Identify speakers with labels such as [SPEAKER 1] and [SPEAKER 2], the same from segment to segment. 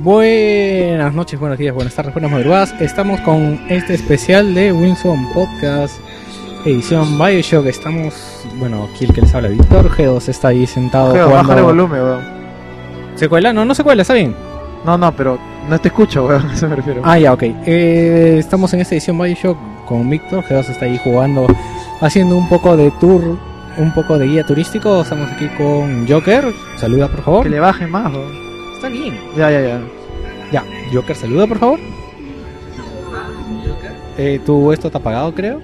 [SPEAKER 1] Buenas noches, buenos días, buenas tardes, buenas madrugadas. Estamos con este especial de Wilson Podcast, edición Bioshock. Estamos, bueno, aquí el que les habla, Víctor G2, está ahí sentado.
[SPEAKER 2] Creo,
[SPEAKER 1] jugando-
[SPEAKER 2] bájale volumen, weón.
[SPEAKER 1] ¿Se cuela? No, no se cuela, está bien.
[SPEAKER 2] No, no, pero no te escucho, weón, a eso me refiero.
[SPEAKER 1] Ah, ya, ok. Eh, estamos en esta edición Bioshock con Víctor. G2 está ahí jugando, haciendo un poco de tour, un poco de guía turístico. Estamos aquí con Joker. Saluda, por favor.
[SPEAKER 2] Que le baje más, weón.
[SPEAKER 1] Está aquí.
[SPEAKER 2] Ya, ya, ya.
[SPEAKER 1] Ya, Joker, saluda, por favor. Eh, tu esto está apagado, creo.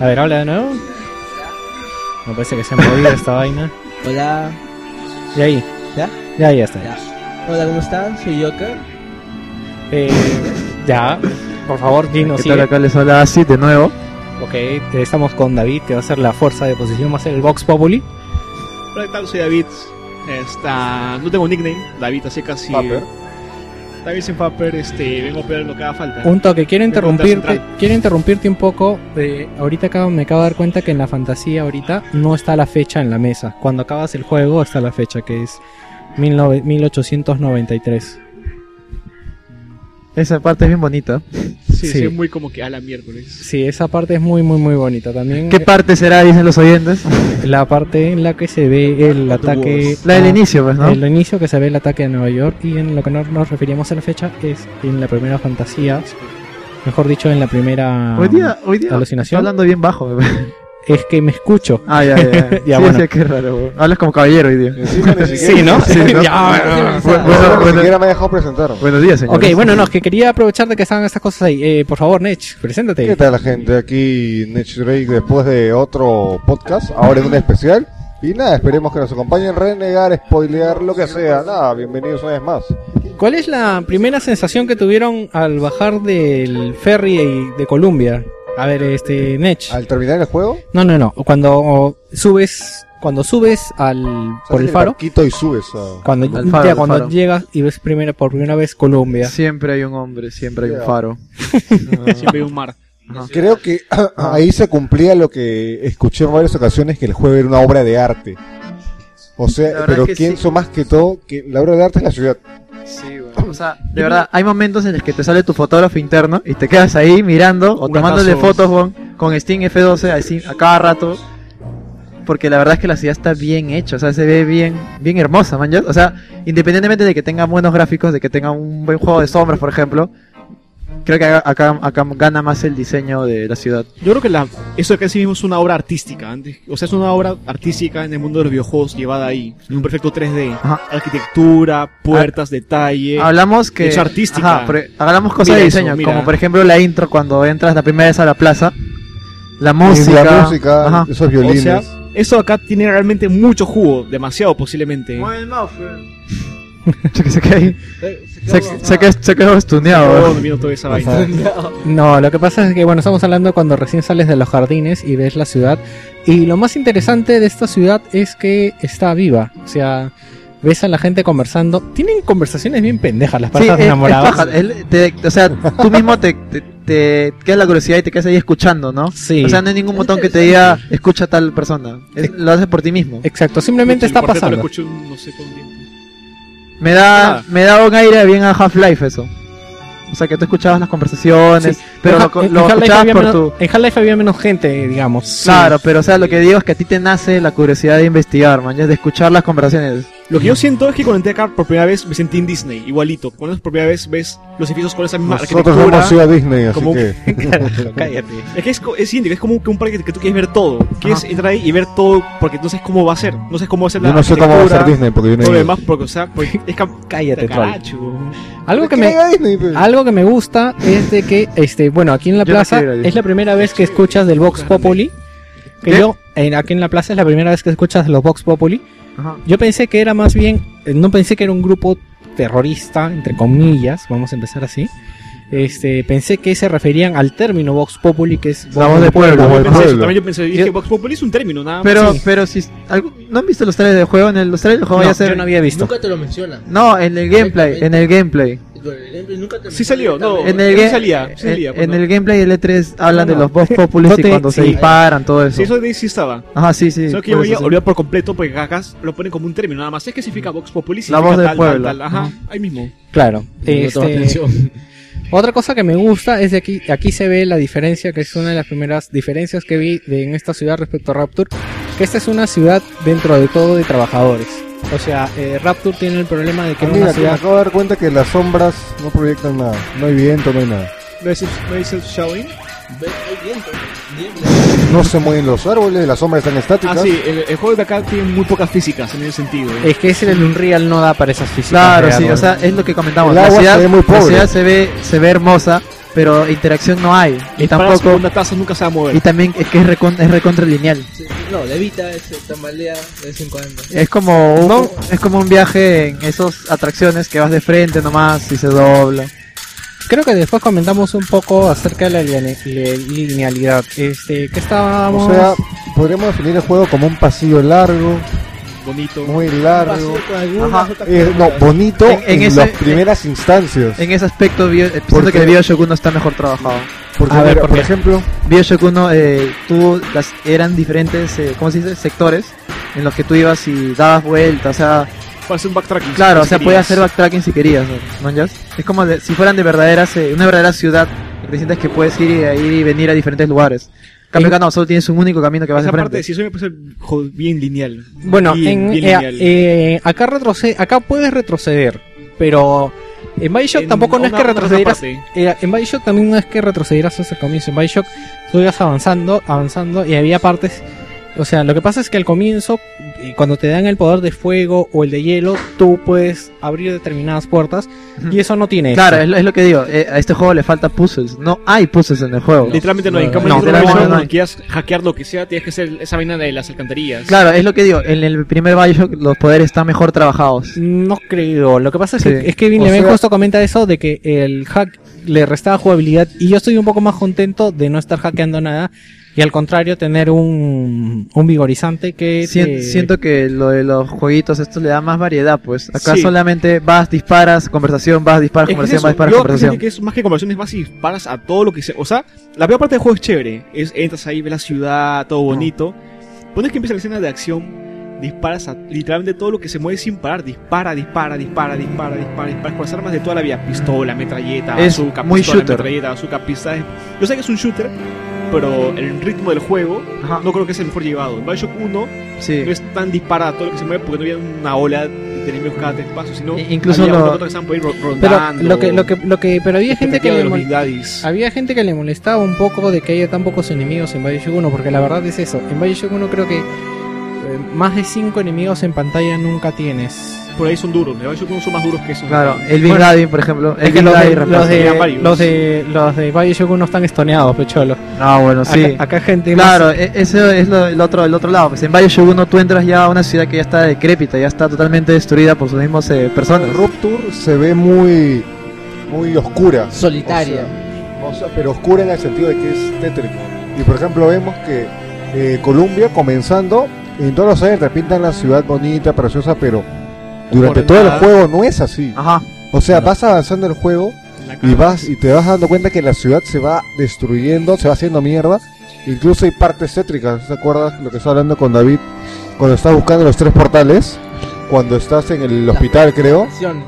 [SPEAKER 1] A ver, habla de nuevo. Me parece que se ha movido esta vaina.
[SPEAKER 3] Hola,
[SPEAKER 1] Y ahí.
[SPEAKER 3] ¿Ya?
[SPEAKER 1] Ya, ya está.
[SPEAKER 3] Ya. hola, ¿cómo están? Soy Joker.
[SPEAKER 1] Eh, ya, por favor, dinos.
[SPEAKER 2] ¿Qué
[SPEAKER 1] sí.
[SPEAKER 2] tal acá les habla así de nuevo?
[SPEAKER 1] Ok, eh, estamos con David, que va a ser la fuerza de posición, va a ser el Vox Populi.
[SPEAKER 4] Hola, ¿qué tal? Soy David. Esta, no tengo nickname, David, así casi.
[SPEAKER 5] Paper.
[SPEAKER 4] David sin Paper, este, vengo a pedir lo que haga falta.
[SPEAKER 1] Un toque, quiero
[SPEAKER 4] Pregunta
[SPEAKER 1] interrumpirte,
[SPEAKER 4] central.
[SPEAKER 1] quiero interrumpirte un poco. eh, ahorita acabo, me acabo de dar cuenta que en la fantasía ahorita no está la fecha en la mesa. Cuando acabas el juego está la fecha, que es 19- 1893.
[SPEAKER 2] Esa parte es bien bonita.
[SPEAKER 4] sí,
[SPEAKER 1] sí.
[SPEAKER 4] soy muy como que a la miércoles.
[SPEAKER 1] Sí, esa parte es muy, muy, muy bonita. También
[SPEAKER 2] ¿Qué parte será, dicen los oyentes?
[SPEAKER 1] la parte en la que se ve el ataque...
[SPEAKER 2] La
[SPEAKER 1] a-
[SPEAKER 2] del inicio, pues, ¿no?
[SPEAKER 1] Ah, El inicio que se ve el ataque a Nueva York y en lo que no nos referíamos a la fecha es en la primera fantasía, mejor dicho, en la primera...
[SPEAKER 2] Hoy día, hoy día.
[SPEAKER 1] ah, Alucinación.
[SPEAKER 2] Está hablando bien bajo, weón.
[SPEAKER 1] Es que me escucho.
[SPEAKER 2] Ah, ya, ya. ya,
[SPEAKER 1] Ya,
[SPEAKER 2] sí,
[SPEAKER 1] bueno.
[SPEAKER 2] sí, qué raro, weón. Hablas como caballero hoy día.
[SPEAKER 5] Encima ni siquiera.
[SPEAKER 1] Sí, ¿no?
[SPEAKER 2] Sí, ¿no?
[SPEAKER 1] Ya,
[SPEAKER 2] Bu-
[SPEAKER 5] Bueno,
[SPEAKER 2] bueno,
[SPEAKER 5] ni
[SPEAKER 2] bueno,
[SPEAKER 5] siquiera me ha dejado presentar.
[SPEAKER 2] buenos días, señor.
[SPEAKER 1] Ok, bueno, no, es que quería aprovechar de que estaban estas cosas ahí. Eh, por favor, Nech, preséntate.
[SPEAKER 5] ¿Qué tal, gente? Aquí Nech Drake después de otro podcast, ahora en un especial. Y nada, esperemos que nos acompañen, renegar, spoilear, lo que sea. Nada, bienvenidos una vez más.
[SPEAKER 1] ¿Cuál es la primera sensación que tuvieron al bajar del ferry de, de Colombia? A ver, este, Nech.
[SPEAKER 2] Ah.
[SPEAKER 5] Al terminar el juego,
[SPEAKER 1] No, no, no. Cuando subes, cuando subes al por el faro,
[SPEAKER 5] Quito y subes. a-
[SPEAKER 1] cuando,
[SPEAKER 2] Al faro,
[SPEAKER 1] ya,
[SPEAKER 2] al
[SPEAKER 1] cuando
[SPEAKER 2] faro.
[SPEAKER 1] llegas y ves primera, por primera vez Colombia.
[SPEAKER 2] Siempre hay un hombre, siempre hay un
[SPEAKER 5] Ya.
[SPEAKER 2] faro.
[SPEAKER 4] Siempre hay un mar.
[SPEAKER 5] Creo que ahí se cumplía lo que escuché en varias ocasiones, que el juego era una obra de arte. O
[SPEAKER 2] La
[SPEAKER 5] sea,
[SPEAKER 2] verdad
[SPEAKER 5] pero
[SPEAKER 2] que sí.
[SPEAKER 5] pienso más que todo que la obra de arte es la ciudad.
[SPEAKER 2] Sí, weón. O sea, de verdad, hay momentos en los que te sale tu fotógrafo interno y te quedas ahí mirando o
[SPEAKER 4] Guardazos.
[SPEAKER 2] tomándole fotos weón, con Steam F12 así, a cada rato. Porque la verdad es que la ciudad está bien hecha, o sea, se ve bien, bien hermosa, man. ya. O sea, independientemente de que tenga buenos gráficos, de que tenga un buen juego de sombras, por ejemplo, creo que acá, acá, acá gana más el diseño de la ciudad.
[SPEAKER 4] Yo creo que la, eso acá sí mismo es una obra artística. Antes, o sea, es una obra artística en el mundo de los videojuegos llevada ahí. En un perfecto 3D.
[SPEAKER 2] Ajá.
[SPEAKER 4] Arquitectura,
[SPEAKER 1] Ah.
[SPEAKER 4] puertas, detalle.
[SPEAKER 2] Hablamos que.
[SPEAKER 4] Es artística.
[SPEAKER 2] Ajá, pero hablamos cosas
[SPEAKER 4] Mira
[SPEAKER 2] de
[SPEAKER 4] eso,
[SPEAKER 2] diseño,
[SPEAKER 4] mira.
[SPEAKER 2] como por ejemplo la intro cuando entras la primera vez a la plaza. La
[SPEAKER 5] Y
[SPEAKER 2] música.
[SPEAKER 5] la música,
[SPEAKER 2] ajá.
[SPEAKER 5] esos
[SPEAKER 4] o
[SPEAKER 5] violines.
[SPEAKER 4] sea, eso acá tiene realmente mucho jugo. Demasiado posiblemente.
[SPEAKER 2] Che, que se queda ahí. Se, se que- se quedó estuneado.
[SPEAKER 4] Todo
[SPEAKER 2] weón.
[SPEAKER 4] viendo toda esa
[SPEAKER 5] Ajá.
[SPEAKER 4] vaina.
[SPEAKER 1] No, lo que pasa es que, bueno, estamos hablando cuando recién sales de los jardines y ves la ciudad. Y lo más interesante de esta ciudad es que está viva. O sea, ves a la gente conversando. Tienen conversaciones bien pendejas las
[SPEAKER 2] Sí,
[SPEAKER 1] parejas
[SPEAKER 2] es- es paja,
[SPEAKER 1] enamoradas.
[SPEAKER 2] él te- o sea, tú mismo te, te, te quedas la curiosidad y te quedas ahí escuchando, ¿no?
[SPEAKER 1] Sí.
[SPEAKER 2] O sea, no hay ningún botón que te diga escucha a tal persona. Es- lo haces por ti mismo.
[SPEAKER 1] Exacto, simplemente
[SPEAKER 4] El
[SPEAKER 1] está
[SPEAKER 4] cuarteto lo
[SPEAKER 1] pasando.
[SPEAKER 4] escuché un- no sé cuánto tiempo.
[SPEAKER 2] Me da,
[SPEAKER 1] Ah.
[SPEAKER 2] me da un aire bien a Half-Life eso. O sea, que tú escuchabas las conversaciones,
[SPEAKER 1] Sí.
[SPEAKER 2] pero
[SPEAKER 1] En
[SPEAKER 2] lo,
[SPEAKER 1] Ha- en
[SPEAKER 2] lo
[SPEAKER 1] Half-Life
[SPEAKER 2] escuchabas
[SPEAKER 1] había
[SPEAKER 2] por
[SPEAKER 1] menos-
[SPEAKER 2] tu...
[SPEAKER 1] En Half-Life había menos gente, digamos.
[SPEAKER 2] Claro, pero o sea, lo que digo es que a ti te nace la curiosidad de investigar, man, ya, de escuchar las conversaciones.
[SPEAKER 4] Lo que yo siento es que cuando entré acá por primera vez me sentí en Disney, igualito. Cuando es por primera vez ves los edificios con esa misma
[SPEAKER 5] Nosotros
[SPEAKER 4] arquitectura.
[SPEAKER 5] hemos ido a Disney, así
[SPEAKER 4] como un-
[SPEAKER 5] que.
[SPEAKER 1] Cállate.
[SPEAKER 4] Es que es, co- es indie, es como que un parque que tú quieres ver todo. Quieres
[SPEAKER 2] Ajá.
[SPEAKER 4] entrar ahí y ver todo porque no sabes cómo va a ser. No sabes cómo va a ser la
[SPEAKER 5] Yo no sé cómo va a ser
[SPEAKER 4] arquitectura,
[SPEAKER 5] Disney porque yo no
[SPEAKER 4] Todo lo
[SPEAKER 5] he ido.
[SPEAKER 4] demás, porque, o sea, porque es cam-
[SPEAKER 1] Cállate, troll.
[SPEAKER 4] caracho.
[SPEAKER 1] Algo que
[SPEAKER 5] ¿Qué
[SPEAKER 1] me...
[SPEAKER 5] era Disney, pues. pe?
[SPEAKER 1] Algo que me gusta es de que, este, bueno, aquí en la
[SPEAKER 2] Yo no
[SPEAKER 1] plaza
[SPEAKER 2] quiero ir a
[SPEAKER 1] es la primera vez que escuchas del Vox Populi. Que
[SPEAKER 2] ¿Qué?
[SPEAKER 1] yo, en, aquí en la plaza es la primera vez que escuchas los Vox Populi.
[SPEAKER 2] Ajá.
[SPEAKER 1] Yo pensé que era más bien, eh, no pensé que era un grupo terrorista, entre comillas, vamos a empezar así. Este, pensé que se referían al término Vox Populi, que es
[SPEAKER 2] La voz de pueblo.
[SPEAKER 5] Como
[SPEAKER 4] Yo
[SPEAKER 5] el
[SPEAKER 4] pensé eso,
[SPEAKER 5] pueblo.
[SPEAKER 4] también yo pensé, dije,
[SPEAKER 2] Yo-
[SPEAKER 4] Vox Populi es un término, nada más.
[SPEAKER 2] Pero,
[SPEAKER 1] Ah, Sí.
[SPEAKER 2] pero si algo- no han visto los trailers del juego, en el, los trailers del juego
[SPEAKER 1] No,
[SPEAKER 2] ya se
[SPEAKER 1] yo no había visto.
[SPEAKER 3] Nunca te lo mencionan.
[SPEAKER 2] No, en el gameplay, en el gameplay.
[SPEAKER 3] Gameplay nunca terminó
[SPEAKER 4] Sí salió, no.
[SPEAKER 2] En
[SPEAKER 3] directamente.
[SPEAKER 2] el,
[SPEAKER 4] Sí
[SPEAKER 2] ga-
[SPEAKER 4] salía, sí
[SPEAKER 2] en-
[SPEAKER 4] salía,
[SPEAKER 2] en
[SPEAKER 4] bueno.
[SPEAKER 2] el gameplay del E3 hablan
[SPEAKER 4] No,
[SPEAKER 2] de
[SPEAKER 4] no.
[SPEAKER 2] los boss populis
[SPEAKER 4] No
[SPEAKER 2] y
[SPEAKER 4] te-
[SPEAKER 2] cuando se
[SPEAKER 4] sí.
[SPEAKER 2] disparan, todo eso.
[SPEAKER 4] Sí, eso de ahí sí estaba.
[SPEAKER 2] Ajá, sí, sí.
[SPEAKER 4] Solo que
[SPEAKER 2] por
[SPEAKER 4] yo
[SPEAKER 2] eso
[SPEAKER 4] voy a
[SPEAKER 2] sí.
[SPEAKER 4] olvidar por completo porque acá lo ponen como un término nada más. Es que significa Vox Populi, significa
[SPEAKER 2] voz del
[SPEAKER 4] tal, tal,
[SPEAKER 2] pueblo.
[SPEAKER 4] tal. Ajá,
[SPEAKER 2] Ujú.
[SPEAKER 4] ahí mismo.
[SPEAKER 1] Claro.
[SPEAKER 6] No toma
[SPEAKER 1] este,
[SPEAKER 6] atención.
[SPEAKER 1] otra cosa que me gusta es de aquí, aquí se ve la diferencia, que es una de las primeras diferencias que vi de- en esta ciudad respecto a Rapture, que esta es una ciudad dentro de todo de trabajadores. O sea, eh, Rapture tiene el problema de que
[SPEAKER 5] Ah,
[SPEAKER 1] era
[SPEAKER 5] mira,
[SPEAKER 1] una
[SPEAKER 5] que me
[SPEAKER 1] ciudad...
[SPEAKER 5] acabo de dar cuenta que las sombras no proyectan nada. No hay viento, no hay nada.
[SPEAKER 4] ¿No es el, no es el showing?
[SPEAKER 3] Ve, hay viento, niebla.
[SPEAKER 5] No se mueven los árboles, las sombras están
[SPEAKER 4] Ah,
[SPEAKER 5] estáticas.
[SPEAKER 4] sí, el, el juego de acá tiene muy pocas físicas en ese sentido. ¿eh?
[SPEAKER 1] Es que ese del Unreal no da para esas físicas.
[SPEAKER 2] Claro,
[SPEAKER 1] de
[SPEAKER 2] sí,
[SPEAKER 1] árbol.
[SPEAKER 2] o sea, es lo que comentamos.
[SPEAKER 5] El
[SPEAKER 2] La
[SPEAKER 5] agua se
[SPEAKER 2] ciudad,
[SPEAKER 5] ve muy
[SPEAKER 2] la
[SPEAKER 5] pobre.
[SPEAKER 2] ciudad se ve, se ve hermosa, pero interacción no hay. Y
[SPEAKER 4] Y tampoco.
[SPEAKER 2] tampoco.
[SPEAKER 4] Una taza nunca se va a mover.
[SPEAKER 2] Y también es que es, recon- es recontra lineal.
[SPEAKER 3] Sí, No, levita, se tambalea de vez en cuando.
[SPEAKER 2] Es como un, es como un viaje en esas atracciones que vas de frente nomás y se dobla.
[SPEAKER 1] Creo que después comentamos un poco acerca de la line- li- linealidad. Este, que estábamos...
[SPEAKER 5] O sea, podríamos definir el juego como un pasillo largo,
[SPEAKER 4] Bonito.
[SPEAKER 5] muy
[SPEAKER 3] Un
[SPEAKER 5] largo.
[SPEAKER 3] vacío con algunas
[SPEAKER 2] Ajá,
[SPEAKER 3] otras
[SPEAKER 5] eh, no,
[SPEAKER 3] cosas.
[SPEAKER 5] bonito en,
[SPEAKER 2] En- en ese-
[SPEAKER 5] las primeras instancias.
[SPEAKER 2] En ese aspecto, Bio, eh,
[SPEAKER 5] ¿Por
[SPEAKER 2] siento que
[SPEAKER 5] qué?
[SPEAKER 2] Bioshock 1 está mejor trabajado.
[SPEAKER 5] Porque,
[SPEAKER 1] A ver,
[SPEAKER 5] mira,
[SPEAKER 1] ¿por
[SPEAKER 5] por
[SPEAKER 1] qué?
[SPEAKER 5] ejemplo,
[SPEAKER 2] Bioshock 1 eh, tú las, eran diferentes, eh, ¿cómo se dice? Sectores en los que tú ibas y dabas vueltas, o sea,
[SPEAKER 4] Parece un backtracking.
[SPEAKER 2] claro, o
[SPEAKER 4] si
[SPEAKER 2] sea, podías hacer
[SPEAKER 4] querías.
[SPEAKER 2] backtracking si querías, ¿no? ¿Manjas? Es como de- si fueran de verdaderas, eh, una verdadera ciudad, que te sientes que puedes ir y, ir y venir a diferentes lugares. En cambio acá no, solo tienes un único camino que vas de
[SPEAKER 4] Esa
[SPEAKER 2] frente.
[SPEAKER 4] parte, sí, eso me parece jo- bien lineal.
[SPEAKER 1] Bueno,
[SPEAKER 4] Bien-
[SPEAKER 1] en-
[SPEAKER 4] bien
[SPEAKER 1] eh,
[SPEAKER 4] lineal.
[SPEAKER 1] eh, acá retrocede, acá puedes retroceder, pero en Bioshock
[SPEAKER 4] En
[SPEAKER 1] tampoco no es
[SPEAKER 4] una-
[SPEAKER 1] que
[SPEAKER 4] una
[SPEAKER 1] retrocedieras.
[SPEAKER 4] parte.
[SPEAKER 1] eh, en Bioshock también no es que retrocedieras hasta el comienzo. En Bioshock tú ibas avanzando, avanzando y había partes. O sea, lo que pasa es que al comienzo, eh, cuando te dan el poder de fuego o el de hielo, tú puedes abrir determinadas puertas
[SPEAKER 2] Ujú.
[SPEAKER 1] y eso no tiene.
[SPEAKER 2] Claro,
[SPEAKER 1] esto.
[SPEAKER 2] es lo, es lo que digo, eh, a este juego le falta puzzles, no hay puzzles en el juego.
[SPEAKER 4] Literalmente no, hay. en
[SPEAKER 6] No,
[SPEAKER 4] cambio,
[SPEAKER 2] no,
[SPEAKER 4] en otro
[SPEAKER 2] literalmente
[SPEAKER 4] Bioshock,
[SPEAKER 2] no hay.
[SPEAKER 4] cuando quieras hackear lo que sea, tienes que hacer esa vaina de las alcantarillas.
[SPEAKER 2] Claro, es lo que digo, en el primer Bioshock los poderes están mejor trabajados.
[SPEAKER 1] No creo. Lo que pasa es
[SPEAKER 2] Sí.
[SPEAKER 1] que es que Kevin
[SPEAKER 5] O
[SPEAKER 1] Levine
[SPEAKER 5] sea-
[SPEAKER 1] justo comenta eso de que el hack le restaba jugabilidad y yo estoy un poco más contento de no estar hackeando nada y al contrario tener un, un vigorizante que
[SPEAKER 2] Sien-
[SPEAKER 1] te-
[SPEAKER 2] Siento que lo de los jueguitos, esto le da más variedad, pues. Acá
[SPEAKER 4] Sí.
[SPEAKER 2] solamente vas, disparas, conversación, vas, disparas,
[SPEAKER 4] Es que es
[SPEAKER 2] conversación,
[SPEAKER 4] eso,
[SPEAKER 2] vas, disparas,
[SPEAKER 4] yo
[SPEAKER 2] conversación.
[SPEAKER 4] siento que es más que conversaciones, vas y disparas a todo lo que sea. O sea, la primera parte del juego es chévere. Es, entras ahí, ves la ciudad, todo bonito. Pones que empieza la escena de acción, disparas a literalmente todo lo que se mueve sin parar. Dispara, dispara, dispara, dispara, dispara, dispara. Con las armas de toda la vida. Pistola, metralleta,
[SPEAKER 2] Es
[SPEAKER 4] azúcar,
[SPEAKER 2] muy
[SPEAKER 4] pistola,
[SPEAKER 2] shooter.
[SPEAKER 4] metralleta, azúcar, pistola. Yo sé que es un shooter, pero el ritmo del juego
[SPEAKER 2] Ajá.
[SPEAKER 4] no creo que es el mejor llevado. En Bioshock 1
[SPEAKER 2] Sí.
[SPEAKER 4] no es tan disparada todo lo que se mueve porque no había una ola de enemigos cada tres pasos, sino
[SPEAKER 2] I- incluso
[SPEAKER 4] había
[SPEAKER 2] lo-
[SPEAKER 4] uno que otro que estaban por ahí ro-
[SPEAKER 1] E pero
[SPEAKER 4] rondando.
[SPEAKER 1] lo que lo que lo que pero había gente que
[SPEAKER 4] Detective
[SPEAKER 1] le
[SPEAKER 4] de los
[SPEAKER 1] mol- Ah.
[SPEAKER 4] Big Daddies.
[SPEAKER 1] había gente que le molestaba un poco de que haya tan pocos enemigos en Bioshock 1 porque la verdad es eso en Bioshock 1 creo que eh, más de 5 enemigos en pantalla nunca tienes
[SPEAKER 4] Por ahí son duros, me parece que son más duros que esos.
[SPEAKER 2] Claro, el Big
[SPEAKER 1] Bueno.
[SPEAKER 2] Daddy, por ejemplo. El
[SPEAKER 1] Es que
[SPEAKER 2] Big
[SPEAKER 1] los
[SPEAKER 2] Daddy
[SPEAKER 1] de, los,
[SPEAKER 2] reemplaza-
[SPEAKER 4] Eran
[SPEAKER 1] de,
[SPEAKER 4] varios.
[SPEAKER 1] los de los de Bioshock 1 están estoneados pecholo
[SPEAKER 2] Ah, bueno, sí.
[SPEAKER 1] acá, acá gente más-
[SPEAKER 2] Claro, e- ese es lo- el otro, el otro lado. Pues en Bioshock 1 tú entras ya a una ciudad que ya está decrépita, ya está totalmente destruida por sus mismos eh, personas.
[SPEAKER 5] Rupture se ve muy, muy oscura.
[SPEAKER 3] Solitaria.
[SPEAKER 5] O sea, pero oscura en el sentido de que es tétrico. Y por ejemplo vemos que eh, Colombia comenzando, en todos los años te pintan la ciudad bonita, preciosa, pero durante todo el
[SPEAKER 4] Ordenada.
[SPEAKER 5] juego no es así.
[SPEAKER 2] Ajá.
[SPEAKER 5] O sea, vas avanzando el juego
[SPEAKER 1] eh,
[SPEAKER 5] y vas y te vas dando cuenta que la ciudad se va destruyendo, se va haciendo mierda. Incluso hay partes tétricas. ¿Te acuerdas lo que estaba hablando con David cuando estás buscando los tres portales? Cuando estás en el hospital, creo.
[SPEAKER 3] Acciones.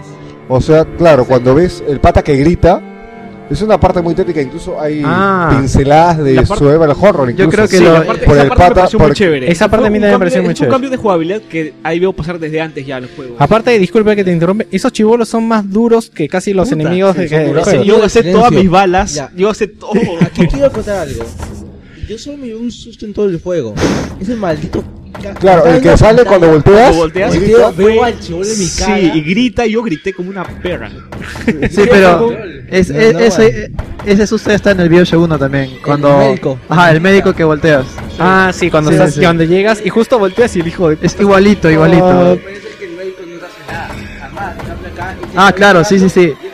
[SPEAKER 5] O sea, claro, cuando ves el pata que grita, es una parte muy tétrica, incluso hay
[SPEAKER 1] Ah.
[SPEAKER 5] pinceladas
[SPEAKER 4] La
[SPEAKER 5] de
[SPEAKER 4] parte-
[SPEAKER 5] Survival Horror.
[SPEAKER 2] Yo
[SPEAKER 5] incluso.
[SPEAKER 2] creo que
[SPEAKER 4] Sí,
[SPEAKER 2] lo-
[SPEAKER 4] la parte,
[SPEAKER 5] por
[SPEAKER 4] esa
[SPEAKER 5] el
[SPEAKER 4] parte me
[SPEAKER 5] pata,
[SPEAKER 4] pareció
[SPEAKER 5] por-
[SPEAKER 4] muy chévere.
[SPEAKER 1] esa parte
[SPEAKER 4] Fue
[SPEAKER 1] a mí
[SPEAKER 4] un
[SPEAKER 1] también me
[SPEAKER 4] cambio-
[SPEAKER 1] pareció muy
[SPEAKER 4] es un
[SPEAKER 1] chévere. Ah,
[SPEAKER 4] cambio de jugabilidad que ahí veo pasar desde antes ya los juegos.
[SPEAKER 1] Aparte, disculpa que te interrumpe, esos chivolos son más duros que casi los
[SPEAKER 4] Puta,
[SPEAKER 1] enemigos
[SPEAKER 4] sí,
[SPEAKER 1] de
[SPEAKER 4] son
[SPEAKER 1] que-
[SPEAKER 4] duros.
[SPEAKER 1] del
[SPEAKER 4] Sí,
[SPEAKER 1] juego.
[SPEAKER 4] yo gasté todas mis balas,
[SPEAKER 3] Ya.
[SPEAKER 4] yo gasté todo.
[SPEAKER 3] Aquí quiero contar algo. Yo solo me dio un susto en todo el juego. Ese maldito. ca-
[SPEAKER 5] Claro, el que
[SPEAKER 3] cabrón
[SPEAKER 5] sale
[SPEAKER 3] pantalla.
[SPEAKER 5] cuando volteas,
[SPEAKER 4] Cuando volteas,
[SPEAKER 5] y
[SPEAKER 3] Volteo,
[SPEAKER 5] grita,
[SPEAKER 3] veo al chivolo en mi cara.
[SPEAKER 4] Sí, y grita y yo grité como una perra.
[SPEAKER 2] Sí, pero es, es- eh, ese, ese susto está en el Bioshock 1 también. Cuando...
[SPEAKER 3] médico.
[SPEAKER 2] Ajá, el médico que volteas.
[SPEAKER 1] Ah, sí, cuando,
[SPEAKER 2] Sí,
[SPEAKER 1] estás-
[SPEAKER 2] sí.
[SPEAKER 1] cuando llegas y justo volteas y el hijo de...
[SPEAKER 2] Es igualito, igualito.
[SPEAKER 3] Parece que el médico no hace nada. Jamás, cambia acá y te
[SPEAKER 2] Ah,
[SPEAKER 3] está
[SPEAKER 2] claro, sí, sí,
[SPEAKER 3] gritando,
[SPEAKER 2] sí.
[SPEAKER 3] y grita.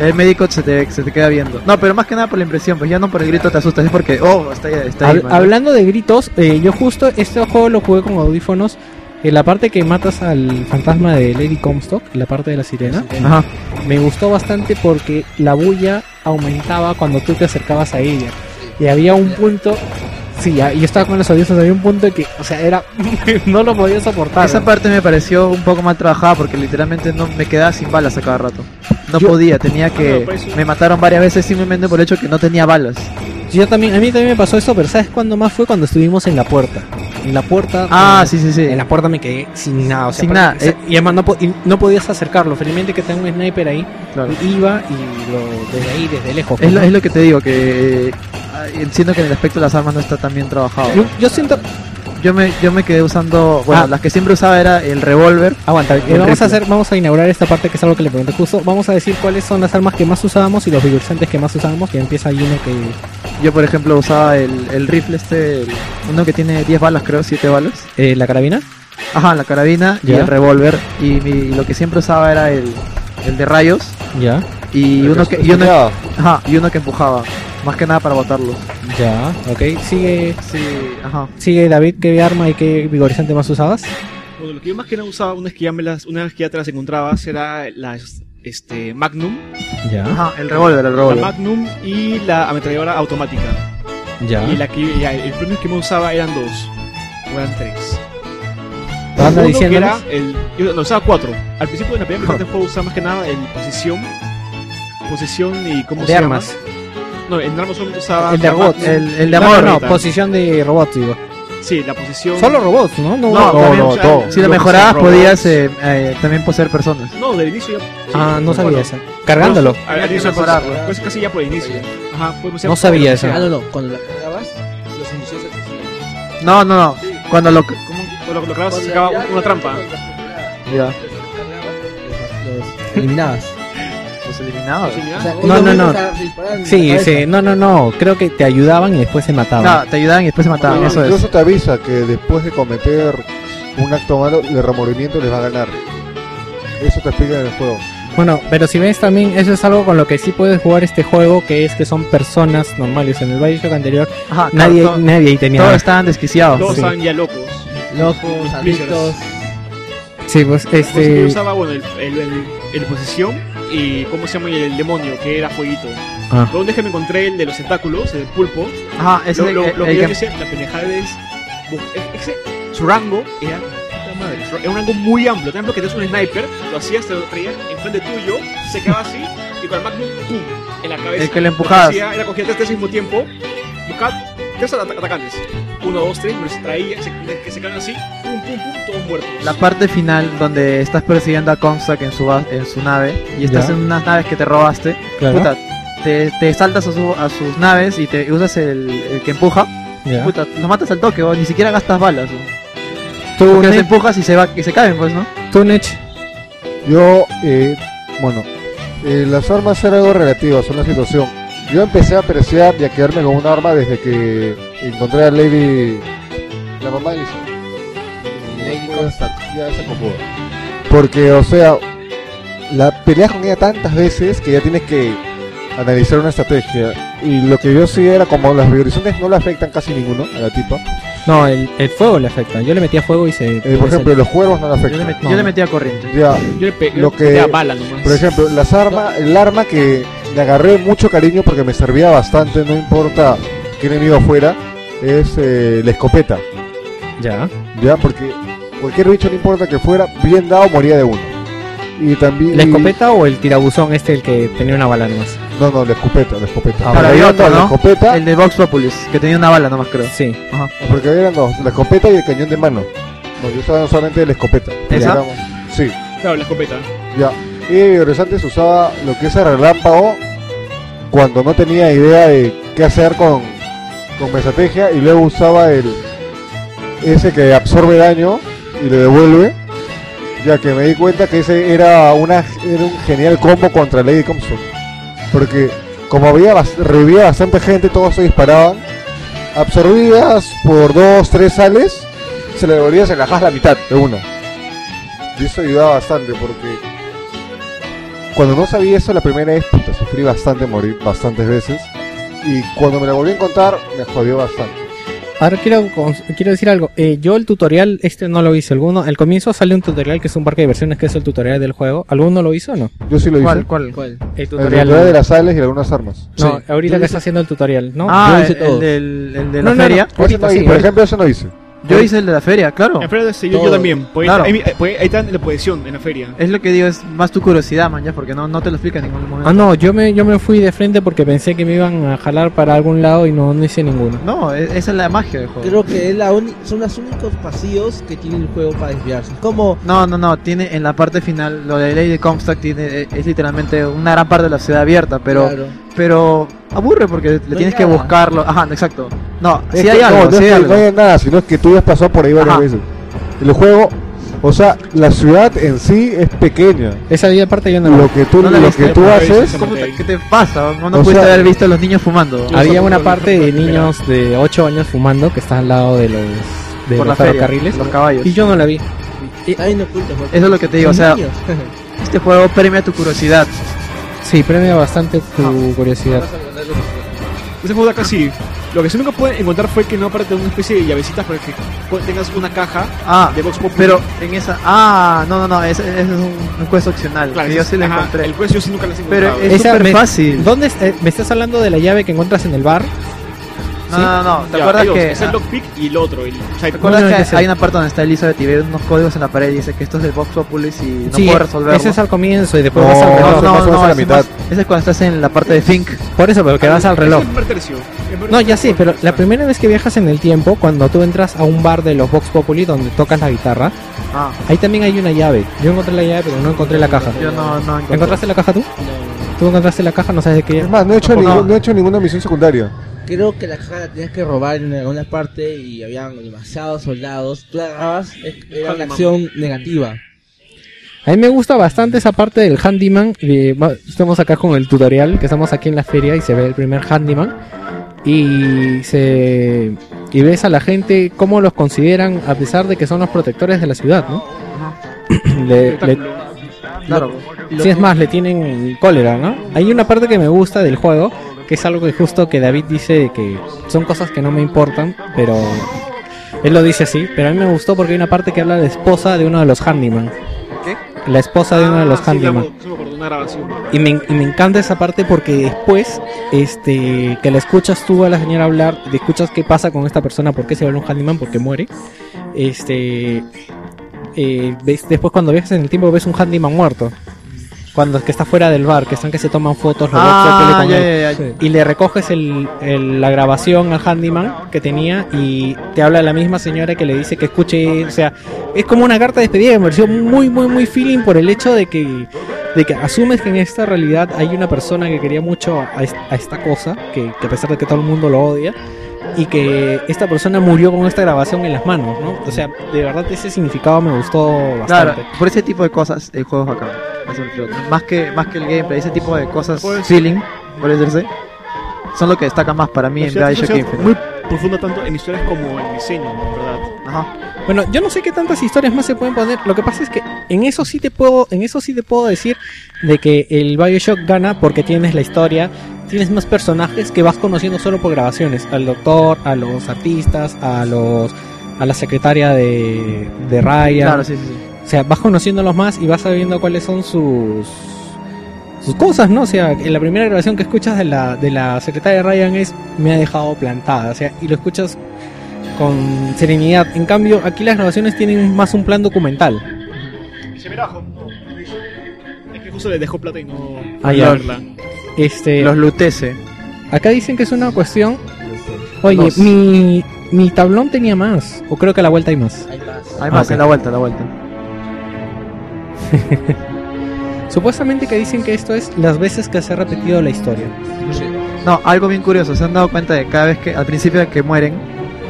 [SPEAKER 2] El médico se te, se te queda viendo. No, pero más que nada por la impresión, pues ya no por el grito te asustas, es porque, oh, está ahí, está ahí.
[SPEAKER 1] Hab-
[SPEAKER 2] man.
[SPEAKER 1] hablando de gritos, eh, yo justo este juego lo jugué con audífonos En la parte que matas al fantasma de Lady Comstock, la parte de la sirena,
[SPEAKER 2] Ajá.
[SPEAKER 1] me gustó bastante porque la bulla aumentaba cuando tú te acercabas a ella. Y había un punto. Sí, ya- yo estaba con los odiosos, había un punto que, o sea, era. no lo podía soportar.
[SPEAKER 2] Esa parte me pareció un poco mal trabajada porque literalmente no me quedaba sin balas a cada rato. No
[SPEAKER 1] Yo-
[SPEAKER 2] podía, tenía que...
[SPEAKER 4] Ah, no, por eso-
[SPEAKER 2] Me mataron varias veces simplemente por el hecho que no tenía balas.
[SPEAKER 1] Yo también, a mí también me pasó eso, pero ¿sabes cuándo más fue? Cuando estuvimos en la puerta. En la puerta.
[SPEAKER 2] Ah,
[SPEAKER 1] eh,
[SPEAKER 2] sí, sí, sí.
[SPEAKER 1] En la puerta me quedé sin nada. o sea,
[SPEAKER 2] Sin
[SPEAKER 1] para-
[SPEAKER 2] nada,
[SPEAKER 1] o sea,
[SPEAKER 2] eh.
[SPEAKER 1] y además no, po- y no podías acercarlo. Felizmente que tengo un sniper ahí.
[SPEAKER 2] Claro.
[SPEAKER 1] Iba y lo, desde ahí, desde lejos.
[SPEAKER 2] Es
[SPEAKER 1] ¿no?
[SPEAKER 2] lo, es lo que te digo, que... eh, ay, Siento que en el aspecto de las armas no está tan bien trabajado.
[SPEAKER 1] yo, yo siento.
[SPEAKER 2] Yo me, yo me quedé usando... Bueno,
[SPEAKER 1] Ah.
[SPEAKER 2] las que siempre usaba era el revólver.
[SPEAKER 1] Aguanta, eh,
[SPEAKER 2] El
[SPEAKER 1] vamos
[SPEAKER 2] rifle.
[SPEAKER 1] a hacer, vamos a inaugurar esta parte que es algo que le pregunté justo. Vamos a decir cuáles son las armas que más usábamos y los diversantes que más usábamos. Que empieza ahí uno que.
[SPEAKER 2] Yo, por ejemplo, usaba el, el rifle este, el- uno que tiene 10 balas, creo, 7 balas.
[SPEAKER 1] eh, la carabina.
[SPEAKER 2] Ajá, la carabina y
[SPEAKER 1] Ya.
[SPEAKER 2] el revólver. Y, mi- lo que siempre usaba era el, el de rayos
[SPEAKER 1] Ya,
[SPEAKER 2] y uno, que, y, uno,
[SPEAKER 5] Escuchaba.
[SPEAKER 2] ajá, y uno que empujaba. Más que nada para botarlos.
[SPEAKER 1] ya, ok. Sigue,
[SPEAKER 2] Sí, ajá.
[SPEAKER 1] sigue David, ¿qué arma y qué vigorizante más usabas?
[SPEAKER 4] Bueno, lo que yo más que nada usaba, una vez que ya, me las, una vez que ya te las encontrabas, era la este, Magnum.
[SPEAKER 1] Ya,
[SPEAKER 2] Ajá, el revólver, el
[SPEAKER 4] La
[SPEAKER 2] revólver.
[SPEAKER 4] Magnum y la ametralladora automática.
[SPEAKER 1] ya.
[SPEAKER 4] Y la que, ya, el premio que me usaba eran dos. O eran tres.
[SPEAKER 1] Anda
[SPEAKER 4] Uno que
[SPEAKER 1] diciéndonos.
[SPEAKER 4] era el, yo no, usaba cuatro. Al principio de la primera mitad del juego usaba más que nada en posición. Posición y cómo
[SPEAKER 1] De
[SPEAKER 4] se llama?
[SPEAKER 1] armas.
[SPEAKER 4] No, en armas solamente usaba.
[SPEAKER 1] El de
[SPEAKER 4] la
[SPEAKER 1] robots.
[SPEAKER 4] Magnum.
[SPEAKER 2] El,
[SPEAKER 1] No,
[SPEAKER 2] el de
[SPEAKER 4] La
[SPEAKER 1] no,
[SPEAKER 2] amor.
[SPEAKER 1] no,
[SPEAKER 4] morrita.
[SPEAKER 1] posición de robot, digo.
[SPEAKER 4] Sí, la posición.
[SPEAKER 1] Solo robots, ¿no? No,
[SPEAKER 4] No,
[SPEAKER 2] No,
[SPEAKER 4] también,
[SPEAKER 5] no,
[SPEAKER 4] o sea,
[SPEAKER 5] todo.
[SPEAKER 2] Si lo
[SPEAKER 4] que
[SPEAKER 2] mejorabas,
[SPEAKER 4] son robots.
[SPEAKER 2] podías eh, eh, también poseer personas.
[SPEAKER 4] No, del inicio ya. sí,
[SPEAKER 1] Ah, no sabía
[SPEAKER 4] bueno,
[SPEAKER 1] esa. Cargándolo.
[SPEAKER 4] Al, al
[SPEAKER 2] Tenías que
[SPEAKER 4] inicio
[SPEAKER 2] mejorarlo.
[SPEAKER 4] pues, pues, casi ya por el inicio. Ajá, podemos
[SPEAKER 1] No sabía
[SPEAKER 4] eso.
[SPEAKER 1] esa.
[SPEAKER 3] Ah, no, no, cuando la cargabas, los inducías a que sí.
[SPEAKER 2] No, no, no. Cuando lo.
[SPEAKER 4] Lo, lo clavabas
[SPEAKER 3] Cuando
[SPEAKER 4] y sacaba
[SPEAKER 3] la-
[SPEAKER 4] una trampa.
[SPEAKER 2] Ya.
[SPEAKER 3] Los cargabas, los- los eliminabas.
[SPEAKER 2] Los eliminabas.
[SPEAKER 3] O sea,
[SPEAKER 1] No, no,
[SPEAKER 3] ellos
[SPEAKER 1] no.
[SPEAKER 3] mismos a- se disparaban en
[SPEAKER 1] Sí,
[SPEAKER 3] la
[SPEAKER 1] sí,
[SPEAKER 3] cabeza.
[SPEAKER 1] no, no, no. Creo que te ayudaban y después se mataban.
[SPEAKER 2] No, te ayudaban y después se mataban.
[SPEAKER 4] No,
[SPEAKER 2] eso es.
[SPEAKER 5] Incluso te avisa que después de cometer un acto malo, el remordimiento les va a ganar. Eso te explica en el juego.
[SPEAKER 1] Bueno, pero si ves también, eso es algo con lo que sí puedes jugar este juego, que es que son personas normales. En el Bioshock anterior,
[SPEAKER 2] Ajá, claro,
[SPEAKER 1] nadie,
[SPEAKER 2] to-
[SPEAKER 1] nadie ahí tenía.
[SPEAKER 2] Todos estaban desquiciados.
[SPEAKER 4] Todos
[SPEAKER 1] Sí.
[SPEAKER 4] estaban ya locos.
[SPEAKER 3] Locos, adictos.
[SPEAKER 1] Sí, pues
[SPEAKER 4] Pues yo
[SPEAKER 1] este.
[SPEAKER 4] usaba, bueno, el, el, el- el posición y, ¿cómo se llama? Y el demonio, que era fueguito.
[SPEAKER 1] Ah.
[SPEAKER 4] Donde es que me encontré el de los tentáculos, el pulpo.
[SPEAKER 2] Ajá, ese
[SPEAKER 4] Lo,
[SPEAKER 2] es el,
[SPEAKER 4] lo-
[SPEAKER 2] el-
[SPEAKER 4] lo
[SPEAKER 2] el
[SPEAKER 4] que yo
[SPEAKER 2] que-
[SPEAKER 4] decía, la pendejada es. bu- e- Ese, su rango era. puta madre, su- Era un rango muy amplio. Por ejemplo, que tenías un sniper, lo hacías, te lo traías enfrente tuyo, se quedaba así, y con el magnum, ¡pum! en la cabeza.
[SPEAKER 2] el que le
[SPEAKER 4] Lo que
[SPEAKER 2] empujabas.
[SPEAKER 4] hacía era cogía tres al mismo tiempo, buscaba tres ata- atacantes. Uno, dos, tres, me los traía, se, que se quedaban así, pum, pum, pum, todos muertos.
[SPEAKER 2] La parte final donde estás persiguiendo a Comstock en su, ba- en su nave y estás
[SPEAKER 1] Ya.
[SPEAKER 2] en unas naves que te robaste,
[SPEAKER 1] Claro.
[SPEAKER 2] puta, te, te saltas a, su- a sus naves y te usas el, el que empuja,
[SPEAKER 1] ya.
[SPEAKER 2] puta, lo matas al toque, o ni siquiera gastas balas. weón.
[SPEAKER 1] Tú,
[SPEAKER 2] Porque los
[SPEAKER 1] Nech,
[SPEAKER 2] empujas y se, va, y se caen, pues, ¿no?
[SPEAKER 1] tú, Nech.
[SPEAKER 5] Yo, eh, bueno, eh, las armas eran algo relativas, son la situación. Yo empecé a apreciar y a quedarme con un arma desde que encontré a Lady. La mamá de Lisa.
[SPEAKER 3] Lady Comstock.
[SPEAKER 5] Ya, esa cojuda. Porque, o sea, la peleas con ella tantas veces que ya tienes que analizar una estrategia. Y lo que yo sí era como las vibraciones no le afectan casi ninguno a la tipa.
[SPEAKER 1] No, el, el fuego le afecta. Yo le metía fuego y se.
[SPEAKER 5] Eh, por ejemplo, los cuervos no le
[SPEAKER 2] Yo le,
[SPEAKER 5] afectan.
[SPEAKER 2] met- yo le metía corriente.
[SPEAKER 5] Ya,
[SPEAKER 4] Yo le pe- yo
[SPEAKER 5] Lo
[SPEAKER 4] le
[SPEAKER 5] que-
[SPEAKER 4] metía bala nomás.
[SPEAKER 5] Por ejemplo, las armas, el arma que le agarré mucho cariño porque me servía bastante, no importa qué enemigo fuera, es eh, la escopeta,
[SPEAKER 1] ya.
[SPEAKER 5] ¿ya? Porque cualquier bicho, no importa que fuera, bien dado moría de uno. Y también...
[SPEAKER 1] ¿La escopeta o el tirabuzón este, el que tenía una bala nomás?
[SPEAKER 5] No, no, la escopeta, la escopeta.
[SPEAKER 1] Ah,
[SPEAKER 5] Porque
[SPEAKER 2] bueno.
[SPEAKER 5] había dos, la
[SPEAKER 2] ¿no?
[SPEAKER 5] escopeta,
[SPEAKER 2] El de Vox Populis, que tenía una bala nomás, creo.
[SPEAKER 1] Sí.
[SPEAKER 5] porque eran dos, la escopeta y el cañón de mano. No, yo estaba solamente de la escopeta.
[SPEAKER 2] ¿Esa?
[SPEAKER 5] Digamos. Sí.
[SPEAKER 4] Claro, la escopeta.
[SPEAKER 5] Ya. Y Resantes usaba lo que es el relámpago cuando no tenía idea de qué hacer con, con mi estrategia y luego usaba el ese que absorbe daño y le devuelve. Ya que me di cuenta que ese era una era un genial combo contra Lady Compson. Porque como había bas- revivía bastante gente, todos se disparaban. Absorbidas por dos, tres sales, se le devolvías en la la mitad de uno. Y eso ayudaba bastante porque cuando no sabía eso la primera vez, puta, sufrí bastante, morí bastantes veces. Y cuando me la volví a encontrar, me jodió bastante.
[SPEAKER 1] Ahora quiero, cons- quiero decir algo. Eh, yo el tutorial, este no lo hice. Alguno, al comienzo sale un tutorial que es un parque de versiones que es el tutorial del juego. ¿Alguno lo hizo o no?
[SPEAKER 5] Yo sí lo hice.
[SPEAKER 2] ¿Cuál? ¿Cuál?
[SPEAKER 3] ¿Cuál?
[SPEAKER 1] El
[SPEAKER 5] El
[SPEAKER 1] tutorial.
[SPEAKER 5] tutorial de las sales y algunas armas.
[SPEAKER 1] No,
[SPEAKER 3] Sí.
[SPEAKER 1] ahorita
[SPEAKER 3] Yo
[SPEAKER 1] que
[SPEAKER 3] hice-
[SPEAKER 1] está haciendo el tutorial, ¿no?
[SPEAKER 2] ah,
[SPEAKER 3] yo hice
[SPEAKER 2] el,
[SPEAKER 3] todo.
[SPEAKER 2] del, el de
[SPEAKER 1] No,
[SPEAKER 2] la
[SPEAKER 1] no, no.
[SPEAKER 2] feria.
[SPEAKER 5] Ese no
[SPEAKER 1] sí,
[SPEAKER 5] hice, por
[SPEAKER 2] ¿eh?
[SPEAKER 1] ahorita-
[SPEAKER 5] ejemplo, eso no hice.
[SPEAKER 2] Yo hice el de la feria, claro.
[SPEAKER 4] En feria sí, yo, yo
[SPEAKER 3] Todo.
[SPEAKER 4] también. Pues,
[SPEAKER 2] Claro.
[SPEAKER 4] ahí, pues, ahí está la posición en la feria.
[SPEAKER 2] Es lo que digo, es más tu curiosidad, man, ya, porque no, no te lo explica en ningún momento.
[SPEAKER 1] Ah, no, yo me, yo me fui de frente porque pensé que me iban a jalar para algún lado y no, no hice ninguno.
[SPEAKER 2] No, e- esa es la magia del juego.
[SPEAKER 3] Creo que es la uni- son los únicos pasillos que tiene el juego para desviarse. Es Como
[SPEAKER 2] No, no, no, tiene en la parte final, lo de Lady de Comstock tiene, e- es literalmente una gran parte de la ciudad abierta, pero
[SPEAKER 3] Claro.
[SPEAKER 2] pero aburre porque le tienes que
[SPEAKER 3] nada.
[SPEAKER 2] buscarlo. Ajá, exacto. No,
[SPEAKER 5] Es
[SPEAKER 2] sí
[SPEAKER 5] que
[SPEAKER 2] hay
[SPEAKER 5] Este no,
[SPEAKER 2] algo,
[SPEAKER 5] no,
[SPEAKER 2] sí
[SPEAKER 5] es
[SPEAKER 2] hay
[SPEAKER 5] que
[SPEAKER 2] algo.
[SPEAKER 5] no hay nada, sino que tú ya has pasado por ahí varias
[SPEAKER 2] Ajá.
[SPEAKER 5] veces. El juego, o sea, la ciudad en sí es pequeña.
[SPEAKER 1] Esa vida aparte yo no la
[SPEAKER 5] Lo que tú,
[SPEAKER 2] No la
[SPEAKER 5] lo
[SPEAKER 2] viste,
[SPEAKER 5] que tú
[SPEAKER 4] pero ahí
[SPEAKER 5] haces,
[SPEAKER 4] se
[SPEAKER 2] ¿Cómo te-
[SPEAKER 4] Ok.
[SPEAKER 2] ¿Qué te pasa? No, no
[SPEAKER 5] O
[SPEAKER 2] pudiste
[SPEAKER 5] sea-
[SPEAKER 2] haber visto a los niños fumando.
[SPEAKER 4] Yo
[SPEAKER 1] Había
[SPEAKER 4] solo
[SPEAKER 1] una
[SPEAKER 4] lo dejé
[SPEAKER 1] parte
[SPEAKER 4] por
[SPEAKER 1] de
[SPEAKER 4] primera.
[SPEAKER 1] niños de 8 años fumando que está al lado de los, de
[SPEAKER 2] por
[SPEAKER 1] los
[SPEAKER 2] la feria,
[SPEAKER 1] ferrocarriles.
[SPEAKER 2] los caballos.
[SPEAKER 1] Y yo no la vi.
[SPEAKER 3] Ay, no ocultas, porque
[SPEAKER 2] Eso es lo que te digo, o
[SPEAKER 3] son
[SPEAKER 2] sea,
[SPEAKER 3] niños.
[SPEAKER 2] este juego premia tu curiosidad.
[SPEAKER 1] Sí, premia bastante tu curiosidad.
[SPEAKER 4] Ese juego de acá sí. Lo que sí nunca pude encontrar fue que no aparece una especie de llavecitas para que co- tengas una caja
[SPEAKER 2] Ah,
[SPEAKER 4] de Vox Pop.
[SPEAKER 2] pero en esa Ah, no, no, no, ese, ese es un, un quest opcional.
[SPEAKER 4] claro,
[SPEAKER 2] que yo sí lo
[SPEAKER 4] ajá,
[SPEAKER 2] encontré.
[SPEAKER 4] El juez yo sí nunca las he
[SPEAKER 2] Pero
[SPEAKER 4] encontrado.
[SPEAKER 2] es
[SPEAKER 1] Esa
[SPEAKER 2] súper
[SPEAKER 1] me-
[SPEAKER 2] fácil.
[SPEAKER 1] ¿Dónde est- eh, me estás hablando de la llave que encuentras en el bar?
[SPEAKER 2] No,
[SPEAKER 1] ¿sí?
[SPEAKER 2] no, no, ¿te
[SPEAKER 4] Ya,
[SPEAKER 2] acuerdas
[SPEAKER 4] hay dos,
[SPEAKER 2] que
[SPEAKER 4] Es el lockpick y el otro, el
[SPEAKER 2] ¿Te
[SPEAKER 4] side
[SPEAKER 2] acuerdas
[SPEAKER 1] No, no,
[SPEAKER 2] que
[SPEAKER 1] ese.
[SPEAKER 2] hay una parte donde está Elizabeth y ve unos códigos en la pared y dice que esto es del Vox Populis y no
[SPEAKER 1] Sí,
[SPEAKER 2] puedo resolverlo?
[SPEAKER 1] Ese es al comienzo y después
[SPEAKER 5] No,
[SPEAKER 1] vas al
[SPEAKER 2] No,
[SPEAKER 1] reloj.
[SPEAKER 2] no, no,
[SPEAKER 5] más o menos a la
[SPEAKER 2] ese es
[SPEAKER 5] mitad.
[SPEAKER 2] más- ese es cuando estás en la parte de Fink.
[SPEAKER 1] Por eso, pero que vas al reloj.
[SPEAKER 4] Es el primer tercio.
[SPEAKER 1] No, ya sí, pero la primera vez que viajas en el tiempo, cuando tú entras a un bar de los Vox Populi donde tocas la guitarra,
[SPEAKER 2] Ah,
[SPEAKER 1] ahí también hay una llave. Yo encontré la llave, pero no encontré la caja.
[SPEAKER 2] yo no, no encontré.
[SPEAKER 1] ¿Encontraste la caja tú?
[SPEAKER 3] No,
[SPEAKER 1] ¿Tú encontraste la caja? No sabes de qué
[SPEAKER 5] es más, no he hecho,
[SPEAKER 2] No,
[SPEAKER 5] ningún-
[SPEAKER 2] no.
[SPEAKER 5] no he hecho ninguna misión secundaria.
[SPEAKER 3] Creo que la caja la tenías que robar en alguna parte y habían demasiados soldados. Tú la agarrabas, es- era una acción negativa.
[SPEAKER 1] A mí me gusta bastante esa parte del handyman. de- va- estamos acá con el tutorial, que estamos aquí en la feria y se ve el primer handyman. Y se y ves a la gente cómo los consideran a pesar de que son los protectores de la ciudad, ¿no? Le- le-
[SPEAKER 2] Claro.
[SPEAKER 1] sí, es más, le tienen cólera, ¿no? Hay una parte que me gusta del juego, que es algo que justo que David dice que son cosas que no me importan, pero él lo dice así, pero a mí me gustó porque hay una parte que habla de la esposa de uno de los handyman.
[SPEAKER 2] ¿Qué?
[SPEAKER 1] La esposa de uno de los
[SPEAKER 4] Ah, sí, la-
[SPEAKER 1] handyman.
[SPEAKER 4] se me acordó una grabación.
[SPEAKER 1] Y me, y me encanta esa parte porque después, este, que la escuchas tú a la señora hablar, te escuchas qué pasa con esta persona, por qué se vuelve un handyman, porque muere. Este, eh, ves- después cuando viajas en el tiempo ves un handyman muerto. Cuando que está fuera del bar, que están que se toman fotos, los Vox
[SPEAKER 2] Ah,
[SPEAKER 1] Populi
[SPEAKER 2] ya,
[SPEAKER 1] con él.
[SPEAKER 2] ya, ya.
[SPEAKER 1] Y le recoges el- el- la grabación al handyman que tenía y te habla la misma señora que le dice que escuche. O sea, es como una carta de despedida que me pareció muy, muy, muy feeling por el hecho de que, de que asumes que en esta realidad hay una persona que quería mucho a, es- a esta cosa, que, que a pesar de que todo el mundo lo odia, y que esta persona murió con esta grabación en las manos, ¿no? O sea, de verdad ese significado me gustó bastante.
[SPEAKER 2] Claro, por ese tipo de cosas el juego es bacán. Eso me refiero. Más que, más que el gameplay, ese tipo de cosas
[SPEAKER 4] Pues-
[SPEAKER 2] feeling, por decirse, son lo que destaca más para mí
[SPEAKER 4] La
[SPEAKER 2] en
[SPEAKER 4] ciudad es
[SPEAKER 2] Bioshock
[SPEAKER 4] una ciudad
[SPEAKER 2] Infinite.
[SPEAKER 4] Muy profunda tanto en historias como en diseño, en verdad.
[SPEAKER 2] Ajá.
[SPEAKER 1] Bueno, yo no sé qué tantas historias más se pueden poner. Lo que pasa es que en eso sí te puedo, en eso sí te puedo decir de que el BioShock gana porque tienes la historia, tienes más personajes que vas conociendo solo por grabaciones, al doctor, a los artistas, a los a la secretaria de, de Ryan.
[SPEAKER 2] Claro, sí, sí, sí.
[SPEAKER 1] O sea, vas conociéndolos más y vas sabiendo cuáles son sus sus cosas, ¿no? O sea, en la primera grabación que escuchas de la, de la secretaria de Ryan es me ha dejado plantada, o sea, y lo escuchas con serenidad. En cambio, aquí las grabaciones tienen más un plan documental.
[SPEAKER 4] Dice, mira, jo, no. Es que justo le dejó plata y no.
[SPEAKER 1] Ah, ya.
[SPEAKER 4] verla.
[SPEAKER 1] Este,
[SPEAKER 2] Los Lutece.
[SPEAKER 1] acá dicen que es una cuestión. Oye,
[SPEAKER 2] Los-
[SPEAKER 1] mi, mi tablón tenía más, o creo que a la vuelta hay más.
[SPEAKER 3] Hay más.
[SPEAKER 2] Hay más,
[SPEAKER 1] ok.
[SPEAKER 2] en la vuelta, la vuelta.
[SPEAKER 1] Supuestamente que dicen que esto es las veces que se ha repetido la historia.
[SPEAKER 3] Sí.
[SPEAKER 2] No, algo bien curioso, se han dado cuenta de cada vez que al principio que mueren,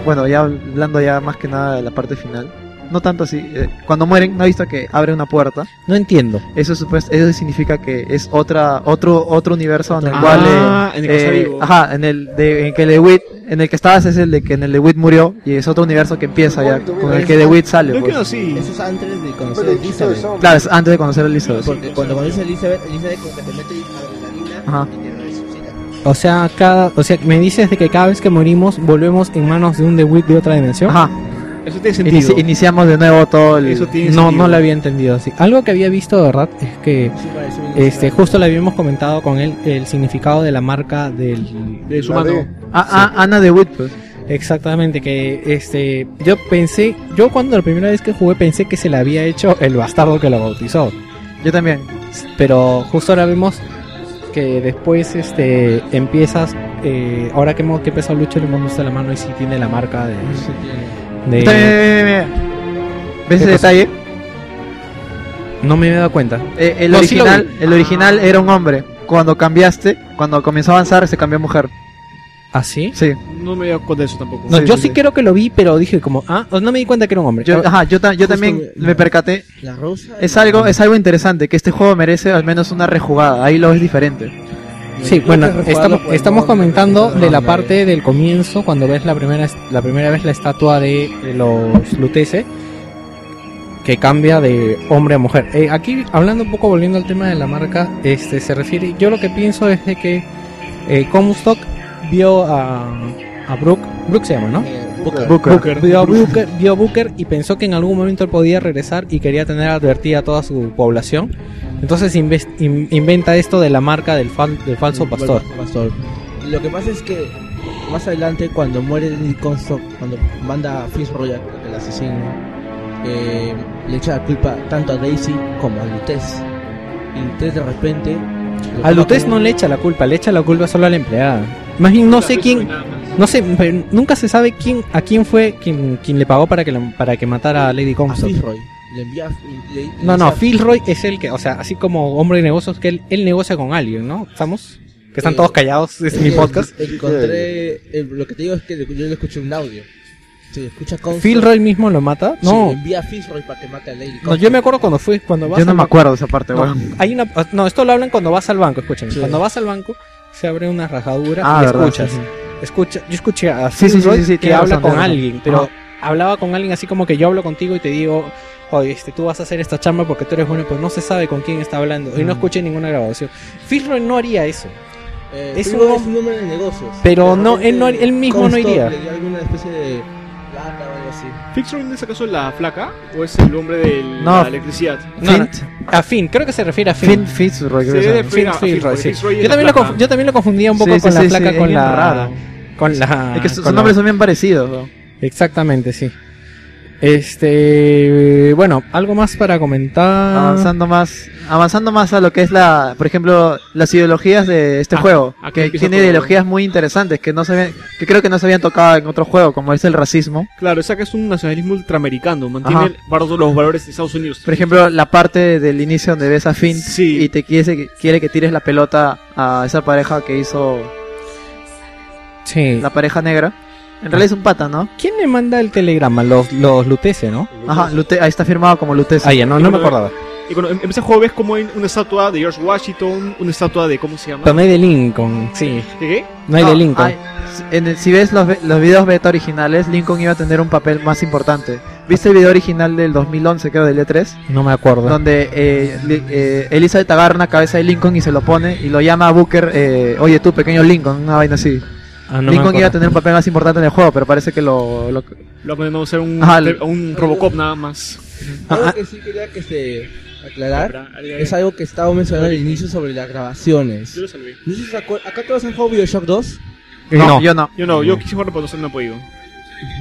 [SPEAKER 2] bueno, ya hablando ya más que nada de la parte final, no tanto así, eh, cuando mueren no he visto que abre una puerta,
[SPEAKER 1] No entiendo.
[SPEAKER 2] eso supues- eso significa que es otra otro otro universo en el
[SPEAKER 4] Ah,
[SPEAKER 2] cual
[SPEAKER 4] en el que está
[SPEAKER 2] eh,
[SPEAKER 4] vivo.
[SPEAKER 2] ajá, en el de en que DeWitt, en el que estabas es el de que en el DeWitt murió y es otro universo que empieza ya con el que DeWitt sale,
[SPEAKER 4] Yo
[SPEAKER 2] pues.
[SPEAKER 4] creo así.
[SPEAKER 3] Eso es antes de conocer a Elizabeth.
[SPEAKER 2] Claro, es antes de conocer a Elizabeth.
[SPEAKER 3] Porque cuando conoces a Elizabeth, Elizabeth como que te mete adrenalina
[SPEAKER 2] Ajá.
[SPEAKER 3] y te resucita.
[SPEAKER 1] O sea, cada, o sea, me dices de que cada vez que morimos volvemos en manos de un The Witch de otra dimensión.
[SPEAKER 2] Ajá.
[SPEAKER 4] Eso tiene
[SPEAKER 2] Inici-
[SPEAKER 4] sentido.
[SPEAKER 2] iniciamos de nuevo todo el.
[SPEAKER 4] Eso tiene
[SPEAKER 1] No,
[SPEAKER 4] sentido.
[SPEAKER 1] no lo había entendido así. Algo que había visto de verdad es que
[SPEAKER 3] Sí, parece un-
[SPEAKER 1] este justo le habíamos comentado con él el significado de la marca del
[SPEAKER 4] De su
[SPEAKER 5] La
[SPEAKER 4] mano.
[SPEAKER 5] D.
[SPEAKER 2] Ah, ah, Ana de Witt, pues.
[SPEAKER 1] Exactamente, que este yo pensé, yo cuando la primera vez que jugué pensé que se la había hecho el bastardo que la bautizó,
[SPEAKER 2] Yo también.
[SPEAKER 1] pero justo ahora vemos que después este empiezas eh, ahora que hemos que empezó Lucho le hemos visto la mano y sí tiene la marca de,
[SPEAKER 3] Sí, tiene.
[SPEAKER 1] de-
[SPEAKER 2] Está bien, bien, bien, bien. ¿Ves ese
[SPEAKER 5] ¿Qué cosa?
[SPEAKER 2] detalle?
[SPEAKER 1] no me he dado cuenta.
[SPEAKER 2] Eh, el
[SPEAKER 1] No, sí lo Ah.
[SPEAKER 2] original, el original era un hombre. Cuando cambiaste, cuando comenzó a avanzar, se cambió a mujer.
[SPEAKER 1] ¿Así?
[SPEAKER 2] Sí.
[SPEAKER 4] No me dio con eso tampoco.
[SPEAKER 1] No,
[SPEAKER 2] Sí,
[SPEAKER 1] yo
[SPEAKER 2] sí,
[SPEAKER 1] sí,
[SPEAKER 2] sí.
[SPEAKER 1] creo que lo vi, pero dije como, ah, no me di cuenta que era un hombre. Ah,
[SPEAKER 2] Yo, ajá, yo, ta- yo
[SPEAKER 3] Justo
[SPEAKER 2] también
[SPEAKER 3] me-
[SPEAKER 2] me percaté.
[SPEAKER 3] La rosa.
[SPEAKER 2] Es
[SPEAKER 3] y-
[SPEAKER 2] algo, es algo interesante, que este juego merece al menos una rejugada. Ahí lo ves diferente.
[SPEAKER 1] Sí,
[SPEAKER 3] Yo
[SPEAKER 1] bueno,
[SPEAKER 3] creo que
[SPEAKER 1] estamos,
[SPEAKER 3] rejugarlo,
[SPEAKER 1] estamos
[SPEAKER 3] pues,
[SPEAKER 1] comentando
[SPEAKER 3] no,
[SPEAKER 1] de la
[SPEAKER 3] no,
[SPEAKER 1] parte del comienzo, cuando ves la primera, la primera vez la estatua de los Lutece, que cambia de hombre a mujer. Eh, aquí, hablando un poco, volviendo al tema de la marca, este se refiere, yo lo que pienso es de que eh, Comstock vio a, a Brooke, Brooke se llama, ¿no?
[SPEAKER 3] Eh,
[SPEAKER 5] Booker.
[SPEAKER 2] Booker.
[SPEAKER 4] Booker.
[SPEAKER 1] Vio a Booker, vio a Booker y pensó que en algún momento él podía regresar y quería tener advertida a toda su población. Entonces inves- in- inventa esto de la marca del, fal- del falso pastor.
[SPEAKER 3] Mm, Pastor. Y Lo que pasa es que más adelante cuando muere Neil Comstock, cuando manda a Fitzroy a- el asesino, eh, le echa la culpa tanto a Daisy como a Lutez. Y Lutez de repente... lo
[SPEAKER 1] A
[SPEAKER 3] toma
[SPEAKER 1] Lutez
[SPEAKER 3] como-
[SPEAKER 1] no le echa la culpa, le echa la culpa solo a la empleada. Más bien no sé quién, no sé, pero nunca se sabe quién a quién fue quien, quien le pagó para que la- para que matara a Lady
[SPEAKER 3] A
[SPEAKER 1] Comstock.
[SPEAKER 3] Fitzroy. Le envía... y le-
[SPEAKER 1] No,
[SPEAKER 3] le
[SPEAKER 1] no,
[SPEAKER 3] echa-
[SPEAKER 1] Philroy es el que, o sea, así como hombre de negocios que él, él negocia con alguien, ¿no? ¿Estamos? Que están
[SPEAKER 3] Eh,
[SPEAKER 1] todos callados, es mi
[SPEAKER 3] Eh,
[SPEAKER 1] podcast.
[SPEAKER 3] Encontré... eh, lo que te digo es que yo le escuché un audio. Se escucha Comstock.
[SPEAKER 1] Philroy mismo lo mata?
[SPEAKER 3] sí,
[SPEAKER 1] No.
[SPEAKER 3] le envía a Fitzroy para que mate a Lady
[SPEAKER 1] No, yo me acuerdo cuando fui, cuando vas
[SPEAKER 2] Yo no
[SPEAKER 1] al
[SPEAKER 2] me
[SPEAKER 1] banco-
[SPEAKER 2] acuerdo de esa parte, weón.
[SPEAKER 1] No, hay una, no, esto lo hablan cuando vas al banco, escúchame.
[SPEAKER 3] Sí.
[SPEAKER 1] Cuando vas al banco se abre una rajadura
[SPEAKER 2] Ah,
[SPEAKER 1] y
[SPEAKER 2] verdad,
[SPEAKER 1] escuchas.
[SPEAKER 2] sí, sí.
[SPEAKER 1] Escucha, yo escuché a
[SPEAKER 2] Sí, sí,
[SPEAKER 1] Phil
[SPEAKER 2] sí,
[SPEAKER 1] Roy
[SPEAKER 2] sí, sí,
[SPEAKER 1] que
[SPEAKER 2] tiene
[SPEAKER 1] habla
[SPEAKER 2] razón,
[SPEAKER 1] con
[SPEAKER 2] tiene razón.
[SPEAKER 1] alguien, pero
[SPEAKER 2] Ajá.
[SPEAKER 1] hablaba con alguien así como que yo hablo contigo y te digo, oye, este, tú vas a hacer esta chamba porque tú eres bueno, pero no se sabe con quién está hablando y no escuché ninguna grabación. Phil Roy no haría eso.
[SPEAKER 3] Eh,
[SPEAKER 1] Es
[SPEAKER 3] es,
[SPEAKER 1] un
[SPEAKER 3] un, es
[SPEAKER 1] hom-
[SPEAKER 3] un hombre de negocios.
[SPEAKER 1] pero
[SPEAKER 3] De
[SPEAKER 1] no,
[SPEAKER 3] repente
[SPEAKER 1] él no- él mismo no
[SPEAKER 3] Comstock
[SPEAKER 1] iría.
[SPEAKER 3] le dio alguna especie de plata o algo así.
[SPEAKER 4] ¿Fixer en ese caso la flaca o es el hombre de
[SPEAKER 2] No.
[SPEAKER 4] la electricidad?
[SPEAKER 1] No, no.
[SPEAKER 2] Fint-
[SPEAKER 1] A Finn, creo que se refiere a Finn.
[SPEAKER 2] Fint- Fitzroy,
[SPEAKER 4] Se
[SPEAKER 2] creo que se llama.
[SPEAKER 4] debe Finn,
[SPEAKER 1] Finn
[SPEAKER 4] a
[SPEAKER 1] Philroy,
[SPEAKER 4] Philroy,
[SPEAKER 1] sí.
[SPEAKER 4] Philroy es
[SPEAKER 1] Yo también,
[SPEAKER 4] la
[SPEAKER 1] lo
[SPEAKER 4] flaca.
[SPEAKER 1] conf- yo también lo confundía un poco
[SPEAKER 2] Sí,
[SPEAKER 1] con
[SPEAKER 2] sí,
[SPEAKER 1] la
[SPEAKER 2] sí,
[SPEAKER 1] placa
[SPEAKER 2] sí, es
[SPEAKER 1] con
[SPEAKER 2] bien
[SPEAKER 1] la
[SPEAKER 2] raro.
[SPEAKER 1] con la
[SPEAKER 2] Es que sus
[SPEAKER 1] con la-
[SPEAKER 2] nombres son bien parecidos, weón.
[SPEAKER 1] Exactamente, sí. Este, bueno, algo más para comentar.
[SPEAKER 4] Ah.
[SPEAKER 2] avanzando más avanzando más a lo que es la por ejemplo las ideologías de este
[SPEAKER 4] Ah,
[SPEAKER 2] juego
[SPEAKER 4] aquí
[SPEAKER 2] que
[SPEAKER 4] empieza
[SPEAKER 2] tiene
[SPEAKER 4] todo.
[SPEAKER 2] ideologías muy interesantes que no se habían- que creo que no se habían tocado en otro juego como es el racismo
[SPEAKER 4] Claro, o sea que es un nacionalismo ultraamericano, mantiene
[SPEAKER 2] Ajá.
[SPEAKER 4] el- para todos los valores de Estados Unidos.
[SPEAKER 2] por ejemplo la parte del inicio donde ves a Finn
[SPEAKER 4] Sí.
[SPEAKER 2] y te quiere, quiere que tires la pelota a esa pareja que hizo
[SPEAKER 1] Sí.
[SPEAKER 2] la pareja negra en realidad es un pata no
[SPEAKER 1] ¿Quién le manda el telegrama? Los, los Lutece, ¿no?
[SPEAKER 2] ajá Lute- ahí está firmado como Lutes
[SPEAKER 1] Ah, ya, no, no me
[SPEAKER 4] Bueno,
[SPEAKER 1] acordaba.
[SPEAKER 4] Y cuando em- empieza el juego ves como hay una estatua de George Washington, una estatua de, ¿cómo se llama?
[SPEAKER 1] Pero no hay de Lincoln, sí.
[SPEAKER 4] ¿De qué?
[SPEAKER 1] No hay de
[SPEAKER 2] No,
[SPEAKER 1] Lincoln.
[SPEAKER 2] hay- en el- si ves los, ve- los videos beta originales, Lincoln iba a tener un papel más importante. ¿Viste el video original del 2011, creo, del E E3?
[SPEAKER 1] No me acuerdo.
[SPEAKER 2] donde eh, li- eh, Elizabeth agarra una cabeza de Lincoln y se lo pone y lo llama a Booker, eh, oye tú, pequeño Lincoln, una vaina así.
[SPEAKER 1] Ah, no me
[SPEAKER 2] Lincoln iba a
[SPEAKER 1] acuerdo.
[SPEAKER 2] tener un papel más importante en el juego, pero parece que lo... lo-
[SPEAKER 4] Lo ha mandado a hacer un,
[SPEAKER 2] Ajá,
[SPEAKER 4] a un Robocop nada más.
[SPEAKER 1] Ah, ah.
[SPEAKER 3] Algo que sí quería que se aclarar es algo que estaba mencionando al inicio sobre las grabaciones.
[SPEAKER 4] Yo lo salvé.
[SPEAKER 3] No sé si se acuer- ¿Acá todos han jugado Bioshock 2?
[SPEAKER 1] No.
[SPEAKER 2] yo no.
[SPEAKER 4] Yo no, yo quise jugar, pero no sé, no he podido.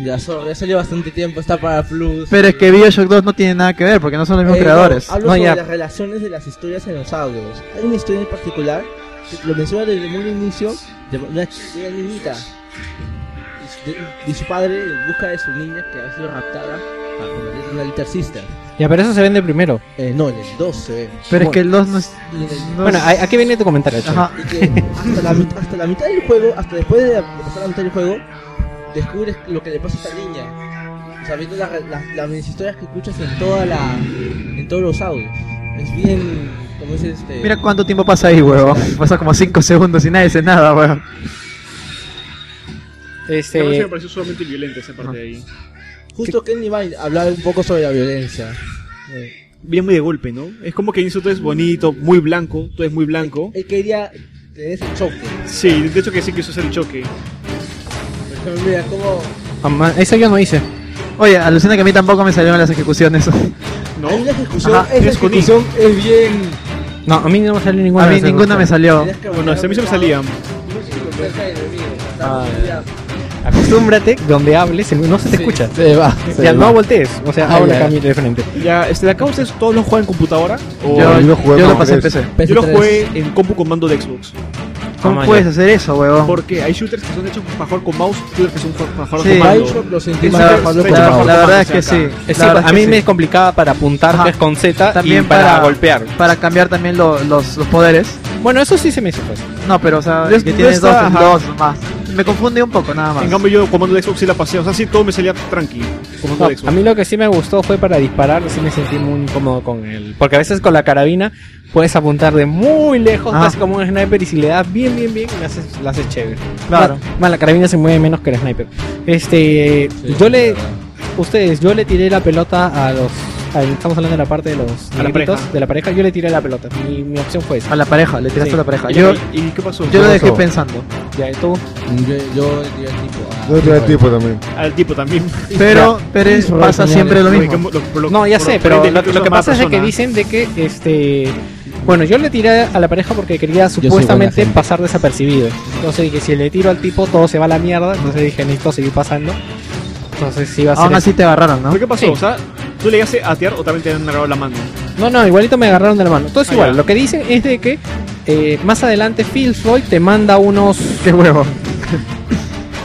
[SPEAKER 3] Ya, sorry, ya salió bastante tiempo, está para Plus.
[SPEAKER 2] Pero es que Bioshock 2 no tiene nada que ver porque no son los mismos
[SPEAKER 3] Eh, no,
[SPEAKER 2] creadores.
[SPEAKER 3] hablo
[SPEAKER 1] No,
[SPEAKER 3] sobre
[SPEAKER 1] ya.
[SPEAKER 3] las relaciones de las historias en los audios. Hay una historia en particular que lo menciona desde el muy inicio de una, ch- de una niñita. Y su- de- Y su padre en busca de su niña que ha sido raptada para convertirse en una litercista.
[SPEAKER 1] Ya, pero eso se vende primero.
[SPEAKER 3] Eh, no, en el 2 se ve.
[SPEAKER 2] Pero es que el 2 no es...
[SPEAKER 3] Y en el-
[SPEAKER 2] no
[SPEAKER 1] Bueno,
[SPEAKER 2] es-
[SPEAKER 1] ¿a, a qué viene tu comentario, Chon?
[SPEAKER 2] Ajá.
[SPEAKER 3] y que hasta, la, mit- hasta la mitad del juego, hasta después de, la- de pasar la mitad del juego, descubres lo que le pasa a esta niña. O sea, viendo las las- las mis historias que escuchas en toda la, en todos los audios. Es bien, como dices, este...
[SPEAKER 2] Mira cuánto tiempo pasa ahí, huevón. Pasa como 5 segundos y nadie dice nada, huevón.
[SPEAKER 4] La verdad es que
[SPEAKER 1] Este,
[SPEAKER 4] me pareció sumamente violenta esa parte de ahí.
[SPEAKER 3] Justo Kenny Vine hablaba un poco sobre la violencia. Eh,
[SPEAKER 4] Bien muy de golpe, ¿no? Es como que inicio todo es bonito, muy blanco, todo es muy blanco.
[SPEAKER 3] él quería tenés el choque.
[SPEAKER 4] Sí, de hecho que sí que eso es el choque.
[SPEAKER 3] Por ejemplo, mira cómo
[SPEAKER 1] Ama- Eso yo no hice.
[SPEAKER 2] Oye, alucina que a mí tampoco me salieron las ejecuciones.
[SPEAKER 4] ¿No?
[SPEAKER 3] hay una ejecución,
[SPEAKER 2] Ajá,
[SPEAKER 3] esa
[SPEAKER 4] es con I.
[SPEAKER 3] ejecución es bien.
[SPEAKER 1] No, a mí no me salió ninguna.
[SPEAKER 2] a mí
[SPEAKER 1] de esas
[SPEAKER 2] ninguna me
[SPEAKER 1] cosas.
[SPEAKER 2] salió.
[SPEAKER 3] tenés que
[SPEAKER 4] Bueno, a mí se me Ah,
[SPEAKER 3] voltear
[SPEAKER 4] salían.
[SPEAKER 3] a un lado, cerca del enemigo,
[SPEAKER 1] Acostúmbrate donde hables, el- no se te
[SPEAKER 3] Sí.
[SPEAKER 1] escucha.
[SPEAKER 7] Se va.
[SPEAKER 1] Ya no voltees, o sea,
[SPEAKER 7] Ah,
[SPEAKER 1] habla
[SPEAKER 7] ya.
[SPEAKER 1] camino de frente.
[SPEAKER 4] Ya, este, ¿la causa es todos lo juegan en computadora? O
[SPEAKER 2] Yo,
[SPEAKER 5] yo lo jugué
[SPEAKER 2] yo lo
[SPEAKER 5] con
[SPEAKER 2] pasé en
[SPEAKER 5] tres.
[SPEAKER 2] PC.
[SPEAKER 3] está-
[SPEAKER 4] yo lo
[SPEAKER 3] PS3.
[SPEAKER 4] jugué en compu con mando de Xbox.
[SPEAKER 2] ¿Cómo
[SPEAKER 1] Ah,
[SPEAKER 2] puedes hacer eso, huevón?
[SPEAKER 4] Porque hay shooters que son hechos para jugar con mouse, shooters que son para jugar
[SPEAKER 2] Sí.
[SPEAKER 4] con mando.
[SPEAKER 3] Bioshock lo sentí
[SPEAKER 4] Es
[SPEAKER 2] La,
[SPEAKER 3] más
[SPEAKER 4] súper-
[SPEAKER 2] la-
[SPEAKER 3] jugarlo con
[SPEAKER 2] la-
[SPEAKER 3] mouse.
[SPEAKER 2] la verdad es
[SPEAKER 4] acá.
[SPEAKER 2] que sí.
[SPEAKER 1] Es
[SPEAKER 2] La
[SPEAKER 1] cierto,
[SPEAKER 2] verdad
[SPEAKER 1] a
[SPEAKER 2] es que
[SPEAKER 1] mí
[SPEAKER 2] sí.
[SPEAKER 1] me es complicada para apuntar
[SPEAKER 2] Ajá.
[SPEAKER 1] que es con Z
[SPEAKER 2] También
[SPEAKER 1] y para,
[SPEAKER 2] para-
[SPEAKER 1] golpear.
[SPEAKER 2] Para cambiar también lo- los, los poderes.
[SPEAKER 1] Bueno, eso sí se me hizo fácil.
[SPEAKER 2] No, pero o sea,
[SPEAKER 4] Les-
[SPEAKER 2] que tienes
[SPEAKER 4] les-
[SPEAKER 2] dos,
[SPEAKER 4] ajá.
[SPEAKER 2] dos más. Me confunde un poco, nada más.
[SPEAKER 4] En cambio yo con mando de Xbox sí la pasé, o sea, sí todo me salía tranqui con mando
[SPEAKER 1] No,
[SPEAKER 4] de
[SPEAKER 1] Ah, a
[SPEAKER 4] Xbox.
[SPEAKER 1] mí lo que sí me gustó fue para disparar, sí me sentí muy incómodo con él. Porque a veces con la carabina puedes apuntar de muy lejos,
[SPEAKER 2] Ah.
[SPEAKER 1] casi como un sniper, y si le das bien, bien, bien, la haces, la haces chévere.
[SPEAKER 2] Claro.
[SPEAKER 1] Ma- Más la carabina se mueve menos que el sniper. Este, yo le, ustedes, yo le tiré la pelota a los, a- estamos hablando de la parte de los
[SPEAKER 4] A la
[SPEAKER 1] negritos,
[SPEAKER 4] pareja.
[SPEAKER 1] de la pareja, yo le tiré la pelota. Mi, mi opción fue esa.
[SPEAKER 2] A la pareja, le tiraste
[SPEAKER 1] Sí.
[SPEAKER 2] a la pareja.
[SPEAKER 4] ¿Y,
[SPEAKER 2] Yo,
[SPEAKER 4] ¿Y qué pasó?
[SPEAKER 2] yo lo dejé
[SPEAKER 5] pasó?
[SPEAKER 2] pensando.
[SPEAKER 1] Ya, ¿y tú?
[SPEAKER 3] Yo, yo le tiré al tipo. ah,
[SPEAKER 5] No te da
[SPEAKER 3] bueno.
[SPEAKER 5] tiempo también.
[SPEAKER 4] Al tipo también.
[SPEAKER 2] Pero, pero es-
[SPEAKER 1] Roy,
[SPEAKER 2] pasa
[SPEAKER 1] señores.
[SPEAKER 2] siempre lo mismo.
[SPEAKER 1] No, ya sé, pero lo, lo que pasa es de que dicen de que este. Bueno, yo le tiré a la pareja porque quería
[SPEAKER 3] buena
[SPEAKER 1] supuestamente
[SPEAKER 3] gente.
[SPEAKER 1] pasar desapercibido. Entonces dije, si le tiro al tipo, todo se va a la mierda. Entonces dije, necesito seguir pasando. Entonces sí va a ser.
[SPEAKER 2] Aún
[SPEAKER 1] eso.
[SPEAKER 2] así te agarraron, ¿no?
[SPEAKER 4] ¿Pero qué pasó?
[SPEAKER 1] Sí.
[SPEAKER 4] O sea, ¿tú le llegaste a atear o también te han agarrado la mano?
[SPEAKER 1] No, no, igualito me agarraron de la mano. Entonces
[SPEAKER 4] Ah,
[SPEAKER 1] igual,
[SPEAKER 4] ya.
[SPEAKER 1] lo que dicen es de que eh, más adelante Phil Floyd te manda unos.
[SPEAKER 2] Qué huevo.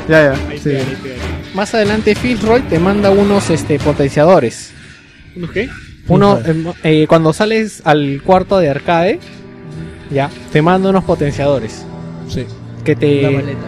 [SPEAKER 2] ya, ya.
[SPEAKER 4] Ahí
[SPEAKER 2] Sí.
[SPEAKER 4] está, ahí está.
[SPEAKER 1] Más adelante Phil Floyd te manda unos este potenciadores.
[SPEAKER 4] ¿Unos qué?
[SPEAKER 1] Uno, eh, eh, cuando sales al cuarto de arcade, ya, te manda unos potenciadores.
[SPEAKER 3] Sí.
[SPEAKER 1] Que
[SPEAKER 3] La
[SPEAKER 1] te.
[SPEAKER 3] maleta.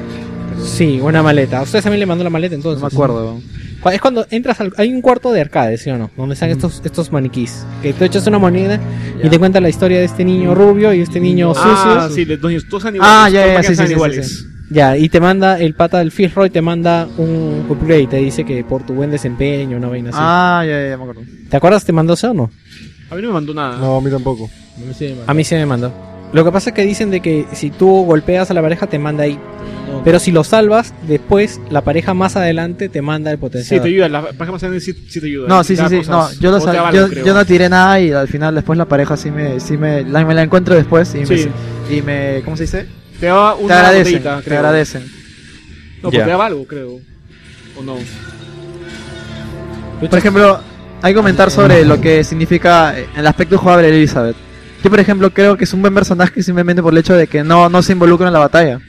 [SPEAKER 1] Sí, una maleta. Ustedes también le mandó la maleta
[SPEAKER 2] No
[SPEAKER 1] entonces.
[SPEAKER 2] me acuerdo.
[SPEAKER 1] Cu- Es cuando entras al. Hay un cuarto de arcade, ¿sí o no? Donde están estos, estos maniquís. Que tú echas una moneda y te cuenta la historia de este niño rubio y este
[SPEAKER 2] Oh,
[SPEAKER 1] niño
[SPEAKER 4] Ah,
[SPEAKER 1] sucio.
[SPEAKER 4] sí, de- dos, dos animales.
[SPEAKER 2] Ah, ya, ya, sí,
[SPEAKER 4] dos
[SPEAKER 2] sí,
[SPEAKER 4] máquinas
[SPEAKER 2] sí,
[SPEAKER 4] iguales.
[SPEAKER 2] sí,
[SPEAKER 1] Ya, y te manda el pata del Fitzroy, te manda un upgrade. Te dice que por tu buen desempeño, una vaina así.
[SPEAKER 2] Ah, ya, ya, ya me acuerdo.
[SPEAKER 1] ¿Te acuerdas? ¿Te mandó eso o no?
[SPEAKER 4] A mí no me mandó nada.
[SPEAKER 5] No, a mí tampoco.
[SPEAKER 3] No me sirve,
[SPEAKER 1] A mí sí me mandó. Lo que pasa es que dicen de que si tú golpeas a la pareja, te manda ahí.
[SPEAKER 3] no.
[SPEAKER 1] Pero si lo salvas, después la pareja más adelante te manda el
[SPEAKER 4] Sí,
[SPEAKER 1] potencial.
[SPEAKER 4] te ayuda. La página más grande sí, sí te ayuda.
[SPEAKER 2] No, sí, sí,
[SPEAKER 4] Da
[SPEAKER 2] sí. No,
[SPEAKER 4] cosas.
[SPEAKER 2] yo, lo
[SPEAKER 4] O te
[SPEAKER 2] sab-
[SPEAKER 4] da
[SPEAKER 2] yo,
[SPEAKER 4] algo, creo.
[SPEAKER 2] yo no tiré nada y al final después la pareja sí me, sí me, la, me la encuentro después y,
[SPEAKER 4] Sí.
[SPEAKER 2] me, y me, ¿cómo se dice?
[SPEAKER 4] Te daba una
[SPEAKER 2] te agradecen,
[SPEAKER 4] botellita,
[SPEAKER 2] te
[SPEAKER 4] creo.
[SPEAKER 2] agradecen.
[SPEAKER 4] No, porque
[SPEAKER 1] Ya.
[SPEAKER 4] te daba algo, creo. ¿O no?
[SPEAKER 2] Por ejemplo, hay que comentar sobre lo que significa eh, el aspecto jugable de Elizabeth. Yo, por ejemplo, creo que es un buen personaje simplemente por el hecho de que no, no se involucra en la batalla.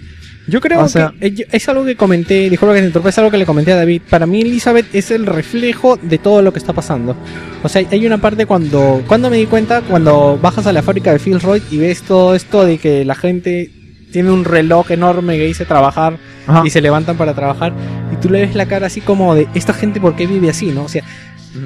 [SPEAKER 1] Yo creo
[SPEAKER 2] O sea-
[SPEAKER 1] que eh, yo- es algo que comenté, disculpa que te interrumpa, es algo que le comenté a David. Para mí Elizabeth es el reflejo de todo lo que está pasando. O sea, hay una parte cuando cuando me di cuenta cuando bajas a la fábrica de Fitzroy y ves todo esto de que la gente tiene un reloj enorme que dice trabajar
[SPEAKER 2] Ajá.
[SPEAKER 1] y se levantan para trabajar y tú le ves la cara así como de esta gente por qué vive así, ¿no? O sea,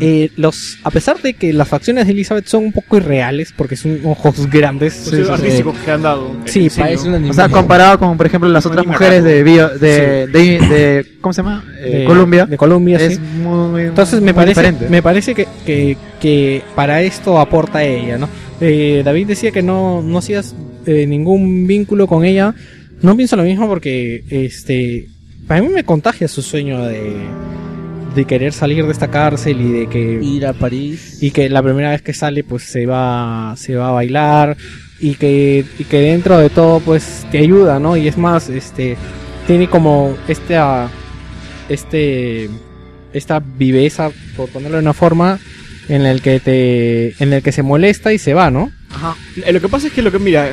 [SPEAKER 1] eh, los a pesar de que las facciones de Elizabeth son un poco irreales porque son ojos grandes, eh,
[SPEAKER 4] Sí,
[SPEAKER 1] sí, sí.
[SPEAKER 4] artísticos que han dado.
[SPEAKER 1] Sí,
[SPEAKER 4] ¿no?
[SPEAKER 3] Parece un
[SPEAKER 2] O
[SPEAKER 3] animal.
[SPEAKER 2] sea, comparado con, por ejemplo, las
[SPEAKER 4] Un
[SPEAKER 2] otras
[SPEAKER 4] anime
[SPEAKER 2] mujeres
[SPEAKER 4] raro.
[SPEAKER 2] de, bio, de, de, de- ¿cómo se llama? Eh,
[SPEAKER 1] de-
[SPEAKER 2] Colombia.
[SPEAKER 1] de Colombia, sí.
[SPEAKER 2] es muy,
[SPEAKER 1] Entonces me
[SPEAKER 2] muy
[SPEAKER 1] parece,
[SPEAKER 2] diferente.
[SPEAKER 1] me parece que, que, que para esto aporta ella, ¿no? Eh, David decía que no, no hacías eh, ningún vínculo con ella. No pienso lo mismo porque este para mí me contagia su sueño de, de querer salir de esta cárcel y de que
[SPEAKER 3] Ir a París.
[SPEAKER 1] y que la primera vez que sale pues se va se va a bailar y que y que dentro de todo pues te ayuda, ¿no? Y es más este tiene como esta este esta viveza por ponerlo de una forma en el que te en el que se molesta y se va no
[SPEAKER 2] Ajá.
[SPEAKER 4] Eh, Lo que pasa es que lo que mira,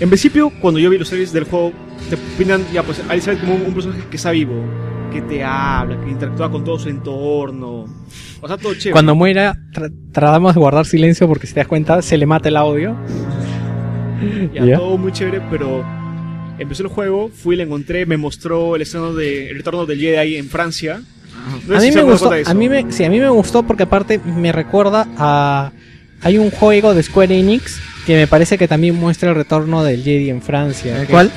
[SPEAKER 4] en principio cuando yo vi los series del juego te opinan ya pues a Elizabeth como un, un personaje que está vivo, que te habla, que interactúa con todo su entorno. O sea, todo chévere.
[SPEAKER 1] cuando muera tra- tratamos de guardar silencio porque si te das cuenta se le mata el audio
[SPEAKER 4] ya,
[SPEAKER 1] ya.
[SPEAKER 4] todo muy chévere, pero empecé el juego, fui, la encontré, me mostró el estreno de el retorno del Jedi en Francia. No sé
[SPEAKER 1] a
[SPEAKER 4] si
[SPEAKER 1] mí
[SPEAKER 4] se
[SPEAKER 1] me
[SPEAKER 4] acuerdan
[SPEAKER 1] gustó
[SPEAKER 4] de eso.
[SPEAKER 1] a mí me sí a mí me gustó porque aparte me recuerda a hay un juego de Square Enix que me parece que también muestra el retorno del Jedi en Francia que
[SPEAKER 2] ¿Eh,
[SPEAKER 1] es
[SPEAKER 2] ¿Cuál?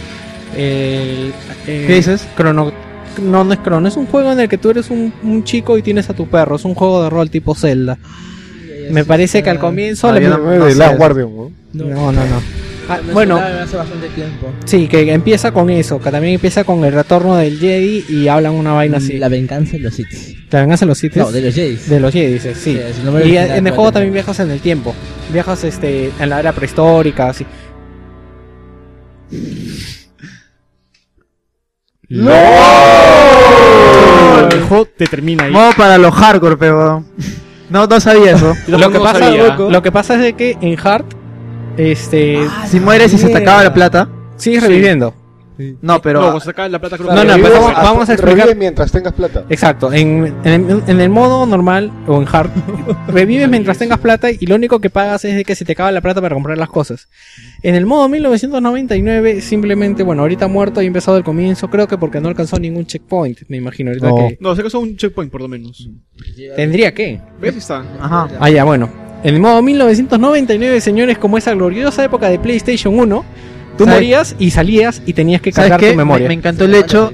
[SPEAKER 1] el- eh,
[SPEAKER 2] ¿Qué dices?
[SPEAKER 1] Chrono- No, no es Chrono, es un juego en el que tú eres un, un chico y tienes a tu perro, es un juego de rol tipo Zelda. Me parece que al comienzo
[SPEAKER 2] Ah,
[SPEAKER 1] le
[SPEAKER 2] yo
[SPEAKER 1] no,
[SPEAKER 2] no-
[SPEAKER 5] de
[SPEAKER 2] sé.
[SPEAKER 5] Last Guardian, ¿no?
[SPEAKER 1] no, no, Ah,
[SPEAKER 3] Me
[SPEAKER 1] bueno,
[SPEAKER 3] sonaba hace bastante tiempo.
[SPEAKER 1] sí, que empieza con eso, que también empieza con el retorno del Jedi y hablan una vaina así.
[SPEAKER 3] La venganza de los Sith.
[SPEAKER 1] ¿Te van a hacer los sitios?
[SPEAKER 3] No, de los Jedis.
[SPEAKER 1] De los Jedi, dices, sí.
[SPEAKER 3] Sí, es el nombre
[SPEAKER 1] y eh,
[SPEAKER 3] original,
[SPEAKER 1] en el
[SPEAKER 3] claro.
[SPEAKER 1] juego también viajas en el tiempo. Viajas este, en la era prehistórica, así.
[SPEAKER 4] El juego te termina ahí.
[SPEAKER 2] Modo para los hardcore, pero. No, no sabía eso.
[SPEAKER 1] Lo que,
[SPEAKER 4] no
[SPEAKER 1] pasa,
[SPEAKER 4] sabía.
[SPEAKER 1] lo que pasa es de que en Hard, este,
[SPEAKER 3] Ah,
[SPEAKER 2] Si mueres y se te acaba la plata.
[SPEAKER 1] sigues reviviendo.
[SPEAKER 2] No, pero.
[SPEAKER 4] no, cuando saca la plata creo que-
[SPEAKER 1] No, no,
[SPEAKER 5] Revive
[SPEAKER 1] pero vamos-
[SPEAKER 5] hasta-
[SPEAKER 1] vamos a explicar-
[SPEAKER 5] revive mientras tengas plata.
[SPEAKER 1] Exacto, en, en- en el modo normal o en hard, revives mientras tengas plata y lo único que pagas es de que se te acaba la plata para comprar las cosas. En el modo 1999, simplemente, bueno, ahorita muerto y empezado el comienzo, creo que porque no alcanzó ningún checkpoint, me imagino. Ahorita
[SPEAKER 5] No.
[SPEAKER 1] que
[SPEAKER 4] No, sé que son un checkpoint por lo menos.
[SPEAKER 1] tendría que.
[SPEAKER 4] ¿Ves? Está.
[SPEAKER 2] Ajá.
[SPEAKER 1] Ah, ya, bueno. En el modo 1999, señores, como esa gloriosa época de PlayStation 1, tú
[SPEAKER 2] ¿Sabes?
[SPEAKER 1] morías y salías y tenías que
[SPEAKER 2] ¿Sabes
[SPEAKER 1] cargar
[SPEAKER 2] qué?
[SPEAKER 1] tu memoria.
[SPEAKER 2] Me, me encantó el hecho.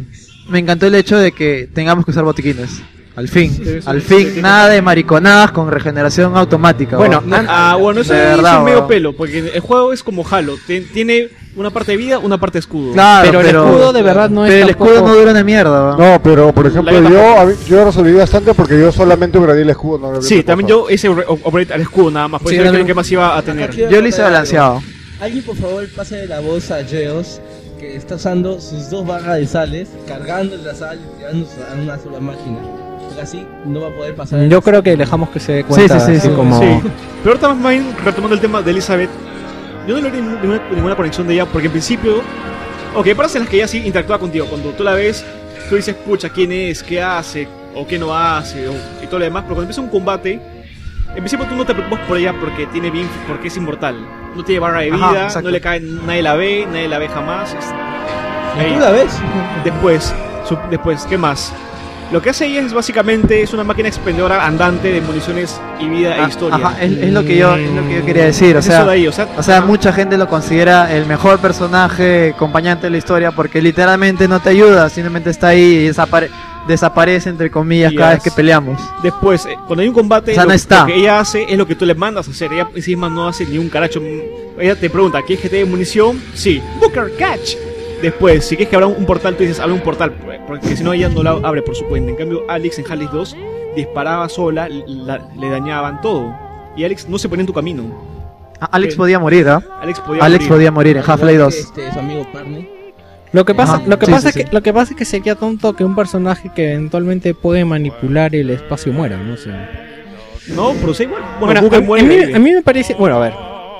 [SPEAKER 2] Me encantó el hecho de que tengamos que usar botiquines. Al fin. Al fin. Nada de mariconadas con regeneración automática.
[SPEAKER 1] Bueno,
[SPEAKER 2] weón.
[SPEAKER 1] an-
[SPEAKER 4] Ah, bueno, eso
[SPEAKER 2] De
[SPEAKER 4] es
[SPEAKER 2] verdad,
[SPEAKER 4] un medio
[SPEAKER 2] weón.
[SPEAKER 4] pelo, porque el juego es como Halo, te- tiene una parte de vida, una parte de escudo.
[SPEAKER 2] Claro,
[SPEAKER 1] ah, pero,
[SPEAKER 2] pero.
[SPEAKER 1] el escudo de verdad no es
[SPEAKER 2] pero el
[SPEAKER 1] tampoco-
[SPEAKER 2] escudo no dura una mierda. weón.
[SPEAKER 5] No, pero por ejemplo,
[SPEAKER 4] La-
[SPEAKER 5] yo, a mí- yo resolví bastante porque yo solamente gradí el escudo. No
[SPEAKER 4] Sí, también yo ese re- o- operate al escudo nada más, por
[SPEAKER 1] Sí,
[SPEAKER 4] eso es
[SPEAKER 1] también.
[SPEAKER 4] lo que más iba a tener.
[SPEAKER 3] Aquí-
[SPEAKER 2] Yo lo hice balanceado.
[SPEAKER 3] Alguien por favor pase la voz a Geos que está usando sus dos barras de sales, cargando la sal y tirándose a una sola máquina. Porque así no va a poder pasar. el-
[SPEAKER 1] Yo creo que dejamos que se dé cuenta.
[SPEAKER 2] sí, sí,
[SPEAKER 1] así
[SPEAKER 2] sí.
[SPEAKER 1] como...
[SPEAKER 4] Sí. Pero ahorita más bien, retomando el tema de Elizabeth, yo no le veo ninguna, ninguna conexión de ella, porque en principio, ok, hay partes en las que ella sí interactúa contigo, cuando tú la ves, tú dices, pucha, ¿quién es? ¿Qué hace? ¿O qué no hace? o- y todo lo demás, pero cuando empieza un combate, en principio tú no te preocupas por ella porque tiene bien, porque es inmortal. No tiene barra de
[SPEAKER 2] Ajá,
[SPEAKER 4] vida,
[SPEAKER 2] exacto.
[SPEAKER 4] no le cae, nadie la ve, nadie la ve jamás. es-
[SPEAKER 3] ¿Y
[SPEAKER 4] Ahí.
[SPEAKER 3] ¿Tú la ves?
[SPEAKER 4] Después, su- después, ¿qué más? Lo que hace ella es básicamente es una máquina expendedora andante de municiones y vida
[SPEAKER 2] Ah,
[SPEAKER 4] e historia.
[SPEAKER 2] Ajá, es, es lo que yo, es lo que yo quería decir. O
[SPEAKER 4] Es eso de
[SPEAKER 2] sea,
[SPEAKER 4] ahí, o sea,
[SPEAKER 2] o sea, mucha gente lo considera el mejor personaje acompañante de la historia porque literalmente no te ayuda, simplemente está ahí y desapare- desaparece, entre comillas,
[SPEAKER 4] Y
[SPEAKER 2] cada vez
[SPEAKER 4] es-
[SPEAKER 2] que peleamos.
[SPEAKER 4] después, eh, cuando hay un combate,
[SPEAKER 2] O sea, no
[SPEAKER 4] lo,
[SPEAKER 2] está.
[SPEAKER 4] lo que ella hace es lo que tú le mandas a hacer. Ella encima no hace ni un caracho. Ella te pregunta, ¿quieres que te dé munición? Sí. Booker, catch. Después, si quieres que abra un portal, tú dices, abre un portal, pues, porque si no, ella no la abre por su cuenta. En cambio, Alex en Hallis 2 disparaba sola, la- le dañaban todo. Y Alex no se ponía en tu camino.
[SPEAKER 2] Ah, Alex
[SPEAKER 4] Sí.
[SPEAKER 2] podía morir, ¿ah
[SPEAKER 4] Alex podía
[SPEAKER 2] Alex
[SPEAKER 4] morir.
[SPEAKER 2] podía morir en Half-Life
[SPEAKER 3] Igual
[SPEAKER 2] 2.
[SPEAKER 3] que, Este, su amigo Parney.
[SPEAKER 1] Lo que pasa,
[SPEAKER 2] Ajá.
[SPEAKER 1] lo que
[SPEAKER 2] Sí,
[SPEAKER 1] pasa
[SPEAKER 2] sí,
[SPEAKER 1] es que lo que pasa es que sería tonto que un personaje que eventualmente puede manipular el espacio muera, ¿no? O sea,
[SPEAKER 4] No, pero sí, igual.
[SPEAKER 1] bueno,
[SPEAKER 4] Bueno, Google
[SPEAKER 1] a,
[SPEAKER 4] muere.
[SPEAKER 1] a mí,
[SPEAKER 4] baby.
[SPEAKER 1] a mí me parece, bueno, a ver,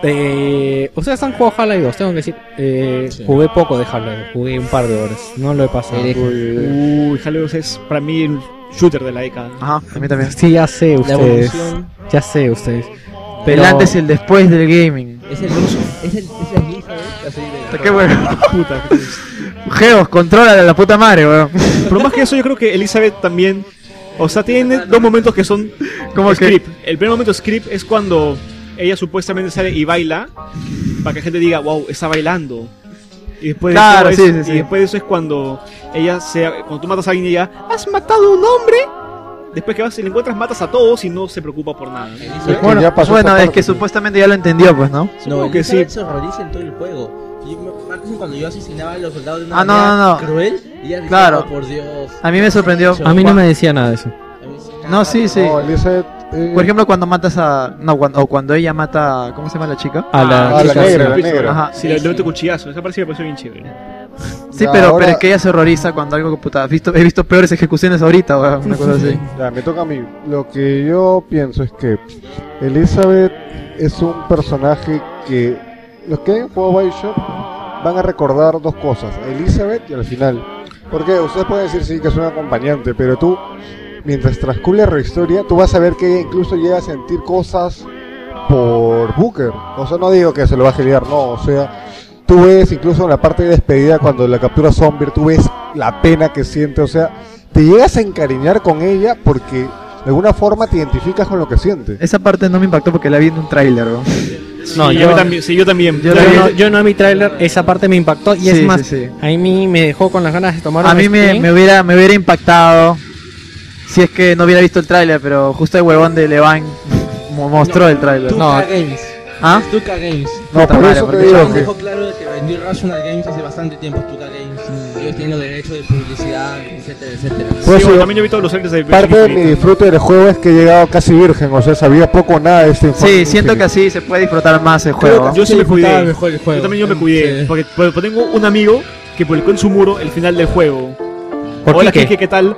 [SPEAKER 1] eh, ustedes han jugado Half-Life 2, tengo que decir, eh,
[SPEAKER 3] Sí.
[SPEAKER 1] jugué poco de Half-Life, jugué un par de horas, no lo he pasado.
[SPEAKER 4] Uy, Halo 2 es para mí el shooter de la década.
[SPEAKER 2] Ajá, a mí también.
[SPEAKER 1] Sí, ya sé
[SPEAKER 3] La
[SPEAKER 1] ustedes,
[SPEAKER 3] evolución
[SPEAKER 1] ya sé ustedes.
[SPEAKER 2] El antes y el después del gaming.
[SPEAKER 3] es el es el es el Elizabeth, así de-
[SPEAKER 2] Qué bueno.
[SPEAKER 4] Puta.
[SPEAKER 2] Geos, controla la puta madre, weón.
[SPEAKER 4] Pero más que eso, yo creo que Elizabeth también. O sea, tiene dos momentos que son
[SPEAKER 2] Como que.
[SPEAKER 4] script. El primer momento script es cuando ella supuestamente sale y baila. Para que la gente diga, wow, está bailando. Y después,
[SPEAKER 2] Claro,
[SPEAKER 4] de, eso
[SPEAKER 2] sí,
[SPEAKER 4] es,
[SPEAKER 2] sí, sí.
[SPEAKER 4] y después de eso es cuando ella se, cuando tú matas a alguien y ella, ¿has matado a un hombre? Después que vas y le encuentras, matas a todos y no se preocupa por nada.
[SPEAKER 3] Elizabeth-
[SPEAKER 5] Bueno, ya pasó
[SPEAKER 2] Bueno,
[SPEAKER 5] esta
[SPEAKER 2] es que
[SPEAKER 5] parte.
[SPEAKER 2] supuestamente ya lo entendió, pues, ¿no?
[SPEAKER 4] Supongo
[SPEAKER 3] no,
[SPEAKER 4] que
[SPEAKER 3] que
[SPEAKER 4] sí.
[SPEAKER 3] se horroriza en todo el juego. Y me- me acuerdo cuando yo asesinaba a los soldados de una
[SPEAKER 2] Ah, no,
[SPEAKER 3] manera
[SPEAKER 2] no, no.
[SPEAKER 3] cruel, y ella decía,
[SPEAKER 2] Claro.
[SPEAKER 3] "Oh, por Dios.
[SPEAKER 2] A mí me sorprendió.
[SPEAKER 1] A mí no me decía nada de eso.
[SPEAKER 3] A mí se-
[SPEAKER 2] No, sí, sí.
[SPEAKER 5] No, Elizabeth, eh,
[SPEAKER 2] Por ejemplo, cuando matas a. No, cuando, o cuando ella mata. a- ¿Cómo se llama la chica?
[SPEAKER 1] A la,
[SPEAKER 5] Ah, la
[SPEAKER 1] chica,
[SPEAKER 5] negra,
[SPEAKER 1] sí.
[SPEAKER 5] la negra.
[SPEAKER 2] Ajá.
[SPEAKER 4] Si le, le meto cuchillazo, esa parte sí me pareció bien chévere.
[SPEAKER 2] Sí,
[SPEAKER 5] Ya,
[SPEAKER 2] pero,
[SPEAKER 5] ahora-
[SPEAKER 2] pero es que ella se horroriza cuando algo que puta. He visto, he visto peores ejecuciones ahorita, weón. Una cosa así.
[SPEAKER 5] Ya, me toca a mí. Lo que yo pienso es que Elizabeth es un personaje que los que hayan jugado Bioshock van a recordar dos cosas, a Elizabeth y al final. Porque ustedes pueden decir sí que es un acompañante, pero tú, mientras transcurre la historia, tú vas a ver que ella incluso llega a sentir cosas por Booker. O sea, no digo que se lo va a geliar, no, o sea, tú ves incluso en la parte de despedida cuando la captura zombie, tú ves la pena que siente, o sea, te llegas a encariñar con ella porque de alguna forma te identificas con lo que siente.
[SPEAKER 2] Esa parte no me impactó porque la vi en un tráiler, weón.
[SPEAKER 1] No,
[SPEAKER 4] Sí,
[SPEAKER 1] yo-
[SPEAKER 4] también. Sí, yo también.
[SPEAKER 2] yo
[SPEAKER 1] Yo,
[SPEAKER 2] también-
[SPEAKER 1] no, yo no a mi tráiler, esa parte me impactó y
[SPEAKER 2] Sí,
[SPEAKER 1] es más,
[SPEAKER 2] sí, sí.
[SPEAKER 1] a mí me dejó con las ganas de tomar
[SPEAKER 2] A
[SPEAKER 1] un
[SPEAKER 2] mí me,
[SPEAKER 1] sprint.
[SPEAKER 2] me hubiera, me hubiera impactado. Si es que no hubiera visto el tráiler, pero justo el huevón de Levine mo- mostró el tráiler.
[SPEAKER 3] Tuca
[SPEAKER 1] No.
[SPEAKER 3] Games.
[SPEAKER 2] ¿Ah?
[SPEAKER 3] Stuka Games.
[SPEAKER 5] No,
[SPEAKER 2] Puta
[SPEAKER 5] por
[SPEAKER 2] madre,
[SPEAKER 5] eso te
[SPEAKER 2] porque
[SPEAKER 5] digo
[SPEAKER 3] Trump
[SPEAKER 5] que.
[SPEAKER 3] dejó claro de que vendió Rational Games hace bastante tiempo, Stuka Games. Ellos tienen los derechos de publicidad, etcétera, etcétera.
[SPEAKER 5] Por
[SPEAKER 4] Sí,
[SPEAKER 5] eso
[SPEAKER 4] bueno,
[SPEAKER 5] yo-
[SPEAKER 4] también yo vi todos los trailers de
[SPEAKER 5] Parte de mi
[SPEAKER 4] Infinite.
[SPEAKER 5] disfrute del juego es que he llegado casi virgen, o sea, sabía poco o nada de este informe.
[SPEAKER 2] Sí, siento que así se puede disfrutar más el juego.
[SPEAKER 4] Yo sí me cuidé.
[SPEAKER 3] Mejor el juego.
[SPEAKER 4] Yo
[SPEAKER 2] Eh,
[SPEAKER 4] también yo me cuidé.
[SPEAKER 3] Sí.
[SPEAKER 4] Porque, porque tengo un amigo que publicó en su muro el final del juego.
[SPEAKER 1] ¿Por
[SPEAKER 4] Hola,
[SPEAKER 1] qué?
[SPEAKER 4] Kike, ¿qué tal?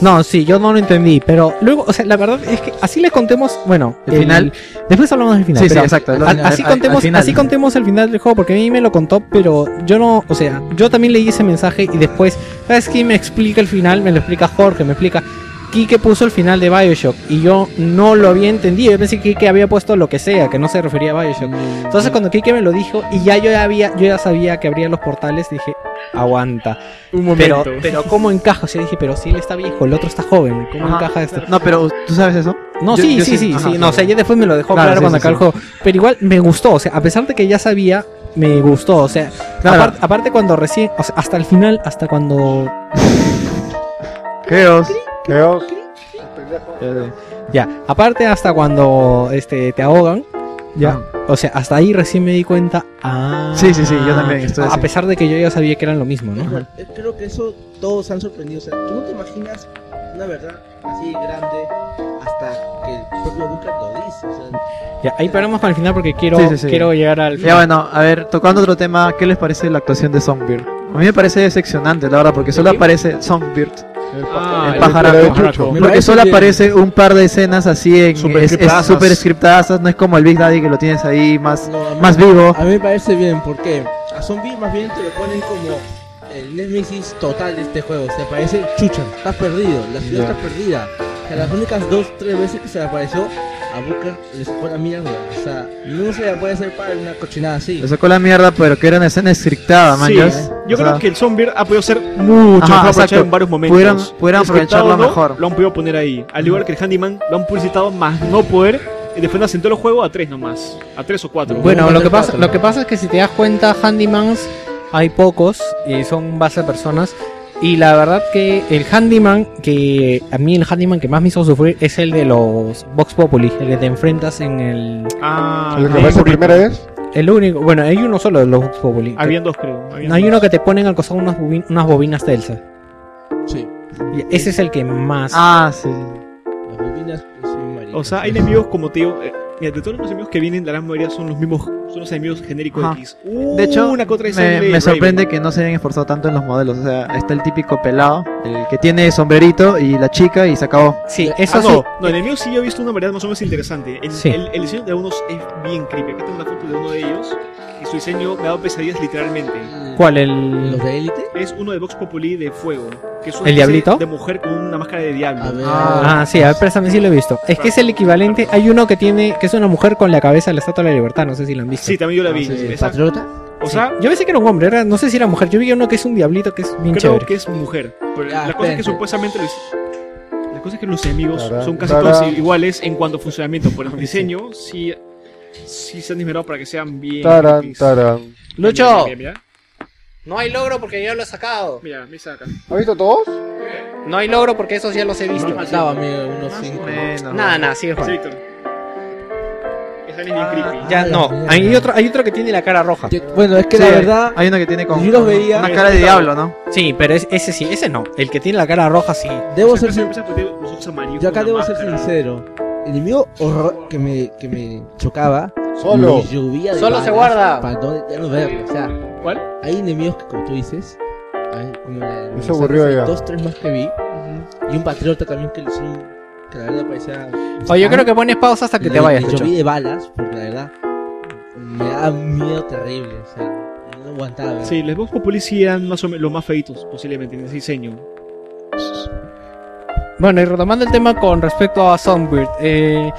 [SPEAKER 1] No, sí, yo no lo entendí, pero luego, o sea, la verdad es que así le contemos, bueno,
[SPEAKER 2] El final.
[SPEAKER 1] Después hablamos del final.
[SPEAKER 2] Sí, sí,
[SPEAKER 1] pero
[SPEAKER 2] exacto.
[SPEAKER 1] a- así contemos, así contemos el final del juego, porque a mí me lo contó, pero yo no, o sea, yo también leí ese mensaje y después, ¿sabes quién me explica el final? Me lo explica Jorge, me explica. Kike puso el final de Bioshock y yo no lo había entendido. Yo pensé que Kike había puesto lo que sea, que no se refería a Bioshock. Entonces cuando Kike me lo dijo y ya yo ya había, yo ya sabía que abría los portales, dije, aguanta.
[SPEAKER 4] Un
[SPEAKER 1] Pero, pero cómo encaja, o sea, dije, pero si él está viejo, el otro está joven, ¿cómo encaja esto?
[SPEAKER 2] No, pero tú sabes eso.
[SPEAKER 1] No,
[SPEAKER 2] Yo-
[SPEAKER 1] sí,
[SPEAKER 2] yo
[SPEAKER 1] sí,
[SPEAKER 2] sí,
[SPEAKER 1] sí,
[SPEAKER 2] ajá,
[SPEAKER 1] sí, no,
[SPEAKER 2] sí.
[SPEAKER 1] o sea, ya después me lo dejó
[SPEAKER 2] Claro,
[SPEAKER 1] claro,
[SPEAKER 2] sí,
[SPEAKER 1] cuando
[SPEAKER 2] sí,
[SPEAKER 1] acabó
[SPEAKER 2] sí.
[SPEAKER 1] el juego, pero igual me gustó, o sea, a pesar de que ya sabía, me gustó, o sea,
[SPEAKER 2] Claro.
[SPEAKER 1] aparte, aparte cuando recién, o sea, hasta el final, hasta cuando,
[SPEAKER 2] Geos.
[SPEAKER 5] Creo.
[SPEAKER 1] ya, aparte hasta cuando, este, te ahogan, ya,
[SPEAKER 2] Ah.
[SPEAKER 1] o sea, hasta ahí recién me di cuenta, ah,
[SPEAKER 2] Sí, sí, sí, yo también estoy
[SPEAKER 1] a
[SPEAKER 2] así.
[SPEAKER 1] pesar de que yo ya sabía que eran lo mismo, ¿no?
[SPEAKER 3] Bueno, eh, creo que eso todos han sorprendido. O sea, tú no te imaginas una verdad así grande hasta que el propio Booker lo dice. O sea,
[SPEAKER 1] Ya, ahí paramos para el final porque quiero,
[SPEAKER 2] Sí, sí, sí.
[SPEAKER 1] quiero llegar al
[SPEAKER 2] Ya bueno, a ver, tocando otro tema, ¿qué les parece la actuación de Songbird? A mí me parece decepcionante, la verdad, porque solo aparece Songbird.
[SPEAKER 4] Ah,
[SPEAKER 2] el
[SPEAKER 4] el
[SPEAKER 2] pájaro.
[SPEAKER 4] pájaro.
[SPEAKER 3] Me
[SPEAKER 2] Porque
[SPEAKER 3] parece
[SPEAKER 2] solo
[SPEAKER 3] que-
[SPEAKER 2] aparece un par de escenas así en
[SPEAKER 4] Super
[SPEAKER 2] es- es
[SPEAKER 4] scriptazas.
[SPEAKER 2] super scriptadas, no es como el Big Daddy que lo tienes ahí más,
[SPEAKER 3] no, a mí-
[SPEAKER 2] más vivo.
[SPEAKER 3] A mí me parece bien, porque a Zombie más bien te lo ponen como el némesis total de este juego. Se parece chucha, estás perdido, la ciudad
[SPEAKER 2] Ya.
[SPEAKER 3] está perdida. O sea, las únicas dos, tres veces que se le apareció a Booker les fue la mierda. O sea, no se le puede hacer para una cochinada así.
[SPEAKER 2] Lo sacó la mierda, pero que era una escena scriptada, man.
[SPEAKER 4] Sí,
[SPEAKER 2] ya.
[SPEAKER 4] yo
[SPEAKER 2] O sea,
[SPEAKER 4] creo que el Zombie ha podido ser mucho
[SPEAKER 2] Ajá,
[SPEAKER 4] mejor aprovechado
[SPEAKER 2] exacto.
[SPEAKER 4] en varios momentos.
[SPEAKER 2] Pudieran, pudieran
[SPEAKER 4] Explotarlo,
[SPEAKER 2] aprovecharlo mejor.
[SPEAKER 4] Lo han podido poner ahí. Al igual que el Handyman, lo han publicitado más no poder. Y después lo asentó el juego a tres nomás. A tres o cuatro.
[SPEAKER 1] Bueno,
[SPEAKER 3] Uno,
[SPEAKER 1] lo que,
[SPEAKER 3] tres,
[SPEAKER 1] pasa,
[SPEAKER 3] cuatro.
[SPEAKER 1] lo que pasa es que si te das cuenta, handymans hay pocos y son base de personas. Y la verdad que el handyman, que a mí el handyman que más me hizo sufrir es el de los Vox Populi, el que te enfrentas en el...
[SPEAKER 4] Ah,
[SPEAKER 5] Lo que
[SPEAKER 4] ahí
[SPEAKER 5] aparece
[SPEAKER 4] ocurrió.
[SPEAKER 5] primera vez.
[SPEAKER 1] El único, bueno, hay uno solo de los Vox Populi.
[SPEAKER 4] Habían dos, creo. habían
[SPEAKER 1] hay
[SPEAKER 4] dos.
[SPEAKER 1] uno que te ponen al costado unas, bobin- unas bobinas Telsa.
[SPEAKER 3] Sí,
[SPEAKER 1] Y Ese es el que más...
[SPEAKER 2] Ah, sí.
[SPEAKER 3] las bobinas pues, sí, marica.
[SPEAKER 4] O sea, hay enemigos como te digo. eh, mira, de todos los enemigos que vienen, la gran mayoría son los mismos. Son los enemigos genéricos
[SPEAKER 2] Ajá.
[SPEAKER 4] X. Uh,
[SPEAKER 2] De hecho,
[SPEAKER 4] una contra
[SPEAKER 2] me, me sorprende que no se hayan esforzado tanto en los modelos. O sea, está el típico pelado, el que tiene sombrerito y la chica y se acabó.
[SPEAKER 1] sí,
[SPEAKER 4] Eso
[SPEAKER 1] eso
[SPEAKER 4] no,
[SPEAKER 1] sí.
[SPEAKER 4] no, enemigos Ah, sí yo he visto una variedad más o menos interesante. El,
[SPEAKER 1] Sí.
[SPEAKER 4] el- el diseño de unos es bien creepy. Aquí tengo una foto de uno de ellos. Y su diseño me ha dado pesadillas literalmente.
[SPEAKER 1] ¿Cuál?
[SPEAKER 3] ¿Los
[SPEAKER 1] El...
[SPEAKER 3] de élite?
[SPEAKER 4] Es uno de Vox Populi de fuego. Que es una
[SPEAKER 1] ¿El
[SPEAKER 4] especie
[SPEAKER 1] diablito?
[SPEAKER 4] De mujer con una máscara de
[SPEAKER 3] A
[SPEAKER 4] diablo.
[SPEAKER 3] ver.
[SPEAKER 2] Ah,
[SPEAKER 1] Ah, sí, a ver, préstame, sí lo he visto. Es que es el equivalente, hay uno que tiene, que es una mujer con la cabeza de la Estatua de la Libertad, no sé si lo han visto.
[SPEAKER 4] Ah, Sí, también yo la vi.
[SPEAKER 3] no sé,
[SPEAKER 4] Esa-
[SPEAKER 3] ¿Patriota?
[SPEAKER 4] o sea,
[SPEAKER 1] Yo pensé que era un hombre, era- no sé si era mujer. Yo vi uno que es un diablito que es bien
[SPEAKER 4] creo
[SPEAKER 1] chévere.
[SPEAKER 4] que es mujer. Pero
[SPEAKER 3] Ya,
[SPEAKER 4] la cosa es que
[SPEAKER 3] espérate.
[SPEAKER 4] supuestamente los, la cosa es que los enemigos
[SPEAKER 5] Tarán,
[SPEAKER 4] son casi
[SPEAKER 5] tarán.
[SPEAKER 4] todos iguales en cuanto a funcionamiento. Por el diseño, sí, sí se han esmerado para que sean bien.
[SPEAKER 5] Taran,
[SPEAKER 4] creepys.
[SPEAKER 5] taran.
[SPEAKER 4] Mira,
[SPEAKER 1] Lucho.
[SPEAKER 4] Mira, mira,
[SPEAKER 1] No hay logro porque ya lo he sacado.
[SPEAKER 4] mira, mira, saca.
[SPEAKER 5] ¿Has visto todos?
[SPEAKER 1] No hay logro porque esos ya los he
[SPEAKER 4] visto.
[SPEAKER 3] Faltaba, amigo, unos cinco.
[SPEAKER 2] Bueno.
[SPEAKER 1] Nada, nada, sigue
[SPEAKER 4] Sí,
[SPEAKER 1] Juan.
[SPEAKER 4] Víctor. Esa es bien creepy.
[SPEAKER 1] Ya
[SPEAKER 3] Ah,
[SPEAKER 1] no,
[SPEAKER 3] la mierda.
[SPEAKER 1] hay otro, hay otro que tiene la cara roja.
[SPEAKER 3] Te- Bueno, es que
[SPEAKER 2] Sí,
[SPEAKER 3] la verdad,
[SPEAKER 2] Hay uno que tiene con
[SPEAKER 3] yo los veía-
[SPEAKER 2] una cara de diablo, ¿no?
[SPEAKER 1] Sí, pero es- ese sí, ese no. El que tiene la cara roja sí.
[SPEAKER 3] debo ser
[SPEAKER 4] Esa empresa
[SPEAKER 3] sincero.
[SPEAKER 4] empieza a poner los ojos amarillos
[SPEAKER 3] Yo
[SPEAKER 4] con
[SPEAKER 3] acá
[SPEAKER 4] una
[SPEAKER 3] debo ser
[SPEAKER 4] máscara.
[SPEAKER 3] sincero. El enemigo horror que me, que me chocaba.
[SPEAKER 5] Solo.
[SPEAKER 3] me llovía de
[SPEAKER 1] Solo se
[SPEAKER 3] balas
[SPEAKER 1] guarda.
[SPEAKER 3] Para no, ya no verlo. O sea,
[SPEAKER 4] ¿Cuál?
[SPEAKER 3] hay enemigos que, como tú dices, hay como la-
[SPEAKER 5] Eso aburrió
[SPEAKER 3] esas
[SPEAKER 5] ya.
[SPEAKER 3] dos, tres más que vi. Y un patriota también que le hicieron. Que la verdad parecía.
[SPEAKER 1] O yo creo que pones pausa hasta que te vayas,
[SPEAKER 3] Yo
[SPEAKER 1] Lucho.
[SPEAKER 3] vi de balas, porque la verdad. Me daba miedo terrible. O sea, no aguantaba.
[SPEAKER 4] Sí, los Vox Populi sí eran más o menos los más feitos, posiblemente, en ese diseño.
[SPEAKER 1] Bueno, y retomando el tema con respecto a Songbird, eh,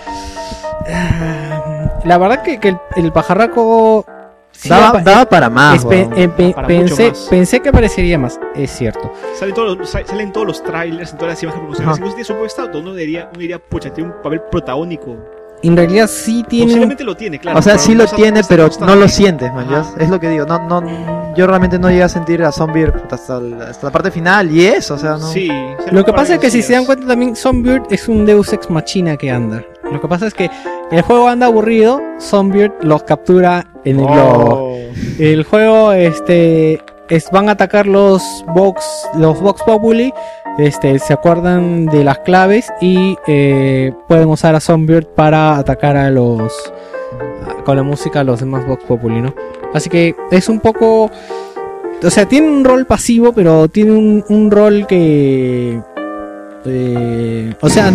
[SPEAKER 1] la verdad que, que el, el pajarraco sí
[SPEAKER 2] Daba,
[SPEAKER 1] apa-
[SPEAKER 2] daba para más.
[SPEAKER 1] espe-
[SPEAKER 3] eh,
[SPEAKER 2] weón.
[SPEAKER 1] empe-
[SPEAKER 4] Para mucho
[SPEAKER 1] pensé,
[SPEAKER 4] más.
[SPEAKER 1] pensé que aparecería más, es cierto.
[SPEAKER 4] Salen todos, los, sa- salen todos los trailers, en todas las imágenes promocionales. Incluso tiene su propio estado. este Uno diría, uno diría, pucha, tiene un papel protagónico.
[SPEAKER 1] En realidad sí tiene
[SPEAKER 4] Posiblemente lo tiene, claro.
[SPEAKER 2] O sea,
[SPEAKER 4] pero
[SPEAKER 2] sí
[SPEAKER 4] no
[SPEAKER 2] lo
[SPEAKER 4] está-
[SPEAKER 2] tiene,
[SPEAKER 4] está-
[SPEAKER 2] pero
[SPEAKER 4] está-
[SPEAKER 2] no lo sientes, man.
[SPEAKER 4] Ajá.
[SPEAKER 2] ya. Es lo que digo. No, no, yo realmente no llegué a sentir a Zombie hasta, el- hasta la parte final y eso, o sea, no.
[SPEAKER 4] Sí.
[SPEAKER 1] Lo que pasa es que si se dan cuenta también, Songbird es un Deus Ex Machina que anda. Lo que pasa es que El juego anda aburrido, Zombie los captura en
[SPEAKER 2] Oh.
[SPEAKER 1] el globo.
[SPEAKER 4] Oh.
[SPEAKER 1] El juego, este, es, van a atacar los box, los box populi, este, se acuerdan de las claves y eh, pueden usar a Songbird para atacar a los, a- con la música a los demás box populi, ¿no? Así que es un poco, o sea, tiene un rol pasivo, pero tiene un, un rol que, eh, o sea,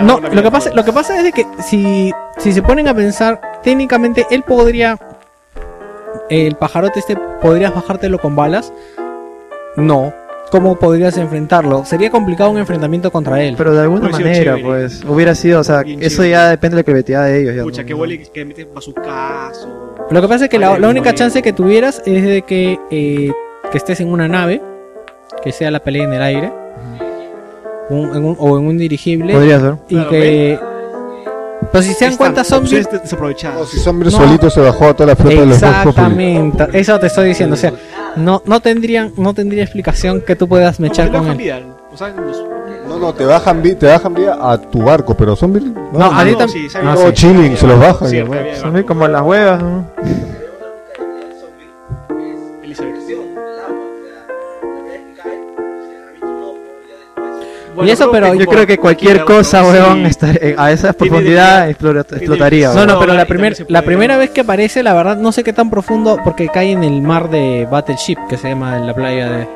[SPEAKER 1] no, lo que, pasa, lo que pasa es de que si, si se ponen a pensar, técnicamente él podría. El pajarote este, ¿podrías bajártelo con balas? No. ¿Cómo podrías enfrentarlo? Sería complicado un enfrentamiento contra él.
[SPEAKER 2] Pero de alguna
[SPEAKER 4] Hubiera sido
[SPEAKER 2] manera,
[SPEAKER 4] chévere.
[SPEAKER 2] pues, hubiera sido, o sea,
[SPEAKER 4] Bien
[SPEAKER 2] eso
[SPEAKER 4] chévere.
[SPEAKER 2] ya depende de la creatividad de ellos. ya
[SPEAKER 4] Pucha,
[SPEAKER 2] no-
[SPEAKER 4] que huele que mete bazucas o-
[SPEAKER 1] Lo que pasa es que la,
[SPEAKER 4] Ay,
[SPEAKER 1] la
[SPEAKER 4] no,
[SPEAKER 1] única
[SPEAKER 4] no.
[SPEAKER 1] chance que tuvieras es de que, eh, que estés en una nave, que sea la pelea en el aire, un- en un- o en un dirigible,
[SPEAKER 2] Podría ser. pues,
[SPEAKER 1] y
[SPEAKER 4] Claro,
[SPEAKER 1] que. Pero si se dan
[SPEAKER 4] Están
[SPEAKER 1] cuenta, zombies.
[SPEAKER 4] opciones des- desaprovechadas.
[SPEAKER 5] O si Zombie
[SPEAKER 1] No.
[SPEAKER 5] solito se bajó a toda la flota de los Vox Populi.
[SPEAKER 1] Exactamente, eso te estoy diciendo, o sea, no, no tendrían, no tendría explicación que tú puedas
[SPEAKER 4] No,
[SPEAKER 1] mechar
[SPEAKER 4] porque lo
[SPEAKER 1] con él.
[SPEAKER 4] cambian. O sea, los-
[SPEAKER 5] No, no, te bajan, vi- te bajan vía a tu barco, pero Zombie.
[SPEAKER 1] No, a mí
[SPEAKER 4] no,
[SPEAKER 1] tam-
[SPEAKER 4] sí, se
[SPEAKER 1] Ah,
[SPEAKER 4] había-
[SPEAKER 1] sí.
[SPEAKER 5] No, Oh, chilling, se los bajan,
[SPEAKER 4] Sí,
[SPEAKER 5] hermano.
[SPEAKER 4] había-
[SPEAKER 2] Son muy como las huevas, ¿no?
[SPEAKER 4] Elizabeth.
[SPEAKER 1] Y eso, pero-
[SPEAKER 2] Yo creo que cualquier cosa, huevón, estar- eh, a esa
[SPEAKER 4] Tiene
[SPEAKER 2] profundidad explora- explotaría.
[SPEAKER 4] No,
[SPEAKER 1] No,
[SPEAKER 2] huevón.
[SPEAKER 1] no, pero la,
[SPEAKER 4] ahora y también
[SPEAKER 1] primer,
[SPEAKER 4] se puede-
[SPEAKER 1] la primera vez que aparece, la verdad, no sé qué tan profundo, porque cae en el mar de Battleship, que se llama en la playa de...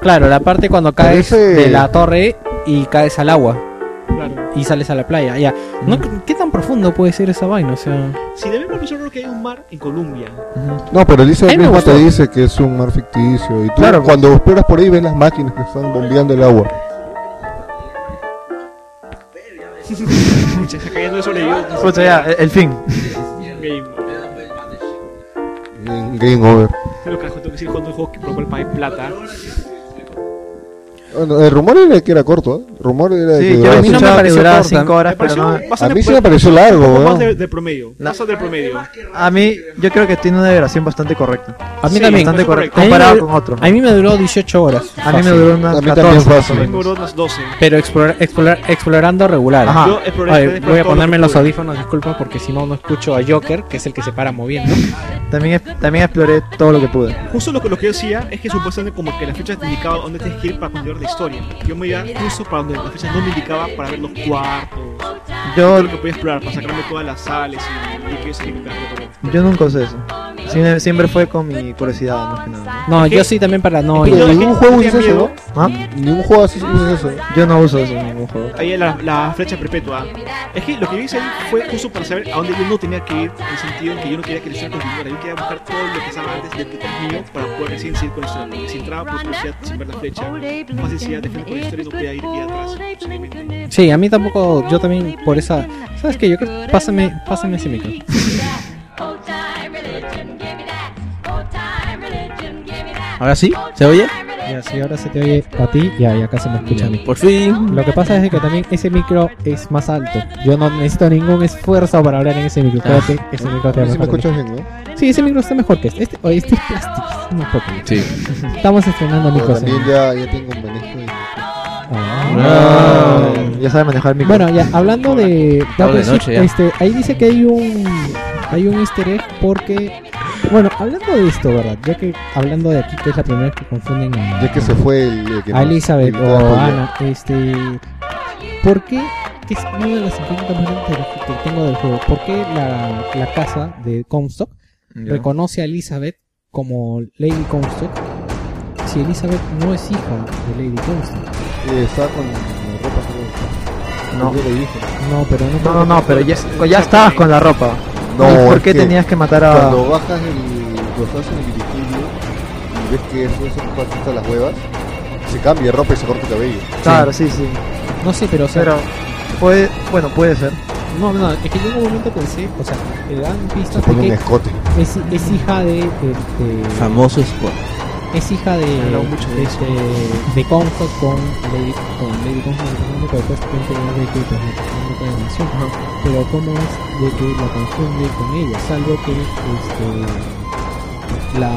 [SPEAKER 1] Claro, la parte cuando caes
[SPEAKER 5] Parece-
[SPEAKER 1] de la torre y caes al agua
[SPEAKER 4] Claro.
[SPEAKER 1] y sales a la playa, ya. No, ¿Qué tan profundo puede ser esa vaina? O sea...
[SPEAKER 4] Si debemos pensar que hay un mar en Colombia.
[SPEAKER 2] Ujú.
[SPEAKER 5] No, pero
[SPEAKER 1] A
[SPEAKER 5] Elizabeth
[SPEAKER 1] mí me
[SPEAKER 5] mismo te
[SPEAKER 1] gustó.
[SPEAKER 5] dice que es un mar ficticio. Y tú,
[SPEAKER 2] Claro, pues.
[SPEAKER 5] cuando exploras por ahí, ves las máquinas que están bombeando el agua.
[SPEAKER 4] Pucha, está cayendo eso de yo.
[SPEAKER 2] Pucha, ya, el, el fin.
[SPEAKER 4] Game.
[SPEAKER 5] En Game Over.
[SPEAKER 4] Lo que tengo que decir jugando un juego que por el cual pagué plata.
[SPEAKER 5] Bueno, el rumor era que era corto, ¿eh? El rumor era
[SPEAKER 2] Sí,
[SPEAKER 5] que
[SPEAKER 2] yo
[SPEAKER 5] duraba
[SPEAKER 2] a mí no me
[SPEAKER 5] cinco-
[SPEAKER 2] pareció
[SPEAKER 1] duraba
[SPEAKER 2] corta.
[SPEAKER 1] cinco
[SPEAKER 2] horas,
[SPEAKER 4] Me
[SPEAKER 2] pero
[SPEAKER 4] pareció
[SPEAKER 2] no.
[SPEAKER 5] A
[SPEAKER 4] bastante-
[SPEAKER 5] mí sí me pareció largo,
[SPEAKER 4] poco más
[SPEAKER 5] weón.
[SPEAKER 4] de, de promedio.
[SPEAKER 2] No.
[SPEAKER 4] Más del promedio.
[SPEAKER 2] A mí, yo creo que tiene una duración bastante correcta.
[SPEAKER 1] A mí
[SPEAKER 4] Sí,
[SPEAKER 1] también.
[SPEAKER 2] Bastante
[SPEAKER 4] parece
[SPEAKER 2] correcta.
[SPEAKER 1] correcto. A mí
[SPEAKER 2] Comparado
[SPEAKER 1] me-
[SPEAKER 2] con otro.
[SPEAKER 1] A mí me duró 18 horas.
[SPEAKER 2] A mí me
[SPEAKER 1] fácil,
[SPEAKER 2] duró unas
[SPEAKER 5] A mí también
[SPEAKER 2] 14.
[SPEAKER 5] fácil.
[SPEAKER 2] más o
[SPEAKER 4] Me
[SPEAKER 2] menos.
[SPEAKER 4] duró unas 12.
[SPEAKER 1] Pero explorar, explorar, explorando regular.
[SPEAKER 2] Ajá. Ah.
[SPEAKER 4] Yo exploré-
[SPEAKER 1] Oye,
[SPEAKER 4] exploré
[SPEAKER 1] voy a
[SPEAKER 4] todo lo
[SPEAKER 1] ponerme
[SPEAKER 4] que
[SPEAKER 1] los
[SPEAKER 4] pude.
[SPEAKER 1] audífonos, disculpa, porque si no, no escucho a Joker, que es el que se para moviendo.
[SPEAKER 2] También, también exploré todo lo que pude.
[SPEAKER 4] Justo lo que, lo que yo decía es que supuestamente como que las fechas te indicaban dónde tienes que ir para continuar la historia. Yo me iba justo para donde las fechas no me indicaba para ver los cuartos, todo
[SPEAKER 2] Yo,
[SPEAKER 4] lo que podía explorar, para sacarme todas las sales y lo que yo sabía que me tenía que poner.
[SPEAKER 2] yo nunca usé eso. Siempre, siempre fue con mi curiosidad, más que nada.
[SPEAKER 1] No,
[SPEAKER 4] Es que-
[SPEAKER 1] yo sí también para no
[SPEAKER 4] es que
[SPEAKER 1] ir.
[SPEAKER 4] yo-
[SPEAKER 5] Ningún juego
[SPEAKER 4] tenía
[SPEAKER 5] usa eso,
[SPEAKER 4] miedo.
[SPEAKER 5] ¿no?
[SPEAKER 2] ¿Ah?
[SPEAKER 5] Ningún juego así usa eso. ¿no?
[SPEAKER 2] Yo no uso eso en ningún juego.
[SPEAKER 4] Ahí la, la flecha perpetua. Es que lo que yo hice ahí fue justo para saber a dónde yo no tenía que ir, en el sentido en que yo no quería que la historia continuara. Yo quería buscar todo lo que estaba antes de detrás mío para poder recién seguir con la historia. Porque si entraba por curiosidad sin ver la flecha, más decía de frente con la historia y no podía ir, ir atrás. posiblemente.
[SPEAKER 1] Sí, a mí tampoco, Oh, yo también por esa... ¿Sabes qué, Joker? Pásame, pásame ese micro.
[SPEAKER 8] ¿Ahora sí? ¿Se oye?
[SPEAKER 1] Ya, sí, ahora se te oye a ti y ahí acá se me escucha a mí.
[SPEAKER 8] Por fin.
[SPEAKER 1] Lo que pasa es que también ese micro es más alto. Yo no necesito ningún esfuerzo para hablar en ese micro. Creo que ese micro te
[SPEAKER 5] A
[SPEAKER 1] va
[SPEAKER 5] ver si me
[SPEAKER 1] mejor que
[SPEAKER 5] escuchas bien, ¿no?
[SPEAKER 1] el- Sí, ese micro está mejor que este. Este, oye, este es plástico. es mejor que el-
[SPEAKER 8] Sí.
[SPEAKER 1] Estamos estrenando
[SPEAKER 5] Pero
[SPEAKER 1] micros.
[SPEAKER 5] también
[SPEAKER 1] en-
[SPEAKER 5] ya, ya tengo un manejo. de-
[SPEAKER 1] Ah.
[SPEAKER 2] Ya sabe manejar mi
[SPEAKER 1] Bueno, ya hablando de
[SPEAKER 8] Hablo de
[SPEAKER 1] Battleship,
[SPEAKER 8] noche, ya.
[SPEAKER 1] este, ahí dice que hay un hay un easter egg porque bueno, hablando de esto, ¿verdad? Ya que hablando de aquí que es la primera vez que confunden a,
[SPEAKER 5] Ya que se fue el. el que
[SPEAKER 1] a Elizabeth
[SPEAKER 5] el que
[SPEAKER 1] o
[SPEAKER 5] estaba-
[SPEAKER 1] a Ana, este ¿por qué que es una de las incógnitas más grandes que que tengo del juego? ¿Por qué la, la casa de Comstock reconoce a Elizabeth como Lady Comstock si Elizabeth no es hija de Lady Comstock?
[SPEAKER 5] Eh, estaba con la ropa, creo.
[SPEAKER 2] No.
[SPEAKER 5] Yo le dije.
[SPEAKER 1] No, pero no
[SPEAKER 2] No, no, no, pero ya, ya estabas con la ropa.
[SPEAKER 5] No,
[SPEAKER 2] ¿Y ¿Por
[SPEAKER 5] es
[SPEAKER 2] qué
[SPEAKER 5] que
[SPEAKER 2] tenías que matar a.?
[SPEAKER 5] Cuando bajas el. Cuando estás en el dirigible y ves que eso es un cuarto hasta las huevas, se cambia de ropa y se corta el cabello.
[SPEAKER 2] Claro, sí, sí.
[SPEAKER 1] No sé, pero o sea,
[SPEAKER 2] Pero. Puede, bueno, puede ser.
[SPEAKER 1] No, no, es que yo en un momento pensé, o sea, le dan
[SPEAKER 5] Se
[SPEAKER 1] pistas de
[SPEAKER 5] pone un
[SPEAKER 1] que
[SPEAKER 5] escote.
[SPEAKER 1] es, es hija de, de- de-
[SPEAKER 8] Famoso spot.
[SPEAKER 1] es hija de
[SPEAKER 2] hablado mucho de
[SPEAKER 1] de,
[SPEAKER 2] eso.
[SPEAKER 1] de- de Comfort con Lady con Lady Comfort pero después te enteras de que pues, no no tiene relación. Pero cómo es de que la confunde con ella, salvo que este la,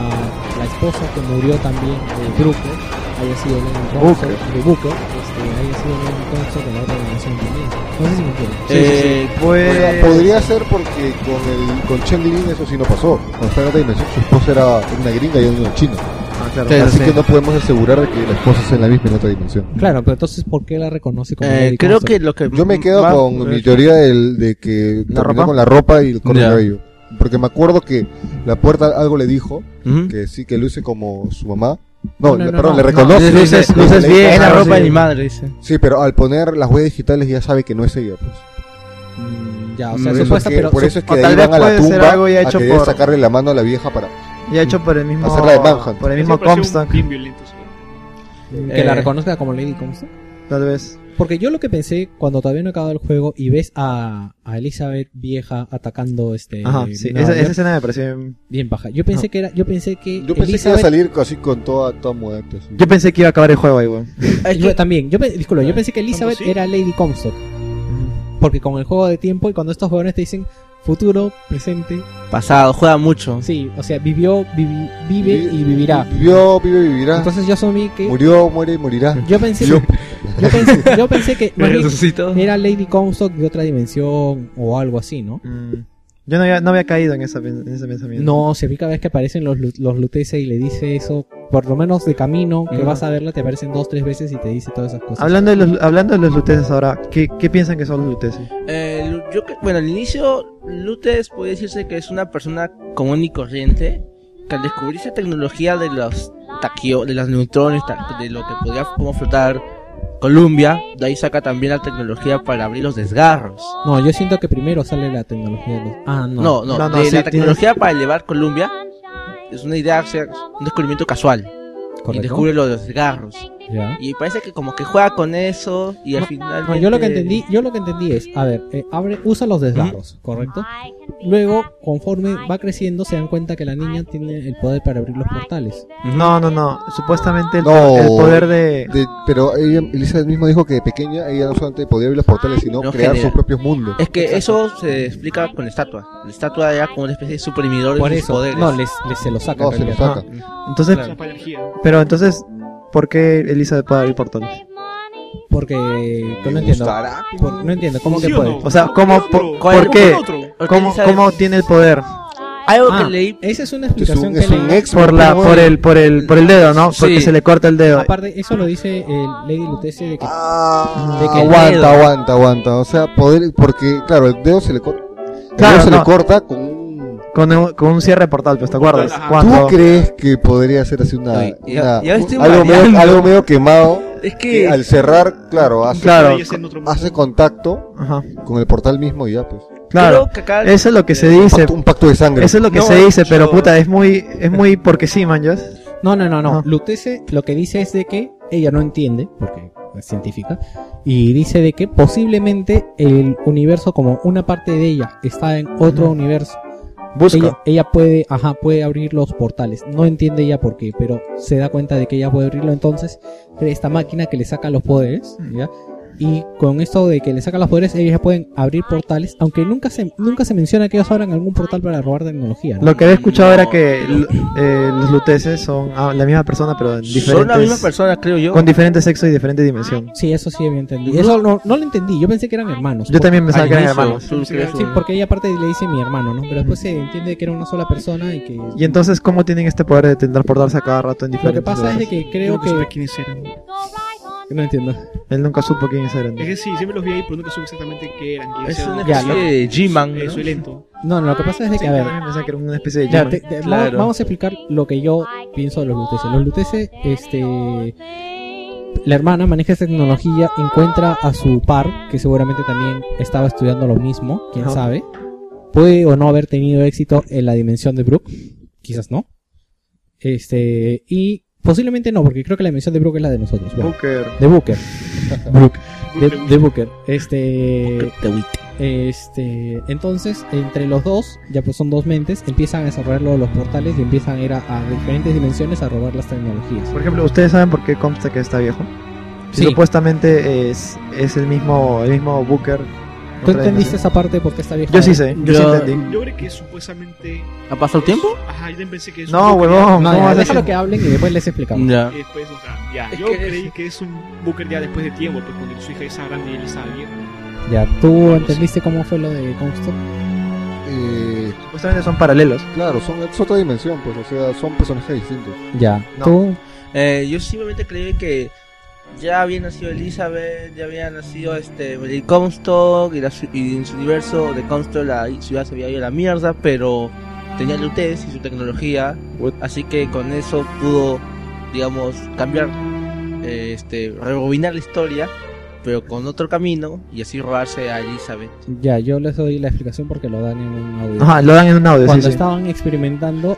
[SPEAKER 1] la esposa que murió también de Brooke
[SPEAKER 3] haya sido un
[SPEAKER 5] Buco.
[SPEAKER 3] de Buco, este, haya sido un encuentro con la otra dimensión también. No sé si me entiendes.
[SPEAKER 2] Eh, pues-
[SPEAKER 5] Bueno, podría ser porque con el con Chen Lin eso sí no pasó. Cuando estaba en otra dimensión, su esposa era una gringa y él era un chino.
[SPEAKER 2] Ah, claro.
[SPEAKER 5] Así
[SPEAKER 2] sí.
[SPEAKER 5] que no podemos asegurar de que la esposa sea en la misma en otra dimensión.
[SPEAKER 1] Claro, pero entonces, ¿por qué la reconoce como
[SPEAKER 3] Eh,
[SPEAKER 1] Lady
[SPEAKER 3] creo
[SPEAKER 1] Comstock?
[SPEAKER 3] que lo que
[SPEAKER 5] Yo me quedo
[SPEAKER 2] Va,
[SPEAKER 5] con mi
[SPEAKER 2] eh.
[SPEAKER 5] teoría del- de que
[SPEAKER 2] ¿La
[SPEAKER 5] terminó
[SPEAKER 2] ropa?
[SPEAKER 5] con la ropa y el corte de
[SPEAKER 3] Ya.
[SPEAKER 5] cabello. Porque me acuerdo que la puerta algo le dijo
[SPEAKER 3] Ujú.
[SPEAKER 5] que sí, que luce como su mamá. No,
[SPEAKER 1] No, no,
[SPEAKER 5] le-
[SPEAKER 1] no,
[SPEAKER 5] perdón,
[SPEAKER 1] no.
[SPEAKER 5] le
[SPEAKER 1] No,
[SPEAKER 5] reconoce.
[SPEAKER 2] luces-
[SPEAKER 5] Le-
[SPEAKER 2] luces
[SPEAKER 5] le-
[SPEAKER 2] bien,
[SPEAKER 5] le-
[SPEAKER 3] es la
[SPEAKER 2] claro, sí.
[SPEAKER 3] ropa de mi madre, dice.
[SPEAKER 5] Sí, pero al poner las huellas digitales ya sabe que no es ella. Pues.
[SPEAKER 1] Mm, ya, o
[SPEAKER 2] Mm,
[SPEAKER 1] sea,
[SPEAKER 5] Por eso
[SPEAKER 1] supuesta,
[SPEAKER 5] que-
[SPEAKER 1] pero
[SPEAKER 5] por
[SPEAKER 1] su-
[SPEAKER 5] eso es
[SPEAKER 2] o
[SPEAKER 5] que de
[SPEAKER 2] tal
[SPEAKER 5] ahí
[SPEAKER 2] vez
[SPEAKER 5] van a la
[SPEAKER 2] puede ser
[SPEAKER 5] tumba
[SPEAKER 2] algo ya
[SPEAKER 5] a
[SPEAKER 2] hecho
[SPEAKER 5] querer
[SPEAKER 2] por-
[SPEAKER 5] sacarle la mano a la vieja para...
[SPEAKER 2] Ya hecho por el mismo.
[SPEAKER 5] Hacerla de Manhunt.
[SPEAKER 2] Por el
[SPEAKER 4] Eso me
[SPEAKER 2] mismo
[SPEAKER 4] pareció
[SPEAKER 2] Comstock,
[SPEAKER 4] Bien violento. sí.
[SPEAKER 1] que la
[SPEAKER 2] eh.
[SPEAKER 1] reconozca como Lady Comstock.
[SPEAKER 2] tal vez.
[SPEAKER 1] Porque yo lo que pensé cuando todavía no acababa el juego y ves a, a Elizabeth vieja atacando este
[SPEAKER 2] Ajá, sí.
[SPEAKER 1] Nueva
[SPEAKER 2] Esa, esa
[SPEAKER 1] York,
[SPEAKER 2] escena me pareció. bien-
[SPEAKER 1] bien baja. Yo pensé que era yo pensé que
[SPEAKER 5] Yo pensé que iba a
[SPEAKER 1] Elizabeth-
[SPEAKER 5] salir así con toda, toda muerte. así.
[SPEAKER 2] Yo pensé que iba a acabar el juego ahí, weón.
[SPEAKER 1] yo también, yo pe- disculpa,
[SPEAKER 5] Ah,
[SPEAKER 1] yo pensé que Elizabeth
[SPEAKER 4] ¿Tanto así?
[SPEAKER 1] era Lady Comstock, porque con el juego de tiempo y cuando estos jóvenes te dicen futuro, presente,
[SPEAKER 3] Pasado, juega mucho.
[SPEAKER 1] sí, o sea, vivió, vivi- vive y vivirá.
[SPEAKER 5] Vivió, vive, vivirá.
[SPEAKER 1] Entonces yo asumí que
[SPEAKER 5] Murió, muere y morirá.
[SPEAKER 1] yo pensé,
[SPEAKER 5] Yo-
[SPEAKER 1] yo pensé, yo pensé que más bien
[SPEAKER 3] Resucitó.
[SPEAKER 1] era Lady Comstock de otra dimensión o algo así, ¿no?
[SPEAKER 2] Mm. Yo no había, no había caído en, esa, pen- en ese pensamiento.
[SPEAKER 1] No, se ve cada vez que aparecen los, lu- los Lutece y le dice eso, por lo menos de camino, que
[SPEAKER 2] Ujú.
[SPEAKER 1] vas a verla, te aparecen dos, tres veces y te dice todas esas cosas.
[SPEAKER 2] Hablando de los, hablando de los luteses ahora, ¿qué, qué piensan que son los luteses?
[SPEAKER 3] Eh, Lu- yo, cre- bueno, al inicio, Lutes puede decirse que es una persona común y corriente que al descubrir esa tecnología de los taquio, de los neutrones, ta- de lo que podría como flotar Columbia, de ahí saca también la tecnología para abrir los desgarros.
[SPEAKER 1] No, yo siento que primero sale la tecnología de los... Ah, no.
[SPEAKER 3] No, no,
[SPEAKER 2] No, no,
[SPEAKER 3] de
[SPEAKER 2] sí,
[SPEAKER 3] la
[SPEAKER 2] tienes-
[SPEAKER 3] tecnología para elevar Columbia es una idea, o sea, un descubrimiento casual. Y
[SPEAKER 1] correcto.
[SPEAKER 3] descubre lo de los desgarros.
[SPEAKER 1] Ya.
[SPEAKER 3] Y parece que como que juega con eso y al final. este,
[SPEAKER 1] No, yo lo que entendí, yo lo que entendí es, a ver, eh, abre, usa los desgarros, ¿correcto? Luego, conforme va creciendo, se dan cuenta que la niña tiene el poder para abrir los portales.
[SPEAKER 2] No, no, no. Supuestamente el,
[SPEAKER 5] No.
[SPEAKER 2] po- el poder de.
[SPEAKER 5] De- pero ella, Elizabeth mismo dijo que de pequeña ella no solamente podía abrir los portales, sino
[SPEAKER 3] No
[SPEAKER 5] crear
[SPEAKER 3] genera.
[SPEAKER 5] sus propios mundos.
[SPEAKER 3] Es que eso se explica con la estatua. La estatua era como una especie de suprimidor
[SPEAKER 1] Por
[SPEAKER 3] de sus
[SPEAKER 1] eso,
[SPEAKER 3] poderes.
[SPEAKER 1] no, les, les se lo saca.
[SPEAKER 5] No,
[SPEAKER 1] en
[SPEAKER 5] se lo
[SPEAKER 1] realidad.
[SPEAKER 5] saca.
[SPEAKER 2] Entonces,
[SPEAKER 4] Esa es la energía.
[SPEAKER 2] pero entonces, ¿por qué Elizabeth puede abrir portales?
[SPEAKER 1] Porque, yo no entiendo. Por- no entiendo, ¿cómo
[SPEAKER 4] ¿Sí
[SPEAKER 1] que
[SPEAKER 4] o
[SPEAKER 1] puede?
[SPEAKER 4] no?
[SPEAKER 2] O sea, ¿cómo,
[SPEAKER 4] Otro.
[SPEAKER 2] por,
[SPEAKER 3] ¿Cuál-
[SPEAKER 2] por qué?
[SPEAKER 4] Otro.
[SPEAKER 3] Porque
[SPEAKER 2] ¿Cómo,
[SPEAKER 3] Elizabeth-
[SPEAKER 2] cómo tiene el poder?
[SPEAKER 3] Algo
[SPEAKER 1] Ah,
[SPEAKER 3] que leí.
[SPEAKER 1] esa es una
[SPEAKER 5] Es
[SPEAKER 1] explicación
[SPEAKER 5] un, es
[SPEAKER 1] que
[SPEAKER 5] un
[SPEAKER 1] leí.
[SPEAKER 5] ex
[SPEAKER 2] Por la, por el, por el, por el dedo, ¿no?
[SPEAKER 3] Sí.
[SPEAKER 2] Porque se le corta el dedo.
[SPEAKER 1] Aparte, eso lo dice el Lady Lutece de que
[SPEAKER 5] Ah,
[SPEAKER 1] De que el
[SPEAKER 5] aguanta,
[SPEAKER 3] dedo.
[SPEAKER 5] aguanta, aguanta. O sea, poder. Porque, claro, el dedo se le corta. El
[SPEAKER 2] Claro,
[SPEAKER 5] dedo se
[SPEAKER 2] no.
[SPEAKER 5] le corta con un.
[SPEAKER 2] Con un, con un cierre de portal, pues, ¿te acuerdas?
[SPEAKER 4] Ajá.
[SPEAKER 2] Cuando-
[SPEAKER 5] ¿Tú crees que podría ser así una.
[SPEAKER 3] Ay, ya-
[SPEAKER 5] una-
[SPEAKER 3] ya estoy
[SPEAKER 5] algo, medio,
[SPEAKER 3] mareando.
[SPEAKER 5] algo medio quemado?
[SPEAKER 3] Es
[SPEAKER 5] Que
[SPEAKER 3] que.
[SPEAKER 5] al cerrar, claro, hace,
[SPEAKER 2] Claro.
[SPEAKER 4] Ella está en otro mundo.
[SPEAKER 5] hace contacto
[SPEAKER 2] Ajá.
[SPEAKER 5] con el portal mismo y ya, pues.
[SPEAKER 2] Claro.
[SPEAKER 3] creo que acá-
[SPEAKER 2] Eso es lo que se
[SPEAKER 5] Un
[SPEAKER 2] dice.
[SPEAKER 5] pacto, un pacto de sangre.
[SPEAKER 2] Eso es lo que
[SPEAKER 4] No,
[SPEAKER 2] se dice,
[SPEAKER 4] yo-
[SPEAKER 2] pero puta, es muy, es muy porque sí, man, ¿ya?
[SPEAKER 1] No, no, no, no.
[SPEAKER 2] No.
[SPEAKER 1] Lutece lo que dice es de que ella no entiende, porque es científica, y dice de que posiblemente el universo, como una parte de ella, está en otro
[SPEAKER 2] Ujú.
[SPEAKER 1] universo.
[SPEAKER 2] Busco.
[SPEAKER 1] Ella, ella puede, ajá, puede abrir los portales. No entiende ella por qué, pero se da cuenta de que ella puede abrirlo. Entonces, crea esta máquina que le saca los poderes, ¿ya? Y con esto de que le saca los poderes, ellas pueden abrir portales, aunque nunca se, nunca se menciona que ellos abran algún portal para robar tecnología. ¿no?
[SPEAKER 2] Lo que había escuchado
[SPEAKER 3] No.
[SPEAKER 2] era que l- eh, los luteses son ah, la misma persona, pero en diferentes,
[SPEAKER 3] Son la misma persona, creo yo.
[SPEAKER 2] con diferente sexo y diferente dimensión.
[SPEAKER 1] Sí, eso sí había entendido. Eso no, no lo entendí, yo pensé que eran hermanos. pues.
[SPEAKER 2] Yo
[SPEAKER 1] Por-
[SPEAKER 2] también pensaba que eran
[SPEAKER 3] Al inicio,
[SPEAKER 2] hermanos.
[SPEAKER 3] tú crees
[SPEAKER 1] Sí,
[SPEAKER 3] un-
[SPEAKER 1] porque ella aparte le dice mi hermano, ¿no? Pero después se entiende que era una sola persona y que...
[SPEAKER 2] Y entonces, ¿cómo tienen este poder de transportarse a cada rato en
[SPEAKER 1] Lo que
[SPEAKER 2] diferentes
[SPEAKER 1] pasa es de
[SPEAKER 2] lugares?
[SPEAKER 1] que creo
[SPEAKER 4] Nunca
[SPEAKER 1] que...
[SPEAKER 4] supe quiénes eran.
[SPEAKER 1] No entiendo.
[SPEAKER 2] Él nunca supo quiénes eran.
[SPEAKER 4] Es que sí, siempre los vi ahí, pero nunca supe exactamente qué eran. quiénes
[SPEAKER 3] Es
[SPEAKER 4] eran.
[SPEAKER 3] una
[SPEAKER 1] Ya,
[SPEAKER 3] especie
[SPEAKER 1] ¿no?
[SPEAKER 3] de G-Man.
[SPEAKER 4] Eh,
[SPEAKER 3] ¿no?
[SPEAKER 4] soy lento.
[SPEAKER 1] No, no, lo que pasa es de que,
[SPEAKER 2] Sí,
[SPEAKER 1] a
[SPEAKER 2] yo
[SPEAKER 1] ver...
[SPEAKER 2] también pensaba que era una especie de
[SPEAKER 1] ya,
[SPEAKER 2] G-Man.
[SPEAKER 1] te- te-
[SPEAKER 3] Claro.
[SPEAKER 1] vamos- Vamos a explicar lo que yo pienso de los luteces. Los luteces, este... La hermana maneja esta tecnología, encuentra a su par, que seguramente también estaba estudiando lo mismo, quién
[SPEAKER 2] Ajá.
[SPEAKER 1] sabe. Puede o no haber tenido éxito en la dimensión de Brooke, quizás no. Este, y posiblemente no, porque creo que la dimensión de Brooke es la de nosotros. Bueno,
[SPEAKER 2] Booker.
[SPEAKER 1] de Booker. Brooke. De,
[SPEAKER 4] Brooke le
[SPEAKER 1] de Booker. Este,
[SPEAKER 3] Creo que Witt.
[SPEAKER 1] este, entonces, entre los dos, ya pues son dos mentes, empiezan a desarrollar lo de los portales y empiezan a ir a, a diferentes dimensiones a robar las tecnologías.
[SPEAKER 2] Por ejemplo, ¿ustedes saben por qué Comstock está viejo?
[SPEAKER 1] Sí.
[SPEAKER 2] Supuestamente es, es el mismo el mismo Booker
[SPEAKER 1] ¿Tú
[SPEAKER 2] Otra
[SPEAKER 1] entendiste
[SPEAKER 2] dimensión.
[SPEAKER 1] esa parte porque está vieja?
[SPEAKER 2] Yo sí sé, yo, sí
[SPEAKER 3] Yo-
[SPEAKER 2] entendí.
[SPEAKER 4] Yo creo que supuestamente.
[SPEAKER 3] ¿Ha pasado tiempo?
[SPEAKER 4] Ajá, yo también pensé que es
[SPEAKER 2] No,
[SPEAKER 4] un Booker
[SPEAKER 2] huevón,
[SPEAKER 1] No,
[SPEAKER 2] ¿cómo
[SPEAKER 1] ya,
[SPEAKER 2] vas a
[SPEAKER 1] déjalo
[SPEAKER 2] decir?
[SPEAKER 1] que hablen y después les explicamos.
[SPEAKER 2] Mm,
[SPEAKER 4] ya-
[SPEAKER 3] Ya.
[SPEAKER 4] y después, o sea, ya.
[SPEAKER 3] Es
[SPEAKER 4] yo
[SPEAKER 3] que es-
[SPEAKER 4] creí que es un Booker ya después de tiempo, porque cuando su hija es grande y él estaba bien.
[SPEAKER 1] Ya, ¿tú entendiste cómo fue lo de Comstock?
[SPEAKER 5] Eh,
[SPEAKER 2] Supuestamente son paralelos.
[SPEAKER 5] claro, son, es otra dimensión, pues, o sea, son personajes distintos.
[SPEAKER 1] Ya,
[SPEAKER 2] No.
[SPEAKER 1] tú.
[SPEAKER 3] Eh, yo simplemente creí que ya había nacido Elizabeth, ya había nacido este Mary Comstock y, la ci- y en su universo de Comstock la ciudad se había ido a la mierda, pero tenía Lutes y su tecnología, así que con eso pudo, digamos, cambiar, eh, este, rebobinar la historia, pero con otro camino y así robarse a Elizabeth.
[SPEAKER 1] Ya, yo les doy la explicación porque lo dan en un audio.
[SPEAKER 2] Ajá, lo dan en un audio.
[SPEAKER 1] Cuando
[SPEAKER 2] sí, sí.
[SPEAKER 1] estaban experimentando,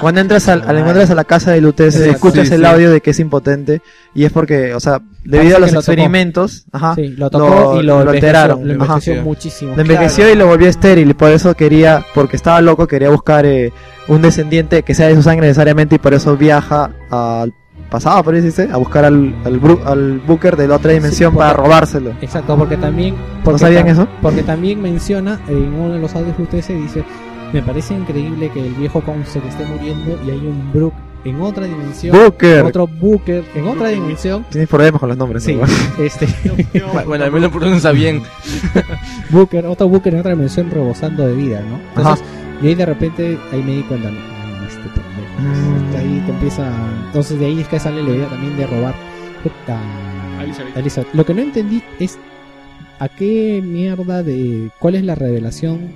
[SPEAKER 2] Cuando entras al, al-
[SPEAKER 1] Ah,
[SPEAKER 2] entras a la casa del UTS,
[SPEAKER 1] Exacto.
[SPEAKER 2] escuchas
[SPEAKER 1] Sí,
[SPEAKER 2] el
[SPEAKER 1] sí.
[SPEAKER 2] audio de que es impotente y es porque, o sea,
[SPEAKER 1] Parece
[SPEAKER 2] debido a los
[SPEAKER 1] que lo tocó.
[SPEAKER 2] experimentos, ajá,
[SPEAKER 1] sí, lo tocó
[SPEAKER 2] Lo-
[SPEAKER 1] y lo,
[SPEAKER 2] lo
[SPEAKER 1] envejeció,
[SPEAKER 2] alteraron.
[SPEAKER 1] Lo
[SPEAKER 2] Ajá.
[SPEAKER 1] envejeció
[SPEAKER 3] Sí.
[SPEAKER 1] muchísimo.
[SPEAKER 2] lo envejeció y lo volvió estéril y por eso quería, porque estaba loco, quería buscar eh, un descendiente que sea de su sangre necesariamente y por eso viaja al pasado, por decirse, a buscar al, al, bru- al Booker de la otra dimensión
[SPEAKER 1] porque-
[SPEAKER 2] para robárselo.
[SPEAKER 1] Exacto, porque también. Porque
[SPEAKER 2] ¿No sabían
[SPEAKER 1] ta-
[SPEAKER 2] eso?
[SPEAKER 1] Porque también menciona en uno de los audios que usted se dice: Me parece increíble que el viejo Comstock esté muriendo y hay un Brook en otra dimensión.
[SPEAKER 2] Booker.
[SPEAKER 1] Otro Booker en otra dimensión.
[SPEAKER 2] Tienes problemas con los nombres.
[SPEAKER 1] Sí.
[SPEAKER 2] ¿no?
[SPEAKER 1] Este
[SPEAKER 3] Bueno, al menos pronuncia bien.
[SPEAKER 1] Booker, otro Booker en otra dimensión rebosando de vida, ¿no? Entonces, y ahí de repente, ahí me di cuenta, no, ah, este pendejo.
[SPEAKER 2] Mm.
[SPEAKER 1] Ahí te empieza. Entonces, de ahí es que sale la idea también de robar. Puta.
[SPEAKER 4] Elizabeth.
[SPEAKER 1] Elizabeth, lo que no entendí es a qué mierda de cuál es la revelación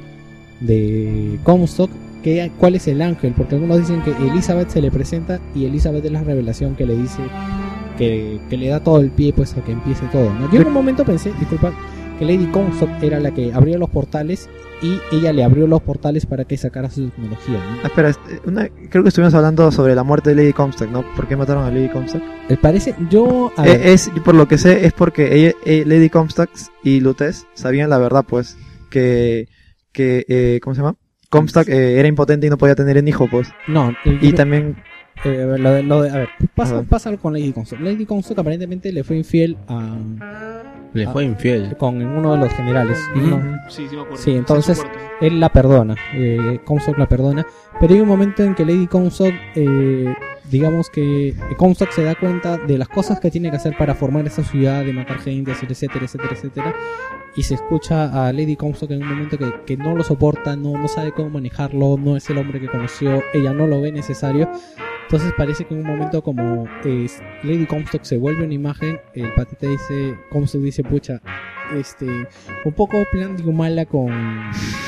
[SPEAKER 1] de Comstock, que, cuál es el ángel, porque algunos dicen que Elizabeth se le presenta y Elizabeth es la revelación que le dice que, que le da todo el pie pues a que empiece todo. ¿no? Yo en un momento pensé, disculpa, que Lady Comstock era la que abrió los portales y ella le abrió los portales para que sacara su tecnología. ¿no?
[SPEAKER 2] Ah, Espera, este, una- creo que estuvimos hablando sobre la muerte de Lady Comstock, ¿no? ¿Por qué mataron a Lady Comstock?
[SPEAKER 1] Eh, Parece, yo a
[SPEAKER 2] Eh,
[SPEAKER 1] ver,
[SPEAKER 2] es, por lo que sé, es porque ella- eh, Lady Comstock y Lutes sabían la verdad, pues, que, que eh, ¿cómo se llama? Comstock eh, era impotente y no podía tener un hijo, pues.
[SPEAKER 1] no, eh,
[SPEAKER 2] Y
[SPEAKER 1] yo-
[SPEAKER 2] también,
[SPEAKER 1] Eh, lo de- lo de- a ver, pasa,
[SPEAKER 2] Ajá.
[SPEAKER 1] pasa con Lady Comstock. Lady Comstock aparentemente le fue infiel a,
[SPEAKER 3] Le fue infiel.
[SPEAKER 1] con uno de los generales.
[SPEAKER 3] Ujú.
[SPEAKER 1] ¿no?
[SPEAKER 4] Sí, sí, me acuerdo.
[SPEAKER 1] Sí, entonces-
[SPEAKER 4] Sí, me acuerdo.
[SPEAKER 1] Él la perdona, eh, Comstock la perdona. Pero hay un momento en que Lady Comstock, eh, digamos que Comstock se da cuenta de las cosas que tiene que hacer para formar esa ciudad, de matar gente, hacer etcétera, etcétera, etcétera. Y se escucha a Lady Comstock en un momento que, que no lo soporta, no, no sabe cómo manejarlo, no es el hombre que conoció, ella no lo ve necesario. Entonces parece que en un momento como eh, Lady Comstock se vuelve una imagen, el patita dice, Comstock dice, pucha, este, un poco plan de mala con,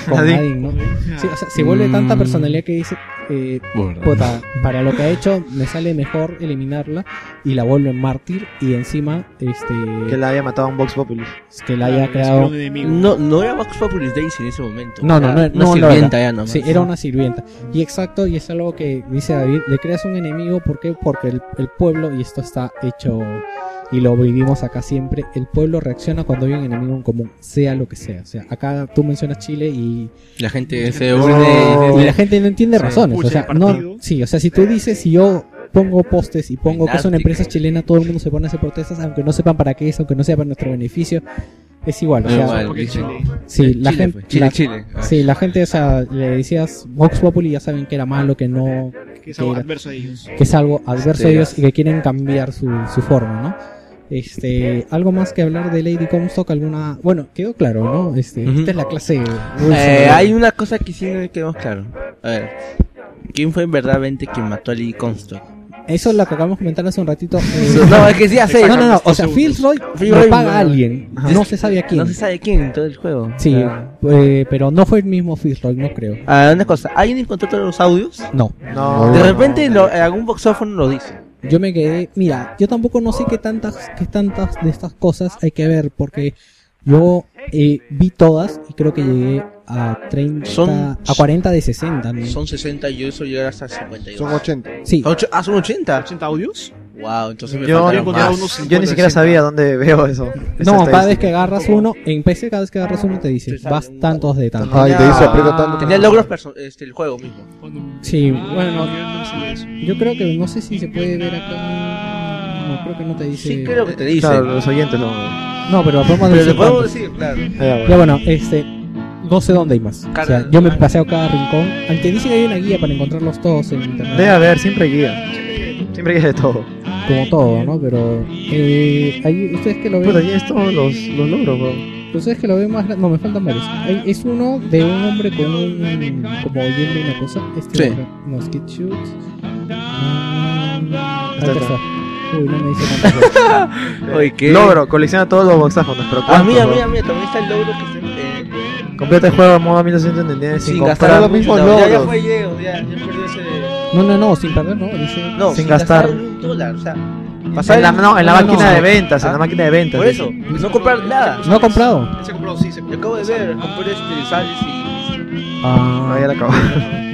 [SPEAKER 1] con
[SPEAKER 2] Nadine.
[SPEAKER 1] Nadine, ¿no? Sí, o sea, se vuelve tanta
[SPEAKER 3] Mm.
[SPEAKER 1] personalidad que dice, eh, puta, para lo que ha hecho me sale mejor eliminarla y la vuelve mártir y encima, este,
[SPEAKER 2] que la haya matado a un Vox Populi.
[SPEAKER 1] que la haya
[SPEAKER 4] Claro,
[SPEAKER 1] creado...
[SPEAKER 4] es un enemigo.
[SPEAKER 3] No, no era Vox Populi Daisy en ese momento.
[SPEAKER 1] No, no,
[SPEAKER 3] Era
[SPEAKER 1] no,
[SPEAKER 3] una
[SPEAKER 1] no lo
[SPEAKER 3] sirvienta ya nomás.
[SPEAKER 1] Sí, era una sirvienta. Y exacto, y es algo que dice David, le creas un enemigo, ¿por qué? Porque el, el pueblo, y esto está hecho y lo vivimos acá siempre, el pueblo reacciona cuando hay un enemigo en común, sea lo que sea. O sea, acá tú mencionas Chile y,
[SPEAKER 3] La gente se
[SPEAKER 2] Oh.
[SPEAKER 3] une.
[SPEAKER 1] y la gente no entiende
[SPEAKER 2] Sí.
[SPEAKER 1] razones. O
[SPEAKER 4] Pucha,
[SPEAKER 1] sea,
[SPEAKER 4] el partido.
[SPEAKER 1] no, sí, o sea, si tú dices, si yo pongo postes y pongo que es una
[SPEAKER 3] Ártico.
[SPEAKER 1] empresa chilena, todo el mundo se pone a hacer protestas, aunque no sepan para qué es, aunque no sea para nuestro beneficio, es igual. O
[SPEAKER 3] Da
[SPEAKER 1] sea,
[SPEAKER 3] igual.
[SPEAKER 4] Porque
[SPEAKER 3] dicen.
[SPEAKER 4] Chile-
[SPEAKER 1] sí, la
[SPEAKER 3] Chile,
[SPEAKER 1] gente...
[SPEAKER 3] pues. Chile,
[SPEAKER 1] la-
[SPEAKER 3] Chile. Ah.
[SPEAKER 1] Sí, la gente, o sea, le decías Vox Populi, ya saben que era malo, que no,
[SPEAKER 4] que es algo
[SPEAKER 1] Era.
[SPEAKER 4] adverso a ellos.
[SPEAKER 1] que es algo adverso a
[SPEAKER 3] Sí.
[SPEAKER 1] ellos y que quieren cambiar su, su forma, ¿no? Este, algo más que hablar de Lady Comstock, alguna, bueno, quedó claro, ¿no? Este,
[SPEAKER 3] Ujú.
[SPEAKER 1] esta es la clase.
[SPEAKER 3] Eh, hay una cosa que sí no quedó claro. A ver, ¿quién fue verdaderamente quien mató a Lily Comstock?
[SPEAKER 1] Eso es lo que acabamos de comentar hace un ratito. Eh,
[SPEAKER 3] no, es que sí, hace.
[SPEAKER 1] no, no, no, o sea,
[SPEAKER 4] Dos
[SPEAKER 1] Fitzroy
[SPEAKER 3] Phil
[SPEAKER 1] lo
[SPEAKER 3] Roy,
[SPEAKER 1] paga
[SPEAKER 3] no.
[SPEAKER 1] a alguien,
[SPEAKER 3] Ajá.
[SPEAKER 1] no se sabe a quién.
[SPEAKER 3] No se sabe quién en todo el juego.
[SPEAKER 1] Sí,
[SPEAKER 3] Ah,
[SPEAKER 1] eh, pero no fue el mismo Fitzroy, no creo.
[SPEAKER 3] Ah, una cosa, ¿alguien encontró todos los audios?
[SPEAKER 1] No,
[SPEAKER 2] No,
[SPEAKER 3] De repente lo- eh, algún boxófono lo dice.
[SPEAKER 1] Yo me quedé, mira, yo tampoco no sé qué tantas, qué tantas de estas cosas hay que ver, porque yo eh, vi todas y creo que llegué a 30,
[SPEAKER 3] Son-
[SPEAKER 1] a 40 de 60. ¿no?
[SPEAKER 3] Son 60 y yo eso llegar hasta 52.
[SPEAKER 5] Son 80.
[SPEAKER 1] Sí,
[SPEAKER 3] Ocho- ah, son 80.
[SPEAKER 4] 80 audios.
[SPEAKER 3] Wow, entonces me
[SPEAKER 2] yo,
[SPEAKER 3] faltaron
[SPEAKER 4] encontraba
[SPEAKER 3] más.
[SPEAKER 4] unos
[SPEAKER 2] yo ni
[SPEAKER 4] 50,
[SPEAKER 2] siquiera
[SPEAKER 4] 60.
[SPEAKER 2] sabía dónde veo eso. esa
[SPEAKER 1] no, cada vez
[SPEAKER 2] estadística.
[SPEAKER 1] que agarras uno, en PC cada vez que agarras uno te dice,
[SPEAKER 3] Te sale
[SPEAKER 1] vas
[SPEAKER 3] un-
[SPEAKER 1] tantos de tantos.
[SPEAKER 5] Ay, te dice
[SPEAKER 4] Ah.
[SPEAKER 5] aprieta tanto.
[SPEAKER 1] Ah.
[SPEAKER 3] Tenía logros perso- este, el juego mismo.
[SPEAKER 1] Sí,
[SPEAKER 4] Bueno,
[SPEAKER 1] bueno, yo creo que no sé si se puede ver acá. No, creo que no te dice.
[SPEAKER 3] Sí, creo que te dice.
[SPEAKER 2] Claro, los oyentes lo-
[SPEAKER 1] No, pero podemos
[SPEAKER 2] Pero le
[SPEAKER 1] decir
[SPEAKER 2] podemos
[SPEAKER 1] cuántos.
[SPEAKER 2] decir, claro.
[SPEAKER 1] Ya bueno, este. No sé dónde hay más. O
[SPEAKER 2] Cada-
[SPEAKER 1] sea, yo me paseo cada rincón. Aunque dice que hay una guía para encontrarlos todos en internet.
[SPEAKER 2] Debe haber, siempre guía. Siempre guía de todo.
[SPEAKER 1] Como todo, ¿no? Pero. Eh, ahí, ustedes que lo ven.
[SPEAKER 2] Puta, y es todos los, los logros, weón.
[SPEAKER 1] Pero sabes que lo veo más grande. No, me faltan varios. Hay- es uno de un hombre con un. como oyendo una cosa. Este.
[SPEAKER 8] Sí.
[SPEAKER 1] No, Skid Shoots. Ah,
[SPEAKER 2] Está
[SPEAKER 1] acá
[SPEAKER 2] acá.
[SPEAKER 1] está. Uy, no me dice cuántas veces.
[SPEAKER 8] Oye, ¿qué?
[SPEAKER 2] Logro, colecciona todos los boxáfonos, pero
[SPEAKER 8] A mí, a
[SPEAKER 2] ¿cuántos,
[SPEAKER 8] mí, a
[SPEAKER 2] weón?
[SPEAKER 8] mí, también está el logro que se. eh,
[SPEAKER 2] Completa el juego en modo 1999 sin,
[SPEAKER 8] sin
[SPEAKER 2] comprar.
[SPEAKER 8] gastar
[SPEAKER 5] los mismos
[SPEAKER 8] no, Ya, ya
[SPEAKER 5] logros.
[SPEAKER 8] fue Diego, ya, ya perdió ese.
[SPEAKER 1] No, no, no, sin perder, no. Dice.
[SPEAKER 8] No,
[SPEAKER 2] Sin gastar.
[SPEAKER 8] un dólar, o sea.
[SPEAKER 2] en la, no, en la
[SPEAKER 1] No, no,
[SPEAKER 2] máquina
[SPEAKER 1] no.
[SPEAKER 2] de ventas, en la
[SPEAKER 8] Ah.
[SPEAKER 2] máquina de ventas.
[SPEAKER 8] Por eso, no comprar nada.
[SPEAKER 1] No ha comprado.
[SPEAKER 4] Se compró, sí, se
[SPEAKER 8] Yo acabo de ver, compré este sales y.
[SPEAKER 2] No, Ah, ya la acabo.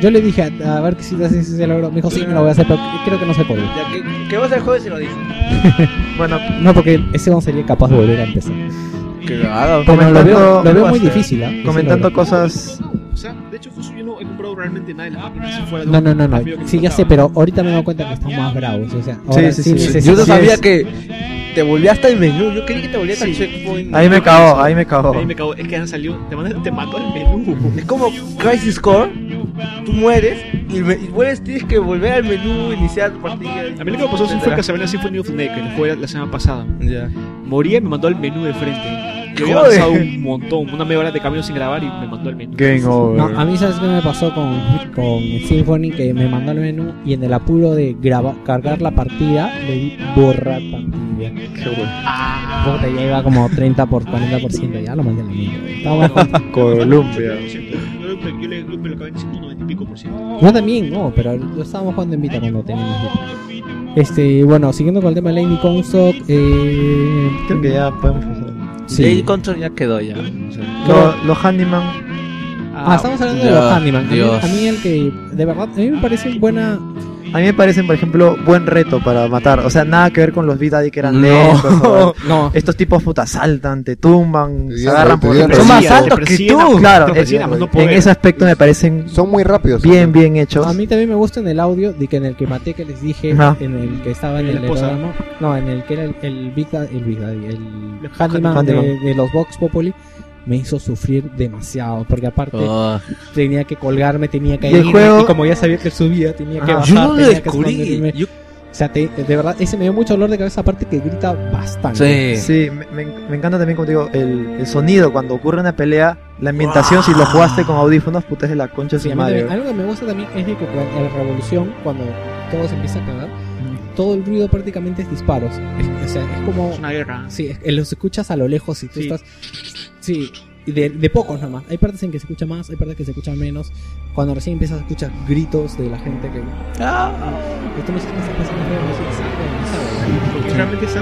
[SPEAKER 1] Yo le dije a, a ver que si te haces ese logro. Me dijo, sí, me lo voy a hacer, pero creo que no se puede.
[SPEAKER 8] Ya que, que vas al jueves y lo dices.
[SPEAKER 2] Bueno,
[SPEAKER 1] No, porque ese no sería capaz de volver a empezar.
[SPEAKER 8] Claro.
[SPEAKER 1] Pero lo veo,
[SPEAKER 2] Comentando-
[SPEAKER 1] lo veo muy
[SPEAKER 2] este,
[SPEAKER 1] difícil, ¿ah? Ese
[SPEAKER 2] comentando
[SPEAKER 1] logro.
[SPEAKER 2] cosas.
[SPEAKER 4] O sea, de hecho, justo yo no he comprado realmente nada de las máquinas. si fuera de
[SPEAKER 1] No,
[SPEAKER 4] un
[SPEAKER 1] no, no,
[SPEAKER 4] amigo que
[SPEAKER 1] no.
[SPEAKER 4] me
[SPEAKER 1] Sí, ya
[SPEAKER 4] contaba.
[SPEAKER 1] sé, pero ahorita me he dado cuenta que están más bravos. O sea, ahora sí,
[SPEAKER 2] sí, sí.
[SPEAKER 1] necesitan-
[SPEAKER 8] Yo no
[SPEAKER 2] Sí
[SPEAKER 8] sabía
[SPEAKER 2] es.
[SPEAKER 8] que te volví hasta el menú. Yo creí que te volví hasta el
[SPEAKER 4] Sí.
[SPEAKER 8] checkpoint.
[SPEAKER 2] Ahí me cagó, ahí me cagó.
[SPEAKER 4] Ahí me cago, es que han salido, te, mandan- te mató el menú.
[SPEAKER 8] Es como Crisis Core. Tú mueres y, me- y mueres, tienes que volver al menú, iniciar tu partida.
[SPEAKER 4] A mí lo que me pasó sí fue Castlevania Symphony of the Night, que lo jugué la semana pasada.
[SPEAKER 8] Ya.
[SPEAKER 4] Moría y me mandó al menú de frente. Yo había
[SPEAKER 8] Joder.
[SPEAKER 4] avanzado un montón, una media hora de camino sin grabar y me mandó al menú.
[SPEAKER 5] Game
[SPEAKER 1] No,
[SPEAKER 5] over.
[SPEAKER 1] a mí sabes qué me pasó con, con Symphony que me mandó al menú y en el apuro de graba- cargar la partida le di borrar partida. Qué bueno. ya iba como 30 por 40%, ya lo mandé a la mierda. Estaba más contento.
[SPEAKER 5] Colombia.
[SPEAKER 4] Yo lo- yo le- lo- me lo acabé en 190 y pico por ciento.
[SPEAKER 1] No también, no, pero lo estábamos jugando en Vita cuando teníamos Vita. Este, bueno, siguiendo con el tema de Lady Comstock, eh,
[SPEAKER 2] Creo que ya podemos pasar.
[SPEAKER 1] sí.
[SPEAKER 8] Lady Control ya quedó ya. O sea,
[SPEAKER 1] Creo-
[SPEAKER 2] Lo- Los handyman.
[SPEAKER 1] Ah, estamos hablando de
[SPEAKER 8] Dios,
[SPEAKER 1] los Handyman. A mí,
[SPEAKER 8] Dios.
[SPEAKER 1] a mí el que, de verdad, a mí me parece buena,
[SPEAKER 2] A mí me parecen, por ejemplo, buen reto para matar. O sea, nada que ver con los Big Daddy que eran
[SPEAKER 8] No.
[SPEAKER 2] lentos. o-
[SPEAKER 1] no,
[SPEAKER 2] Estos tipos puta saltan, te tumban,
[SPEAKER 5] Y
[SPEAKER 2] se
[SPEAKER 5] ya,
[SPEAKER 2] agarran
[SPEAKER 5] te
[SPEAKER 2] por
[SPEAKER 5] digan
[SPEAKER 2] el
[SPEAKER 5] Son más
[SPEAKER 2] tobillo.
[SPEAKER 5] altos
[SPEAKER 4] que
[SPEAKER 2] tú. Claro,
[SPEAKER 4] Claro,
[SPEAKER 2] es-
[SPEAKER 4] no
[SPEAKER 5] en
[SPEAKER 2] En
[SPEAKER 4] poder.
[SPEAKER 2] ese aspecto me parecen
[SPEAKER 5] Son muy rápidos.
[SPEAKER 2] bien, bien hechos.
[SPEAKER 1] A mí también me gusta en el audio de que en el que maté que les dije,
[SPEAKER 2] Ajá.
[SPEAKER 1] en el que estaba en
[SPEAKER 4] La
[SPEAKER 1] el
[SPEAKER 4] esposa.
[SPEAKER 1] aeródromo, no, en el que era el, el Big Daddy, el, Big Daddy, el
[SPEAKER 4] La-
[SPEAKER 1] handyman,
[SPEAKER 2] Handyman.
[SPEAKER 1] De, de los Vox Populi, me hizo sufrir demasiado, porque aparte
[SPEAKER 8] oh.
[SPEAKER 1] tenía que colgarme, tenía que
[SPEAKER 2] Y el
[SPEAKER 1] ir,
[SPEAKER 2] juego-
[SPEAKER 1] y como ya sabía que subía, tenía que
[SPEAKER 2] Ajá.
[SPEAKER 1] bajar,
[SPEAKER 8] Ah, Yo lo
[SPEAKER 1] tenía que
[SPEAKER 8] descubrí.
[SPEAKER 1] esconderme.
[SPEAKER 8] Yo,
[SPEAKER 1] O sea, te- de verdad, ese me dio mucho dolor de cabeza, aparte que grita bastante.
[SPEAKER 8] sí.
[SPEAKER 2] Sí, me, me en- me encanta también, como te digo, el, el sonido cuando ocurre una pelea, la ambientación, si lo jugaste con audífonos, puta es de la concha de
[SPEAKER 1] Sí,
[SPEAKER 2] su
[SPEAKER 1] a mí
[SPEAKER 2] madre.
[SPEAKER 1] también- algo que me gusta también es de que cuando- en la revolución, cuando todo se empieza a cagar, todo el ruido prácticamente es disparos. Es- o sea, es como
[SPEAKER 4] Es una guerra.
[SPEAKER 1] Sí, es que los escuchas a lo lejos y tú
[SPEAKER 4] Sí.
[SPEAKER 1] estás. Sí, y de, de pocos nomás. Hay partes en que se escucha más, hay partes que se escucha menos. Cuando recién empiezas a escuchar gritos de la gente que.
[SPEAKER 8] Ah.
[SPEAKER 1] Que tú no sabes qué está pasando, pero no sabes, no sabes.
[SPEAKER 4] Porque realmente es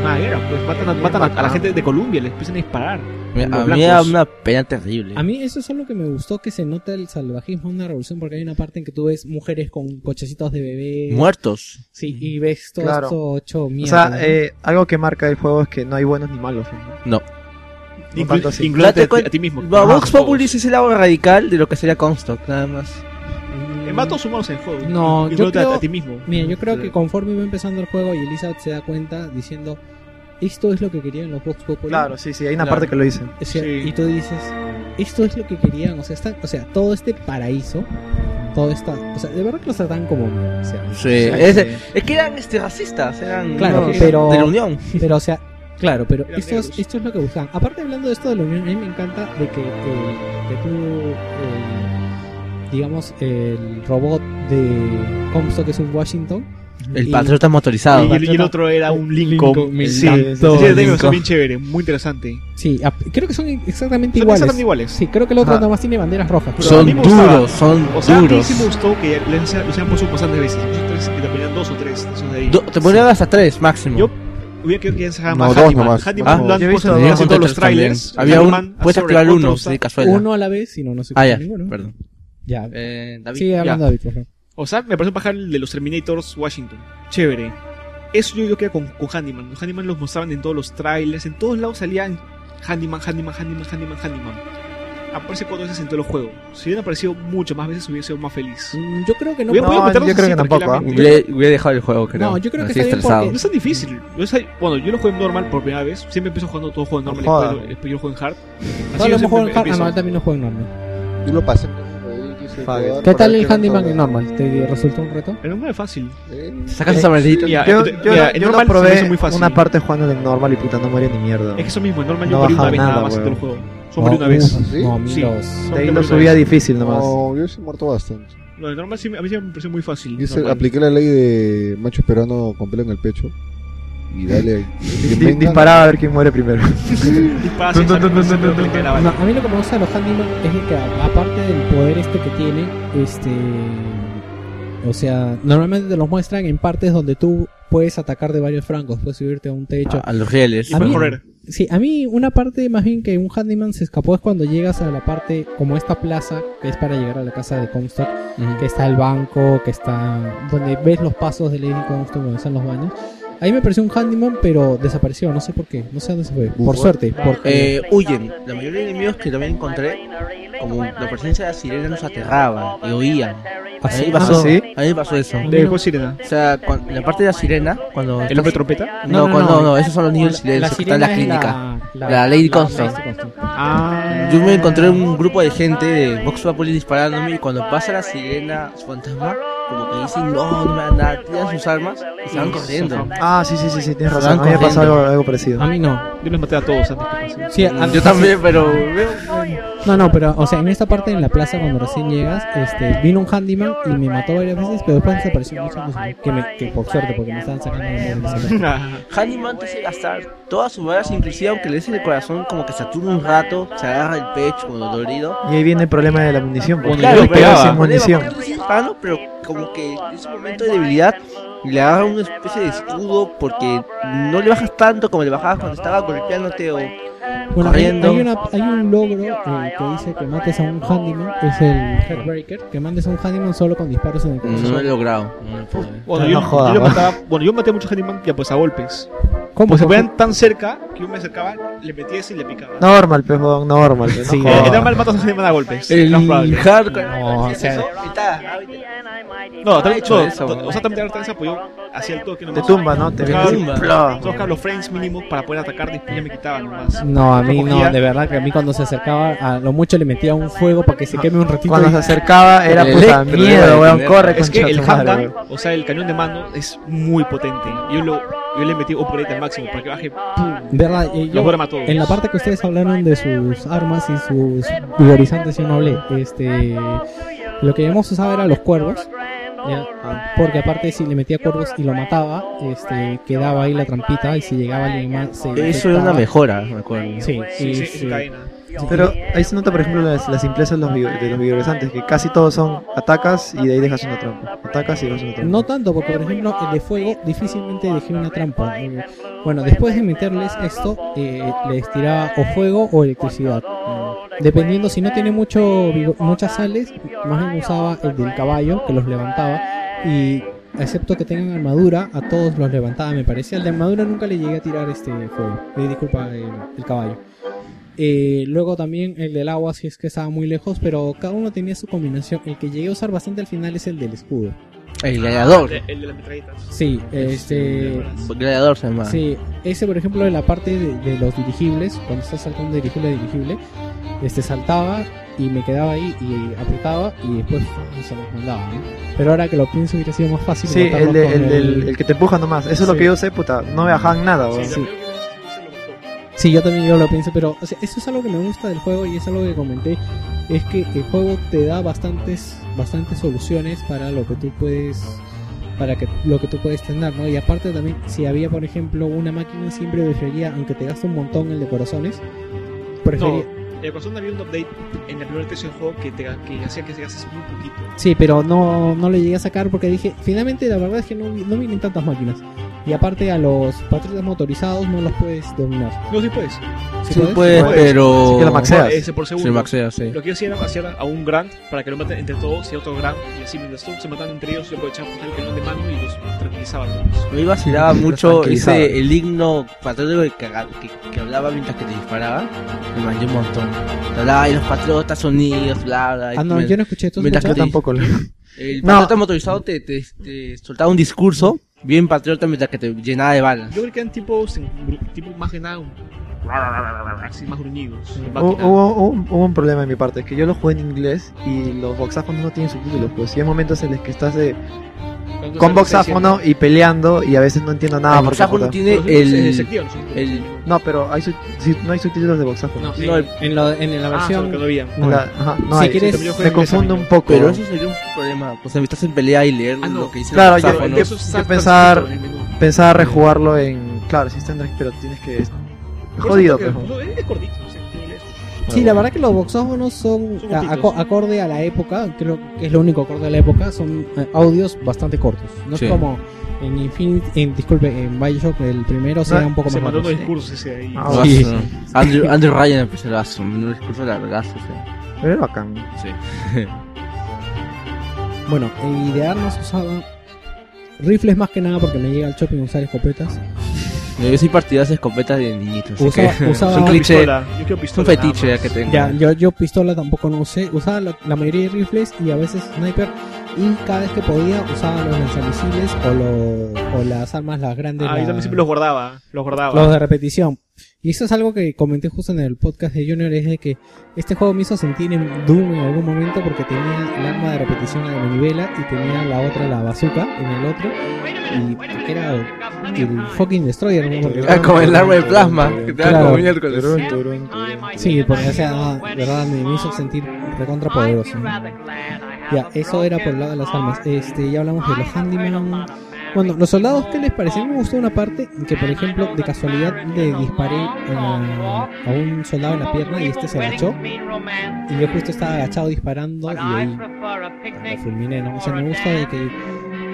[SPEAKER 4] una guerra. Pues matan, a, matan a, a la gente de Colombia, les empiezan a disparar.
[SPEAKER 8] Me- A
[SPEAKER 4] Los
[SPEAKER 8] mí era
[SPEAKER 4] blancos.
[SPEAKER 8] una pena terrible.
[SPEAKER 1] A mí eso es algo que me gustó: que se nota el salvajismo en una revolución, porque hay una parte en que tú ves mujeres con cochecitos de bebé.
[SPEAKER 8] Muertos.
[SPEAKER 1] Sí, y ves todo
[SPEAKER 2] Claro.
[SPEAKER 1] esto hecho
[SPEAKER 2] O
[SPEAKER 1] mierda.
[SPEAKER 2] sea, eh, algo que marca el juego es que no hay buenos ni malos. ¿no?
[SPEAKER 8] No.
[SPEAKER 2] No tanto así.
[SPEAKER 4] Incluyente
[SPEAKER 8] Date
[SPEAKER 4] a ti mismo.
[SPEAKER 8] Va, Vox
[SPEAKER 3] Ah,
[SPEAKER 4] Todos.
[SPEAKER 8] Populi es el lado radical de lo que sería Comstock, nada más.
[SPEAKER 4] Eh, Va a todos humanos en el juego.
[SPEAKER 1] No, yo
[SPEAKER 4] Incluyente a-
[SPEAKER 1] creo-
[SPEAKER 4] a ti mismo.
[SPEAKER 1] Mm. Mira, yo creo que conforme va empezando el juego y Elizabeth se da cuenta diciendo. Esto es lo que querían los Vox Populi.
[SPEAKER 2] Claro, sí, sí, hay una
[SPEAKER 8] Claro.
[SPEAKER 2] parte que lo dicen.
[SPEAKER 1] O sea,
[SPEAKER 4] Sí.
[SPEAKER 1] Y tú dices, esto es lo que querían, o sea, está- o sea todo este paraíso, todo esta, o sea, de verdad que los tratan como... mierda, o sea,
[SPEAKER 8] Sí, es, es que eran este, racistas, eran
[SPEAKER 1] Claro,
[SPEAKER 8] unos
[SPEAKER 1] pero-
[SPEAKER 8] de la Unión.
[SPEAKER 1] pero, o sea, claro, pero
[SPEAKER 4] Eran
[SPEAKER 1] esto es,
[SPEAKER 4] negros.
[SPEAKER 1] esto es lo que buscan. Aparte, hablando de esto de la unión, a mí me encanta de que, el- que tú, el- digamos, el robot de Comstock, que es un Washington,
[SPEAKER 8] El
[SPEAKER 1] Y-
[SPEAKER 8] patriota motorizado.
[SPEAKER 4] Y el, y el otro era un Lincoln.
[SPEAKER 1] Lincoln, me
[SPEAKER 4] sí,
[SPEAKER 1] encantó,
[SPEAKER 4] sí, sí, sí,
[SPEAKER 8] Lincoln.
[SPEAKER 4] son bien chévere, muy interesante.
[SPEAKER 1] sí, ap- creo que son exactamente
[SPEAKER 4] Son
[SPEAKER 1] iguales.
[SPEAKER 4] exactamente iguales.
[SPEAKER 1] Sí, creo que el otro
[SPEAKER 2] Ajá.
[SPEAKER 1] nada más tiene banderas rojas.
[SPEAKER 4] Pero a mí
[SPEAKER 8] Ah. Son
[SPEAKER 4] me gustaba.
[SPEAKER 8] duros, son
[SPEAKER 4] O sea, a mí
[SPEAKER 8] duros.
[SPEAKER 4] sí me gustó que les hacían- los han puesto bastantes veces. Esos tres, que te ponían dos o tres. Esos de ahí.
[SPEAKER 8] Do- te ponían hasta tres máximo.
[SPEAKER 4] Yo- Hubiera querido que ya se haga
[SPEAKER 5] No,
[SPEAKER 4] más
[SPEAKER 5] dos
[SPEAKER 4] Handyman.
[SPEAKER 5] nomás.
[SPEAKER 4] Handyman
[SPEAKER 8] Ah,
[SPEAKER 4] lo han
[SPEAKER 2] yo he
[SPEAKER 4] puesto
[SPEAKER 2] visto
[SPEAKER 4] en
[SPEAKER 2] dos.
[SPEAKER 4] casi todos los
[SPEAKER 8] Counter también.
[SPEAKER 4] trailers.
[SPEAKER 8] Había
[SPEAKER 4] Handyman,
[SPEAKER 8] un, puedes
[SPEAKER 4] Azure
[SPEAKER 8] activar
[SPEAKER 4] Control,
[SPEAKER 8] uno,
[SPEAKER 4] Sa-
[SPEAKER 8] sí, cazuela.
[SPEAKER 1] Uno a la vez y no, no se
[SPEAKER 8] ah,
[SPEAKER 1] escucha
[SPEAKER 8] ya,
[SPEAKER 1] ninguno.
[SPEAKER 8] perdón.
[SPEAKER 1] Ya,
[SPEAKER 8] Eh, David.
[SPEAKER 1] sigue hablando David, por favor.
[SPEAKER 4] O sea, me parece un pajar el de los Terminators Washington. Chévere. Eso yo, yo quedé con, con Handyman. Los Handyman los mostraban en todos los trailers. En todos lados salían Handyman, Handyman, Handyman, Handyman, Handyman. aparece cuatro veces en todo el juego. Si hubieran aparecido mucho más veces, hubiera sido más feliz.
[SPEAKER 1] Mm, Yo creo que no.
[SPEAKER 4] Hubiera
[SPEAKER 2] No,
[SPEAKER 4] podido matarlos
[SPEAKER 2] yo creo
[SPEAKER 4] así
[SPEAKER 2] que tampoco, ¿ah?
[SPEAKER 4] tranquilamente. Eh,
[SPEAKER 3] Hubiera, hubiera dejado el juego, creo.
[SPEAKER 1] No, yo creo que
[SPEAKER 3] Así
[SPEAKER 1] está bien
[SPEAKER 3] estresado.
[SPEAKER 1] porque-
[SPEAKER 4] No es tan difícil. Yo sé- bueno, yo lo jugué en normal por primera vez. Siempre empiezo jugando todo juego en normal.
[SPEAKER 2] Joda.
[SPEAKER 4] y después- Después yo lo juego en hard. Así
[SPEAKER 1] No,
[SPEAKER 4] yo
[SPEAKER 1] lo hemos
[SPEAKER 4] siempre
[SPEAKER 1] jugado en hard. Ah,
[SPEAKER 4] empiezo.
[SPEAKER 1] no, también lo juego en normal.
[SPEAKER 5] Yo lo pasé.
[SPEAKER 2] Fuck it.
[SPEAKER 1] ¿Qué tal el Handyman en normal? ¿Te resultó un reto?
[SPEAKER 4] El normal es fácil.
[SPEAKER 5] Eh,
[SPEAKER 3] ¿Te sacas esa maldita?
[SPEAKER 5] Ah,
[SPEAKER 4] Ya,
[SPEAKER 2] Yo,
[SPEAKER 4] ent-
[SPEAKER 2] yo,
[SPEAKER 4] ya,
[SPEAKER 2] lo-
[SPEAKER 4] en
[SPEAKER 2] yo lo
[SPEAKER 4] normal se me
[SPEAKER 2] probé
[SPEAKER 4] hizo muy fácil.
[SPEAKER 2] una parte jugando en normal y puta, no moría ni mierda.
[SPEAKER 4] Es que eso mismo, en normal yo
[SPEAKER 2] No
[SPEAKER 4] morí una
[SPEAKER 2] bajaba
[SPEAKER 4] vez nada
[SPEAKER 2] nada,
[SPEAKER 4] más en todo el
[SPEAKER 2] weón.
[SPEAKER 4] juego. Yo morí
[SPEAKER 1] No, uh.
[SPEAKER 4] una vez.
[SPEAKER 1] un- No,
[SPEAKER 4] Sí.
[SPEAKER 1] amigos.
[SPEAKER 2] De ahí
[SPEAKER 4] Yo
[SPEAKER 2] lo
[SPEAKER 4] morí una
[SPEAKER 2] subía
[SPEAKER 4] vez.
[SPEAKER 2] difícil nomás.
[SPEAKER 5] No, yo sí he muerto bastante.
[SPEAKER 4] No, el normal sí, me- a mí sí me pareció muy fácil.
[SPEAKER 5] Yo se-
[SPEAKER 4] normal.
[SPEAKER 5] apliqué la ley de macho peruano con pelo en el pecho. Y dale.
[SPEAKER 2] Di-
[SPEAKER 5] que
[SPEAKER 2] di-
[SPEAKER 5] vengan.
[SPEAKER 2] disparaba a ver quién muere primero.
[SPEAKER 4] Disparas y sacas- sacas la pelota de la
[SPEAKER 1] No,
[SPEAKER 4] bala.
[SPEAKER 1] a mí lo que me gusta de los Handyman es de que a- aparte del poder este que tiene, este... O sea, normalmente te los muestran en partes donde tú puedes atacar de varios francos, puedes subirte a un techo.
[SPEAKER 3] A los rieles.
[SPEAKER 4] Y
[SPEAKER 1] A mí-
[SPEAKER 4] puedes correr.
[SPEAKER 1] Sí, a mí una parte más bien que un handyman se escapó es cuando llegas a la parte como esta plaza que es para llegar a la casa de Comstock, que está el banco, que está donde ves los pasos de Lady Comstock, donde están los baños. Ahí me pareció un handyman, pero desapareció, no sé por qué, no sé dónde se fue. Por suerte, porque
[SPEAKER 8] Eh, huyen. La mayoría de enemigos que también encontré, como la presencia de la sirena nos aterraba y oían.
[SPEAKER 1] Así
[SPEAKER 8] Ahí pasó,
[SPEAKER 2] ¿Ah, sí?
[SPEAKER 8] ahí pasó eso.
[SPEAKER 4] De juego Sirena.
[SPEAKER 8] O sea, cuan- la parte de la sirena, cuando...
[SPEAKER 4] ¿El hombre trompeta?
[SPEAKER 8] No, no, no, esos son los niños del
[SPEAKER 1] La-
[SPEAKER 8] silencio que están en la
[SPEAKER 1] sirena es
[SPEAKER 8] clínica.
[SPEAKER 1] la,
[SPEAKER 3] La Lady Comstock.
[SPEAKER 4] Ah.
[SPEAKER 8] Yo me encontré un grupo de gente de Vox Populi disparándome y cuando pasa la sirena fantasma, como que dicen, no, no me dan nada, tiran sus armas y se van corriendo.
[SPEAKER 2] Ah, sí, sí, sí, sí, tienes
[SPEAKER 8] Estaban
[SPEAKER 2] razón. A mí me pasó
[SPEAKER 8] corriendo.
[SPEAKER 2] algo, algo parecido.
[SPEAKER 1] A
[SPEAKER 8] Ah,
[SPEAKER 1] mí no.
[SPEAKER 4] Yo los maté a todos antes que pasen.
[SPEAKER 1] Sí, a-
[SPEAKER 3] Yo también, pero... veo-
[SPEAKER 1] No, no, pero, o sea, en esta parte en la plaza cuando recién llegas, este, vino un handyman y me mató varias veces, pero después desapareció mucho que, me, que por suerte, porque me estaban sacando la mierda.
[SPEAKER 4] Ah,
[SPEAKER 8] Handyman te hace gastar todas sus balas, inclusive aunque le des en el corazón, como que se atura un rato, se agarra el pecho como dolorido.
[SPEAKER 2] Y ahí viene el problema de la munición. Porque
[SPEAKER 4] Claro,
[SPEAKER 2] yo lo pegaba
[SPEAKER 4] pegaba.
[SPEAKER 2] sin munición.
[SPEAKER 8] Porque recién disparo, pero como que en ese momento de debilidad le agarra una especie de escudo porque no le bajas tanto como le bajabas cuando estaba golpeándote o
[SPEAKER 1] Bueno, hay,
[SPEAKER 8] Corriendo.
[SPEAKER 1] hay una- hay un logro eh, que dice que mates a un handyman, es el Headbreaker, que mandes a un handyman solo con disparos en el
[SPEAKER 3] No lo he
[SPEAKER 1] corazón.
[SPEAKER 3] logrado. No lo pude.
[SPEAKER 4] Bueno,
[SPEAKER 2] No
[SPEAKER 4] yo,
[SPEAKER 2] jodas,
[SPEAKER 4] yo lo
[SPEAKER 2] man.
[SPEAKER 4] mataba- bueno, yo maté a muchos Handyman ya pues a golpes.
[SPEAKER 1] ¿Cómo?
[SPEAKER 4] Pues se veían tan cerca que yo me acercaba, le metía ese y le picaba.
[SPEAKER 2] Normal, pues, weón, normal. pues, no
[SPEAKER 1] Sí,
[SPEAKER 4] Eh,
[SPEAKER 2] jodas.
[SPEAKER 4] en normal matas a Handyman a golpes.
[SPEAKER 3] El
[SPEAKER 4] lo más probable.
[SPEAKER 3] hardcore.
[SPEAKER 1] No, o sea,
[SPEAKER 4] No, también,
[SPEAKER 3] hecho
[SPEAKER 4] no,
[SPEAKER 3] eso,
[SPEAKER 4] to-
[SPEAKER 3] bro.
[SPEAKER 4] o sea, también la se apoyó hacia el toque.
[SPEAKER 2] Te tumba, ¿no? Te
[SPEAKER 4] Te
[SPEAKER 3] Claro.
[SPEAKER 2] tumba.
[SPEAKER 3] Claro.
[SPEAKER 4] Toca los frames mínimos para poder atacar, después ya me quitaban nomás.
[SPEAKER 1] No, a mí no, de verdad que a mí cuando se acercaba, a lo mucho le metía un fuego para que se queme un ratito.
[SPEAKER 2] Cuando
[SPEAKER 1] y-
[SPEAKER 2] se acercaba era
[SPEAKER 3] El
[SPEAKER 2] puta
[SPEAKER 3] electro,
[SPEAKER 2] miedo,
[SPEAKER 3] el
[SPEAKER 2] weón.
[SPEAKER 3] electro.
[SPEAKER 2] Corre,
[SPEAKER 4] Es que
[SPEAKER 2] concha
[SPEAKER 4] el
[SPEAKER 2] tu madre,
[SPEAKER 4] handgun,
[SPEAKER 2] weón.
[SPEAKER 4] o sea, el cañón de mano es muy potente. Yo, lo, yo le metí operate al máximo para que baje. ¡pum!
[SPEAKER 1] de verdad, eh,
[SPEAKER 4] Los
[SPEAKER 1] yo,
[SPEAKER 4] vuelve a todos.
[SPEAKER 1] En la parte que ustedes hablaron de sus armas y sus vigorizantes, yo no hablé. Este, lo que hemos usado era los cuervos. ¿ya? Porque aparte si le metía cuervos y lo mataba, este, quedaba ahí la trampita y si llegaba alguien más se
[SPEAKER 3] Eso era
[SPEAKER 1] infectaba.
[SPEAKER 3] una mejora, me acuerdo.
[SPEAKER 1] Sí,
[SPEAKER 4] Sí,
[SPEAKER 1] y
[SPEAKER 4] sí,
[SPEAKER 1] sí.
[SPEAKER 4] en cadena.
[SPEAKER 2] Pero ahí se nota, por ejemplo, la, la simpleza de los, vigo- de los vigorizantes, que casi todos son atacas y de ahí dejas una trampa. Atacas y dejas una trampa.
[SPEAKER 1] No tanto, porque por ejemplo el de fuego difícilmente dejé una trampa. Eh, Bueno, después de meterles esto, eh, les tiraba o fuego o electricidad. Eh, Dependiendo si no tiene mucho vigo- muchas sales, más bien usaba el del caballo que los levantaba y excepto que tengan armadura, a todos los levantaba, me parece. Al de armadura nunca le llegué a tirar este fuego. Eh, disculpa, el, el caballo. Eh, luego también el del agua, si es que estaba muy lejos, pero cada uno tenía su combinación. El que llegué a usar bastante al final es el del escudo.
[SPEAKER 3] El gladiador.
[SPEAKER 4] El de- el de las metralletas.
[SPEAKER 1] Sí, este.
[SPEAKER 3] Gladiador se llama.
[SPEAKER 1] Sí, ese por ejemplo en la parte de, de los dirigibles, cuando estás saltando de dirigible a dirigible, este saltaba y me quedaba ahí y apretaba y después ¡fum! se los mandaba, ¿no? Pero ahora que lo pienso hubiera sido más fácil.
[SPEAKER 2] Sí,
[SPEAKER 1] matarlo
[SPEAKER 2] el, de-
[SPEAKER 1] con
[SPEAKER 2] el del el que te empuja nomás. Eso es
[SPEAKER 1] eh.
[SPEAKER 2] lo
[SPEAKER 1] Sí.
[SPEAKER 2] que yo sé, puta. No me bajaban nada, weón.
[SPEAKER 1] Sí. Sí, yo también yo lo pienso, pero o sea, eso es algo que me gusta del juego y es algo que comenté, es que el juego te da bastantes, bastantes soluciones para lo que tú puedes, para que lo que tú puedes tener, ¿no? Y aparte también, si había por ejemplo una máquina siempre prefería, aunque te gaste un montón el de corazones, prefería,
[SPEAKER 4] No, en el corazón había un update en la primera versión del juego que, te, que hacía que se gastes muy poquito.
[SPEAKER 1] sí, pero no, no le llegué a sacar porque dije, finalmente la verdad es que no, vi- no vienen tantas máquinas. Y aparte a los patriotas motorizados no los puedes dominar.
[SPEAKER 4] No, sí puedes.
[SPEAKER 1] ¿Sí
[SPEAKER 3] Sí,
[SPEAKER 1] puedes?
[SPEAKER 3] pues,
[SPEAKER 4] puedes.
[SPEAKER 3] pero.
[SPEAKER 2] Así que la maxeas.
[SPEAKER 4] Ah, ese por segundo.
[SPEAKER 3] Sí, maxea, sí.
[SPEAKER 4] Lo que yo hacía era hacer a un Grant para que lo maten entre todos y a otro Grant. Y así mientras todos se mataban entre ellos, yo aprovechaba para el que de mano y los tranquilizaba a todos.
[SPEAKER 3] Me vacilaba mucho
[SPEAKER 2] tranquilizaba.
[SPEAKER 3] ese el himno patriótico que, caga- que, que hablaba mientras que te disparaba. Me manché un montón. Hablaba y los patriotas unidos, bla, bla. y
[SPEAKER 1] Ah, no,
[SPEAKER 3] me-
[SPEAKER 1] yo no escuché esto.
[SPEAKER 3] Mientras
[SPEAKER 2] Yo
[SPEAKER 3] que te-
[SPEAKER 2] tampoco lo.
[SPEAKER 3] El
[SPEAKER 2] No.
[SPEAKER 3] patriota motorizado te, te, te soltaba un discurso bien patriota mientras que te llenaba de balas.
[SPEAKER 4] Yo creo que eran tipos, en- tipo más que nada, un- así más gruñidos.
[SPEAKER 2] Hubo,
[SPEAKER 4] máquina.
[SPEAKER 2] hubo- hubo un- hubo un problema en mi parte, es que yo lo jugué en inglés y los boxáfonos no tienen subtítulos, pues si hay momentos en los que estás eh,
[SPEAKER 4] Entonces,
[SPEAKER 2] con
[SPEAKER 4] lo que está
[SPEAKER 2] boxáfono y peleando y a veces no entiendo nada
[SPEAKER 3] el
[SPEAKER 2] porque
[SPEAKER 3] hexágono
[SPEAKER 2] puta.
[SPEAKER 3] tiene
[SPEAKER 4] diciendo. Pero eso no se- se
[SPEAKER 3] el,
[SPEAKER 4] activa, no se-
[SPEAKER 3] el-
[SPEAKER 2] No, pero hay sub- sí, no hay subtítulos de boxáfono.
[SPEAKER 4] No, sí.
[SPEAKER 3] no, el-
[SPEAKER 1] En, lo- en la
[SPEAKER 4] Ah, solo
[SPEAKER 1] versión...
[SPEAKER 4] que no había.
[SPEAKER 1] no,
[SPEAKER 2] La- ajá, no
[SPEAKER 1] Si
[SPEAKER 2] hay.
[SPEAKER 1] quieres-
[SPEAKER 4] Yo juego
[SPEAKER 2] me
[SPEAKER 4] en inglés
[SPEAKER 2] confundo
[SPEAKER 4] también.
[SPEAKER 2] un poco.
[SPEAKER 3] pero eso sería un problema. O sea, estás en pelea y leer
[SPEAKER 4] Ah, no.
[SPEAKER 3] lo que dicen
[SPEAKER 2] Claro,
[SPEAKER 3] los
[SPEAKER 2] yo-
[SPEAKER 3] hexágonos.
[SPEAKER 2] eso-
[SPEAKER 4] Esos
[SPEAKER 2] yo
[SPEAKER 4] saltan
[SPEAKER 2] pensar-
[SPEAKER 4] en el menú.
[SPEAKER 2] Pensaba rejugarlo en... Claro, sí está en Drake, pero tienes que... Jodido,
[SPEAKER 4] Por eso
[SPEAKER 2] pero...
[SPEAKER 4] que- no, Es cortito, o sea, en inglés.
[SPEAKER 1] Sí, la verdad que los boxófonos son
[SPEAKER 4] Ah, Son
[SPEAKER 1] a-
[SPEAKER 4] cortitos.
[SPEAKER 1] aco- acorde a la época, creo que es lo único acorde a la época, son eh, audios bastante cortos. No
[SPEAKER 3] Sí.
[SPEAKER 1] es como en Infinity, en, disculpe, en Bioshock el primero sea un poco
[SPEAKER 4] Ah, Se
[SPEAKER 1] más
[SPEAKER 4] mandó
[SPEAKER 1] largo.
[SPEAKER 4] unos discursos ese ahí.
[SPEAKER 2] Ah,
[SPEAKER 3] Ah,
[SPEAKER 1] Sí.
[SPEAKER 3] no. Andrew, Andrew Ryan empezó a hacer un discurso largazo. o sea,
[SPEAKER 2] Pero era bacán.
[SPEAKER 3] sí.
[SPEAKER 1] Bueno, y de armas usaba rifles más que nada porque me llega al shopping a usar escopetas.
[SPEAKER 3] No, Yo soy partidario de escopetas de niñitos. así
[SPEAKER 1] Usaba,
[SPEAKER 3] que-
[SPEAKER 1] usaba-
[SPEAKER 3] Es un cliché.
[SPEAKER 4] Pistola. Yo quiero
[SPEAKER 3] Es un
[SPEAKER 4] pistola.
[SPEAKER 3] fetiche ya
[SPEAKER 4] nada
[SPEAKER 3] que
[SPEAKER 4] más.
[SPEAKER 3] tengo.
[SPEAKER 1] ya, yo, yo pistola tampoco no usé, usaba la, la mayoría de rifles y a veces sniper y cada vez que podía usaba los lanzamisiles o, lo- o las armas las grandes.
[SPEAKER 4] Ah, yo
[SPEAKER 1] la-
[SPEAKER 4] también siempre los guardaba. Los guardaba.
[SPEAKER 1] los de repetición. Y eso es algo que comenté justo en el podcast de Junior, es de que este juego me hizo sentir en Doom en algún momento porque tenía el arma de repetición, la de manivela, y tenía la otra, la bazooka, en el otro, y porque era el fucking destroyer, ¿no? Porque-
[SPEAKER 3] Ah, como el arma de plasma. Que te da
[SPEAKER 1] Claro.
[SPEAKER 3] como miércoles.
[SPEAKER 1] sí, porque o sea, ah, de verdad me, me hizo sentir recontra poderoso. Ya, eso era por el lado de las armas. Este, ya hablamos de los handyman. Bueno, los soldados, ¿qué les pareció? Me gustó una parte en que, por ejemplo, de casualidad le disparé eh, a, a un soldado en la pierna y este se agachó. Y yo justo estaba agachado disparando y ahí lo fulminé, ¿no? O sea, me gusta de que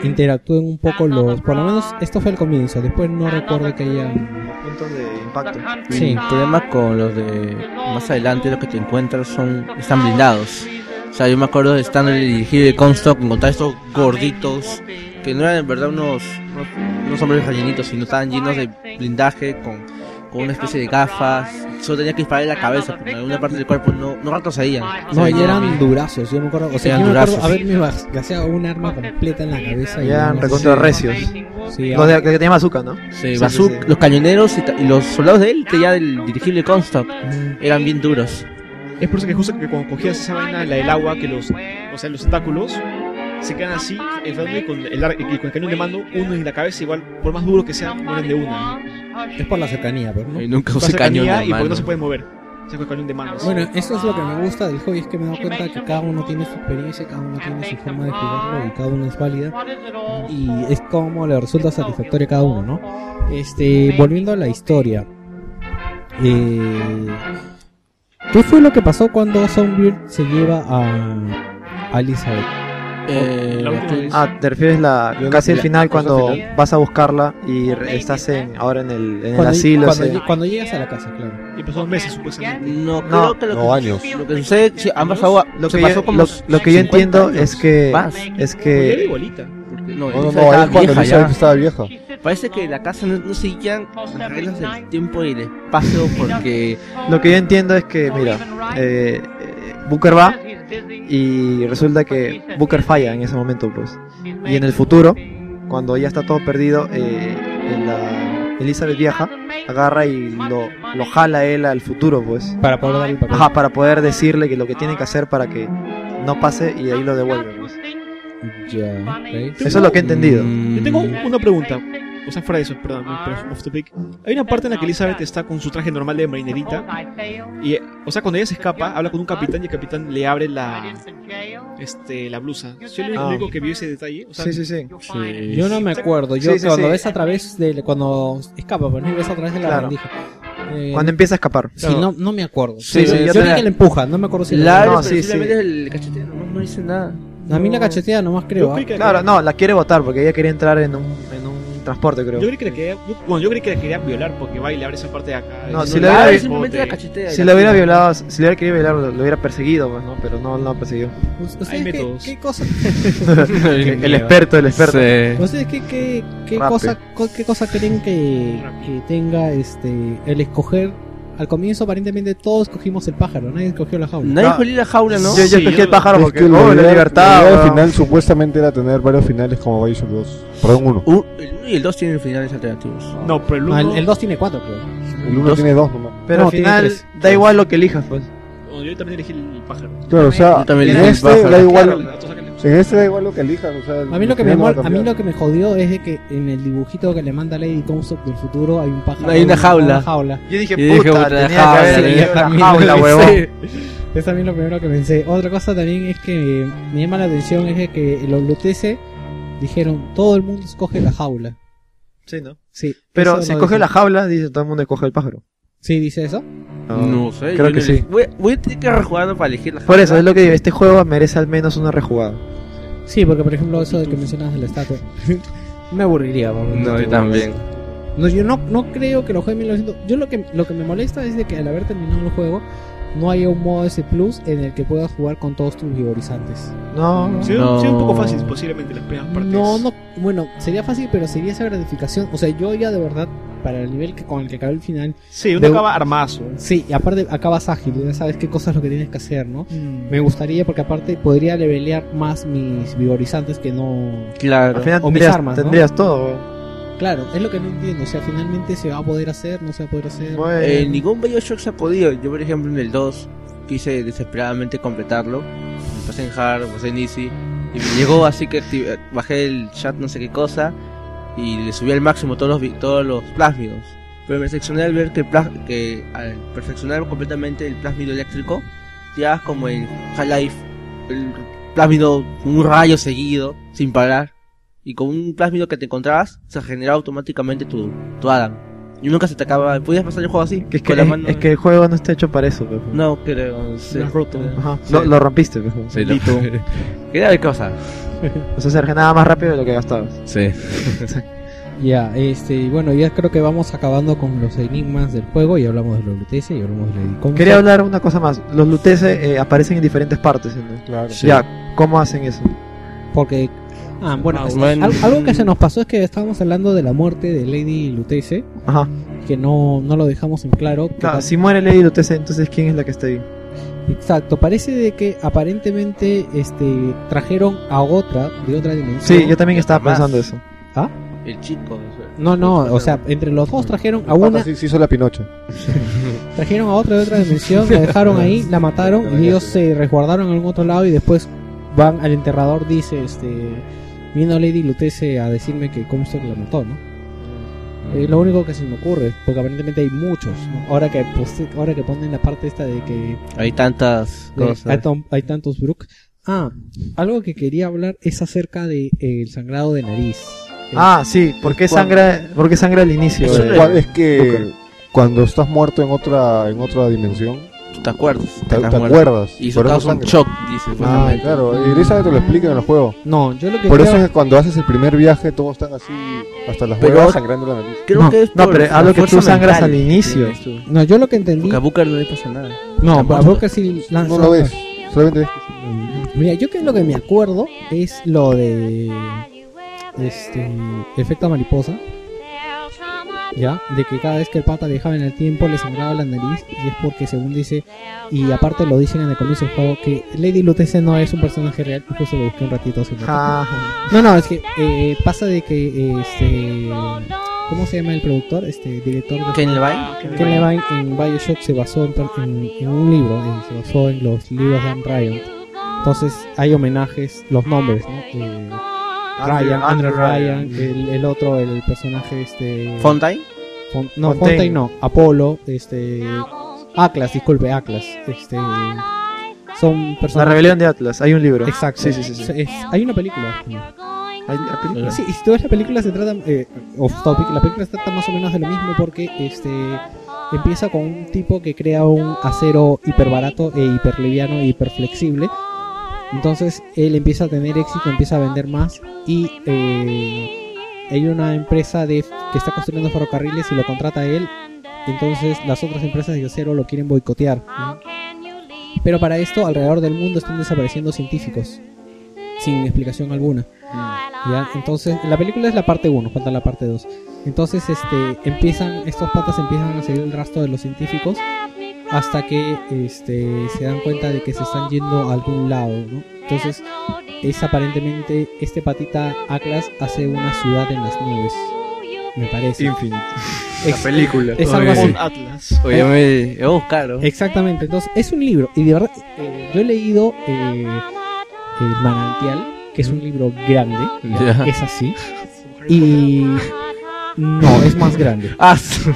[SPEAKER 1] interactúen un poco los... Por lo menos esto fue el comienzo, después no recuerdo que haya...
[SPEAKER 2] Puntos de impacto.
[SPEAKER 3] Sí, el problema con los de más adelante, los que te encuentras son están blindados. O sea, yo me acuerdo de estando en el dirigible de Comstock, encontrar estos gorditos que no eran en verdad unos, unos, unos hombres rellenitos, sino estaban llenos de blindaje con, con una especie de gafas. Solo tenía que disparar en la cabeza, porque en alguna parte del cuerpo no, no retrocedían. Se
[SPEAKER 1] No, y
[SPEAKER 3] venían
[SPEAKER 1] eran
[SPEAKER 3] bien.
[SPEAKER 1] durazos, yo me acuerdo... O sea,
[SPEAKER 3] Eran
[SPEAKER 1] yo me acuerdo
[SPEAKER 3] durazos.
[SPEAKER 1] haberme bas- gaseado un arma completa en la cabeza y...
[SPEAKER 2] Ya eran
[SPEAKER 1] no sé
[SPEAKER 2] recontra
[SPEAKER 1] si-
[SPEAKER 2] recios.
[SPEAKER 1] Sí,
[SPEAKER 2] Los de, que tenían bazooka, ¿no?
[SPEAKER 3] Sí,
[SPEAKER 2] Sí,
[SPEAKER 3] bazooka-
[SPEAKER 2] sí, sí.
[SPEAKER 3] los cañoneros y, ta- y los soldados de él, que ya del dirigible de Comstock, eran bien duros.
[SPEAKER 4] Es por eso que justo que cuando cogías esa vaina, la del agua, que los, o sea, los tentáculos se quedan así, el Fernando y con el, ar- y con el cañón de mando, uno en la cabeza, igual, por más duro que sea, mueren de una.
[SPEAKER 1] Es por la cercanía, pero no.
[SPEAKER 3] Y nunca
[SPEAKER 4] Por
[SPEAKER 3] usé cañón.
[SPEAKER 4] cercanía
[SPEAKER 3] de
[SPEAKER 4] y porque
[SPEAKER 3] mano.
[SPEAKER 4] no se pueden mover. O sea, con el cañón de mando. así.
[SPEAKER 1] Bueno, eso es lo que me gusta del hobby, es que me he dado cuenta que cada uno tiene su experiencia, cada uno tiene su forma de jugarlo y cada uno es válida. Y es como le resulta satisfactorio a cada uno, ¿no? Este, volviendo a la historia. eh, ¿Qué fue lo que pasó cuando Songbird se lleva a, a Elizabeth?
[SPEAKER 3] Eh,
[SPEAKER 4] La última vez.
[SPEAKER 2] Ah, te refieres la
[SPEAKER 5] Yo
[SPEAKER 2] casi
[SPEAKER 5] no-
[SPEAKER 2] al final
[SPEAKER 5] la-
[SPEAKER 2] cuando
[SPEAKER 5] cosa final.
[SPEAKER 2] vas a buscarla y re- estás en ahora en el, en el
[SPEAKER 1] Cuando-
[SPEAKER 2] asilo.
[SPEAKER 1] cuando,
[SPEAKER 2] sí.
[SPEAKER 1] lle- cuando llegas a la casa, claro.
[SPEAKER 4] Y pasó dos meses,
[SPEAKER 2] eh,
[SPEAKER 4] supuestamente.
[SPEAKER 3] No,
[SPEAKER 2] No,
[SPEAKER 3] creo que lo,
[SPEAKER 5] No, años.
[SPEAKER 3] que, lo que sucede sí, han pasado a-
[SPEAKER 2] Lo
[SPEAKER 3] se
[SPEAKER 2] que,
[SPEAKER 3] pasó
[SPEAKER 2] yo,
[SPEAKER 3] como
[SPEAKER 2] lo, lo que yo
[SPEAKER 3] 50
[SPEAKER 2] entiendo
[SPEAKER 3] años
[SPEAKER 2] es que
[SPEAKER 3] más.
[SPEAKER 2] es
[SPEAKER 4] Porque era
[SPEAKER 2] que
[SPEAKER 4] igualita.
[SPEAKER 3] Porque- no,
[SPEAKER 5] No, no,
[SPEAKER 3] Elizabeth
[SPEAKER 5] no, ahí
[SPEAKER 3] estaba
[SPEAKER 5] es cuando
[SPEAKER 3] vieja
[SPEAKER 5] Elizabeth
[SPEAKER 3] ya.
[SPEAKER 5] estaba vieja.
[SPEAKER 3] Parece que la casa no, no seguían las reglas del tiempo y el espacio porque
[SPEAKER 2] lo que yo entiendo es que mira, eh, eh, Booker va y resulta que Booker falla en ese momento pues. Y en el futuro, cuando ya está todo perdido, eh, la- Elizabeth viaja, agarra y lo, lo jala él al futuro pues.
[SPEAKER 1] Para poder dar el papel.
[SPEAKER 2] Ajá, para poder decirle que lo que tiene que hacer para que no pase y ahí lo devuelve. pues.
[SPEAKER 1] Ya, ok.
[SPEAKER 2] Eso es lo que he entendido.
[SPEAKER 3] Mm,
[SPEAKER 4] Yo tengo una pregunta. O sea, fuera de eso, perdón, pero off topic. Hay una parte en la que Elizabeth está con su traje normal de marinerita. Y, eh, o sea, cuando ella se escapa, habla con un capitán y el capitán le abre la, este, la blusa. Soy el único-
[SPEAKER 2] Ah.
[SPEAKER 4] único que vio ese detalle. O sea,
[SPEAKER 2] Sí, sí, sí.
[SPEAKER 3] sí.
[SPEAKER 1] Yo no me acuerdo, yo
[SPEAKER 2] Sí, sí,
[SPEAKER 1] cuando
[SPEAKER 2] sí.
[SPEAKER 1] ves a través de cuando escapa, pues no ves a través de la
[SPEAKER 2] Claro.
[SPEAKER 1] rendija. Eh,
[SPEAKER 2] Cuando empieza a escapar.
[SPEAKER 1] sí, no, no me acuerdo.
[SPEAKER 2] Sí, sí,
[SPEAKER 1] yo
[SPEAKER 2] yo
[SPEAKER 1] vi
[SPEAKER 2] te-
[SPEAKER 1] que le empuja, no me acuerdo si le-
[SPEAKER 3] La
[SPEAKER 2] No,
[SPEAKER 3] pero
[SPEAKER 2] sí, sí.
[SPEAKER 3] simplemente el cacheteo no, no dice nada.
[SPEAKER 1] A mí la cachetea nomás creo.
[SPEAKER 4] yo
[SPEAKER 1] ¿ah?
[SPEAKER 4] creí que-
[SPEAKER 2] Claro, no, la quiere votar porque ella quería entrar en un, en un transporte, creo.
[SPEAKER 4] Yo creí que la quería, yo- bueno, yo creí que la quería violar porque va y le abre esa parte de acá.
[SPEAKER 2] No,
[SPEAKER 4] y
[SPEAKER 2] si la
[SPEAKER 4] le abre
[SPEAKER 2] hubiera-
[SPEAKER 4] el
[SPEAKER 3] simplemente la
[SPEAKER 4] bote.
[SPEAKER 3] cachetea. y
[SPEAKER 2] Si
[SPEAKER 3] la
[SPEAKER 2] le hubiera
[SPEAKER 3] tira.
[SPEAKER 2] violado, si le hubiera querido violar, lo, lo hubiera perseguido, pues, ¿no? Pero no lo ha perseguido.
[SPEAKER 1] ¿ah? ¿Ustedes
[SPEAKER 4] Hay
[SPEAKER 1] qué-
[SPEAKER 4] métodos.
[SPEAKER 1] qué cosa
[SPEAKER 2] el experto, el experto.
[SPEAKER 3] Sí.
[SPEAKER 1] ¿Ustedes qué, qué, qué
[SPEAKER 2] Rape.
[SPEAKER 1] cosa, co- qué cosa creen que, que tenga este el escoger? Al comienzo aparentemente todos escogimos el pájaro, nadie escogió la jaula.
[SPEAKER 3] Nadie
[SPEAKER 2] No.
[SPEAKER 3] escogió la jaula, ¿no?
[SPEAKER 2] Yo, yo
[SPEAKER 4] Sí,
[SPEAKER 2] escogí
[SPEAKER 4] yo-
[SPEAKER 2] el pájaro
[SPEAKER 5] Es
[SPEAKER 2] porque,
[SPEAKER 5] que la
[SPEAKER 2] oh, la
[SPEAKER 5] idea-
[SPEAKER 2] libertad.
[SPEAKER 5] la idea
[SPEAKER 2] weón.
[SPEAKER 5] del final supuestamente era tener varios finales como Bioshock 2. Perdón, uno.
[SPEAKER 3] Un- el 1 y Uh, el 2 tienen finales alternativos.
[SPEAKER 4] No, pero el
[SPEAKER 1] No, el,
[SPEAKER 4] uno-
[SPEAKER 1] 2 tiene 4, creo.
[SPEAKER 5] El uno
[SPEAKER 3] Dos.
[SPEAKER 5] tiene dos nomás.
[SPEAKER 2] Pero
[SPEAKER 1] No,
[SPEAKER 2] al
[SPEAKER 1] tiene
[SPEAKER 2] final,
[SPEAKER 1] tres.
[SPEAKER 2] da igual lo que elijas, pues.
[SPEAKER 4] bueno, yo también elegí el pájaro.
[SPEAKER 5] Claro, o sea,
[SPEAKER 3] Yo también
[SPEAKER 5] en
[SPEAKER 3] elegí el
[SPEAKER 5] este
[SPEAKER 3] pájaro.
[SPEAKER 5] da
[SPEAKER 4] Claro,
[SPEAKER 5] igual.
[SPEAKER 4] a todos sacan el-
[SPEAKER 5] En este da igual lo que elijas, o sea,
[SPEAKER 1] A mí, lo que me
[SPEAKER 5] el final
[SPEAKER 1] mol-
[SPEAKER 5] no
[SPEAKER 1] a
[SPEAKER 5] va
[SPEAKER 1] mí
[SPEAKER 5] cambiar.
[SPEAKER 1] lo que me jodió es de que en el dibujito que le manda Lady Comstock del futuro hay un pájaro.
[SPEAKER 3] Hay una jaula.
[SPEAKER 1] jaula.
[SPEAKER 2] Yo dije,
[SPEAKER 3] Yo dije,
[SPEAKER 2] puta,
[SPEAKER 3] puta,
[SPEAKER 2] tenía
[SPEAKER 3] jaula,
[SPEAKER 2] que haber
[SPEAKER 3] tenía
[SPEAKER 2] elegido la
[SPEAKER 3] también
[SPEAKER 2] jaula,
[SPEAKER 3] lo
[SPEAKER 2] huevón.
[SPEAKER 3] pensé.
[SPEAKER 1] Es también lo primero que pensé. Otra cosa también es que me llama la atención es de que los LUTC dijeron todo el mundo escoge la jaula.
[SPEAKER 2] Sí, ¿no?
[SPEAKER 1] Sí.
[SPEAKER 2] Pero
[SPEAKER 1] eso
[SPEAKER 2] si
[SPEAKER 1] lo
[SPEAKER 2] escoge
[SPEAKER 1] dicen.
[SPEAKER 2] la jaula, dice todo el mundo escoge el pájaro.
[SPEAKER 1] Sí, dice eso.
[SPEAKER 3] No sé.
[SPEAKER 2] Creo
[SPEAKER 3] yo
[SPEAKER 2] que
[SPEAKER 3] no
[SPEAKER 2] sí.
[SPEAKER 3] elegí- Voy, voy a tener que rejugarlo para elegir la jaula.
[SPEAKER 2] Por eso, es lo que digo, este juego merece al menos una rejugada.
[SPEAKER 1] Sí, porque por ejemplo eso de que mencionabas de la estatua. me aburriría. vamos,
[SPEAKER 3] No,
[SPEAKER 1] te
[SPEAKER 3] yo
[SPEAKER 1] voy a
[SPEAKER 3] también.
[SPEAKER 1] No, yo no, no creo que lo juegue en 1900. Yo lo que, lo que me molesta es de que al haber terminado el juego, no haya un modo ese plus en el que puedas jugar con todos tus vigorizantes.
[SPEAKER 2] No,
[SPEAKER 4] Se ve
[SPEAKER 3] No.
[SPEAKER 4] se ve un poco fácil posiblemente las primeras partes.
[SPEAKER 1] No, no, bueno, sería fácil, pero sería esa gratificación. O sea, yo ya de verdad, para el nivel que, con el que acabé el final,
[SPEAKER 4] Sí, uno
[SPEAKER 1] De-
[SPEAKER 4] acaba armazo.
[SPEAKER 1] sí, y aparte acabas ágil, ya sabes qué cosas es lo que tienes que hacer, ¿no?
[SPEAKER 3] Mm.
[SPEAKER 1] Me gustaría, porque aparte podría levelear más mis vigorizantes que no.
[SPEAKER 3] Claro.
[SPEAKER 2] al final
[SPEAKER 1] O mis
[SPEAKER 2] tendrías,
[SPEAKER 1] armas, ¿no?
[SPEAKER 2] tendrías todo, weón.
[SPEAKER 1] Claro, es lo que no entiendo. O sea, finalmente se va a poder hacer, no se va a poder hacer.
[SPEAKER 3] Eh,
[SPEAKER 2] Bueno.
[SPEAKER 3] ningún Bioshock se ha podido. Yo, por ejemplo, en el 2 quise desesperadamente completarlo. Me pasé en hard, me pasé en easy. Y me llegó así que acti- bajé el chat, no sé qué cosa. Y le subí al máximo todos los, vi- todos los plásmidos. Pero me decepcioné al ver que, el plas- que al perfeccionar completamente el plásmido eléctrico, ya como en Half-Life, el plásmido, un rayo seguido, sin parar. Y con un plásmido que te encontrabas, se generaba automáticamente tu, tu Adam. Y nunca se te acaba. ¿Podías pasar el juego así?
[SPEAKER 2] Que es, que,
[SPEAKER 3] Con la
[SPEAKER 2] es-
[SPEAKER 3] mano- eh.
[SPEAKER 2] es que el juego no está hecho para eso, weón.
[SPEAKER 3] No, creo. Sí.
[SPEAKER 4] Lo has roto.
[SPEAKER 2] Ajá,
[SPEAKER 3] Sí.
[SPEAKER 2] lo, lo rompiste, weón.
[SPEAKER 3] Sí, lo- Quería ver qué pasaba.
[SPEAKER 2] O sea, se nada más rápido de lo que gastabas.
[SPEAKER 3] Sí.
[SPEAKER 1] Ya, este, y bueno, ya creo que vamos acabando con los enigmas del juego y hablamos de los LTS y hablamos de Lady Comstock.
[SPEAKER 2] Quería hablar una cosa más. Los lutese aparecen en diferentes partes, ¿no?
[SPEAKER 5] Claro.
[SPEAKER 2] Ya, ¿cómo hacen eso?
[SPEAKER 1] Porque, ah, bueno,
[SPEAKER 3] Ah,
[SPEAKER 1] es-
[SPEAKER 3] bueno.
[SPEAKER 1] al- algo que se nos pasó es que estábamos hablando de la muerte de Lady Lutece,
[SPEAKER 2] Ajá.
[SPEAKER 1] que no, no lo dejamos en claro. que
[SPEAKER 2] Claro,
[SPEAKER 1] pa-
[SPEAKER 2] si muere Lady Lutece, entonces ¿quién es la que está ahí?
[SPEAKER 1] Exacto, parece de que aparentemente este trajeron a otra, de otra dimensión.
[SPEAKER 2] Sí, yo también estaba
[SPEAKER 3] Jamás.
[SPEAKER 2] pensando eso.
[SPEAKER 3] El chico.
[SPEAKER 1] No, no, o sea, entre los dos trajeron a una,
[SPEAKER 5] Sí, sí hizo la pinocha.
[SPEAKER 1] trajeron a otra de otra dimensión, la dejaron ahí, la mataron y ellos se resguardaron en algún otro lado y después van al enterrador, dice este, vino Lady Lutece a decirme que Comstock la mató, ¿no?
[SPEAKER 5] Mm.
[SPEAKER 1] Es lo único que se me ocurre, porque aparentemente hay muchos. ¿no? Ahora que poste- ahora que ponen la parte esta de que
[SPEAKER 3] Hay tantas
[SPEAKER 1] de-
[SPEAKER 3] cosas.
[SPEAKER 1] hay, tan- hay tantos Brook. Ah, algo que quería hablar es acerca de eh, el sangrado de nariz. El-
[SPEAKER 2] Ah, sí, ¿por qué sangra, por qué sangra al inicio?
[SPEAKER 3] Eso
[SPEAKER 2] eh?
[SPEAKER 3] no
[SPEAKER 5] Cua- es que cuando estás muerto en otra en otra dimensión,
[SPEAKER 3] ¿Tú te acuerdas?
[SPEAKER 5] te, te
[SPEAKER 3] Estás muerto.
[SPEAKER 5] acuerdas.
[SPEAKER 3] Y eso
[SPEAKER 5] por eso
[SPEAKER 3] causa un
[SPEAKER 5] sangra.
[SPEAKER 3] shock, dice.
[SPEAKER 5] Ah,
[SPEAKER 3] supuestamente.
[SPEAKER 5] claro. Y esa te lo explican en el juego.
[SPEAKER 1] No, yo lo que
[SPEAKER 5] Por
[SPEAKER 1] creo-
[SPEAKER 5] eso es que cuando haces el primer viaje, todos están así, hasta las
[SPEAKER 3] Pero-
[SPEAKER 5] huevas, sangrando la nariz.
[SPEAKER 3] Creo
[SPEAKER 2] No,
[SPEAKER 3] que es
[SPEAKER 2] no,
[SPEAKER 3] por
[SPEAKER 2] pero
[SPEAKER 3] la
[SPEAKER 2] algo que tú
[SPEAKER 3] fuerza
[SPEAKER 2] sangras
[SPEAKER 3] mental
[SPEAKER 2] al inicio.
[SPEAKER 3] que tienes tú.
[SPEAKER 1] no, yo lo que entendí.
[SPEAKER 3] Porque a Booker no le pasa nada.
[SPEAKER 1] No,
[SPEAKER 3] Tampoco.
[SPEAKER 1] a Booker sí lanza-
[SPEAKER 5] Ah, No lo ves, solamente ves.
[SPEAKER 1] Mira, yo que lo que me acuerdo es lo de este efecto mariposa. ¿Ya? De que cada vez que el pata viajaba en el tiempo le sangraba la nariz y es porque según dice, y aparte lo dicen en el comienzo del juego, que Lady Lutece no es un personaje real, y justo lo busqué un ratito hace un rato.
[SPEAKER 2] Ajá.
[SPEAKER 1] No, no, es que eh, pasa de que eh, este... ¿Cómo se llama el productor? Este director de...
[SPEAKER 3] ¿Ken Levine?
[SPEAKER 1] Ken Levine en Bioshock se basó en, en- en un libro, eh, se basó en los libros de Anne Ryan. Entonces hay homenajes, los nombres, ¿no? Eh, Ryan, Andrew Ryan, el, el otro, el personaje este...
[SPEAKER 3] ¿Fontaine?
[SPEAKER 1] Fon- no,
[SPEAKER 2] Fontaine.
[SPEAKER 1] Fontaine no, Apolo, este... Atlas, disculpe, Atlas. Este, son
[SPEAKER 2] La
[SPEAKER 1] personajes...
[SPEAKER 2] rebelión de Atlas, hay un libro.
[SPEAKER 1] Exacto.
[SPEAKER 2] Sí, sí, sí. sí.
[SPEAKER 1] Es- hay una película.
[SPEAKER 2] Hay la película.
[SPEAKER 1] Sí, y si tú ves la película se trata eh, off topic, la película se trata más o menos de lo mismo porque este empieza con un tipo que crea un acero hiperbarato e hiperliviano e hiperflexible. Entonces él empieza a tener éxito, empieza a vender más y eh, hay una empresa de, que está construyendo ferrocarriles y lo contrata a él. Entonces las otras empresas de acero lo quieren boicotear. ¿no? Pero para esto, alrededor del mundo están desapareciendo científicos, sin explicación alguna. ¿ya? Entonces, la película es la parte 1, falta la parte 2. Entonces, este, empiezan, estos patas empiezan a seguir el rastro de los científicos hasta que este, se dan cuenta de que se están yendo a algún lado. ¿no? Entonces, es aparentemente este patita Atlas hace una ciudad en las nubes, me parece.
[SPEAKER 2] Infinite.
[SPEAKER 1] Ex-
[SPEAKER 2] película.
[SPEAKER 1] es algo así.
[SPEAKER 4] Un Atlas.
[SPEAKER 3] Oye, yo me voy a buscar,
[SPEAKER 2] Eh.
[SPEAKER 3] ¿no?
[SPEAKER 1] Exactamente, entonces es un libro. Y de verdad, eh, yo he leído eh, El Manantial, que es un libro grande, ¿ya?
[SPEAKER 3] Ya.
[SPEAKER 1] es así. Y. No, es más grande.
[SPEAKER 3] Ah, su-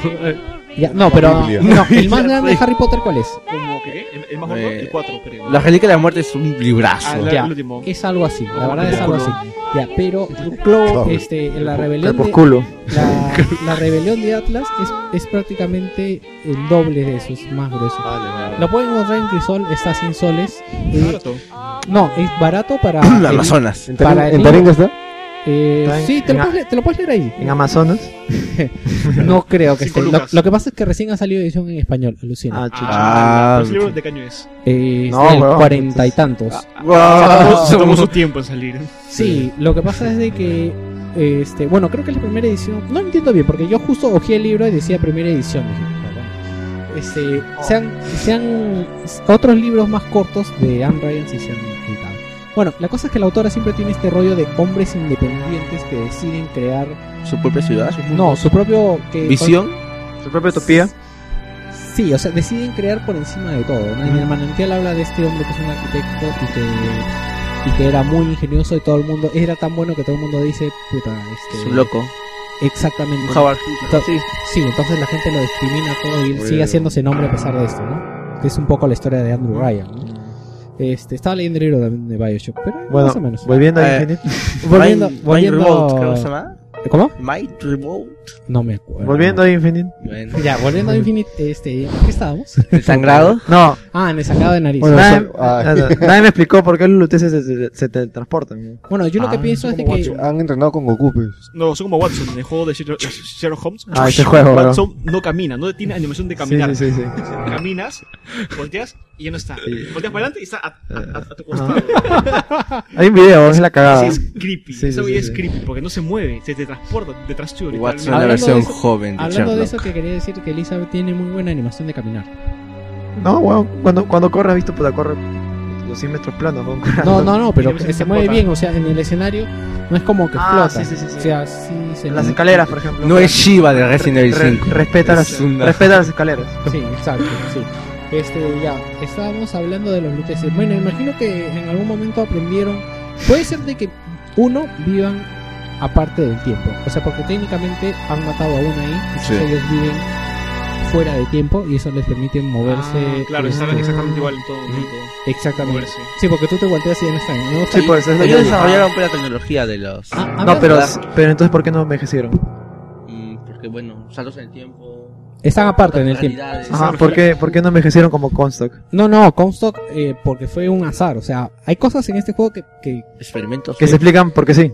[SPEAKER 1] Ya, no, pero.
[SPEAKER 5] Biblia.
[SPEAKER 1] No, el más grande de Harry Potter, ¿cuál es?
[SPEAKER 4] Como que el, el más gordo,
[SPEAKER 3] Eh,
[SPEAKER 4] el 4, creo.
[SPEAKER 3] La Angélica de la Muerte es un librazo.
[SPEAKER 4] Ah, la-
[SPEAKER 1] ya.
[SPEAKER 4] el último.
[SPEAKER 1] Es algo así, la verdad es algo así. Ya, pero.
[SPEAKER 5] Claro.
[SPEAKER 1] Clo, este, en la rebelión. de-
[SPEAKER 2] Crepúsculo.
[SPEAKER 1] la, la rebelión de Atlas es, es prácticamente el doble de eso, es más grueso. Lo pueden encontrar en Crisol, está a 100 soles. Eh,
[SPEAKER 4] Barato.
[SPEAKER 1] no, es barato para. el-
[SPEAKER 2] Ah,
[SPEAKER 3] Las Amazonas.
[SPEAKER 5] ¿En
[SPEAKER 1] Para
[SPEAKER 5] Taringa-
[SPEAKER 1] el
[SPEAKER 5] en
[SPEAKER 1] niño-
[SPEAKER 5] Taringa está?
[SPEAKER 1] eh,
[SPEAKER 2] Está en-
[SPEAKER 1] sí, te lo,
[SPEAKER 2] en
[SPEAKER 1] puedes, leer- te lo puedes leer ahí.
[SPEAKER 2] En Amazonas.
[SPEAKER 1] No creo que
[SPEAKER 4] Cinco
[SPEAKER 1] esté. Lo,
[SPEAKER 4] lucas.
[SPEAKER 1] lo que pasa es que recién ha salido edición en español, alucina.
[SPEAKER 2] Ah, chucha.
[SPEAKER 3] Ah,
[SPEAKER 4] ¿Ese libro de caño es?
[SPEAKER 1] Eh,
[SPEAKER 2] no,
[SPEAKER 1] está en
[SPEAKER 2] huevón, ah,
[SPEAKER 1] cuarenta y tantos.
[SPEAKER 4] Tomó- Se tomó su tiempo en salir.
[SPEAKER 1] Sí, lo que pasa es de que. Este, bueno, creo que es la primera edición. No entiendo bien, porque yo justo hojeé el libro y decía primera edición. Dije, "Ah, bueno". Este,
[SPEAKER 2] Oh.
[SPEAKER 1] se han, se han- otros libros más cortos de Anne Ryan sí se han editado. Bueno, la cosa es que la autora siempre tiene este rollo de hombres independientes que deciden crear
[SPEAKER 3] Su propia ciudad.
[SPEAKER 1] no, su propio que-
[SPEAKER 3] Visión.
[SPEAKER 2] Su propia utopía.
[SPEAKER 1] Sí, o sea, deciden crear por encima de todo. ¿no? En el manantial habla de este hombre que es un arquitecto y que, y que era muy ingenioso y todo el mundo era tan bueno que todo el mundo dice, puta, este.
[SPEAKER 3] Es un loco.
[SPEAKER 1] Exactamente.
[SPEAKER 3] Un jaguar.
[SPEAKER 1] Ento-
[SPEAKER 3] Sí.
[SPEAKER 1] Sí, entonces la gente lo discrimina todo y él
[SPEAKER 5] Bueno.
[SPEAKER 1] sigue haciéndose nombre a pesar de esto, ¿no? Que es un poco la historia de Andrew Ryan, ¿no? Este, estaba leyendo el libro también de Bioshock, pero
[SPEAKER 2] Bueno,
[SPEAKER 1] más o menos.
[SPEAKER 2] volviendo a
[SPEAKER 3] Eh,
[SPEAKER 2] Infinite.
[SPEAKER 1] Volviendo,
[SPEAKER 3] Mind-
[SPEAKER 1] volviendo,
[SPEAKER 3] Mind Remote, creo que se llama.
[SPEAKER 1] ¿Cómo?
[SPEAKER 3] Mind Remote.
[SPEAKER 1] No me acuerdo.
[SPEAKER 2] Volviendo a Infinite.
[SPEAKER 3] Bueno.
[SPEAKER 1] Ya, volviendo a Infinite, este, ¿en ¿qué estábamos?
[SPEAKER 3] El sangrado.
[SPEAKER 2] No,
[SPEAKER 1] Ah, en el sangrado de nariz.
[SPEAKER 5] Bueno,
[SPEAKER 2] nadie,
[SPEAKER 5] eso- ah.
[SPEAKER 2] nada, nadie me explicó por qué los luteces se, se, se teletransportan. ¿no?
[SPEAKER 1] Bueno, yo lo que pienso es de que
[SPEAKER 5] Han entrenado con Goku, pues.
[SPEAKER 4] No, son como Watson, en el juego de Sherlock- eh, Sherlock Holmes.
[SPEAKER 2] Ah, ese juego, bro.
[SPEAKER 4] Watson no camina, no tiene animación de caminar.
[SPEAKER 2] Sí, sí, sí.
[SPEAKER 4] Caminas, volteas y ya no está. Volteas para adelante y está a, a- a- a tu costado.
[SPEAKER 2] Ah. Hay un video, es la cagada.
[SPEAKER 4] Sí, es creepy.
[SPEAKER 2] Sí,
[SPEAKER 4] Esa
[SPEAKER 2] sí,
[SPEAKER 4] vida
[SPEAKER 2] sí,
[SPEAKER 4] es
[SPEAKER 2] sí.
[SPEAKER 4] creepy porque no se mueve, se te transporta, te trastúa.
[SPEAKER 3] Watson,
[SPEAKER 1] Hablando
[SPEAKER 3] la
[SPEAKER 1] de
[SPEAKER 3] versión
[SPEAKER 1] eso-
[SPEAKER 3] joven de
[SPEAKER 1] Hablando de eso
[SPEAKER 3] Sherlock.
[SPEAKER 1] que quería decir que Elizabeth tiene muy buena animación de caminar.
[SPEAKER 2] No, weón, cuando, cuando corre, has visto, puta, corre los 100 metros planos, weón.
[SPEAKER 1] No, no, no, pero
[SPEAKER 4] Y luego
[SPEAKER 1] se
[SPEAKER 4] se
[SPEAKER 1] mueve
[SPEAKER 4] explota.
[SPEAKER 1] bien, o sea, en el escenario no es como que
[SPEAKER 2] Ah,
[SPEAKER 1] flota.
[SPEAKER 2] sí, sí, sí, sí.
[SPEAKER 1] O sea, sí se
[SPEAKER 2] Las escaleras, por ejemplo.
[SPEAKER 3] No es Shiva de Resident
[SPEAKER 2] Re-
[SPEAKER 3] Evil
[SPEAKER 2] re-
[SPEAKER 3] 5.
[SPEAKER 2] respeta,
[SPEAKER 3] Es
[SPEAKER 2] las,
[SPEAKER 3] una-
[SPEAKER 2] respeta las escaleras.
[SPEAKER 1] Sí, exacto, sí. Este, ya, estábamos hablando de los luteces. Bueno, imagino que en algún momento aprendieron. Puede ser de que uno vivan aparte del tiempo. O sea, porque técnicamente han matado a uno ahí, entonces
[SPEAKER 3] Sí.
[SPEAKER 1] ellos viven fuera de tiempo y eso les permite moverse.
[SPEAKER 4] Ah,
[SPEAKER 2] Ah,
[SPEAKER 4] claro,
[SPEAKER 2] pues,
[SPEAKER 1] este,
[SPEAKER 4] estaban exactamente igual en todo momento.
[SPEAKER 1] Exactamente.
[SPEAKER 4] Moverse.
[SPEAKER 1] Sí, porque tú te volteas y ya no están. ¿no?
[SPEAKER 2] Sí, por eso es lo que
[SPEAKER 3] Ellos
[SPEAKER 2] digo.
[SPEAKER 3] desarrollaron pues, la tecnología de los.
[SPEAKER 1] Ah,
[SPEAKER 2] No,
[SPEAKER 1] hablando-
[SPEAKER 2] pero, pero entonces, ¿por qué no envejecieron?
[SPEAKER 3] Mm, Porque, bueno, saltos en el tiempo.
[SPEAKER 1] Están aparte en el tiempo.
[SPEAKER 3] realidades.
[SPEAKER 2] Ajá, ¿por qué, ¿por qué no envejecieron como Comstock?
[SPEAKER 1] No, no, Comstock, eh, porque fue un azar. O sea, hay cosas en este juego que, que
[SPEAKER 3] Experimentos.
[SPEAKER 2] Que se explican porque sí.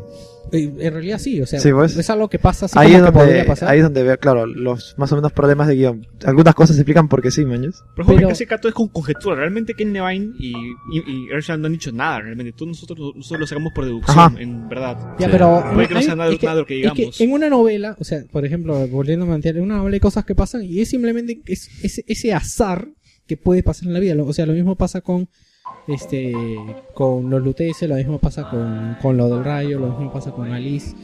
[SPEAKER 1] eh, en realidad sí. O sea,
[SPEAKER 2] Sí, pues.
[SPEAKER 1] es algo que pasa así
[SPEAKER 2] Ahí
[SPEAKER 1] como
[SPEAKER 2] es,
[SPEAKER 1] que
[SPEAKER 2] donde,
[SPEAKER 1] podría pasar.
[SPEAKER 2] ahí es donde veo, claro, los más o menos problemas de guión. Algunas cosas se explican porque sí, maños.
[SPEAKER 4] Pero, ojo,
[SPEAKER 1] Pero-
[SPEAKER 4] que ese cato es con conjetura. Realmente Ken Levine y, y, y Ershad no han dicho nada. Realmente Tú- nosotros, nosotros lo sacamos por deducción,
[SPEAKER 2] Ajá.
[SPEAKER 4] en verdad.
[SPEAKER 1] Ya,
[SPEAKER 3] Sí.
[SPEAKER 1] pero
[SPEAKER 4] Puede que no
[SPEAKER 1] hay-
[SPEAKER 4] sea nada-
[SPEAKER 1] es que-
[SPEAKER 4] nada de lo que
[SPEAKER 1] es que
[SPEAKER 4] digamos.
[SPEAKER 1] en una novela, o sea, por ejemplo, volviendo a mantener, en una novela hay cosas que pasan y es simplemente que es, es- ese azar que puede pasar en la vida. Lo- O sea, lo mismo pasa con este con los luteces, lo mismo pasa con, con lo del rayo, lo mismo pasa con Alice,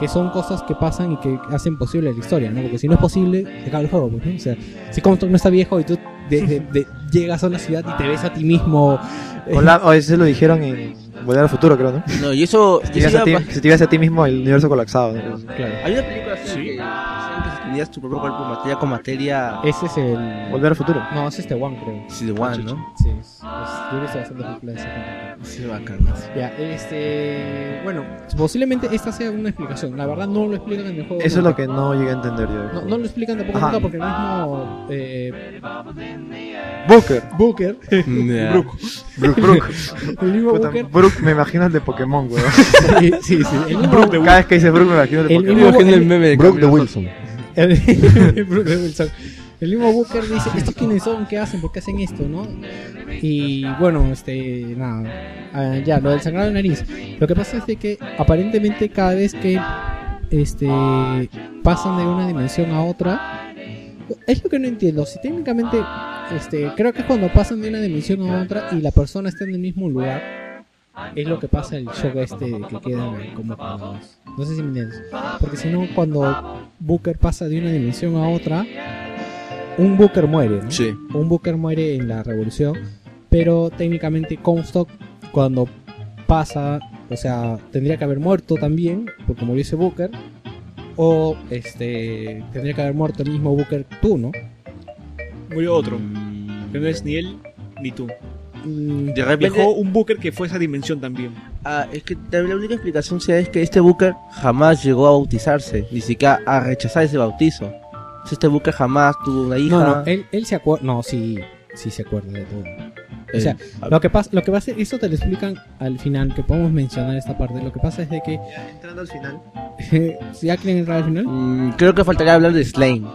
[SPEAKER 1] que son cosas que pasan y que hacen posible la historia, ¿no? Porque si no es posible, se acaba el juego, pues, ¿no? O sea, si Comstock no está viejo y tú de- de- de- llegas a una ciudad y te ves a ti mismo
[SPEAKER 2] O, la, o eso lo dijeron en Volver al Futuro, creo, ¿no?
[SPEAKER 3] No, y eso.
[SPEAKER 2] Si
[SPEAKER 3] y
[SPEAKER 2] te ibas
[SPEAKER 3] eso
[SPEAKER 2] a ti,
[SPEAKER 3] iba a
[SPEAKER 1] eh,
[SPEAKER 2] si te ibas a ti mismo, el universo colapsado. ¿no?
[SPEAKER 3] pa- Hay una película así
[SPEAKER 4] Sí.
[SPEAKER 3] que. unías tu propio cuerpo materia con materia
[SPEAKER 1] Ese es el.
[SPEAKER 2] Volver al futuro.
[SPEAKER 1] No, ese es The One, creo.
[SPEAKER 3] Sí, de One, ¿no?
[SPEAKER 1] Sí, es, es, yo he visto bastante películas de ese tipo.
[SPEAKER 3] Sí, bacán. ¿no?
[SPEAKER 1] Ya, este. Bueno, posiblemente esta sea una explicación. La verdad, no lo explican en el juego.
[SPEAKER 2] Eso es
[SPEAKER 1] nunca.
[SPEAKER 2] lo que no llegué a entender yo.
[SPEAKER 1] No, no lo explican tampoco
[SPEAKER 2] Ajá.
[SPEAKER 1] nunca porque el mismo eh,
[SPEAKER 2] Booker.
[SPEAKER 1] Booker,
[SPEAKER 3] Ya.
[SPEAKER 2] Brook, Brook.
[SPEAKER 1] el mismo
[SPEAKER 2] Puta,
[SPEAKER 1] Booker,
[SPEAKER 2] Brook, me imagino el de Pokémon, weón.
[SPEAKER 1] sí, sí, sí, el mismo
[SPEAKER 2] Brook, cada vez que dices Brook, me imagino el de
[SPEAKER 1] El
[SPEAKER 3] Yo
[SPEAKER 2] Pokémon.
[SPEAKER 3] me imagino el meme de
[SPEAKER 5] Brock de
[SPEAKER 3] Camilo
[SPEAKER 5] Wilson.
[SPEAKER 1] El, el Brook de Wilson. El mismo Booker dice, ¿estos quiénes son? ¿Qué hacen? ¿Por qué hacen esto? ¿No? Y bueno, este, nada. Ah, ya, lo del sangrado de nariz. Lo que pasa es de que aparentemente cada vez que este, pasan de una dimensión a otra, es lo que no entiendo. Si técnicamente, este, creo que es cuando pasan de una dimensión a otra y la persona está en el mismo lugar. Es lo que pasa el shock este de que quedan como parados. No sé si me entiendes. Porque si no, cuando Booker pasa de una dimensión a otra, un Booker muere, ¿no?
[SPEAKER 3] Sí.
[SPEAKER 1] Un Booker muere en la revolución, pero técnicamente Comstock cuando pasa, o sea, tendría que haber muerto también, porque murió ese Booker, o este tendría que haber muerto el mismo Booker tú, ¿no?
[SPEAKER 4] Murió otro.
[SPEAKER 3] Mm,
[SPEAKER 4] Que no es ni él ni tú.
[SPEAKER 1] Mm,
[SPEAKER 3] De repente,
[SPEAKER 4] Dejó un Booker que fue esa dimensión también.
[SPEAKER 3] ah, es que tal vez la única explicación sea es que este Booker jamás llegó a bautizarse, ni siquiera a rechazar ese bautizo. Entonces, Este Booker jamás tuvo una hija.
[SPEAKER 1] no, no, él, él se acuerda, no, sí, sí se acuerda de todo.
[SPEAKER 3] Eh,
[SPEAKER 1] o sea, Lo que pasa, lo que pasa, eso te lo explican al final, que podemos mencionar esta parte. Lo que pasa es de que
[SPEAKER 2] Entrando al final.
[SPEAKER 1] si ya quieren entrar al final,
[SPEAKER 3] mm, creo que faltaría hablar de Slane.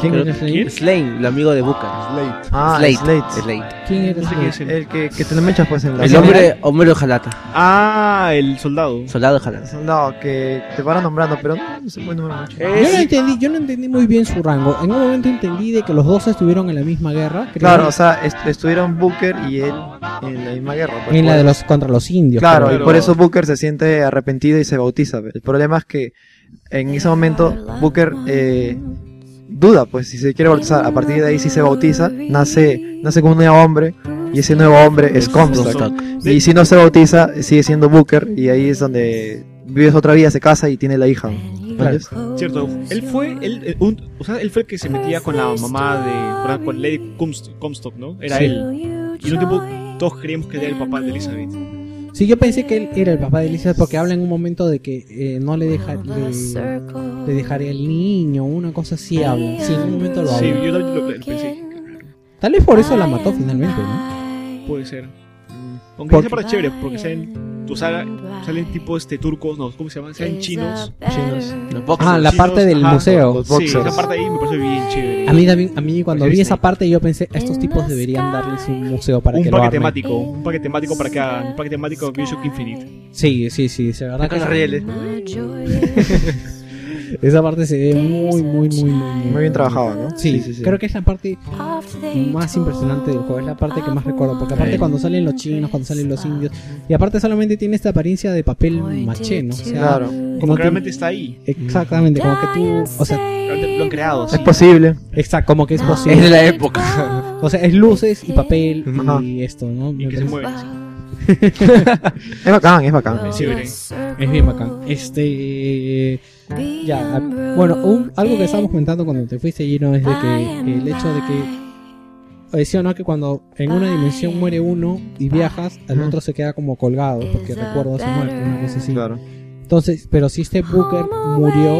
[SPEAKER 1] ¿quién
[SPEAKER 3] Creo-
[SPEAKER 1] era Slade?
[SPEAKER 3] Slane, el amigo de Booker.
[SPEAKER 5] Slate.
[SPEAKER 2] Ah,
[SPEAKER 3] Slate.
[SPEAKER 2] Slate.
[SPEAKER 3] Slate.
[SPEAKER 1] ¿Quién era
[SPEAKER 4] No sé
[SPEAKER 1] Slade?
[SPEAKER 4] quién es él.
[SPEAKER 2] El que, que te lo mechas pues en la...
[SPEAKER 3] El hombre, hombre Ojalata,
[SPEAKER 4] Ah, el soldado.
[SPEAKER 3] soldado Ojalata.
[SPEAKER 2] No, que te van a nombrando, pero no, no se puede nombrar mucho.
[SPEAKER 1] Yo no entendí, yo no entendí muy bien su rango. En un momento entendí de que los dos estuvieron en la misma guerra. creo,
[SPEAKER 2] Claro, o sea, est- estuvieron Booker y él en la misma guerra. pues,
[SPEAKER 1] en la
[SPEAKER 2] por-
[SPEAKER 1] de los contra los indios.
[SPEAKER 2] Claro,
[SPEAKER 1] creo.
[SPEAKER 2] y por eso Booker se siente arrepentido y se bautiza. El problema es que en ese momento Booker eh, duda, pues si se quiere bautizar, a partir de ahí si se bautiza, nace, nace como un nuevo hombre y ese nuevo hombre es Comstock.
[SPEAKER 3] Comstock.
[SPEAKER 2] Y si no se bautiza, sigue siendo Booker y ahí es donde vives otra vida, se casa y tiene la hija.
[SPEAKER 1] Claro.
[SPEAKER 4] Cierto, él fue él, eh, un- o sea, él fue el que se metía con la mamá de con, la- con Lady Comst- Comstock, ¿no? Era
[SPEAKER 1] Sí.
[SPEAKER 4] él. Y en un tiempo todos creíamos que era el papá de Elizabeth.
[SPEAKER 1] Sí, yo pensé que él era el papá de Elizabeth porque habla en un momento de que eh, no le deja le, le dejaría el niño, una cosa así habla. Sí, en un momento lo
[SPEAKER 4] Sí,
[SPEAKER 1] habla.
[SPEAKER 4] yo también lo, lo pensé.
[SPEAKER 1] Tal vez por eso la mató finalmente, ¿no?
[SPEAKER 4] Puede ser. Aunque
[SPEAKER 1] Porque-
[SPEAKER 4] esa parte Pues, es chévere, porque salen, o sea, salen tipo este turcos, no, ¿cómo se llaman? Salen chinos.
[SPEAKER 2] Chinos.
[SPEAKER 3] Los boxers.
[SPEAKER 1] Ah, la
[SPEAKER 4] chinos,
[SPEAKER 1] parte del
[SPEAKER 4] ajá,
[SPEAKER 1] museo.
[SPEAKER 2] los
[SPEAKER 4] Sí,
[SPEAKER 2] boxers.
[SPEAKER 4] esa parte ahí me parece bien chévere.
[SPEAKER 1] A mí, también- a mí cuando
[SPEAKER 4] Porque
[SPEAKER 1] vi
[SPEAKER 4] Disney.
[SPEAKER 1] esa parte yo pensé, a estos tipos deberían darles un museo para
[SPEAKER 4] un
[SPEAKER 1] que lo
[SPEAKER 4] paquete
[SPEAKER 1] armen.
[SPEAKER 4] temático, un paquete temático para que hagan, un paquete temático de Bioshock Infinite.
[SPEAKER 1] Sí, sí, sí, es verdad
[SPEAKER 3] Con los
[SPEAKER 1] que
[SPEAKER 3] rieles.
[SPEAKER 1] esa parte se ve muy, muy, muy, muy,
[SPEAKER 2] Muy bien trabajado, ¿no?
[SPEAKER 1] Sí, creo que es la parte más impresionante del juego, es la parte que más recuerdo, porque aparte
[SPEAKER 3] Sí.
[SPEAKER 1] cuando salen los chinos, cuando salen los indios, y aparte solamente tiene esta apariencia de papel maché, ¿no? O sea,
[SPEAKER 2] Claro.
[SPEAKER 4] Como
[SPEAKER 1] no
[SPEAKER 4] que realmente está ahí.
[SPEAKER 1] tiene- exactamente, como que tú, o sea,
[SPEAKER 4] Realmente Lo han creado.
[SPEAKER 2] Es
[SPEAKER 4] sí. Ah.
[SPEAKER 2] posible.
[SPEAKER 1] exacto, como que es
[SPEAKER 9] Ah.
[SPEAKER 3] Es de
[SPEAKER 1] posible.
[SPEAKER 3] la época.
[SPEAKER 1] O sea, es luces y papel Ah,
[SPEAKER 2] Ajá.
[SPEAKER 1] y esto, ¿no?
[SPEAKER 4] Y que se mueve.
[SPEAKER 2] Es bacán, es bacán.
[SPEAKER 4] Es chévere.
[SPEAKER 1] Es bien bacán. Este. Ya, a- bueno, un- algo que estábamos comentando cuando te fuiste, Gino, es de que el hecho de que. eh, Sí o no, que cuando en una dimensión muere uno y viajas, el
[SPEAKER 2] Ujú.
[SPEAKER 1] otro se queda como colgado, porque recuerda su muerte, una cosa así.
[SPEAKER 2] Claro.
[SPEAKER 1] Entonces, pero si este Booker murió.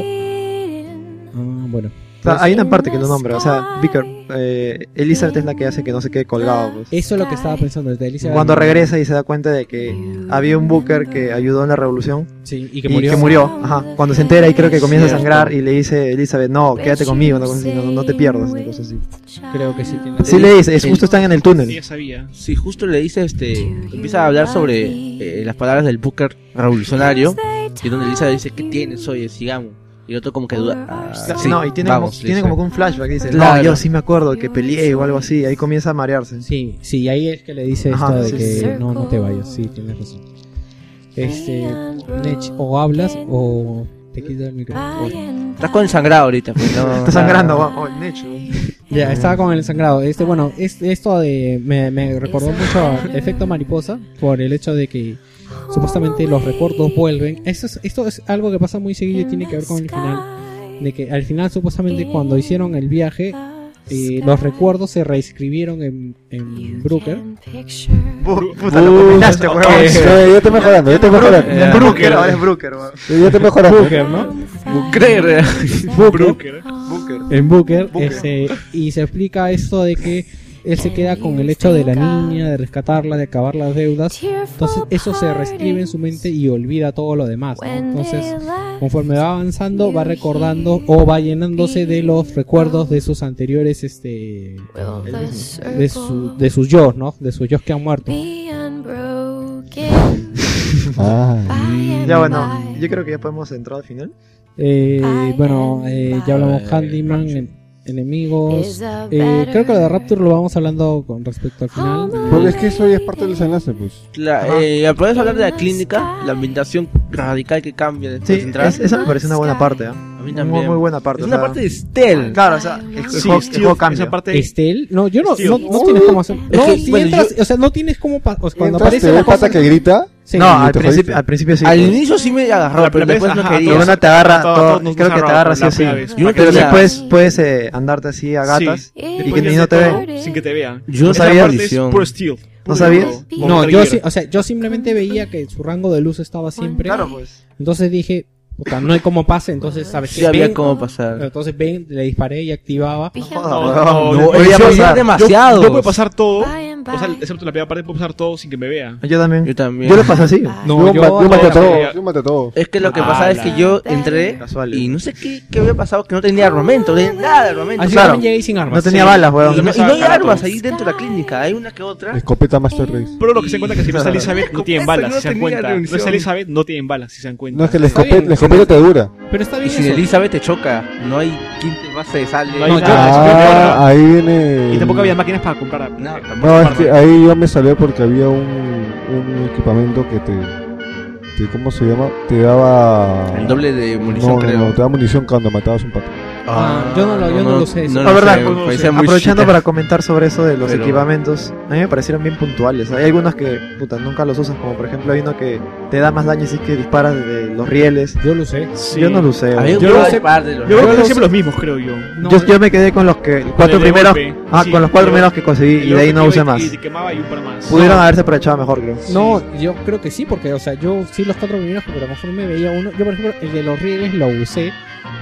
[SPEAKER 1] Ah, bueno.
[SPEAKER 2] O sea, hay una parte que no nombra, o sea, Vicker, eh, Elizabeth es la que hace que no se quede colgado. pues.
[SPEAKER 1] Eso es lo que estaba pensando desde Elizabeth.
[SPEAKER 2] Cuando regresa y se da cuenta de que había un Booker que ayudó en la revolución
[SPEAKER 1] Sí, y
[SPEAKER 2] y
[SPEAKER 1] que murió.
[SPEAKER 2] Ajá. Cuando se entera y creo que comienza a
[SPEAKER 3] Cierto.
[SPEAKER 2] sangrar y le dice Elizabeth, no, quédate conmigo, una cosa así, no, no te pierdas, una cosa así.
[SPEAKER 1] Creo que sí. tiene-
[SPEAKER 2] Sí le dice, es
[SPEAKER 3] El-
[SPEAKER 2] justo están en el
[SPEAKER 4] Sí, ya
[SPEAKER 2] túnel.
[SPEAKER 4] sabía.
[SPEAKER 3] Si justo le dice, este, empieza a hablar sobre eh, las palabras del Booker revolucionario. Y donde Elizabeth dice, ¿qué tienes? Oye, sigamos. Y el otro como que duda. ah, sí,
[SPEAKER 2] no, y tiene,
[SPEAKER 3] vamos,
[SPEAKER 2] como, tiene
[SPEAKER 3] listo.
[SPEAKER 2] como que un flashback, dice,
[SPEAKER 3] Claro.
[SPEAKER 2] no, yo sí me acuerdo que peleé o algo así, ahí comienza a marearse.
[SPEAKER 1] Sí, sí, ahí es que le dice esto
[SPEAKER 2] Ajá,
[SPEAKER 1] de
[SPEAKER 2] sí,
[SPEAKER 1] que
[SPEAKER 2] sí.
[SPEAKER 1] no, no te vayas, sí, tienes razón. Este, Nech, o hablas o te quito el micrófono.
[SPEAKER 3] Estás con sangrado ahorita. Pues, no,
[SPEAKER 2] Está sangrando, guau. oh, Necho.
[SPEAKER 1] Ya, estaba con el sangrado. Este, bueno, es, esto de, me, me recordó mucho a efecto mariposa por el hecho de que supuestamente los recuerdos vuelven. Esto es, esto es algo que pasa muy seguido y tiene que ver con el final. de que al final supuestamente cuando hicieron el viaje, eh, los recuerdos se reescribieron en, en Brooker.
[SPEAKER 2] Bu- Puta, lo combinaste,
[SPEAKER 4] ok.
[SPEAKER 2] huevón.
[SPEAKER 5] Sí, yo te mejorando, yo te mejorando.
[SPEAKER 2] Eh, Brooker, ahora es Brooker, huevón.
[SPEAKER 5] Yo te mejorando.
[SPEAKER 10] Booker, ¿no?
[SPEAKER 3] Creer.
[SPEAKER 4] Brooker.
[SPEAKER 1] En Booker,
[SPEAKER 2] Booker.
[SPEAKER 1] este, y se explica esto de que él se queda con el hecho de la niña, de rescatarla, de acabar las deudas. Entonces eso se reescribe en su mente y olvida todo lo demás. ¿no? Entonces conforme va avanzando va recordando o va llenándose de los recuerdos de sus anteriores, este, de, su, de sus yo, ¿no? De sus yo que han muerto.
[SPEAKER 5] Ah,
[SPEAKER 2] Ya bueno, yo creo que ya podemos entrar al final.
[SPEAKER 1] Eh, bueno, eh, ya hablamos
[SPEAKER 3] Eh,
[SPEAKER 1] Handyman, en- enemigos. Eh, creo que lo de Rapture lo vamos hablando con respecto al final.
[SPEAKER 5] porque es que este eso ya es parte del desenlace, pues.
[SPEAKER 3] La, eh, ¿Puedes hablar de la clínica? La ambientación radical que cambia después de
[SPEAKER 2] Sí,
[SPEAKER 3] entrar.
[SPEAKER 2] es- esa me parece una buena parte, ¿ah?
[SPEAKER 3] a
[SPEAKER 2] Muy,
[SPEAKER 3] mí también.
[SPEAKER 2] muy buena parte.
[SPEAKER 3] es
[SPEAKER 2] o
[SPEAKER 3] una
[SPEAKER 2] sea,
[SPEAKER 3] parte de Estel.
[SPEAKER 2] Claro, o sea, el, el
[SPEAKER 4] Sí,
[SPEAKER 2] juego, el
[SPEAKER 4] Steve,
[SPEAKER 2] juego cambia.
[SPEAKER 4] esa parte
[SPEAKER 2] Este,
[SPEAKER 1] Estel, no, yo no,
[SPEAKER 4] Tío.
[SPEAKER 1] no, no tienes cómo hacer. No,
[SPEAKER 3] que,
[SPEAKER 1] si
[SPEAKER 3] bueno,
[SPEAKER 1] entras, o sea, no tienes cómo. pa- o sea, cuando
[SPEAKER 5] Cuando
[SPEAKER 1] aparece
[SPEAKER 5] aparece
[SPEAKER 1] la
[SPEAKER 5] el
[SPEAKER 1] cosa.
[SPEAKER 5] pata que grita,
[SPEAKER 1] sí.
[SPEAKER 2] no, al
[SPEAKER 5] te
[SPEAKER 2] principio,
[SPEAKER 5] jodiste.
[SPEAKER 2] al principio sí.
[SPEAKER 3] Al
[SPEAKER 2] pues.
[SPEAKER 3] inicio sí me agarró,
[SPEAKER 4] La
[SPEAKER 3] pero
[SPEAKER 4] primera
[SPEAKER 3] después
[SPEAKER 4] vez,
[SPEAKER 3] no
[SPEAKER 4] ajá,
[SPEAKER 3] quería.
[SPEAKER 2] Pero
[SPEAKER 4] todos-
[SPEAKER 2] una te agarra,
[SPEAKER 4] todos-
[SPEAKER 2] todo-
[SPEAKER 4] todos nos
[SPEAKER 2] creo que te
[SPEAKER 4] agarró
[SPEAKER 2] agarra
[SPEAKER 4] la
[SPEAKER 2] así así.
[SPEAKER 4] primera vez.
[SPEAKER 3] Yo no
[SPEAKER 2] Pero
[SPEAKER 3] tenía-
[SPEAKER 2] después puedes eh, andarte así a gatas
[SPEAKER 4] Sí.
[SPEAKER 2] y que ni no te ve.
[SPEAKER 4] Sin que te vean.
[SPEAKER 3] Yo no
[SPEAKER 4] Esa
[SPEAKER 3] sabía
[SPEAKER 4] parte es
[SPEAKER 3] maldición.
[SPEAKER 4] puro Steel. Puro
[SPEAKER 2] sabías?
[SPEAKER 4] Steel.
[SPEAKER 1] No,
[SPEAKER 4] Metal
[SPEAKER 1] yo
[SPEAKER 4] Gear.
[SPEAKER 1] sí, o sea, yo simplemente veía que su rango de luz estaba siempre.
[SPEAKER 2] Claro, pues.
[SPEAKER 1] Entonces dije, puta, no hay cómo pase, entonces sabes
[SPEAKER 3] Sí
[SPEAKER 1] qué?
[SPEAKER 3] Pues había
[SPEAKER 1] Ven.
[SPEAKER 3] cómo pasar.
[SPEAKER 1] Entonces ven, le disparé y activaba.
[SPEAKER 2] Joder,
[SPEAKER 4] no,
[SPEAKER 2] huevón,
[SPEAKER 4] no,
[SPEAKER 2] voy a
[SPEAKER 3] eso ya
[SPEAKER 2] pasar.
[SPEAKER 3] demasiado.
[SPEAKER 4] Yo, yo puedo pasar todo, o sea, excepto la primera parte, puedo pasar todo sin que me vean.
[SPEAKER 2] Yo
[SPEAKER 3] Yo
[SPEAKER 2] también.
[SPEAKER 3] también.
[SPEAKER 2] Yo lo pasé así.
[SPEAKER 5] yo, ma- yo maté a
[SPEAKER 4] todo.
[SPEAKER 5] todos, yo maté a todos.
[SPEAKER 3] Es que lo que
[SPEAKER 4] Ah,
[SPEAKER 3] pasaba es
[SPEAKER 4] la-
[SPEAKER 3] que yo entré
[SPEAKER 2] Casual.
[SPEAKER 3] y no sé qué, qué había pasado, que no tenía armamento, no tenía nada de armamento.
[SPEAKER 1] Así
[SPEAKER 2] Claro.
[SPEAKER 1] también llegué sin armas.
[SPEAKER 2] No tenía balas,
[SPEAKER 3] Y no,
[SPEAKER 2] weón.
[SPEAKER 3] y no
[SPEAKER 4] pasaba
[SPEAKER 3] hay
[SPEAKER 4] cada
[SPEAKER 3] armas
[SPEAKER 4] rato.
[SPEAKER 3] ahí dentro de la clínica, hay una que otra.
[SPEAKER 5] Escopeta Master Race.
[SPEAKER 4] Pero lo que se encuentra es que si no está Elizabeth, no tienen balas,
[SPEAKER 3] Eso
[SPEAKER 4] si se dan
[SPEAKER 3] no tenía
[SPEAKER 4] cuenta. No
[SPEAKER 3] reducción.
[SPEAKER 4] está Elizabeth, no tienen balas, si se dan cuenta.
[SPEAKER 5] No es que la
[SPEAKER 1] Está
[SPEAKER 5] escopeta,
[SPEAKER 1] bien.
[SPEAKER 5] la escopeta te dura.
[SPEAKER 1] Pero está
[SPEAKER 3] Y
[SPEAKER 1] bien
[SPEAKER 3] si
[SPEAKER 1] eso.
[SPEAKER 3] Elizabeth te choca, no hay quinta base de sale.
[SPEAKER 4] No hay nada.
[SPEAKER 5] Ah, ahí viene.
[SPEAKER 4] Y tampoco había máquinas para comprar.
[SPEAKER 3] No, tampoco.
[SPEAKER 5] No, es que ah, ahí yo me salvé porque había un, un equipamiento que te, te- ¿Cómo se llama? Te daba.
[SPEAKER 3] El doble de munición,
[SPEAKER 5] no, no,
[SPEAKER 3] creo.
[SPEAKER 5] no, te daba munición cuando matabas un pato.
[SPEAKER 1] Ah, yo no lo- yo no lo sé eso.
[SPEAKER 2] La verdad,
[SPEAKER 3] sé,
[SPEAKER 2] pues,
[SPEAKER 3] me
[SPEAKER 2] no
[SPEAKER 3] parecía muy
[SPEAKER 2] Aprovechando
[SPEAKER 3] shooter.
[SPEAKER 2] para comentar sobre eso de los
[SPEAKER 3] Pero-
[SPEAKER 2] equipamientos, a mí me parecieron bien puntuales. Hay algunos que, puta, nunca los usas, como por ejemplo hay uno que te da más daño si es que disparas desde los rieles.
[SPEAKER 1] Yo lo sé.
[SPEAKER 4] Sí.
[SPEAKER 2] Yo no lo usé. weón.
[SPEAKER 3] Había un
[SPEAKER 4] Yo lo
[SPEAKER 3] par
[SPEAKER 4] sé-
[SPEAKER 3] de los-
[SPEAKER 4] Yo creo que
[SPEAKER 2] Yo
[SPEAKER 4] son
[SPEAKER 2] no
[SPEAKER 4] siempre los mismos, creo yo.
[SPEAKER 1] No,
[SPEAKER 2] Yo, yo me quedé con los que cuatro
[SPEAKER 4] Con el de
[SPEAKER 2] primeros.
[SPEAKER 4] golpe.
[SPEAKER 2] Ah,
[SPEAKER 4] Sí,
[SPEAKER 2] con los cuatro
[SPEAKER 4] yo-
[SPEAKER 2] primeros que conseguí y
[SPEAKER 4] yo
[SPEAKER 2] de ahí
[SPEAKER 4] que
[SPEAKER 2] no
[SPEAKER 4] iba
[SPEAKER 2] usé
[SPEAKER 4] y-
[SPEAKER 2] más.
[SPEAKER 4] Y te quemaba y un par más.
[SPEAKER 2] Pudieron haberse aprovechado mejor, creo.
[SPEAKER 1] No, yo creo que sí, porque, o sea, yo sí los cuatro primeros, pero conforme veía uno, yo por ejemplo, el de los rieles lo usé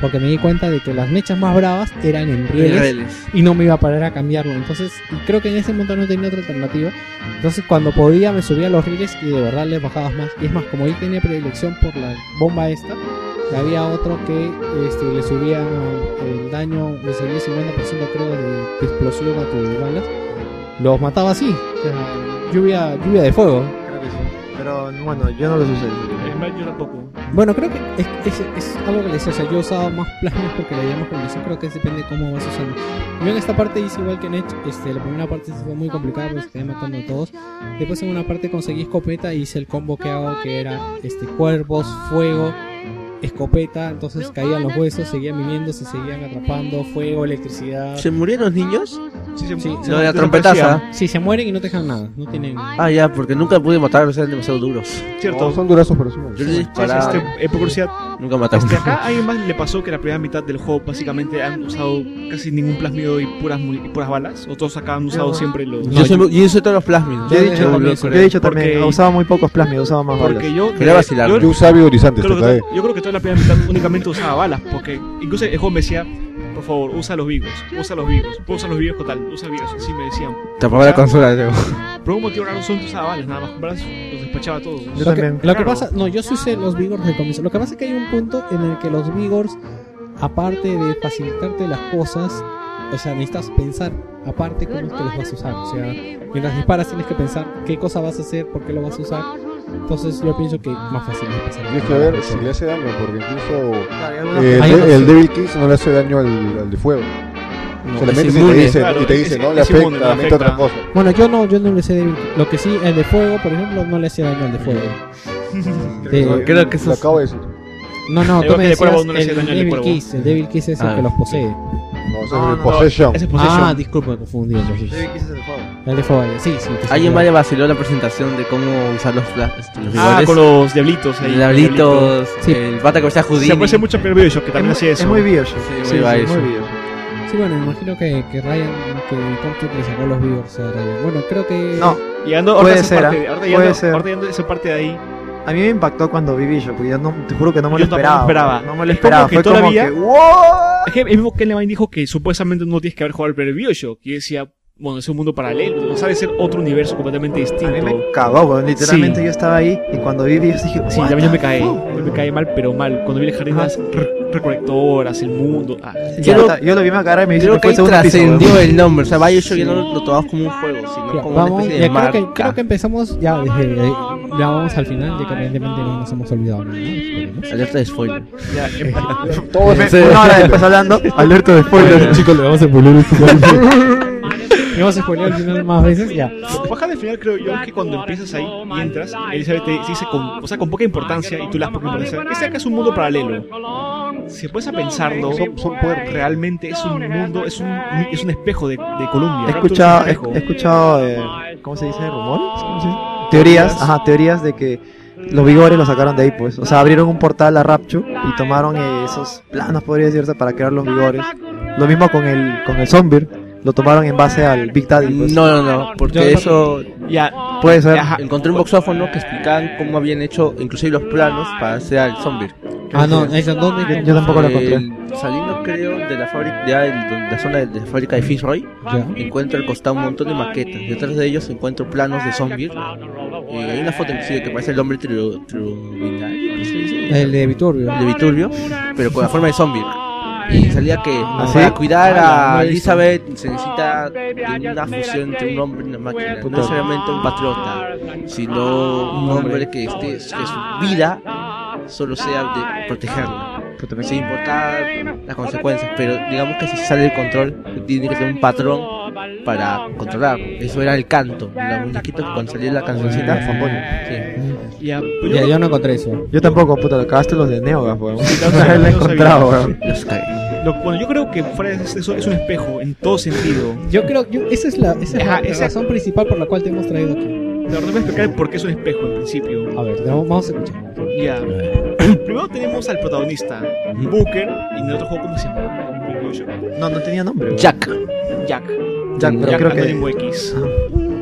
[SPEAKER 1] porque me di cuenta de que las mechas más bravas eran en rieles
[SPEAKER 3] Rieles.
[SPEAKER 1] y no me iba a parar a cambiarlo. Entonces, y creo que en ese momento no tenía otra alternativa. Entonces, cuando podía, me subía a los rieles y de verdad les bajabas más. Y es más, como él tenía predilección por la bomba esta, había otro que este, le subía el daño, le subía el 50% creo de, de explosión a tus balas. Los mataba así, o sea, lluvia, lluvia de fuego.
[SPEAKER 2] Pero bueno, yo no los usé.
[SPEAKER 4] Es más, yo tampoco.
[SPEAKER 1] Bueno, creo que es, es, es algo que les decía. O sea, yo usaba más plasmas porque le llamamos condición. Creo que depende de cómo vas usando. Yo en esta parte hice igual que en Edge. Este, la primera parte sí fue muy complicada porque se quedé matando a todos. Después, en una parte conseguí escopeta y hice el combo que hago que era este, cuervos, fuego, escopeta. Entonces caían los huesos, seguían viniendo, se seguían atrapando. Fuego, electricidad.
[SPEAKER 3] ¿Se murieron los niños?
[SPEAKER 4] Sí, se-
[SPEAKER 1] Sí,
[SPEAKER 4] se-
[SPEAKER 3] Lo de la ¿ah?
[SPEAKER 4] se
[SPEAKER 3] trompetaza.
[SPEAKER 1] Si se mueren y no te dejan nada, no tienen.
[SPEAKER 3] Ah, ya, porque nunca pude matarlos, eran demasiado duros.
[SPEAKER 4] desaparecían.
[SPEAKER 5] No,
[SPEAKER 4] Cierto.
[SPEAKER 5] son durazos, pero son
[SPEAKER 3] Yo les disparaba.
[SPEAKER 4] Este, eh, por curiosidad,
[SPEAKER 3] Nunca matamos.
[SPEAKER 4] este, acá a alguien más le pasó que la primera mitad del juego básicamente han usado casi ningún plasmido y puras, mu- y puras balas. O todos acá han usado
[SPEAKER 2] Yo-
[SPEAKER 4] siempre los.
[SPEAKER 3] Yo, soy, yo soy todos los plásmidos.
[SPEAKER 2] Yo
[SPEAKER 1] Yo
[SPEAKER 2] he dicho,
[SPEAKER 1] también
[SPEAKER 2] yo
[SPEAKER 1] usé.
[SPEAKER 2] he dicho
[SPEAKER 4] Porque-
[SPEAKER 2] también, usaba muy pocos plasmidos, usaba más balas.
[SPEAKER 4] Porque yo.
[SPEAKER 3] Quería vacilar. este
[SPEAKER 4] yo-
[SPEAKER 5] Yo usaba biorizantes, te
[SPEAKER 4] Creo que
[SPEAKER 5] cae.
[SPEAKER 4] to- yo creo que toda la primera mitad únicamente usaba balas, porque incluso el juego me decía, por favor, usa los vivos, usa los vivos, usa los vivos total, usa vivos, así me decían.
[SPEAKER 3] Tapaba la consola, creo.
[SPEAKER 4] Por algún motivo raro solo usaba balas, nada más con balas los despachaba a todos.
[SPEAKER 2] Yo
[SPEAKER 1] Lo que,
[SPEAKER 2] también.
[SPEAKER 1] lo que
[SPEAKER 4] Claro.
[SPEAKER 1] pasa, no, yo sí usé los Vigors de comienzo. Lo que pasa es que hay un punto en el que los Vigors, aparte de facilitarte las cosas, o sea, necesitas pensar aparte cómo es que los vas a usar. O sea, mientras disparas tienes que pensar qué cosa vas a hacer, por qué lo vas a usar. Entonces yo pienso que más fácil es pasar.
[SPEAKER 5] Tienes que ver si le hace daño, porque incluso
[SPEAKER 2] Claro, hay
[SPEAKER 5] eh,
[SPEAKER 2] algunos
[SPEAKER 5] el,
[SPEAKER 1] Hay
[SPEAKER 5] de-
[SPEAKER 1] otros-
[SPEAKER 5] el Devil Kiss no le hace daño al, al de fuego. Solamente
[SPEAKER 3] es
[SPEAKER 5] si te
[SPEAKER 3] inmune.
[SPEAKER 5] dice,
[SPEAKER 4] Claro,
[SPEAKER 5] y te
[SPEAKER 4] es-
[SPEAKER 5] dice,
[SPEAKER 4] es-
[SPEAKER 5] no, le
[SPEAKER 4] es
[SPEAKER 5] afecta,
[SPEAKER 4] inmune,
[SPEAKER 5] le
[SPEAKER 4] le
[SPEAKER 5] afecta otra
[SPEAKER 4] afecta.
[SPEAKER 5] cosa.
[SPEAKER 1] Bueno, yo no, yo no le sé de... Lo que sí, el de fuego, por ejemplo, no le hace daño al de fuego.
[SPEAKER 5] Lo-
[SPEAKER 1] De-
[SPEAKER 3] creo que eso
[SPEAKER 5] Lo
[SPEAKER 3] es-
[SPEAKER 5] acabo de decir.
[SPEAKER 1] no, no,
[SPEAKER 4] Yo
[SPEAKER 1] tú
[SPEAKER 4] creo
[SPEAKER 1] me
[SPEAKER 4] que de
[SPEAKER 1] decías
[SPEAKER 4] cuervo no le hace
[SPEAKER 1] el
[SPEAKER 4] daño al de
[SPEAKER 1] Devil
[SPEAKER 4] cuervo.
[SPEAKER 1] Kiss, el Devil Kiss es el
[SPEAKER 3] Ah.
[SPEAKER 1] que los posee.
[SPEAKER 5] No, ese
[SPEAKER 2] No,
[SPEAKER 5] es
[SPEAKER 2] no,
[SPEAKER 5] el Possession.
[SPEAKER 4] Ese es Possession.
[SPEAKER 1] Ah, disculpa, me confundí. entonces.
[SPEAKER 2] David Kiss es el juego.
[SPEAKER 1] El de Fobaya, sí, sí. te
[SPEAKER 3] Alguien
[SPEAKER 1] sigo.
[SPEAKER 3] más le vaciló la presentación de cómo usar los, fla- este, los
[SPEAKER 4] Ah,
[SPEAKER 3] vigores.
[SPEAKER 4] con los diablitos ahí.
[SPEAKER 3] Diablitos,
[SPEAKER 1] Sí.
[SPEAKER 3] el pata que está
[SPEAKER 4] Se
[SPEAKER 3] Houdini.
[SPEAKER 4] parece mucho a Pierre Bioshock, que también
[SPEAKER 2] es,
[SPEAKER 4] hacía
[SPEAKER 2] muy-
[SPEAKER 4] eso.
[SPEAKER 2] es muy Bioshock.
[SPEAKER 3] Sí, muy Bioshock.
[SPEAKER 2] muy Bioshock.
[SPEAKER 1] Sí, bueno, me imagino que, que Ryan, que Comstock le sacó los viewers a Ryan. Bueno, creo que.
[SPEAKER 2] No,
[SPEAKER 4] Llegando, ahora
[SPEAKER 2] Puede
[SPEAKER 4] esa
[SPEAKER 2] ser,
[SPEAKER 4] parte,
[SPEAKER 2] ¿ah?
[SPEAKER 4] ahora
[SPEAKER 2] Puede
[SPEAKER 4] llegando,
[SPEAKER 2] ser.
[SPEAKER 4] ahora llegando esa parte de ahí.
[SPEAKER 2] a mí me impactó cuando vi Bioshock, porque yo no, te juro que no me lo
[SPEAKER 4] Yo tampoco
[SPEAKER 2] esperaba.
[SPEAKER 4] esperaba.
[SPEAKER 2] No me lo
[SPEAKER 4] Es como
[SPEAKER 2] esperaba.
[SPEAKER 4] que
[SPEAKER 2] Fue como
[SPEAKER 4] todavía-
[SPEAKER 2] que, ¡wow!
[SPEAKER 4] Es que el mismo Ken Levine dijo que supuestamente no tienes que haber jugado al primer Bioshock. Y yo decía, bueno, es un mundo paralelo, no sabe ser otro universo completamente
[SPEAKER 2] A mí
[SPEAKER 4] distinto.
[SPEAKER 2] me cagó, weón. Literalmente
[SPEAKER 4] Sí.
[SPEAKER 2] yo estaba ahí y cuando vi videos dije,
[SPEAKER 4] Sí,
[SPEAKER 2] "What
[SPEAKER 4] también yo
[SPEAKER 2] the
[SPEAKER 4] me caí.
[SPEAKER 2] fuck?"
[SPEAKER 4] Yo me caí mal, pero mal. Cuando vi el jardín de las re- recolectoras, el mundo. Ah,
[SPEAKER 2] Sí,
[SPEAKER 3] Creo-
[SPEAKER 2] hasta- yo lo vi me cagar y me dice
[SPEAKER 3] Creo
[SPEAKER 2] que
[SPEAKER 3] que
[SPEAKER 2] fue el segundo
[SPEAKER 3] ahí
[SPEAKER 2] piso,
[SPEAKER 3] trascendió
[SPEAKER 2] weón.
[SPEAKER 3] el nombre. O sea, Bioshock ya no lo, lo tomamos como un juego, sino
[SPEAKER 1] Ya,
[SPEAKER 3] como una
[SPEAKER 1] vamos,
[SPEAKER 3] especie de
[SPEAKER 1] ya creo, que,
[SPEAKER 3] marca.
[SPEAKER 1] creo que empezamos ya desde ya vamos al final, ya que evidentemente no nos hemos olvidado. ¿no? Esperemos.
[SPEAKER 3] Alerta de spoiler.
[SPEAKER 4] ya, em-
[SPEAKER 5] Todo es
[SPEAKER 2] Me- Una hora después hablando, Alberto de spoilers.
[SPEAKER 1] chicos, le vamos a spoiler el final. Le vamos a spoiler el final más veces, ya.
[SPEAKER 4] Baja de final, creo yo, que cuando empiezas ahí y entras, Elizabeth te dice, con, o sea, con poca importancia y tú las poca importancia. Este acá es un mundo paralelo. Si puedes a pensarlo,
[SPEAKER 5] Son- son poderes.
[SPEAKER 4] realmente es un mundo, es un, es un espejo de, de Colombia.
[SPEAKER 2] He escuchado, he, he escuchado eh, ¿cómo se dice? ¿Rumores? ¿Cómo se dice? Teorías, ajá, teorías de que los vigores los sacaron de ahí, pues. O sea, abrieron un portal a Rapture y tomaron eh, esos planos, podría decirse, para crear los vigores. Lo mismo con el, con el Zombie, lo tomaron en base al Big Daddy, pues.
[SPEAKER 3] No, no, no, porque
[SPEAKER 1] Yo-
[SPEAKER 3] eso
[SPEAKER 4] Ya,
[SPEAKER 2] Puede ser.
[SPEAKER 4] Ajá.
[SPEAKER 3] encontré un boxófono que explicaban cómo habían hecho inclusive los planos para hacer al zombie.
[SPEAKER 1] Ah, no, ahí son donde
[SPEAKER 2] Yo, yo tampoco lo encontré.
[SPEAKER 3] El- saliendo creo de la fábrica ya del- de la zona de, de la fábrica de Fitzroy,
[SPEAKER 1] Ya.
[SPEAKER 3] encuentro al costado un montón de maquetas. Detrás de ellos encuentro planos de zombies. Y hay una foto inclusive que parece el hombre tru- trubinario, ¿cómo se dice?
[SPEAKER 1] El de Viturbio.
[SPEAKER 3] de Viturbio, pero con la forma de zombie. Y salía que
[SPEAKER 8] Ah,
[SPEAKER 2] sí?
[SPEAKER 3] para cuidar
[SPEAKER 2] Ah,
[SPEAKER 3] a
[SPEAKER 2] no he visto.
[SPEAKER 3] Elizabeth se necesita de una fusión entre un hombre y una máquina, no necesariamente un patriota, sino un hombre que, esté, que su vida solo sea de protegerla. Sin importar las consecuencias, pero digamos que si sale del control, tiene que ser un patrón para controlar. Eso era el canto, la muñequita que cuando salía la cancioncita. Sí.
[SPEAKER 4] ya, pero yo
[SPEAKER 1] Ya, yo no encontré eso.
[SPEAKER 2] Yo tampoco, puta, lo cagaste los de Neogas, weón.
[SPEAKER 4] creo que
[SPEAKER 2] No lo he
[SPEAKER 4] no sabía.
[SPEAKER 2] encontrado, weón.
[SPEAKER 3] Los cagué.
[SPEAKER 4] Lo- bueno, yo creo que fuera de eso es un espejo en todo sentido.
[SPEAKER 1] Yo creo, yo, esa es la, esa es
[SPEAKER 4] Ajá,
[SPEAKER 1] la
[SPEAKER 4] esa-
[SPEAKER 1] razón principal por la cual te hemos traído aquí.
[SPEAKER 4] La verdad, voy a explicar por qué es un espejo en principio.
[SPEAKER 1] A ver, vamos- vamos a escuchar.
[SPEAKER 4] Ya. Primero tenemos al protagonista, Booker, y en el otro juego, ¿cómo se llama?
[SPEAKER 2] No, no tenía nombre, weón.
[SPEAKER 3] Jack.
[SPEAKER 4] Jack.
[SPEAKER 2] Jack, pero
[SPEAKER 4] Jack
[SPEAKER 2] creo que.
[SPEAKER 4] Anónimo X.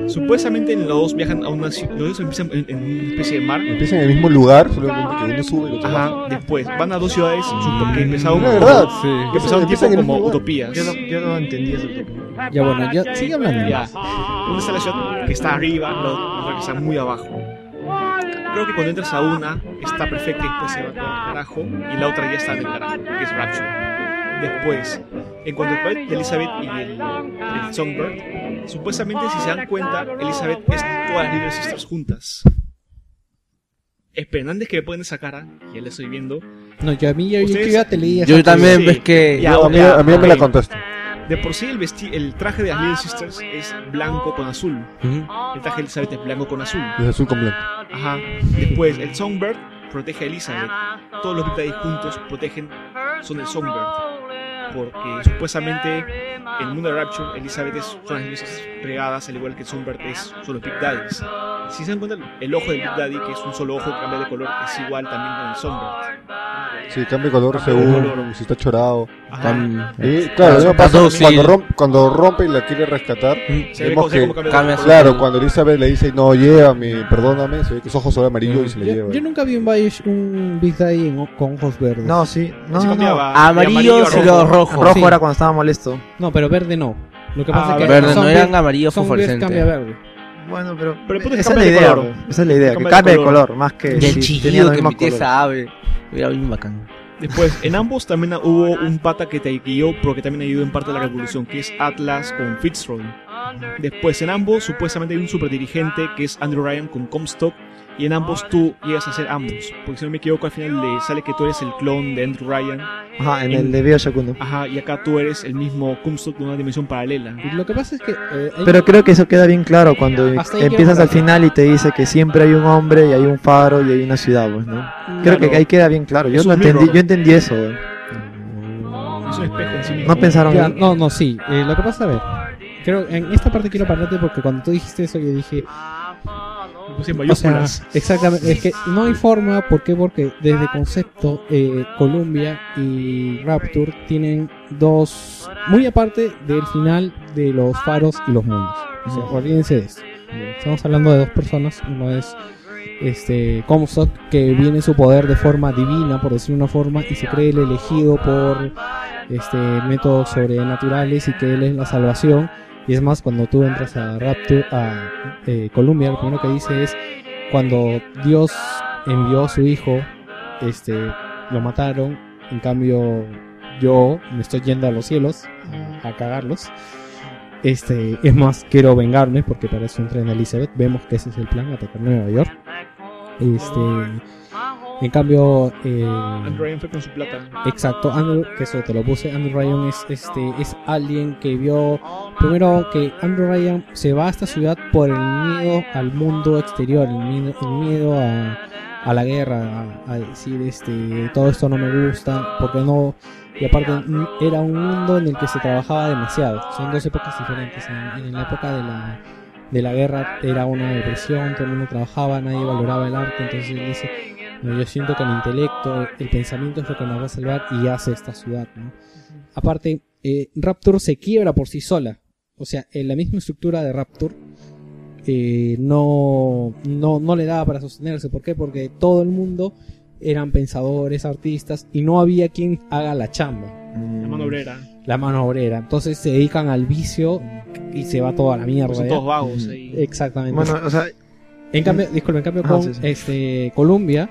[SPEAKER 4] Supuestamente los dos viajan a una ci- los dos empiezan en, en una especie de mar.
[SPEAKER 5] Empieza en el mismo lugar, solo que uno sube y el otro baja.
[SPEAKER 4] Ajá. Después van a dos ciudades supo- que empezaron
[SPEAKER 5] La verdad,
[SPEAKER 4] como-
[SPEAKER 5] sí.
[SPEAKER 4] que empezaron
[SPEAKER 5] Empiezan
[SPEAKER 4] tipo
[SPEAKER 5] en el
[SPEAKER 4] como
[SPEAKER 5] mismo lugar.
[SPEAKER 4] utopías.
[SPEAKER 2] Yo no, yo no entendí eso. tampoco.
[SPEAKER 1] Ya bueno, ya sigue hablando.
[SPEAKER 4] Ya. Una está la ciudad que está arriba, la otra que está muy abajo. Creo que cuando entras a una está perfecta y después se va con el carajo y la otra ya está en el carajo, que es Rapture. Después, en cuanto al papel de Elizabeth y el, el Songbird, supuestamente si se dan cuenta, Elizabeth es todas las Little Sisters juntas. Esperando es que me ponen esa cara, ya la estoy viendo.
[SPEAKER 1] No, yo a mí yo, yo
[SPEAKER 4] Ustedes-
[SPEAKER 1] ya te leí.
[SPEAKER 3] Yo
[SPEAKER 1] esa-
[SPEAKER 3] también
[SPEAKER 4] Sí.
[SPEAKER 3] ves que
[SPEAKER 4] Ya,
[SPEAKER 5] No, a mí,
[SPEAKER 4] ya,
[SPEAKER 5] a mí me la
[SPEAKER 4] ok.
[SPEAKER 5] contesta.
[SPEAKER 4] De por sí el, vesti- el traje de las Little Sisters es blanco con azul. El traje de Elizabeth es blanco con azul.
[SPEAKER 5] Es azul con blanco.
[SPEAKER 4] Ajá. Después, el Songbird protege a Elizabeth. Todos los Big Daddy juntos protegen, son el Songbird. Porque supuestamente en el mundo de Rapture, Elizabeth es, son las mismas regadas, al igual que el Songbird es, son los Big Daddies. Si se dan cuenta, el ojo del Big Daddy, que es un solo ojo que cambia de color, es igual también con el Songbird.
[SPEAKER 5] Sí, cambia de color
[SPEAKER 4] Cambia de
[SPEAKER 5] según
[SPEAKER 4] Ah, color.
[SPEAKER 5] si está chorado.
[SPEAKER 4] Ajá.
[SPEAKER 3] Cam-
[SPEAKER 5] Y claro, lo que
[SPEAKER 3] Las
[SPEAKER 5] pasa
[SPEAKER 3] dos,
[SPEAKER 5] cuando,
[SPEAKER 3] sí.
[SPEAKER 5] rompe, cuando rompe y la quiere rescatar.
[SPEAKER 4] Se ve
[SPEAKER 5] Vemos
[SPEAKER 4] como, se ve
[SPEAKER 5] que
[SPEAKER 4] como cambia de
[SPEAKER 3] cambia
[SPEAKER 4] color.
[SPEAKER 5] Claro, cuando Elizabeth le dice, no, llévame, perdóname, se ve que sus ojos son amarillos y se le
[SPEAKER 1] Yo,
[SPEAKER 5] lleva.
[SPEAKER 1] yo nunca vi un, Bioshock- un Big Daddy en- con ojos verdes.
[SPEAKER 2] No, sí. No,
[SPEAKER 4] Se
[SPEAKER 2] no, no.
[SPEAKER 4] cambiaba de
[SPEAKER 3] Amarillos
[SPEAKER 4] amarillo a
[SPEAKER 3] y los
[SPEAKER 4] rojo.
[SPEAKER 3] rojos.
[SPEAKER 2] Rojo
[SPEAKER 1] Sí.
[SPEAKER 2] era cuando estaba molesto.
[SPEAKER 1] No, pero verde no. Lo que pasa
[SPEAKER 4] Ah,
[SPEAKER 1] es que
[SPEAKER 3] Verde, no
[SPEAKER 1] Zombie-
[SPEAKER 3] eran amarillos
[SPEAKER 1] Zombie cambia a
[SPEAKER 3] fosforescentes.
[SPEAKER 1] verde.
[SPEAKER 2] Bueno, pero.
[SPEAKER 4] Pero el punto es
[SPEAKER 2] esa
[SPEAKER 4] que
[SPEAKER 2] es la
[SPEAKER 4] cambia de
[SPEAKER 2] idea,
[SPEAKER 4] color.
[SPEAKER 2] bro. Esa es la idea, que
[SPEAKER 4] Cambia de
[SPEAKER 2] cambie de
[SPEAKER 4] color.
[SPEAKER 2] color, más que.
[SPEAKER 3] Y el
[SPEAKER 2] si
[SPEAKER 3] chillido
[SPEAKER 2] los
[SPEAKER 3] que
[SPEAKER 2] mismos
[SPEAKER 3] metía
[SPEAKER 2] colores.
[SPEAKER 3] esa ave. Era bien bacán.
[SPEAKER 4] Después, pues, en ambos también hubo un pata que te guió, pero que también ayudó en parte a la revolución, que es Atlas con Fitzroy. Después, en ambos, supuestamente hay un superdirigente, que es Andrew Ryan con Comstock, y en ambos tú llegas a ser ambos. Porque si no me equivoco, al final le sale que tú eres el clon de Andrew Ryan.
[SPEAKER 2] Ajá, en el de Bioshock 1.
[SPEAKER 4] Ajá, y acá tú eres el mismo Comstock de una dimensión paralela.
[SPEAKER 1] Lo que pasa es que. eh, hay-
[SPEAKER 2] Pero creo que eso queda bien claro cuando
[SPEAKER 1] Hasta ahí
[SPEAKER 2] empiezas
[SPEAKER 1] quiero
[SPEAKER 2] al final y te dice que siempre hay un hombre y hay un faro y hay una ciudad, pues, ¿no? Creo
[SPEAKER 4] Claro.
[SPEAKER 2] que ahí queda bien claro. Yo
[SPEAKER 4] Es
[SPEAKER 2] lo
[SPEAKER 4] un
[SPEAKER 2] entendí,
[SPEAKER 4] mirror.
[SPEAKER 2] yo entendí eso, weón.
[SPEAKER 4] Y es un espejo en sí mismo.
[SPEAKER 2] No pensaron
[SPEAKER 1] Ya,
[SPEAKER 2] bien.
[SPEAKER 1] no, no, sí. Eh, lo que pasa, a ver. Creo, en esta parte quiero pararte porque cuando tú dijiste eso, yo dije.
[SPEAKER 4] Lo puse Pues en
[SPEAKER 1] O sea,
[SPEAKER 4] mayúsculas.
[SPEAKER 1] exactamente. Es que no hay forma, ¿por qué? Porque desde concepto, eh, Columbia y Rapture tienen dos. Muy aparte del final de los faros y los mundos. O sea, olvídense de eso. Estamos hablando de dos personas. Uno es este Comstock, que viene su poder de forma divina, por decir una forma, y se cree el elegido por este métodos sobrenaturales y que él es la salvación. Y es más, cuando tú entras a Rapture, a eh, Columbia, lo primero que dice es cuando Dios envió a su hijo, este, lo mataron. En cambio, yo me estoy yendo a los cielos a, a cagarlos. Este, es más, quiero vengarme porque para eso entré en Elizabeth. Vemos que ese es el plan, atacar Nueva York. Este, en cambio, eh,
[SPEAKER 4] Andrew Ryan fue con su plata.
[SPEAKER 1] Exacto, Andrew, que eso te lo puse. Andrew Ryan es este es alguien que vio primero que Andrew Ryan se va a esta ciudad por el miedo al mundo exterior, el miedo, el miedo a, a la guerra, a, a decir este todo esto no me gusta, porque no y aparte mm, era un mundo en el que se trabajaba demasiado. Son dos épocas diferentes. En, en la época de la de la guerra era una depresión, todo el mundo trabajaba, nadie valoraba el arte, entonces él dice no, yo siento que el intelecto, el pensamiento es lo que nos va a salvar y hace esta ciudad. ¿no? Aparte, eh, Rapture se quiebra por sí sola. O sea, en la misma estructura de Rapture eh, no, no, no le daba para sostenerse. ¿Por qué? Porque todo el mundo eran pensadores, artistas y no había quien haga la chamba,
[SPEAKER 4] La mano obrera.
[SPEAKER 1] la mano obrera. Entonces se dedican al vicio y se va toda la Eh, mierda.
[SPEAKER 4] Son
[SPEAKER 1] ¿ya?
[SPEAKER 4] Pues todos vagos ahí.
[SPEAKER 1] Exactamente.
[SPEAKER 2] Bueno, o sea,
[SPEAKER 1] En cambio, disculpa, en cambio
[SPEAKER 2] Ah,
[SPEAKER 1] con
[SPEAKER 2] sí, sí.
[SPEAKER 1] este Colombia,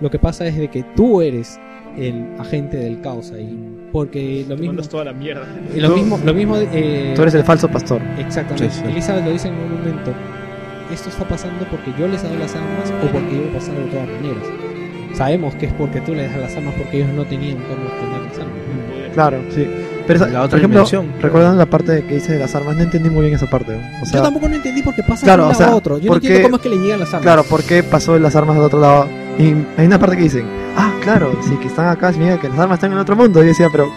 [SPEAKER 1] lo que pasa es de que tú eres el agente del caos ahí, porque lo
[SPEAKER 4] Te
[SPEAKER 1] mismo,
[SPEAKER 4] mandas toda la mierda.
[SPEAKER 1] eh, lo
[SPEAKER 2] tú-
[SPEAKER 1] mismo, lo mismo, eh,
[SPEAKER 2] tú eres el falso pastor.
[SPEAKER 1] exactamente.
[SPEAKER 3] Sí, sí.
[SPEAKER 1] Elizabeth lo dice en un momento. Esto está pasando porque yo les he dado las armas o porque iba a pasar de todas maneras. Sabemos que es porque tú les das las armas porque ellos no tenían cómo obtener las armas.
[SPEAKER 2] Claro, sí. Pero esa-
[SPEAKER 3] La otra
[SPEAKER 2] por ejemplo,
[SPEAKER 3] dimensión.
[SPEAKER 2] recordando la parte que dice de las armas, no entendí muy bien esa parte. O
[SPEAKER 1] yo
[SPEAKER 2] sea,
[SPEAKER 1] tampoco no entendí por qué pasa
[SPEAKER 2] claro,
[SPEAKER 1] de un
[SPEAKER 2] o
[SPEAKER 1] lado
[SPEAKER 2] sea,
[SPEAKER 1] a otro. Yo no
[SPEAKER 2] porque-
[SPEAKER 1] entiendo cómo es que le llegan las armas.
[SPEAKER 2] Claro, ¿por qué pasó las armas al otro lado? Y hay una parte que dicen, ah, claro, sí, que están acá, significa que las armas están en otro mundo. Y yo decía, pero,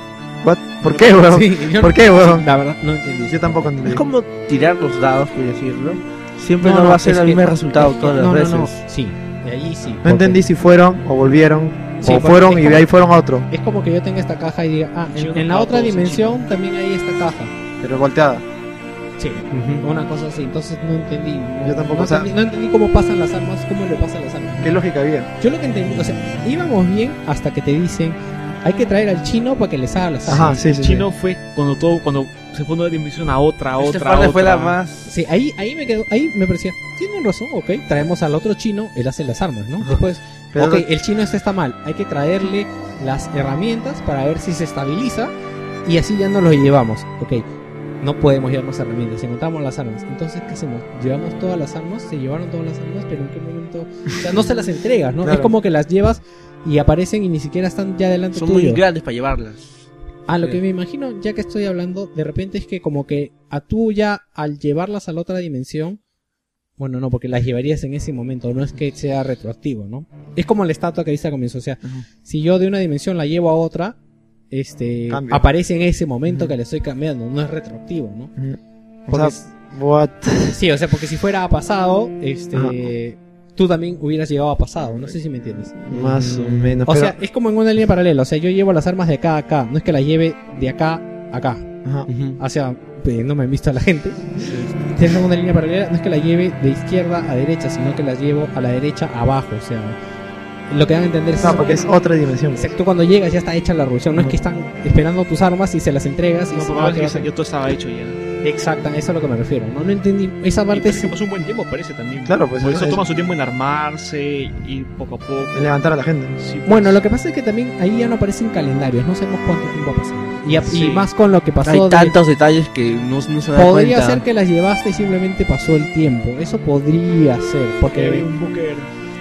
[SPEAKER 2] what? ¿por qué, weón?
[SPEAKER 1] Sí, yo
[SPEAKER 2] ¿Por qué, weón?
[SPEAKER 1] la verdad no entendí.
[SPEAKER 2] Yo tampoco
[SPEAKER 3] Es
[SPEAKER 2] entendí.
[SPEAKER 3] como tirar los dados, por decirlo. Siempre
[SPEAKER 1] No,
[SPEAKER 3] no,
[SPEAKER 1] no,
[SPEAKER 3] va a ser
[SPEAKER 1] es
[SPEAKER 3] el
[SPEAKER 1] que-
[SPEAKER 3] mismo resultado
[SPEAKER 1] es que-
[SPEAKER 3] todas las
[SPEAKER 1] no, no,
[SPEAKER 3] veces.
[SPEAKER 1] no, Sí, de ahí sí.
[SPEAKER 2] No entendí si fueron o volvieron,
[SPEAKER 1] Sí,
[SPEAKER 2] o
[SPEAKER 1] porque
[SPEAKER 2] fueron
[SPEAKER 1] es
[SPEAKER 2] y
[SPEAKER 1] como-
[SPEAKER 2] de ahí fueron a otro,
[SPEAKER 1] Es como que yo tenga esta caja y diga, ah, en, en la otra dimensión también hay esta caja.
[SPEAKER 2] pero volteada.
[SPEAKER 1] Sí. Una cosa así, entonces no entendí. no-
[SPEAKER 2] Yo tampoco,
[SPEAKER 1] no,
[SPEAKER 2] o sea-
[SPEAKER 1] entendí, no entendí cómo pasan las armas, cómo le pasan las armas.
[SPEAKER 2] ¿Qué lógica había?
[SPEAKER 1] Yo lo que entendí, o sea, íbamos bien hasta que te dicen, hay que traer al chino para que les haga las armas.
[SPEAKER 2] Ajá, sí, sí.
[SPEAKER 4] El
[SPEAKER 2] sí.
[SPEAKER 4] chino fue cuando todo, cuando se fue de una dimensión a otra, a
[SPEAKER 3] Esta
[SPEAKER 4] otra. a
[SPEAKER 3] parte Este fue
[SPEAKER 4] otra.
[SPEAKER 3] la más.
[SPEAKER 1] Sí, ahí, ahí me quedó, ahí me parecía, tienen razón, ok, traemos al otro chino, él hace las armas, ¿no?
[SPEAKER 2] Ajá.
[SPEAKER 1] Después,
[SPEAKER 2] Pero-
[SPEAKER 1] ok, el chino este está mal, hay que traerle las herramientas para ver si se estabiliza y así ya nos los llevamos, ok. No podemos llevarnos herramientas, encontramos las armas. Entonces, ¿qué hacemos? Llevamos todas las armas, se llevaron todas las armas, pero en qué momento... O sea, no se las entregas, ¿no?
[SPEAKER 2] Claro.
[SPEAKER 1] Es como que las llevas y aparecen y ni siquiera están ya delante
[SPEAKER 3] Son
[SPEAKER 1] Este tuyo.
[SPEAKER 3] muy grandes para llevarlas.
[SPEAKER 1] A lo
[SPEAKER 3] Sí.
[SPEAKER 1] que me imagino, ya que estoy hablando, de repente es que como que a tú ya al llevarlas a la otra dimensión, bueno, no, porque las llevarías en ese momento, no es que sea retroactivo, ¿no? Es como la estatua que dice al comienzo, o sea,
[SPEAKER 2] Ajá.
[SPEAKER 1] si yo de una dimensión la llevo a otra, este,
[SPEAKER 2] Cambio.
[SPEAKER 1] aparece en ese momento
[SPEAKER 2] Ujú.
[SPEAKER 1] que le estoy cambiando, no es retroactivo, ¿no?
[SPEAKER 2] O sea,
[SPEAKER 1] Porque
[SPEAKER 2] what?
[SPEAKER 1] Sí, o sea, porque si fuera a pasado, este,
[SPEAKER 2] Ajá.
[SPEAKER 1] tú también hubieras llegado a pasado, no sé si me entiendes.
[SPEAKER 2] Más o menos.
[SPEAKER 1] Mm, O
[SPEAKER 2] pero-
[SPEAKER 1] sea, es como en una línea paralela, o sea, yo llevo las armas de acá a acá, no es que las lleve de acá a acá.
[SPEAKER 2] Ajá.
[SPEAKER 1] O sea, eh, no me han visto a la gente. Tengo una línea paralela, no es que la lleve de izquierda a derecha, sino que la llevo a la derecha abajo. O sea, lo que dan a entender es
[SPEAKER 2] Ah, porque es otra dimensión.
[SPEAKER 1] Exacto, cuando llegas ya está hecha la revolución. No es que están esperando tus armas y se las entregas. Y
[SPEAKER 4] No,
[SPEAKER 1] se-
[SPEAKER 4] porque
[SPEAKER 1] ah,
[SPEAKER 4] ahora
[SPEAKER 1] que va a
[SPEAKER 4] sí que yo todo estaba hecho ya.
[SPEAKER 1] ser- Exacto, eso es a lo que me refiero. No, no entendí. Esa
[SPEAKER 4] Y
[SPEAKER 1] parte
[SPEAKER 4] parece
[SPEAKER 1] sí.
[SPEAKER 4] que pasó un buen tiempo, parece también.
[SPEAKER 2] Claro, pues,
[SPEAKER 4] Por eso
[SPEAKER 2] es-
[SPEAKER 4] toma su tiempo en armarse, ir poco a poco.
[SPEAKER 2] Levantar a la gente.
[SPEAKER 4] Sí, pues.
[SPEAKER 1] Bueno, lo que pasa es que también ahí ya no aparecen calendarios. No sabemos cuánto tiempo ha pasado. Y, a- y
[SPEAKER 4] Sí.
[SPEAKER 1] más con lo que pasó.
[SPEAKER 3] Hay
[SPEAKER 1] de-
[SPEAKER 3] tantos detalles que no, no se dan
[SPEAKER 1] Podría
[SPEAKER 3] cuenta.
[SPEAKER 1] ser que las llevaste y simplemente pasó el tiempo. Eso podría ser.
[SPEAKER 4] que
[SPEAKER 1] Porque
[SPEAKER 4] había un Booker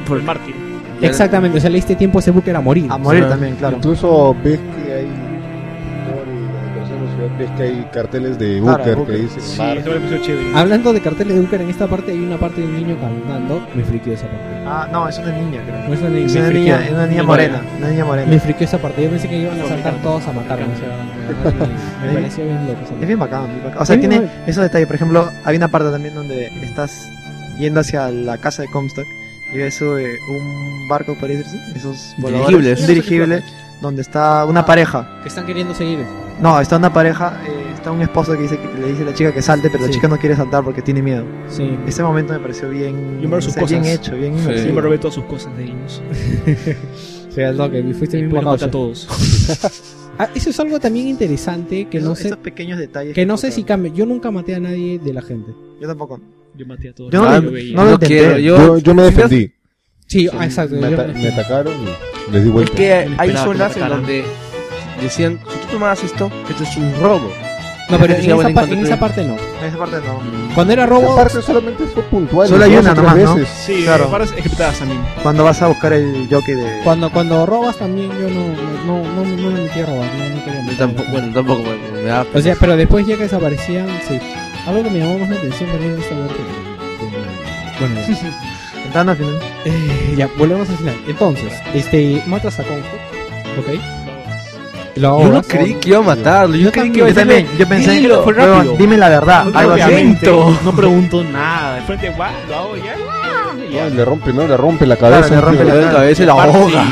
[SPEAKER 4] por el mártir.
[SPEAKER 3] Ya-
[SPEAKER 1] Exactamente, o sea, le diste tiempo a ese buque a morir.
[SPEAKER 2] A morir
[SPEAKER 3] Sí.
[SPEAKER 2] también, claro.
[SPEAKER 5] Incluso ves que hay humor y la decoración de la ciudad Pero ves que hay carteles de
[SPEAKER 2] Claro,
[SPEAKER 5] Booker que
[SPEAKER 2] Booker.
[SPEAKER 5] dicen
[SPEAKER 4] Sí,
[SPEAKER 5] Marvel.
[SPEAKER 4] eso me pareció chévere.
[SPEAKER 1] Hablando de carteles de Booker, en esta parte hay una parte de un niño cantando. Me friqueó esa parte.
[SPEAKER 2] Ah, no, es una niña, creo.
[SPEAKER 1] No es una niña,
[SPEAKER 2] Es
[SPEAKER 1] me
[SPEAKER 2] una
[SPEAKER 1] friqueó.
[SPEAKER 2] niña, es una niña morena. Una niña
[SPEAKER 1] Me
[SPEAKER 2] morena.
[SPEAKER 1] friqueó esa parte. Yo pensé que iban a
[SPEAKER 4] Por mi
[SPEAKER 1] saltar
[SPEAKER 4] causa.
[SPEAKER 1] todos a matarme. o sea, la verdad que me
[SPEAKER 2] Es bien-
[SPEAKER 1] pareció bien loco. esa
[SPEAKER 2] Es
[SPEAKER 1] parte.
[SPEAKER 2] bien bacán, bien bacán. O sea,
[SPEAKER 1] Es bien
[SPEAKER 2] tiene esos detalles. Por ejemplo, hay una parte también donde estás yendo hacia la casa de Comstock y ves eh, un barco, por decirse. Esos voladores.
[SPEAKER 3] Dirigibles.
[SPEAKER 2] Un dirigible donde está
[SPEAKER 1] Ah.
[SPEAKER 2] una pareja.
[SPEAKER 1] Que están queriendo seguir.
[SPEAKER 2] No, está una pareja, eh, está un esposo que dice que le dice a la chica que salte, pero la
[SPEAKER 1] Sí.
[SPEAKER 2] chica no quiere saltar porque tiene miedo.
[SPEAKER 1] Sí.
[SPEAKER 2] Ese momento me pareció bien,
[SPEAKER 4] Yo me robé sus cosas.
[SPEAKER 2] bien hecho, bien
[SPEAKER 3] Sí.
[SPEAKER 4] Sí,
[SPEAKER 2] inmersivo.
[SPEAKER 4] me robé todas sus cosas de ellos.
[SPEAKER 1] Sí, es lo que fuiste
[SPEAKER 4] Y
[SPEAKER 1] bien
[SPEAKER 4] después los
[SPEAKER 1] bondadoso.
[SPEAKER 4] maté a todos.
[SPEAKER 1] Ah, eso es algo también interesante que no
[SPEAKER 2] Esos-
[SPEAKER 1] sé
[SPEAKER 2] esos pequeños detalles.
[SPEAKER 1] que no sé si
[SPEAKER 2] tocaron.
[SPEAKER 1] cambia. Yo nunca maté a nadie de la gente.
[SPEAKER 2] Yo tampoco.
[SPEAKER 4] Yo maté a todos.
[SPEAKER 2] Yo no-
[SPEAKER 4] los que
[SPEAKER 2] no-
[SPEAKER 4] veía.
[SPEAKER 2] no- lo intenté.
[SPEAKER 3] quiero.
[SPEAKER 5] Yo,
[SPEAKER 3] Yo,
[SPEAKER 5] yo me defendí.
[SPEAKER 1] Sí, ah, exacto.
[SPEAKER 5] Me,
[SPEAKER 1] yo-
[SPEAKER 5] ata- me atacaron y les di
[SPEAKER 3] es
[SPEAKER 5] vuelta.
[SPEAKER 3] que hay
[SPEAKER 4] Esperaba que
[SPEAKER 3] zonas
[SPEAKER 4] me
[SPEAKER 3] en
[SPEAKER 4] mataran.
[SPEAKER 3] donde decían, si tú tomabas esto, esto es un robo.
[SPEAKER 1] no, pero
[SPEAKER 3] Sí,
[SPEAKER 1] en esa,
[SPEAKER 3] bueno,
[SPEAKER 1] parte, en
[SPEAKER 3] encontré-
[SPEAKER 1] esa parte no.
[SPEAKER 2] En esa parte no.
[SPEAKER 1] Cuando era robo,
[SPEAKER 5] Aparte solamente fue puntual.
[SPEAKER 2] Solo hay
[SPEAKER 5] dos
[SPEAKER 2] una
[SPEAKER 5] o tres
[SPEAKER 2] nomás, ¿no?
[SPEAKER 5] veces.
[SPEAKER 4] Sí,
[SPEAKER 2] Claro.
[SPEAKER 4] claro. varas ejecutadas también.
[SPEAKER 2] Cuando vas a buscar el jockey de.
[SPEAKER 1] cuando cuando robas también yo no no no, no, no me metí a robar, no, no quería
[SPEAKER 3] Yo
[SPEAKER 1] meter a
[SPEAKER 3] tampoco,
[SPEAKER 1] robar.
[SPEAKER 3] bueno, pues. tampoco, bueno, me da
[SPEAKER 1] O sea, pero después ya que desaparecían, sí. Algo que me llamó más la atención también es saber que- Bueno,
[SPEAKER 2] Entrando al final.
[SPEAKER 1] eh, ya, volvemos al final. Entonces, este, matas a Conjo, ¿ok? Lo
[SPEAKER 3] Yo no
[SPEAKER 1] ahorras.
[SPEAKER 3] creí que iba a matarlo. Yo, creí que iba a
[SPEAKER 2] Yo también,
[SPEAKER 3] decirle,
[SPEAKER 2] yo pensé,
[SPEAKER 3] Dilo,
[SPEAKER 4] fue
[SPEAKER 2] "Huevón,
[SPEAKER 4] rápido".
[SPEAKER 2] dime la verdad, Ah, algo así.
[SPEAKER 4] Obviamente, No pregunto nada. De frente, guau, lo hago ya. guau, y ya.
[SPEAKER 5] No, le rompe, ¿no? Le rompe la
[SPEAKER 2] Claro,
[SPEAKER 5] cabeza.
[SPEAKER 2] le rompe
[SPEAKER 3] le
[SPEAKER 5] tío. ¿eh?
[SPEAKER 3] doy la cabeza y la
[SPEAKER 4] Aparte,
[SPEAKER 3] ahoga.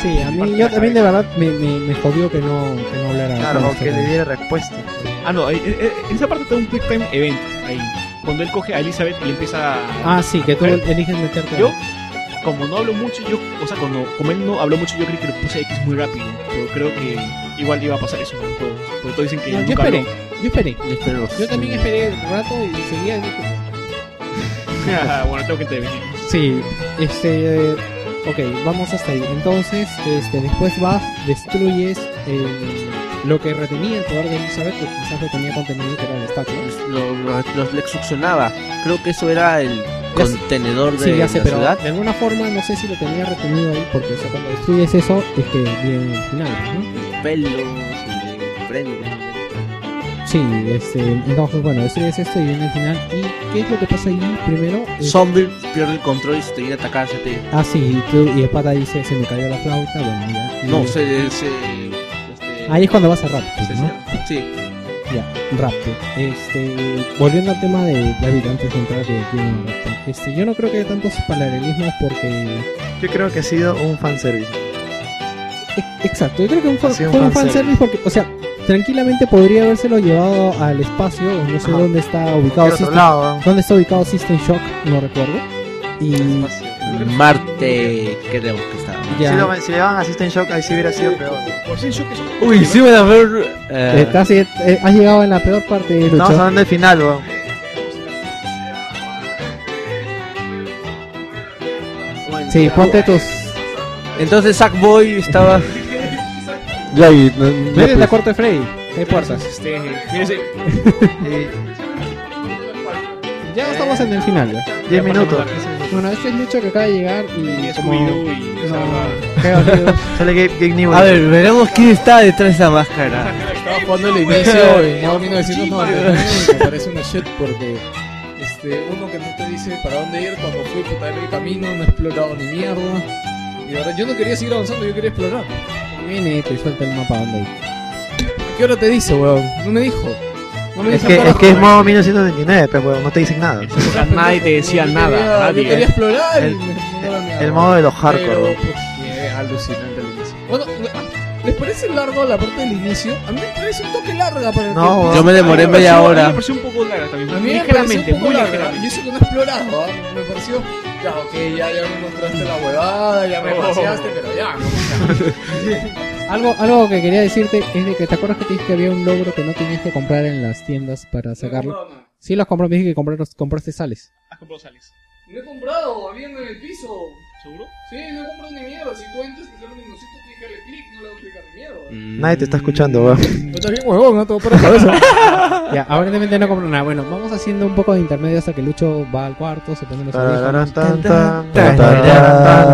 [SPEAKER 1] Sí, a mí yo también de verdad me, me, me jodió que no que no hablara.
[SPEAKER 2] Claro,
[SPEAKER 1] con
[SPEAKER 2] o que
[SPEAKER 1] este-
[SPEAKER 2] le diera respuesta.
[SPEAKER 4] Ah, no, eh, eh, en esa parte está un quick time event ahí. Cuando él coge a Elizabeth y empieza a...
[SPEAKER 1] Ah, sí, que tú eliges meterte.
[SPEAKER 4] Yo, como no hablo mucho, yo, o sea, cuando, como él no habló mucho, yo creí que lo puse X muy rápido. Pero creo que igual iba a pasar eso con todos. Porque todos dicen que
[SPEAKER 1] No, yo
[SPEAKER 4] nunca habló.
[SPEAKER 1] esperé, yo esperé.
[SPEAKER 3] Yo espero los-
[SPEAKER 1] Yo también esperé un rato y seguía.
[SPEAKER 4] Ah, bueno, tengo que intervenir.
[SPEAKER 1] Sí, este. eh, Ok, vamos hasta ahí. Entonces, este, después vas, destruyes eh, lo que retenía el poder de Elizabeth, que quizás lo tenía contenido, que era el estatua.
[SPEAKER 3] Lo- lo- Los le succionaba. Creo que eso era el contenedor de
[SPEAKER 1] Sí, ya
[SPEAKER 3] la
[SPEAKER 1] sé, pero
[SPEAKER 3] ciudad.
[SPEAKER 1] de alguna forma no sé si lo tenía retenido ahí, porque o sea, cuando destruyes eso, es que viene el final, ¿no?
[SPEAKER 3] Pelos y prendas.
[SPEAKER 1] Sí, este, entonces bueno, destruyes esto y viene el final. ¿Y qué es lo que pasa ahí primero? Es-
[SPEAKER 3] Zombie pierde el control y se te viene a atacar. se te-
[SPEAKER 1] Ah, sí, y, tú, y el pata dice, se me cayó la flauta, bueno, ya. Y-
[SPEAKER 3] No, se. se este,
[SPEAKER 1] Ahí es cuando vas a rap,
[SPEAKER 3] se-
[SPEAKER 1] ¿no?
[SPEAKER 3] se- Sí,
[SPEAKER 1] Ya, Rapto. Este, volviendo al tema de David antes de entrar de aquí en Rapto. Este, yo no creo que haya tantos paralelismos porque
[SPEAKER 2] Yo creo que ha sido un fanservice.
[SPEAKER 1] E- exacto, yo creo que un fa-
[SPEAKER 2] Ha sido
[SPEAKER 1] fue
[SPEAKER 2] un
[SPEAKER 1] un
[SPEAKER 2] fanservice.
[SPEAKER 1] fanservice porque, o sea, tranquilamente podría habérselo llevado al espacio, o no sé
[SPEAKER 2] Ajá.
[SPEAKER 1] dónde está
[SPEAKER 2] Por
[SPEAKER 1] ubicado
[SPEAKER 2] otro
[SPEAKER 1] System,
[SPEAKER 2] lado,
[SPEAKER 1] dónde está ubicado System Shock, no recuerdo. Y
[SPEAKER 3] Marte, creo que estaba.
[SPEAKER 1] ya
[SPEAKER 2] Si, lo, si le daban a System Shock, ahí sí hubiera sido peor.
[SPEAKER 4] Por si yo que soy-
[SPEAKER 3] Uy, sí, me da ver.
[SPEAKER 1] eh, casi eh, has llegado en la peor parte de
[SPEAKER 2] Estamos hablando del final, weón.
[SPEAKER 1] Sí, ponte tus
[SPEAKER 3] Entonces Sackboy estaba.
[SPEAKER 5] Ya, y. no- no,
[SPEAKER 1] Miren la
[SPEAKER 5] pues,
[SPEAKER 1] corte de Freddy, hay puertas.
[SPEAKER 4] Este, mírese,
[SPEAKER 2] Y
[SPEAKER 1] Ya estamos en el final ya.
[SPEAKER 2] 10 minutos.
[SPEAKER 1] Bueno, este es Lucho que acaba de llegar y
[SPEAKER 4] Y
[SPEAKER 1] como
[SPEAKER 4] Scooby-Doo y... o sea,
[SPEAKER 1] no, qué horrible.
[SPEAKER 2] Sale Gabe, Gabe Newell.
[SPEAKER 3] A ver, veremos quién está detrás de la máscara.
[SPEAKER 11] Estaba jugando el inicio en año 1999 me parece una shit porque este, uno que no te dice para dónde ir cuando fui puta en el camino, no he explorado ni mierda. Y ahora yo no quería seguir avanzando, yo quería explorar.
[SPEAKER 1] Viene y te suelta el mapa donde hay.
[SPEAKER 11] ¿Qué hora te dice, weón? No me dijo. No me
[SPEAKER 2] Es
[SPEAKER 11] dijo
[SPEAKER 2] que,
[SPEAKER 11] aparte,
[SPEAKER 2] es que es
[SPEAKER 11] weón.
[SPEAKER 2] modo 1999, pero weón, no te dicen nada.
[SPEAKER 11] O sea,
[SPEAKER 4] nadie te decía
[SPEAKER 11] yo
[SPEAKER 4] nada,
[SPEAKER 11] quería-
[SPEAKER 4] nadie,
[SPEAKER 11] Yo quería
[SPEAKER 4] eh.
[SPEAKER 11] explorar y
[SPEAKER 2] El-
[SPEAKER 11] me mandó la mierda.
[SPEAKER 2] El modo de los hardcore,
[SPEAKER 11] Pero,
[SPEAKER 2] weón.
[SPEAKER 11] pues, qué alucinante el inicio. Bueno, ah, ¿les parece largo la parte del inicio? A mí me parece un toque larga para el
[SPEAKER 2] No,
[SPEAKER 11] que-
[SPEAKER 2] weón.
[SPEAKER 3] Yo me demoré
[SPEAKER 4] a mí me
[SPEAKER 3] media
[SPEAKER 4] pareció- A mí
[SPEAKER 3] hora.
[SPEAKER 4] me pareció un poco larga
[SPEAKER 11] A
[SPEAKER 4] también.
[SPEAKER 11] mí me pareció un
[SPEAKER 4] ligeramente,
[SPEAKER 11] poco
[SPEAKER 4] muy
[SPEAKER 11] larga.
[SPEAKER 4] ligeramente.
[SPEAKER 11] Y eso que no he explorado, ¿ah? me pareció. Ya, ok, ya, ya me mostraste la huevada, ya me
[SPEAKER 4] Oh.
[SPEAKER 11] paseaste, pero ya, ¿no?
[SPEAKER 1] Algo, algo que quería decirte es de que te acuerdas que te dije que había un logro que no tenías que comprar en las tiendas para sacarlo.
[SPEAKER 11] No, no, no.
[SPEAKER 1] Sí, los compró, me dije que compraros- compraste sales.
[SPEAKER 4] Has comprado Ah, sales.
[SPEAKER 11] No he comprado, habían en el piso.
[SPEAKER 4] ¿Seguro?
[SPEAKER 11] Sí, no he comprado ni mierda. Si tú entras, te sale un menucito, tienes que darle clic, no le doy clic a mi mierda.
[SPEAKER 2] Nadie te está escuchando, weón.
[SPEAKER 11] Estás bien huevón, ¿no? Todo por la cabeza.
[SPEAKER 1] Ya, aparentemente no compró nada. Bueno, vamos haciendo un poco de intermedio hasta que Lucho va al cuarto, se pone los audífonos.
[SPEAKER 2] Tararán, tan, tan,
[SPEAKER 3] Tan,
[SPEAKER 2] tan,
[SPEAKER 3] tan,
[SPEAKER 2] tararán,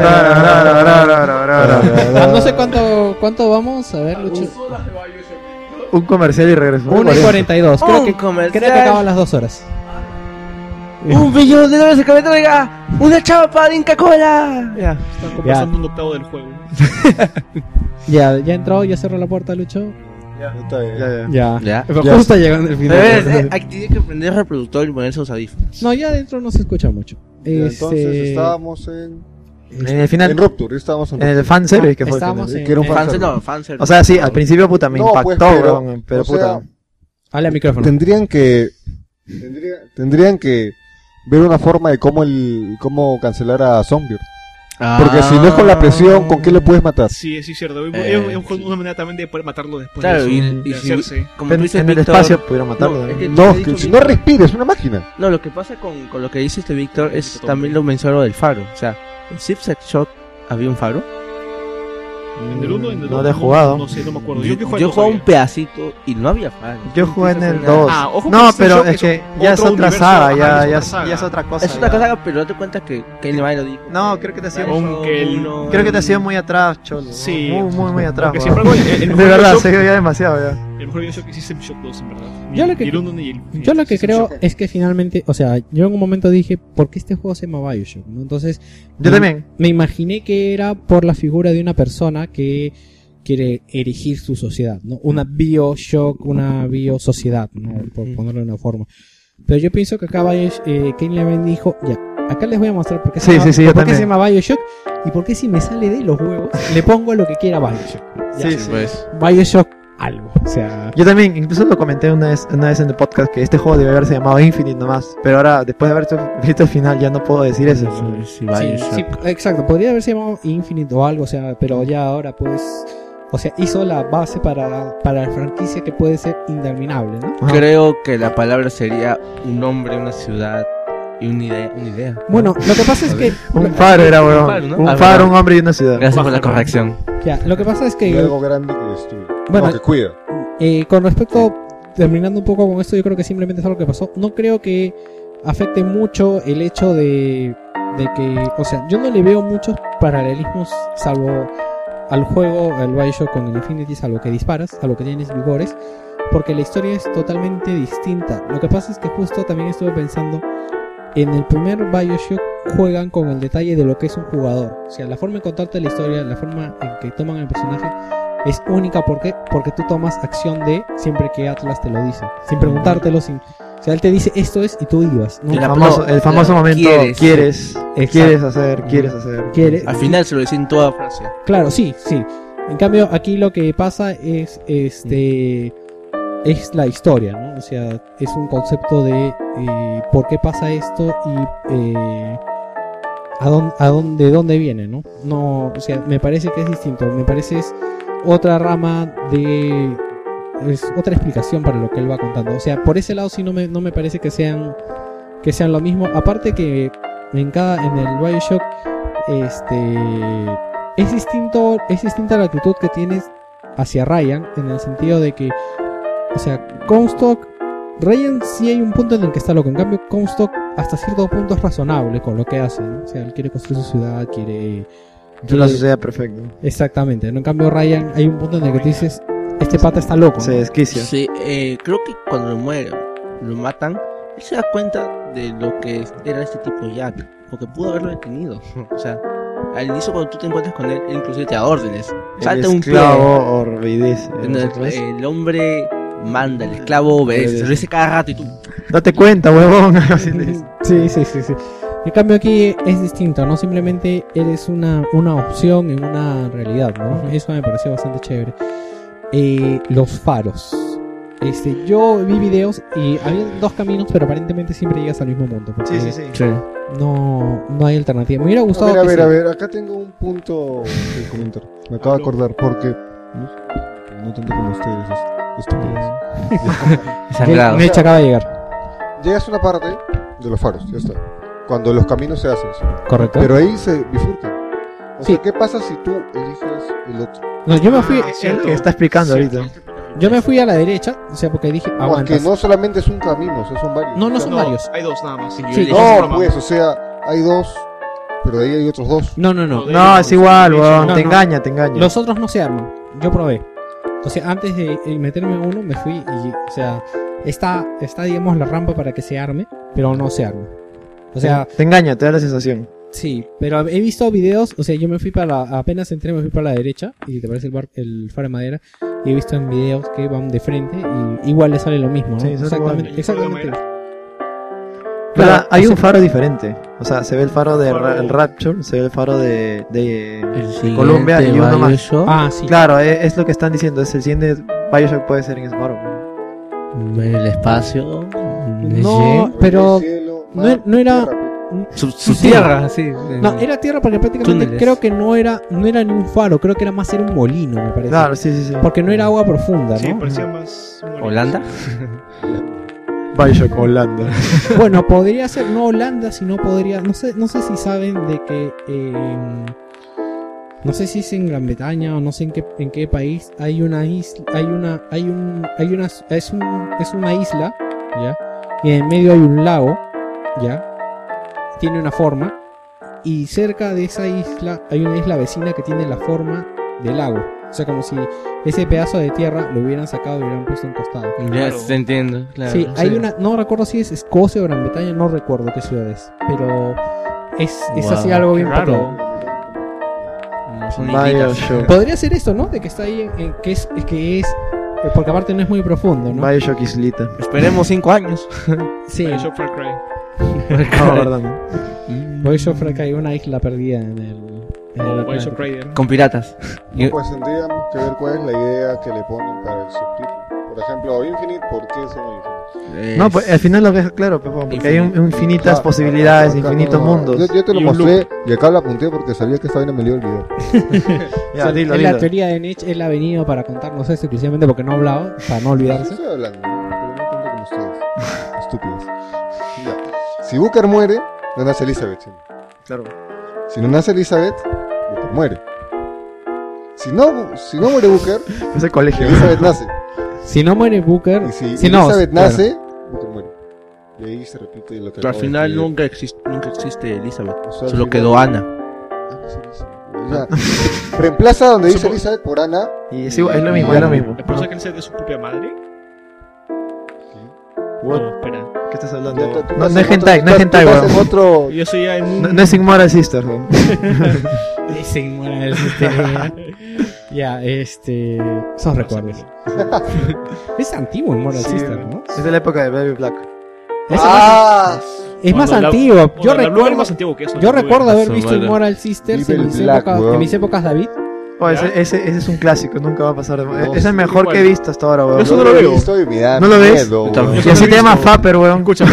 [SPEAKER 2] tararán, tararán.
[SPEAKER 1] Ah, no sé cuánto, cuánto vamos, a ver Lucho.
[SPEAKER 11] Dos horas de Bioshock.
[SPEAKER 2] un comercial y regresó.
[SPEAKER 1] 1 y 42. Creo
[SPEAKER 3] Un
[SPEAKER 1] que, creo
[SPEAKER 3] comercial.
[SPEAKER 1] que acaban las dos horas.
[SPEAKER 3] Un billón de dólares de cabeza, oiga, una chapa de Inca Cola.
[SPEAKER 2] Ya.
[SPEAKER 4] Están conversando un octavo del juego.
[SPEAKER 1] Ya, ya entró, ya cerró la puerta, Lucho.
[SPEAKER 5] Ya,
[SPEAKER 2] Ya, ya.
[SPEAKER 1] Ya.
[SPEAKER 3] Ya.
[SPEAKER 5] Ya.
[SPEAKER 1] Justo llegando el
[SPEAKER 3] Pero
[SPEAKER 1] final.
[SPEAKER 3] tiene eh, que prender el reproductor y ponerse los audífonos.
[SPEAKER 1] Eh, No, ya adentro no se escucha mucho.
[SPEAKER 5] Entonces
[SPEAKER 1] Este,
[SPEAKER 5] estábamos en.
[SPEAKER 2] En el
[SPEAKER 5] En
[SPEAKER 2] final,
[SPEAKER 5] Rupture, estábamos en
[SPEAKER 2] en el
[SPEAKER 5] Rupture.
[SPEAKER 2] fan service que fue. el
[SPEAKER 1] estábamos
[SPEAKER 5] final,
[SPEAKER 1] en-
[SPEAKER 5] que era un
[SPEAKER 1] eh,
[SPEAKER 5] fan-
[SPEAKER 3] Fanser, no, fanser.
[SPEAKER 2] final. O sea, sí, al principio puta me
[SPEAKER 5] No, pues,
[SPEAKER 2] impactó,
[SPEAKER 5] pero-
[SPEAKER 2] weón, pero
[SPEAKER 5] o sea,
[SPEAKER 2] puta.
[SPEAKER 1] Habla al micrófono.
[SPEAKER 5] Tendrían que. Tendría, tendrían que ver una forma de cómo el cómo cancelar a Zombie. Porque si no es con la presión, ¿con qué le puedes matar?
[SPEAKER 4] Sí, sí, es cierto. Es-
[SPEAKER 3] Eh,
[SPEAKER 4] es un- una manera también de poder matarlo después.
[SPEAKER 3] Claro,
[SPEAKER 4] de, eso,
[SPEAKER 3] y- y
[SPEAKER 4] de
[SPEAKER 3] si-
[SPEAKER 4] hacerse.
[SPEAKER 3] como
[SPEAKER 2] En,
[SPEAKER 3] tú dices,
[SPEAKER 2] en el
[SPEAKER 3] Víctor,
[SPEAKER 2] espacio pudieron matarlo.
[SPEAKER 3] es
[SPEAKER 2] ¿no?
[SPEAKER 3] que-
[SPEAKER 5] No,
[SPEAKER 3] he
[SPEAKER 5] que
[SPEAKER 3] dicho
[SPEAKER 5] si
[SPEAKER 3] Víctor.
[SPEAKER 5] no respira, es una máquina.
[SPEAKER 3] No, lo que pasa con, con lo que dice este Víctor es también lo mencionado del faro. O sea, en Zipsack Shot había un faro.
[SPEAKER 1] Mm,
[SPEAKER 4] En el uno, en el
[SPEAKER 2] No
[SPEAKER 4] dos,
[SPEAKER 2] lo he jugado.
[SPEAKER 4] No sé, no me acuerdo.
[SPEAKER 3] Yo,
[SPEAKER 4] que
[SPEAKER 3] yo
[SPEAKER 4] al
[SPEAKER 3] jugaba un
[SPEAKER 4] dos
[SPEAKER 3] pedacito y no había faro.
[SPEAKER 2] Yo jugué en el
[SPEAKER 3] Nada.
[SPEAKER 2] 2.
[SPEAKER 4] Ah, ojo,
[SPEAKER 2] no,
[SPEAKER 4] porque
[SPEAKER 2] pero
[SPEAKER 4] System
[SPEAKER 2] es que
[SPEAKER 4] Shock es
[SPEAKER 2] ya es
[SPEAKER 4] otro
[SPEAKER 2] otra
[SPEAKER 4] universo,
[SPEAKER 2] saga,
[SPEAKER 4] ajá,
[SPEAKER 2] ya,
[SPEAKER 4] es
[SPEAKER 2] ya,
[SPEAKER 4] otra
[SPEAKER 2] es-
[SPEAKER 4] saga.
[SPEAKER 2] ya es otra cosa.
[SPEAKER 3] ah, Es una
[SPEAKER 2] ya.
[SPEAKER 3] cosa, pero no te cuentas que Kenny May lo dijo.
[SPEAKER 2] No, creo que te hacía
[SPEAKER 4] Aunque
[SPEAKER 2] mucho-
[SPEAKER 4] el-
[SPEAKER 3] Uno,
[SPEAKER 2] Creo que te
[SPEAKER 3] uno.
[SPEAKER 2] has ido muy atrás, Cholo.
[SPEAKER 4] Sí.
[SPEAKER 2] Muy, muy, muy atrás.
[SPEAKER 4] Porque
[SPEAKER 2] weón.
[SPEAKER 4] siempre hago el- el
[SPEAKER 2] de
[SPEAKER 4] mejor
[SPEAKER 2] verdad,
[SPEAKER 4] Bioshock-
[SPEAKER 2] se dio ya demasiado ya.
[SPEAKER 4] El mejor videojuego que hice es Shock 2, en verdad. Ni,
[SPEAKER 1] Yo lo que-
[SPEAKER 4] ni el uno ni el- ni
[SPEAKER 1] Yo
[SPEAKER 4] el
[SPEAKER 1] lo que
[SPEAKER 4] System
[SPEAKER 1] creo
[SPEAKER 4] Shock.
[SPEAKER 1] es que finalmente, o sea, yo en un momento dije, ¿por qué este juego se llama Bioshock? ¿no? Entonces,
[SPEAKER 2] Yo
[SPEAKER 1] Mm.
[SPEAKER 2] también.
[SPEAKER 1] me imaginé que era por la figura de una persona que quiere erigir su sociedad, ¿no? Una Bioshock, una biosociedad, ¿no? Por ponerlo de una forma. Pero yo pienso que acá Bioshock, eh, Ken Levine dijo, ya, acá les voy a mostrar por qué,
[SPEAKER 2] Sí,
[SPEAKER 1] se, llama,
[SPEAKER 2] sí, sí, yo
[SPEAKER 1] por qué se
[SPEAKER 2] también.
[SPEAKER 1] llama Bioshock y por qué si me sale de los huevos le pongo lo que quiera Bioshock. Ya.
[SPEAKER 2] Sí,
[SPEAKER 3] pues,
[SPEAKER 2] sí.
[SPEAKER 1] Bioshock algo, o sea...
[SPEAKER 2] Yo también, incluso lo comenté una vez, una vez en el podcast que este juego debe haberse llamado Infinite nomás. Pero ahora, después de haber hecho- visto el final, ya no puedo decir eso.
[SPEAKER 3] Sí, sí,
[SPEAKER 1] Sí,
[SPEAKER 3] Bioshock.
[SPEAKER 1] sí, exacto, podría haberse llamado Infinite o algo, o sea, pero ya ahora pues, o sea, hizo la base para, para la franquicia que puede ser interminable, ¿no?
[SPEAKER 2] Ajá.
[SPEAKER 3] Creo que la palabra sería un hombre, una ciudad y una idea. Una idea.
[SPEAKER 1] Bueno, lo que pasa es que
[SPEAKER 2] Un faro era,
[SPEAKER 3] Un
[SPEAKER 2] weón.
[SPEAKER 3] faro, ¿no?
[SPEAKER 2] Un
[SPEAKER 3] Ah,
[SPEAKER 2] faro,
[SPEAKER 3] verdad.
[SPEAKER 2] un hombre y una ciudad.
[SPEAKER 3] Gracias por la corrección.
[SPEAKER 1] ya, lo que pasa es
[SPEAKER 5] Y
[SPEAKER 1] que
[SPEAKER 5] algo grande que destruye.
[SPEAKER 1] Bueno,
[SPEAKER 5] no, que cuida.
[SPEAKER 1] eh, con respecto terminando un poco con esto, yo creo que simplemente es algo que pasó. No creo que afecte mucho el hecho de de que, o sea, yo no le veo muchos paralelismos salvo al juego, al Bioshock con el Infinity, salvo que disparas, salvo que tienes vigores, porque la historia es totalmente distinta. Lo que pasa es que justo también estuve pensando en el primer Bioshock juegan con el detalle de lo que es un jugador. O sea, la forma de contarte la historia, la forma en que toman el personaje es única porque porque tú tomas acción de siempre que Atlas te lo dice, sin preguntártelo, sin o sea, él te dice esto es y tú ibas, ¿no?
[SPEAKER 2] El
[SPEAKER 3] La
[SPEAKER 2] famoso,
[SPEAKER 3] pro-
[SPEAKER 2] el famoso
[SPEAKER 3] la-
[SPEAKER 2] momento
[SPEAKER 3] quieres.
[SPEAKER 2] quieres,
[SPEAKER 1] Exacto.
[SPEAKER 2] quieres hacer, quieres hacer.
[SPEAKER 1] Quiere-
[SPEAKER 3] Al final se lo decía en toda frase.
[SPEAKER 1] Claro, sí, sí. En cambio, aquí lo que pasa es este es la historia, ¿no? O sea, es un concepto de eh, por qué pasa esto y eh, a dónde, a dónde, de dónde viene, ¿no? No, o sea, me parece que es distinto. Me parece es otra rama de es otra explicación para lo que él va contando. O sea, por ese lado sí no me, no me parece que sean que sean lo mismo. Aparte que en cada en el Bioshock este es distinto, es distinta la actitud que tienes hacia Ryan en el sentido de que, o sea, Comstock, Ryan sí hay un punto en el que está loco, en cambio Comstock hasta cierto punto es razonable con lo que hace, ¿no? o sea, él quiere construir su ciudad, quiere...
[SPEAKER 2] Es una
[SPEAKER 1] quiere-
[SPEAKER 2] sociedad perfecta.
[SPEAKER 1] exactamente, ¿no? en cambio Ryan hay un punto en el que tú dices, este pata está loco. ¿no?
[SPEAKER 2] Se desquicia.
[SPEAKER 3] Sí, eh, creo que cuando lo muere, lo matan, él se da cuenta de lo que era este tipo Jack, porque pudo haberlo detenido. O sea, al inicio cuando tú te encuentras con él, él inclusive te da órdenes.
[SPEAKER 2] El
[SPEAKER 3] Salta un pie.
[SPEAKER 2] esclavo obedece.
[SPEAKER 3] En el-
[SPEAKER 2] ¿no?
[SPEAKER 3] el hombre manda, el esclavo obedece, se lo dice cada rato y tú.
[SPEAKER 2] Date cuenta, huevón. Así le dice.
[SPEAKER 1] Sí, sí, sí, sí. En cambio aquí es distinto, ¿no? Simplemente eres una, una opción en una realidad, ¿no? Eso me pareció bastante chévere. Eh, los faros. Este, yo vi videos y había dos caminos, pero aparentemente siempre llegas al mismo mundo. porque
[SPEAKER 2] Sí, sí, sí.
[SPEAKER 1] No, no hay alternativa. Me hubiera
[SPEAKER 5] A
[SPEAKER 1] gustado.
[SPEAKER 5] ver, a
[SPEAKER 1] que
[SPEAKER 5] ver,
[SPEAKER 1] sí.
[SPEAKER 5] a ver, acá tengo un punto que comentar. Me acabo de acordar, porque. No, no tanto como ustedes, es- estúpidos.
[SPEAKER 1] Nech-
[SPEAKER 3] Sangrado.
[SPEAKER 1] Nech acaba de llegar.
[SPEAKER 5] Llegas a una parte de los faros, ya está. Cuando los caminos se hacen.
[SPEAKER 1] Correcto.
[SPEAKER 5] Pero ahí se bifurcan. O
[SPEAKER 1] Sí.
[SPEAKER 5] sea, ¿qué pasa si tú eliges el otro?
[SPEAKER 1] No, yo me fui,
[SPEAKER 2] Es lo que Ah, está explicando ahorita.
[SPEAKER 1] yo me fui a la derecha, o sea, porque dije,
[SPEAKER 5] Porque
[SPEAKER 1] aguantas.
[SPEAKER 5] no solamente es un camino, o sea, son varios.
[SPEAKER 1] No, no
[SPEAKER 5] O sea,
[SPEAKER 1] son varios.
[SPEAKER 4] Hay dos nada más.
[SPEAKER 1] Sí.
[SPEAKER 3] Yo le-
[SPEAKER 5] No, pues, o sea, hay dos, pero ahí hay otros dos.
[SPEAKER 1] No, no, no.
[SPEAKER 2] No, es igual,
[SPEAKER 4] No,
[SPEAKER 2] huevón.
[SPEAKER 1] no,
[SPEAKER 2] Te
[SPEAKER 1] no.
[SPEAKER 2] engaña, te engaña.
[SPEAKER 1] Los otros no se arman. Yo probé. O sea, antes de eh, meterme en uno, me fui y, o sea, está, está, digamos, la rampa para que se arme, pero no se arma. O sea,
[SPEAKER 2] te engaña, te da la sensación.
[SPEAKER 1] Sí, pero he visto videos, o sea, yo me fui para la, apenas entré, me fui para la derecha, y te parece el, bar, el faro de madera, y he visto en videos que van de frente, y igual le sale lo mismo, ¿no?
[SPEAKER 2] Sí, eso es
[SPEAKER 1] exactamente,
[SPEAKER 4] igual.
[SPEAKER 1] exactamente.
[SPEAKER 4] El
[SPEAKER 2] Pero
[SPEAKER 1] Claro,
[SPEAKER 2] hay
[SPEAKER 1] o
[SPEAKER 2] un
[SPEAKER 1] sea,
[SPEAKER 2] faro diferente. O sea, se ve el faro de Ra- el Rapture, se ve el faro de, de- Colombia y uno más.
[SPEAKER 1] Ah, sí.
[SPEAKER 2] Claro, e- es, lo que están diciendo. Es el siguiente Bioshock puede ser en ese faro.
[SPEAKER 3] El espacio.
[SPEAKER 1] No, pero no e- no era-
[SPEAKER 3] Su,
[SPEAKER 1] su
[SPEAKER 3] tierra, sí.
[SPEAKER 1] no, era tierra porque prácticamente
[SPEAKER 3] Túneles.
[SPEAKER 1] creo que no era, no era ni un faro, creo que era más era un molino, me parece.
[SPEAKER 2] Claro, sí, sí, sí.
[SPEAKER 1] Porque no era agua profunda,
[SPEAKER 4] Sí,
[SPEAKER 1] ¿no?
[SPEAKER 4] parecía más. un molino.
[SPEAKER 3] ¿Holanda?
[SPEAKER 2] Bioshock Holanda.
[SPEAKER 1] Bueno, podría ser no Holanda, sino podría. No sé, no sé si saben de que. eh, no sé si es en Gran Bretaña o no sé en qué, en qué país hay una isla. Hay una. Hay un. Hay una. Es, un, es una isla, ¿ya? Y en medio hay un lago, ¿ya? Tiene una forma. Y cerca de esa isla hay una isla vecina que tiene la forma del lago. O sea, como si ese pedazo de tierra lo hubieran sacado y lo hubieran puesto en costado.
[SPEAKER 3] Ya, te entiendo. Claro.
[SPEAKER 1] Sí, hay una, no recuerdo si es Escocia o Gran Bretaña, no recuerdo qué ciudad es, pero es, es
[SPEAKER 3] Wow,
[SPEAKER 1] así algo
[SPEAKER 3] qué
[SPEAKER 1] bien
[SPEAKER 3] raro.
[SPEAKER 1] raro.
[SPEAKER 3] No son islitas.
[SPEAKER 2] Bioshock.
[SPEAKER 1] Podría ser esto, ¿no? De que está ahí, en, en- que es, es que es, eh, porque aparte no es muy profundo, ¿no?
[SPEAKER 2] Bioshock Islita.
[SPEAKER 3] Esperemos 5 años.
[SPEAKER 1] Sí,
[SPEAKER 4] Bioshock Far Cry.
[SPEAKER 2] No, perdón.
[SPEAKER 1] Bioshock Far Cry, una isla perdida en el, en el
[SPEAKER 4] O
[SPEAKER 1] Atlántico.
[SPEAKER 4] Bioshock Raider.
[SPEAKER 3] Con piratas. Y-
[SPEAKER 5] Pues tendríamos que ver cuál es la idea que le ponen para el subtítulo. Por ejemplo, Infinite, ¿por qué son Infinite?
[SPEAKER 3] eh,
[SPEAKER 2] No, pues al final lo deja claro, pues, porque hay un- infinitas
[SPEAKER 5] Ah,
[SPEAKER 2] posibilidades,
[SPEAKER 5] acá no-
[SPEAKER 2] infinitos mundos.
[SPEAKER 5] Yo, yo te lo
[SPEAKER 4] Y un
[SPEAKER 5] mostré y acá lo apunté porque sabía que esta vaina me dio el video.
[SPEAKER 1] O sea, es la teoría de Nietzsche, él ha venido para contarnos eso exclusivamente porque no ha hablado, para no
[SPEAKER 5] Pero sí
[SPEAKER 1] olvidarse.
[SPEAKER 5] estoy hablando, pero no tanto como ustedes. Estúpidos. Ya. Si Booker muere, no nace Elizabeth. sí.
[SPEAKER 2] Claro.
[SPEAKER 5] Si no nace Elizabeth, Booker muere. Si no, si no muere Booker,
[SPEAKER 2] Ese colegio.
[SPEAKER 5] Elizabeth nace.
[SPEAKER 1] Si no muere Booker,
[SPEAKER 5] Y si,
[SPEAKER 1] si no,
[SPEAKER 5] Elizabeth
[SPEAKER 1] claro.
[SPEAKER 5] nace, Booker muere. Y ahí se repite lo que
[SPEAKER 3] Pero al
[SPEAKER 5] acabo de
[SPEAKER 3] final
[SPEAKER 5] escribir.
[SPEAKER 3] nunca, exis- nunca existe Elizabeth.
[SPEAKER 5] O sea, al
[SPEAKER 3] Solo
[SPEAKER 5] final-
[SPEAKER 3] quedó Ana.
[SPEAKER 5] Ya. Reemplaza donde dice
[SPEAKER 4] Supo-
[SPEAKER 5] Elizabeth por Ana.
[SPEAKER 2] Y es, igual- es lo mismo, es lo mismo.
[SPEAKER 4] ¿Es por eso que él se de su propia madre? No, espera.
[SPEAKER 2] ¿Qué estás hablando?
[SPEAKER 5] Ya, tú- tú
[SPEAKER 2] No,
[SPEAKER 5] haces
[SPEAKER 2] no es
[SPEAKER 5] otro-
[SPEAKER 2] hentai, no es
[SPEAKER 5] tú-
[SPEAKER 2] hentai,
[SPEAKER 5] tú
[SPEAKER 2] weón.
[SPEAKER 5] haces otro.
[SPEAKER 4] Yo soy ya en un.
[SPEAKER 2] No, no es Sigmora Sister, weón.
[SPEAKER 1] Dicen, bueno, el sistema. ya, este. Son recuerdos. es antiguo el Moral
[SPEAKER 2] Sí,
[SPEAKER 1] Sister,
[SPEAKER 2] güey.
[SPEAKER 1] ¿no?
[SPEAKER 2] Es de la época de Baby Black.
[SPEAKER 1] Es
[SPEAKER 5] Ah,
[SPEAKER 1] Es más
[SPEAKER 4] Cuando la-
[SPEAKER 1] antiguo. Yo
[SPEAKER 4] Bueno, la Blue era
[SPEAKER 1] recuerdo,
[SPEAKER 4] más antiguo que eso.
[SPEAKER 1] yo recuerdo haber
[SPEAKER 3] Eso,
[SPEAKER 1] visto
[SPEAKER 3] vale.
[SPEAKER 1] Immoral Sisters
[SPEAKER 5] Evil
[SPEAKER 1] en mis,
[SPEAKER 5] Black,
[SPEAKER 1] épocas,
[SPEAKER 5] weón.
[SPEAKER 1] en mis épocas, David.
[SPEAKER 2] Oh,
[SPEAKER 4] ¿Ya?
[SPEAKER 2] ese, ese, ese es un clásico, nunca va a pasar de moda.
[SPEAKER 5] No,
[SPEAKER 2] es el
[SPEAKER 5] sí,
[SPEAKER 2] mejor
[SPEAKER 4] igual.
[SPEAKER 2] que he visto hasta ahora,
[SPEAKER 4] Yo
[SPEAKER 2] weón.
[SPEAKER 4] solo lo veo.
[SPEAKER 5] Estoy mirando,
[SPEAKER 2] ¿No lo ves?
[SPEAKER 5] miedo,
[SPEAKER 3] Yo también.
[SPEAKER 5] weón.
[SPEAKER 2] Y así te llama
[SPEAKER 4] visto.
[SPEAKER 2] Fapper, weón.
[SPEAKER 4] Escúchame.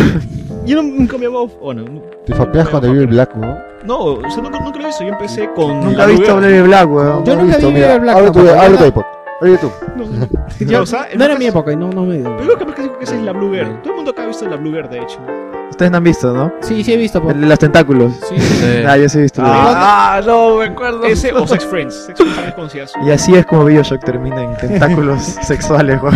[SPEAKER 4] Yo no- nunca me llamaba. Bueno,
[SPEAKER 5] Te fapeas con David Black, ¿no?
[SPEAKER 4] no, o sea, nunca, nunca lo he visto. Yo empecé con.
[SPEAKER 2] Nunca
[SPEAKER 4] la
[SPEAKER 2] he visto
[SPEAKER 4] Blue
[SPEAKER 2] Baby Black, weón.
[SPEAKER 1] Yo
[SPEAKER 5] No
[SPEAKER 1] nunca
[SPEAKER 5] he visto,
[SPEAKER 1] vi
[SPEAKER 5] mira,
[SPEAKER 1] Baby Black,
[SPEAKER 5] Abre tu,
[SPEAKER 1] tampoco.
[SPEAKER 5] abre tu iPod. Abre tu.
[SPEAKER 4] Girl.
[SPEAKER 1] Yo-
[SPEAKER 4] o sea, en
[SPEAKER 1] no era
[SPEAKER 4] otras-
[SPEAKER 1] mi época y no, no me dio.
[SPEAKER 4] Pero yo creo que que esa es la Blue Girl. Todo el mundo acá ha visto la Blue Girl, de hecho.
[SPEAKER 2] Ustedes no han visto, ¿no?
[SPEAKER 1] Sí, sí he visto. po-
[SPEAKER 2] El de los tentáculos.
[SPEAKER 1] Sí.
[SPEAKER 2] Ah, yo sí he visto.
[SPEAKER 3] Ah, no, me acuerdo.
[SPEAKER 4] Ese o Sex Friends. Sex Friends también es conocidas.
[SPEAKER 2] Y así es como Bioshock termina en tentáculos sexuales, weón.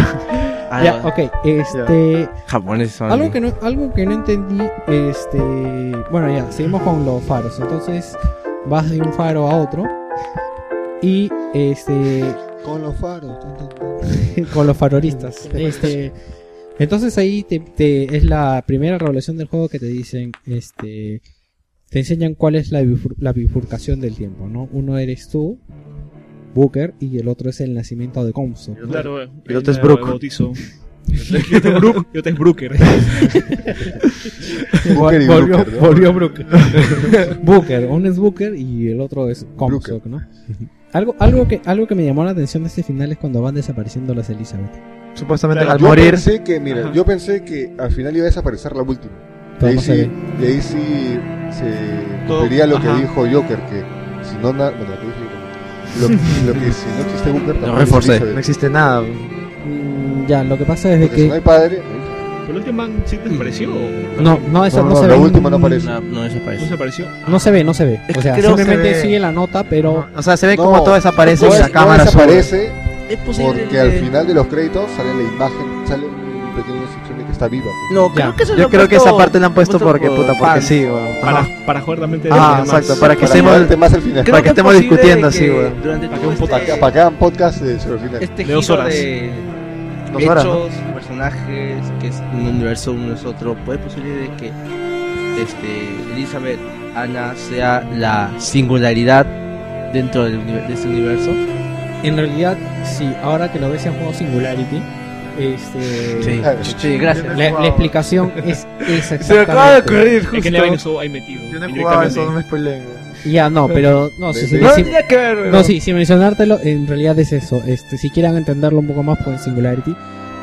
[SPEAKER 3] Ah,
[SPEAKER 1] ya, ok. Este.
[SPEAKER 3] Japoneses son.
[SPEAKER 1] Algo que no, algo que no entendí, este, bueno ya, seguimos con los faros. Entonces vas de un faro a otro y este,
[SPEAKER 5] Con los faros.
[SPEAKER 1] con los faroristas. Este, entonces ahí te, te- es la primera revelación del juego que te dicen, este, te enseñan cuál es la, bifur- la bifurcación del tiempo, ¿no? Uno eres tú, Booker, y el otro es el nacimiento de Comstock.
[SPEAKER 4] Claro,
[SPEAKER 2] el otro es
[SPEAKER 4] me
[SPEAKER 2] Brooke.
[SPEAKER 4] bautizo. Y otro es Brooke. Y otro es Brooker.
[SPEAKER 5] Booker y
[SPEAKER 1] volvió,
[SPEAKER 5] Brooker, ¿no?
[SPEAKER 1] volvió Brooker. Booker, uno es Booker y el otro es Comstock, ¿no? Algo, algo, que, algo que me llamó la atención de este final es cuando van desapareciendo las Elizabeth.
[SPEAKER 2] Supuestamente
[SPEAKER 4] Claro,
[SPEAKER 2] al
[SPEAKER 5] yo
[SPEAKER 2] morir.
[SPEAKER 5] Pensé que, mira,
[SPEAKER 4] Ajá.
[SPEAKER 5] yo pensé que al final iba a desaparecer la última. Y
[SPEAKER 1] Todo
[SPEAKER 5] ahí
[SPEAKER 1] pasa
[SPEAKER 5] sí,
[SPEAKER 1] bien.
[SPEAKER 5] y ahí sí se
[SPEAKER 4] Todo-
[SPEAKER 5] cumpliría lo que
[SPEAKER 4] ajá.
[SPEAKER 5] dijo Joker, que si no na- bueno, lo que dije, lo, lo que si no existe Booker tampoco
[SPEAKER 3] reforcé.
[SPEAKER 2] No
[SPEAKER 5] existe Elizabeth.
[SPEAKER 2] existe nada. weón.
[SPEAKER 1] Mm, ya, lo que pasa es de
[SPEAKER 5] Porque si no
[SPEAKER 1] que
[SPEAKER 5] hay padre,
[SPEAKER 4] ¿Pero el último man sí desapareció o
[SPEAKER 1] no, no, esa
[SPEAKER 5] no,
[SPEAKER 1] no,
[SPEAKER 5] no,
[SPEAKER 1] se
[SPEAKER 5] la
[SPEAKER 1] ve.
[SPEAKER 5] última no aparece.
[SPEAKER 3] No, no
[SPEAKER 4] no
[SPEAKER 3] desaparece.
[SPEAKER 4] desapareció?
[SPEAKER 1] No se ve, no se ve. O sea,
[SPEAKER 2] creo que
[SPEAKER 1] simplemente
[SPEAKER 2] se ve.
[SPEAKER 1] sigue la nota, pero
[SPEAKER 2] O sea, se ve
[SPEAKER 5] No,
[SPEAKER 2] como todo desaparece
[SPEAKER 5] no
[SPEAKER 2] y la
[SPEAKER 5] es- no
[SPEAKER 2] cámara sube.
[SPEAKER 5] desaparece
[SPEAKER 3] Es posible.
[SPEAKER 5] porque al final de los créditos sale la imagen, sale un pequeño sección de que está viva.
[SPEAKER 3] No, creo que eso lo
[SPEAKER 2] Yo
[SPEAKER 3] han
[SPEAKER 2] creo que
[SPEAKER 3] puesto-
[SPEAKER 2] esa parte la han puesto porque, puta, porque
[SPEAKER 3] fans.
[SPEAKER 2] sí, weón.
[SPEAKER 4] Para,
[SPEAKER 2] Ajá.
[SPEAKER 4] para jugar también te
[SPEAKER 2] Ah,
[SPEAKER 4] demás.
[SPEAKER 2] exacto, para que
[SPEAKER 5] Para
[SPEAKER 2] estemos...
[SPEAKER 5] llevarte más al final.
[SPEAKER 3] Creo
[SPEAKER 2] para que
[SPEAKER 3] es
[SPEAKER 2] estemos
[SPEAKER 3] posible
[SPEAKER 2] discutiendo
[SPEAKER 3] que
[SPEAKER 2] así, weón.
[SPEAKER 3] Durante
[SPEAKER 4] Para que
[SPEAKER 3] todo
[SPEAKER 4] un
[SPEAKER 5] Para acá,
[SPEAKER 3] este,
[SPEAKER 5] para acá en podcast eh, sobre el final.
[SPEAKER 3] este
[SPEAKER 4] De dos
[SPEAKER 3] giro
[SPEAKER 4] horas.
[SPEAKER 3] de
[SPEAKER 2] Dos horas, ¿no?
[SPEAKER 3] hechos, personajes, que es un universo, uno es otro, puede posible de que este, Elizabeth Ana sea la singularidad dentro del uni- de este universo.
[SPEAKER 1] En realidad, sí, ahora que lo ves en juego Singularity, este,
[SPEAKER 3] Sí,
[SPEAKER 5] Claro.
[SPEAKER 3] sí, gracias.
[SPEAKER 1] la, la explicación es esa.
[SPEAKER 2] Se me acaba de
[SPEAKER 1] exactamente.
[SPEAKER 2] ocurrir,
[SPEAKER 4] Es que
[SPEAKER 2] justo.
[SPEAKER 4] le habían eso ahí metido.
[SPEAKER 2] Yo no he jugado
[SPEAKER 4] directamente.
[SPEAKER 2] eso, no me spoileen, weón.
[SPEAKER 1] Ya, no, pero no, si,
[SPEAKER 5] Sí,
[SPEAKER 1] si-
[SPEAKER 5] sí.
[SPEAKER 2] No
[SPEAKER 1] si-
[SPEAKER 2] tenía que ver, weón.
[SPEAKER 1] no, sí, sin mencionártelo, en realidad es eso. Este, si quieran entenderlo un poco más, pues Singularity.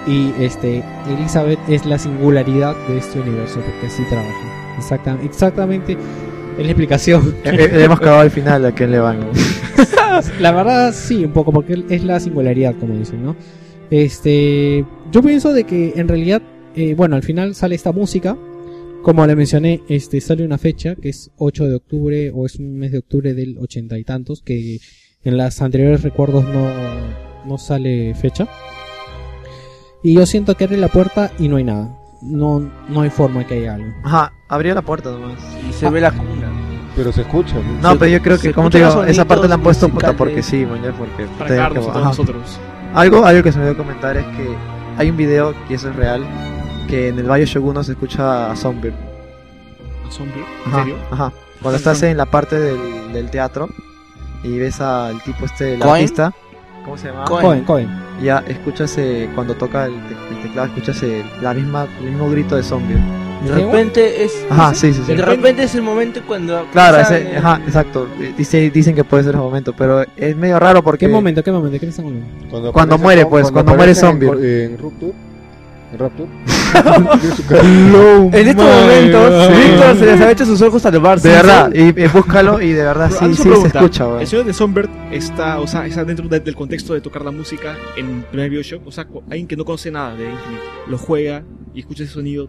[SPEAKER 1] Y este, Elizabeth es la singularidad de este universo, porque así trabaja. Exacta- exactamente, es la explicación.
[SPEAKER 2] Eh, eh, Le hemos cagado al final a quién le van, weón.
[SPEAKER 1] La verdad, sí, un poco, porque es la singularidad, como dicen, ¿no? Este, yo pienso de que en realidad, eh, bueno, al final sale esta música. Como le mencioné, este, sale una fecha que es 8 de octubre o es un mes de octubre del ochenta y tantos, que en las anteriores recuerdos no, no sale fecha. Y yo siento que abre la puerta y no hay nada. No, no hay forma que haya algo.
[SPEAKER 2] Ajá, abrió la puerta nomás.
[SPEAKER 3] Y se ve la cuna.
[SPEAKER 5] Pero se escucha. ¿no?
[SPEAKER 2] No,
[SPEAKER 3] Se-
[SPEAKER 2] pero yo creo que,
[SPEAKER 3] se
[SPEAKER 2] como te digo,
[SPEAKER 3] escuchan
[SPEAKER 2] esa parte la han puesto
[SPEAKER 3] musicales.
[SPEAKER 2] puta porque sí, man, ya, porque...
[SPEAKER 4] Para
[SPEAKER 2] tenía
[SPEAKER 4] cagarnos
[SPEAKER 2] que-
[SPEAKER 4] a todos
[SPEAKER 2] ajá.
[SPEAKER 4] nosotros.
[SPEAKER 2] Algo, algo que se me dio a comentar es que hay un video, y eso es real, que en el Valle Shogun se escucha a Zombie.
[SPEAKER 4] Asombro. ¿En
[SPEAKER 2] Ajá,
[SPEAKER 4] serio?
[SPEAKER 2] ajá. Cuando estás en la parte del, del teatro y ves al tipo este, el
[SPEAKER 3] Cohen.
[SPEAKER 2] artista, ¿cómo se llama?
[SPEAKER 3] Cohen.
[SPEAKER 1] Cohen, Cohen.
[SPEAKER 2] Ya escuchas eh, cuando toca el, te- el teclado, escuchas eh, la misma, el mismo grito de Zombie.
[SPEAKER 3] De repente es.
[SPEAKER 2] Ajá, sí, sí, sí.
[SPEAKER 3] De repente es el momento cuando.
[SPEAKER 2] Claro,
[SPEAKER 3] piensan
[SPEAKER 2] ese-
[SPEAKER 3] en-
[SPEAKER 2] ajá, exacto. Eh, dice- dicen que puede ser el momento, pero es medio raro porque.
[SPEAKER 1] ¿Qué momento? ¿Qué momento? ¿Qué momento?
[SPEAKER 5] Cuando,
[SPEAKER 2] Cuando
[SPEAKER 5] aparece-
[SPEAKER 2] muere, pues, cuando muere
[SPEAKER 5] aparece
[SPEAKER 2] zombie.
[SPEAKER 5] En, en Rupture. En Rapture. tiene su cara.
[SPEAKER 3] En estos momentos, Víctor se les ha hecho sus ojos al bar.
[SPEAKER 2] De verdad, y, y búscalo y de verdad
[SPEAKER 4] Pero
[SPEAKER 2] Ah, sí,
[SPEAKER 4] antes
[SPEAKER 2] sí
[SPEAKER 4] una
[SPEAKER 2] se
[SPEAKER 4] pregunta,
[SPEAKER 2] escucha, weón.
[SPEAKER 4] El señor de Songbird está, o sea, está dentro de- del contexto de tocar la música en primer Bioshock. O sea, cu- alguien que no conoce nada de Infinite lo juega y escucha ese sonido,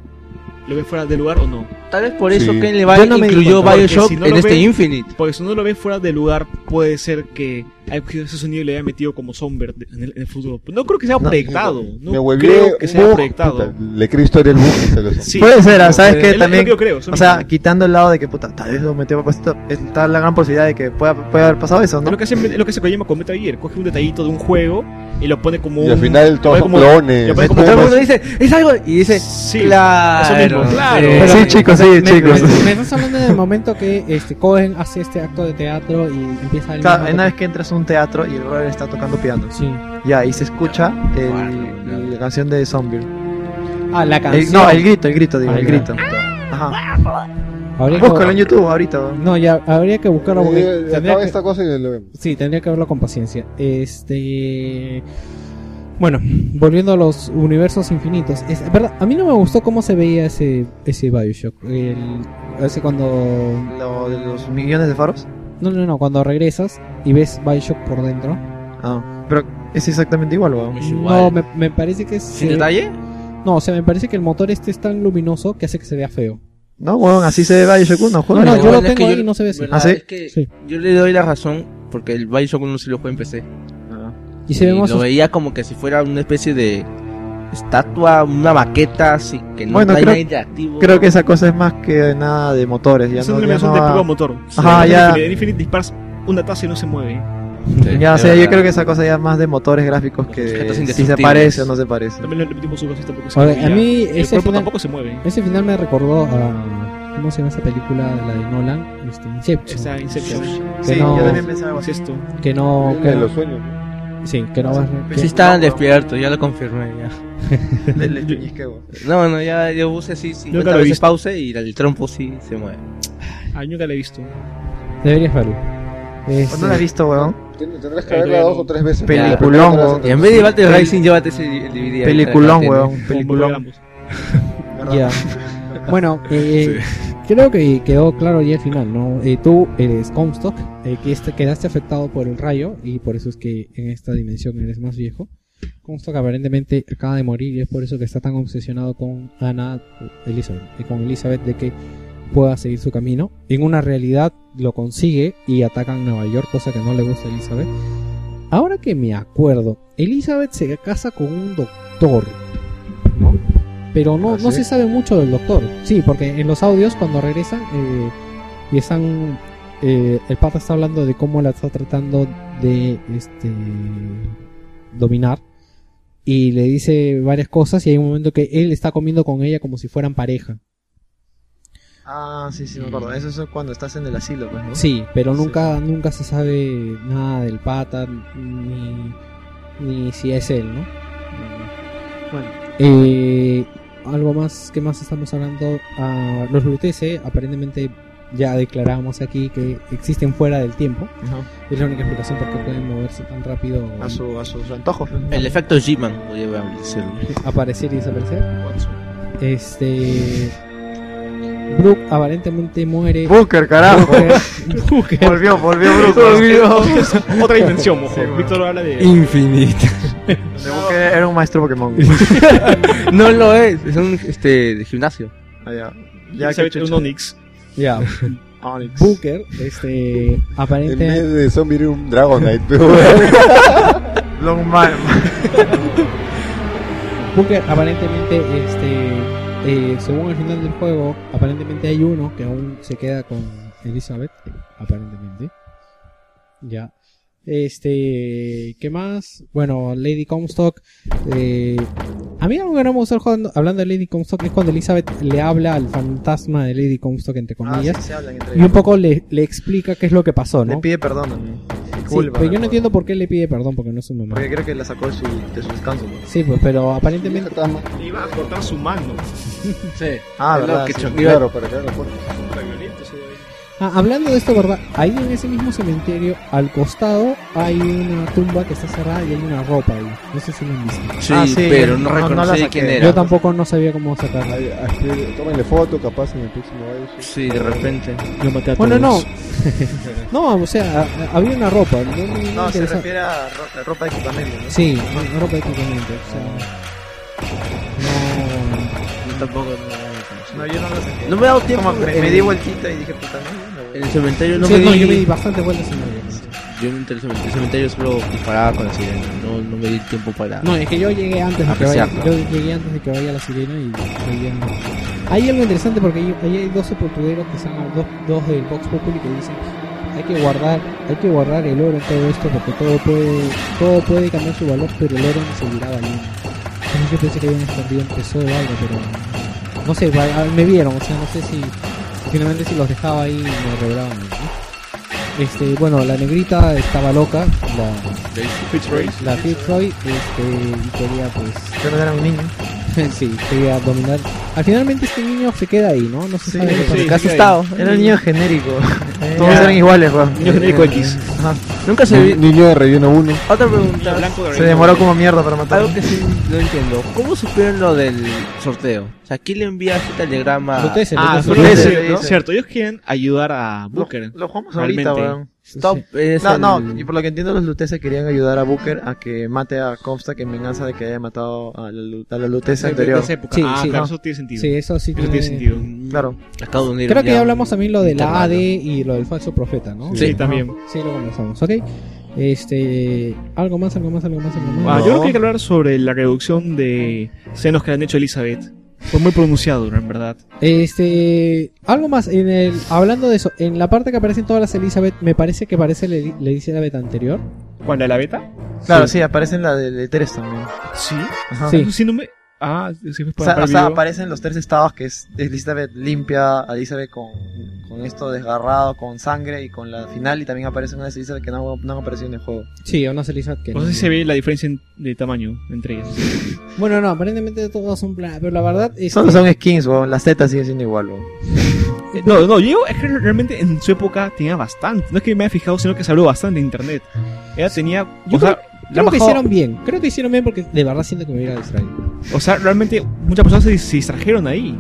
[SPEAKER 4] ¿lo ve fuera del lugar o no?
[SPEAKER 3] Tal vez por eso
[SPEAKER 5] Sí.
[SPEAKER 3] Ken
[SPEAKER 1] Yo
[SPEAKER 3] Levine
[SPEAKER 1] no me di
[SPEAKER 3] incluyó
[SPEAKER 4] cuenta, porque
[SPEAKER 3] Bioshock
[SPEAKER 4] si no
[SPEAKER 3] en
[SPEAKER 4] lo
[SPEAKER 3] este
[SPEAKER 4] ven-
[SPEAKER 3] Infinite.
[SPEAKER 4] Porque si uno lo ve fuera del lugar, puede ser que haya cogido ese sonido y le haya metido como Songbird en el, en el futuro. Pero No creo que sea
[SPEAKER 2] No,
[SPEAKER 4] proyectado. No
[SPEAKER 5] Me huevié
[SPEAKER 4] creo que
[SPEAKER 5] un
[SPEAKER 4] sea
[SPEAKER 5] bug,
[SPEAKER 4] proyectado.
[SPEAKER 5] puta, Le creo historia el bug y se lo son.
[SPEAKER 4] Sí. Eh,
[SPEAKER 2] Puede ser, ah, ¿sabes
[SPEAKER 4] Es
[SPEAKER 2] qué?
[SPEAKER 4] lo- es lo
[SPEAKER 2] También,
[SPEAKER 4] que yo creo. eso
[SPEAKER 2] o sea,
[SPEAKER 4] mismo.
[SPEAKER 2] quitando el lado de que puta, tal vez lo metió a propósito, está la gran posibilidad de que pueda, puede haber pasado eso,
[SPEAKER 4] es
[SPEAKER 2] ¿no?
[SPEAKER 4] lo que siempre, es lo que se Kojima con Metal Gear. Coge un detallito de un juego y lo pone como
[SPEAKER 5] Y
[SPEAKER 4] un...
[SPEAKER 5] al final todos
[SPEAKER 4] lo pone
[SPEAKER 5] son
[SPEAKER 4] como-
[SPEAKER 5] clones.
[SPEAKER 4] lo pone
[SPEAKER 5] es
[SPEAKER 4] como-
[SPEAKER 3] Todo el
[SPEAKER 5] como-
[SPEAKER 3] mundo dice, es algo. Y dice,
[SPEAKER 4] Sí,
[SPEAKER 3] claro.
[SPEAKER 4] eso mismo, claro.
[SPEAKER 3] sí.
[SPEAKER 2] Sí, chicos, sí, chicos.
[SPEAKER 1] Me, me estás hablando del momento que este Cohen hace este acto de teatro y empieza el
[SPEAKER 2] Claro,
[SPEAKER 1] mismo-
[SPEAKER 2] una vez que entras a un teatro y el brother está tocando piano.
[SPEAKER 1] Sí.
[SPEAKER 2] Ya, y se escucha el- la canción de Zombie.
[SPEAKER 1] Ah, la
[SPEAKER 2] El-
[SPEAKER 1] canción.
[SPEAKER 2] no, el grito, el grito, digo,
[SPEAKER 1] Ah,
[SPEAKER 2] el
[SPEAKER 1] ya.
[SPEAKER 2] grito. Ajá.
[SPEAKER 1] Habría que-
[SPEAKER 2] Búscalo en YouTube ahorita, weón.
[SPEAKER 1] No, ya habría que buscarlo porque
[SPEAKER 5] Eh,
[SPEAKER 1] tendría
[SPEAKER 5] acaba
[SPEAKER 1] que-
[SPEAKER 5] esta cosa y lo vemos.
[SPEAKER 1] Sí, tendría que verlo con paciencia. Este bueno, volviendo a los universos infinitos, es verdad, a mí no me gustó cómo se veía ese ese BioShock. El ese cuando
[SPEAKER 2] Lo de los millones de faros.
[SPEAKER 1] no, no, no, cuando regresas y ves BioShock por dentro.
[SPEAKER 2] Ah, pero es exactamente igual, weón.
[SPEAKER 3] Es
[SPEAKER 1] No,
[SPEAKER 3] igual.
[SPEAKER 1] me, me parece que
[SPEAKER 3] ¿Sin
[SPEAKER 1] se-
[SPEAKER 3] detalle?
[SPEAKER 1] No, o sea, me parece que el motor este es tan luminoso que hace que se vea feo.
[SPEAKER 2] No, weón, así se ve Bioshock 1,
[SPEAKER 1] No,
[SPEAKER 2] júralo.
[SPEAKER 1] yo lo
[SPEAKER 3] bueno es
[SPEAKER 1] tengo
[SPEAKER 3] que
[SPEAKER 1] ahí y no se ve así.
[SPEAKER 3] ¿verdad?
[SPEAKER 2] ¿Ah, sí?
[SPEAKER 3] Es que
[SPEAKER 1] Sí.
[SPEAKER 3] Yo le doy la razón porque el Bioshock no se lo juega en PC.
[SPEAKER 1] Y se
[SPEAKER 3] Y
[SPEAKER 1] ve más
[SPEAKER 3] lo veía como que si fuera una especie de estatua, una maqueta, así que no
[SPEAKER 2] Bueno,
[SPEAKER 3] hay
[SPEAKER 2] creo-
[SPEAKER 3] nada interactivo.
[SPEAKER 2] Creo que esa cosa es más que nada de motores. Ya
[SPEAKER 4] Es
[SPEAKER 2] no,
[SPEAKER 4] una
[SPEAKER 2] ya
[SPEAKER 4] animación
[SPEAKER 2] no
[SPEAKER 4] de
[SPEAKER 2] va-
[SPEAKER 4] puro motor.
[SPEAKER 2] Ajá,
[SPEAKER 4] En
[SPEAKER 2] ya.
[SPEAKER 4] Infinite- En Infinite disparas una taza y no se mueve.
[SPEAKER 3] Sí,
[SPEAKER 2] Ya, o
[SPEAKER 3] es
[SPEAKER 2] sea, yo
[SPEAKER 3] verdad.
[SPEAKER 2] creo que esa cosa ya es más de motores gráficos que
[SPEAKER 3] Los
[SPEAKER 2] de
[SPEAKER 3] objetos
[SPEAKER 2] si se
[SPEAKER 3] indestructibles.
[SPEAKER 2] parece o no se parece.
[SPEAKER 4] También lo repetimos un racista porque se
[SPEAKER 1] A ver,
[SPEAKER 4] movía.
[SPEAKER 1] a mí
[SPEAKER 4] el
[SPEAKER 1] ese
[SPEAKER 4] cuerpo
[SPEAKER 1] final-
[SPEAKER 4] tampoco se mueve.
[SPEAKER 1] Ese final me recordó a. ¿Cómo se llama esa película? La de Nolan. Este, Inception.
[SPEAKER 4] Esa Inception.
[SPEAKER 1] Que
[SPEAKER 2] Sí,
[SPEAKER 1] no-
[SPEAKER 2] yo también pensaba algo
[SPEAKER 4] ¿Cómo es
[SPEAKER 2] así.
[SPEAKER 4] esto?
[SPEAKER 1] Que no.
[SPEAKER 5] En
[SPEAKER 1] Que,
[SPEAKER 5] los sueños.
[SPEAKER 1] sí, que no vas. que-
[SPEAKER 3] Sí estaban despiertos, ya lo confirmé. Ya.
[SPEAKER 2] Le- le pellizqué, weón.
[SPEAKER 3] No, no, ya yo puse así
[SPEAKER 4] Nunca
[SPEAKER 3] 50
[SPEAKER 4] lo he
[SPEAKER 3] veces
[SPEAKER 4] visto.
[SPEAKER 3] pausa y el trompo sí se mueve.
[SPEAKER 4] Ah, yo nunca la he visto.
[SPEAKER 1] Deberías verlo.
[SPEAKER 2] ¿O
[SPEAKER 1] Este,
[SPEAKER 2] Pues no la has visto, weón?
[SPEAKER 5] Tien- Tendrás que
[SPEAKER 4] Ahí
[SPEAKER 5] verla
[SPEAKER 4] lo
[SPEAKER 5] dos o tres veces.
[SPEAKER 2] Peliculón,
[SPEAKER 5] Peliculón,
[SPEAKER 2] weón.
[SPEAKER 5] weón.
[SPEAKER 3] Y en vez de llevarte el
[SPEAKER 2] Pel-
[SPEAKER 3] Rising, llévate ese el DVD. ahí para
[SPEAKER 2] Peliculón,
[SPEAKER 3] que
[SPEAKER 2] weón.
[SPEAKER 4] Como
[SPEAKER 2] Peliculón.
[SPEAKER 4] ambos.
[SPEAKER 2] ¿verdad?
[SPEAKER 1] Este, ya. Bueno, eh, creo que quedó claro ya el final, ¿no? Eh, tú eres Comstock, eh, que este- quedaste afectado por el rayo y por eso es que en esta dimensión eres más viejo. Comstock aparentemente acaba de morir y es por eso que está tan obsesionado con Ana Elizabeth, eh, con Elizabeth de que pueda seguir su camino. En una realidad lo consigue y atacan Nueva York, cosa que no le gusta a Elizabeth. Ahora que me acuerdo, Elizabeth se casa con un doctor, ¿no? Pero no,
[SPEAKER 2] ¿Ah,
[SPEAKER 1] no
[SPEAKER 2] sí?
[SPEAKER 1] se sabe mucho del doctor. Sí, porque en los audios cuando regresan eh, y están... eh, el pata está hablando de cómo la está tratando de este dominar. Y le dice varias cosas y hay un momento que él está comiendo con ella como si fueran pareja.
[SPEAKER 2] Ah, sí, sí, me acuerdo. Eso es cuando estás en el asilo, pues, ¿no?
[SPEAKER 1] Sí, pero
[SPEAKER 2] Sí.
[SPEAKER 1] nunca, nunca se sabe nada del pata, ni, ni si es él, ¿no? Bueno. Eh, algo más, que más estamos hablando? Ah, los Lutece, aparentemente ya declaramos aquí que existen fuera del tiempo.
[SPEAKER 2] Ajá.
[SPEAKER 1] Es la única explicación por qué pueden moverse tan rápido,
[SPEAKER 2] A, su, a sus antojos. pues.
[SPEAKER 3] El efecto G-Man, podría decirlo.
[SPEAKER 1] aparecer y desaparecer. Este. Brooke aparentemente muere.
[SPEAKER 2] Booker, carajo.
[SPEAKER 1] Booker-
[SPEAKER 2] Volvió, volvió Brooker.
[SPEAKER 4] Otra dimensión, ojo.
[SPEAKER 2] Sí, bueno.
[SPEAKER 4] Víctor habla de.
[SPEAKER 3] Infinita.
[SPEAKER 2] De Booker era un maestro Pokémon.
[SPEAKER 3] No lo es, es un este, de gimnasio.
[SPEAKER 2] Ah, ya. Ya
[SPEAKER 4] Ya
[SPEAKER 2] que
[SPEAKER 4] que un
[SPEAKER 2] chucha.
[SPEAKER 4] Onix.
[SPEAKER 1] Ya,
[SPEAKER 2] Onix.
[SPEAKER 1] Booker, este,
[SPEAKER 5] En
[SPEAKER 1] aparentemente...
[SPEAKER 5] vez de zombie era un Dragonite, pero
[SPEAKER 2] Longman.
[SPEAKER 1] Booker, aparentemente, este, eh, según el final del juego, aparentemente hay uno que aún se queda con Elizabeth, aparentemente. Ya. Este, ¿qué más? Bueno, Lady Comstock. eh, a mí algo que no me gustó jugando- hablando de Lady Comstock es cuando Elizabeth le habla al fantasma de Lady Comstock, entre
[SPEAKER 2] Ah, sí,
[SPEAKER 1] comillas,
[SPEAKER 2] se hablan entre
[SPEAKER 1] y un
[SPEAKER 2] ellos.
[SPEAKER 1] poco le, le explica qué es lo que pasó,
[SPEAKER 2] Le
[SPEAKER 1] ¿no?
[SPEAKER 2] pide perdón. ¿no?
[SPEAKER 1] Sí,
[SPEAKER 2] Disculpa,
[SPEAKER 1] pero yo
[SPEAKER 2] ¿no?
[SPEAKER 1] no entiendo por qué le pide perdón, porque no es su mamá.
[SPEAKER 2] Porque creo que la sacó de su, de su descanso. ¿no?
[SPEAKER 1] Sí, pues, pero aparentemente
[SPEAKER 4] Le iba a cortar su mano.
[SPEAKER 11] Sí.
[SPEAKER 2] Ah,
[SPEAKER 3] Es lo
[SPEAKER 2] verdad.
[SPEAKER 3] que
[SPEAKER 2] sí.
[SPEAKER 3] choquea.
[SPEAKER 5] claro, para acá la puerta.
[SPEAKER 4] Puta, violento ese güey.
[SPEAKER 1] Ah, hablando de esto, ¿verdad? Ahí en ese mismo cementerio, al costado, hay una tumba que está cerrada y hay una ropa ahí. No sé si lo han visto.
[SPEAKER 3] Sí,
[SPEAKER 2] Ah, sí,
[SPEAKER 3] pero no
[SPEAKER 2] no- no la
[SPEAKER 3] reconocí
[SPEAKER 2] saqué.
[SPEAKER 3] quién era. pues.
[SPEAKER 1] Yo tampoco no sabía cómo sacarla.
[SPEAKER 5] Ahí, aquí, Tómale foto, capaz en el próximo año.
[SPEAKER 3] Sí, de repente.
[SPEAKER 4] Lo maté a
[SPEAKER 1] Bueno, no.
[SPEAKER 4] todos.
[SPEAKER 1] no, o sea, a- a- había una ropa. No, no, me
[SPEAKER 2] No, se
[SPEAKER 1] interesa-
[SPEAKER 2] refiere a ro- la ropa de equipamiento. ¿no?
[SPEAKER 1] Sí, una ropa de equipamiento. O sea, no.
[SPEAKER 3] Yo tampoco. no-
[SPEAKER 2] No, yo no la saqué.
[SPEAKER 3] No me he dado tiempo.
[SPEAKER 2] Como que me,
[SPEAKER 3] en-
[SPEAKER 2] me di vueltita y dije, puta, no, no, no,
[SPEAKER 3] En el cementerio no
[SPEAKER 1] Sí,
[SPEAKER 3] me
[SPEAKER 1] no,
[SPEAKER 3] di.
[SPEAKER 1] yo me di bastante vueltas en la vida.
[SPEAKER 3] Yo en el cementerio, el cementerio solo disparaba con la sirena. No, no me di tiempo para.
[SPEAKER 1] No, es que yo llegué antes de que vaya,
[SPEAKER 3] Apreciarlo.
[SPEAKER 1] yo llegué antes de que vaya la sirena y y ya- Hay algo interesante porque ahí, ahí hay dos sepultureros que son dos, dos del Vox Populi que dicen hay que guardar, hay que guardar el oro en todo esto porque todo puede, todo puede cambiar su valor, pero el oro seguirá valiendo. Entonces yo pensé que habían escondido un tesoro o algo, pero no sé, va- ah, me vieron, o sea no sé si finalmente si los dejaba ahí me revelaban. ¿no? Este, bueno, la negrita estaba loca, la,
[SPEAKER 4] Fitzroy.
[SPEAKER 1] la Fitzroy este, y quería pues
[SPEAKER 2] Yo no era un niño.
[SPEAKER 1] sí quería dominar al finalmente este niño se queda ahí no no se
[SPEAKER 2] Sí,
[SPEAKER 1] sabe qué
[SPEAKER 4] sí,
[SPEAKER 1] pasa.
[SPEAKER 4] sí.
[SPEAKER 2] Era un niño genérico. Todos
[SPEAKER 4] Ya.
[SPEAKER 2] eran iguales, weón.
[SPEAKER 4] Niño genérico X.
[SPEAKER 2] Ajá.
[SPEAKER 3] Nunca se vi.
[SPEAKER 5] Ni- Niño de relleno 1.
[SPEAKER 3] Otra pregunta.
[SPEAKER 4] Blanco de
[SPEAKER 2] Se demoró como mierda para matarlo.
[SPEAKER 3] Algo que sí no entiendo. ¿Cómo supieron lo del sorteo? O sea, ¿quién le envía ese telegrama?
[SPEAKER 1] Lo tece, lo
[SPEAKER 4] Ah,
[SPEAKER 1] tece.
[SPEAKER 4] solo
[SPEAKER 2] Sí,
[SPEAKER 4] eso,
[SPEAKER 2] sí,
[SPEAKER 4] ¿no?
[SPEAKER 2] sí.
[SPEAKER 4] Cierto, ellos quieren ayudar a
[SPEAKER 2] Lo,
[SPEAKER 4] Booker.
[SPEAKER 2] lo jugamos ahorita,
[SPEAKER 4] Realmente.
[SPEAKER 2] weón.
[SPEAKER 3] Stop. es
[SPEAKER 2] No,
[SPEAKER 3] el-
[SPEAKER 2] no, y por lo que entiendo los luteses querían ayudar a Booker a que mate a Comstock en venganza de que haya matado a la, lu- a la lutesa anterior.
[SPEAKER 1] Sí,
[SPEAKER 4] ah,
[SPEAKER 1] sí.
[SPEAKER 4] claro, eso tiene sentido.
[SPEAKER 1] sí eso sí
[SPEAKER 4] Eso tiene sentido.
[SPEAKER 2] Claro.
[SPEAKER 3] Acabo de unir
[SPEAKER 1] creo que ya
[SPEAKER 3] un-
[SPEAKER 1] hablamos también lo de la
[SPEAKER 3] internado.
[SPEAKER 1] AD y lo del falso profeta no
[SPEAKER 4] Sí,
[SPEAKER 3] Sí,
[SPEAKER 4] también.
[SPEAKER 1] sí lo conversamos ¿ok? este algo más algo más algo más algo
[SPEAKER 4] Ah,
[SPEAKER 1] más
[SPEAKER 4] yo creo que hay que hablar sobre la reducción de senos que le han hecho a Elizabeth. Fue muy pronunciado, en verdad.
[SPEAKER 1] este algo más en el hablando de eso en la parte que aparecen todas las Elizabeth me parece que parece la Eli- la Elizabeth anterior
[SPEAKER 4] ¿Cuál, la de la beta?
[SPEAKER 2] Claro, sí, aparecen la de, de Teres también.
[SPEAKER 4] Sí.
[SPEAKER 2] Ajá.
[SPEAKER 1] Sí.
[SPEAKER 4] Sí, no me... Ah, sí, fue
[SPEAKER 2] O
[SPEAKER 4] para
[SPEAKER 2] sea,
[SPEAKER 4] para
[SPEAKER 2] o
[SPEAKER 4] el
[SPEAKER 2] sea,
[SPEAKER 4] video.
[SPEAKER 2] aparecen los tres estados que es Elizabeth limpia, Elizabeth con, con esto desgarrado, con sangre y con la final y también aparece una de Elizabeth que no, no han aparecido en el juego.
[SPEAKER 1] sí o no es Elizabeth que
[SPEAKER 4] O
[SPEAKER 1] no-
[SPEAKER 4] sea, sí se ve la diferencia en- de tamaño entre ellas.
[SPEAKER 1] Bueno, no, aparentemente todos son planas, pero la verdad es
[SPEAKER 2] Solo
[SPEAKER 1] que-
[SPEAKER 2] son skins, weón, las tetas siguen siendo igual, weón.
[SPEAKER 4] Eh, No, no, yo es que realmente en su época tenía bastante. No es que me haya fijado, sino que se habló bastante en internet. Ella tenía.
[SPEAKER 1] Yo
[SPEAKER 4] o sea, le han
[SPEAKER 1] creo que
[SPEAKER 4] bajado-
[SPEAKER 1] hicieron bien. Creo que hicieron bien porque de verdad siento que me hubiera distraído.
[SPEAKER 4] O sea, realmente muchas personas se, dis- se distrajeron ahí.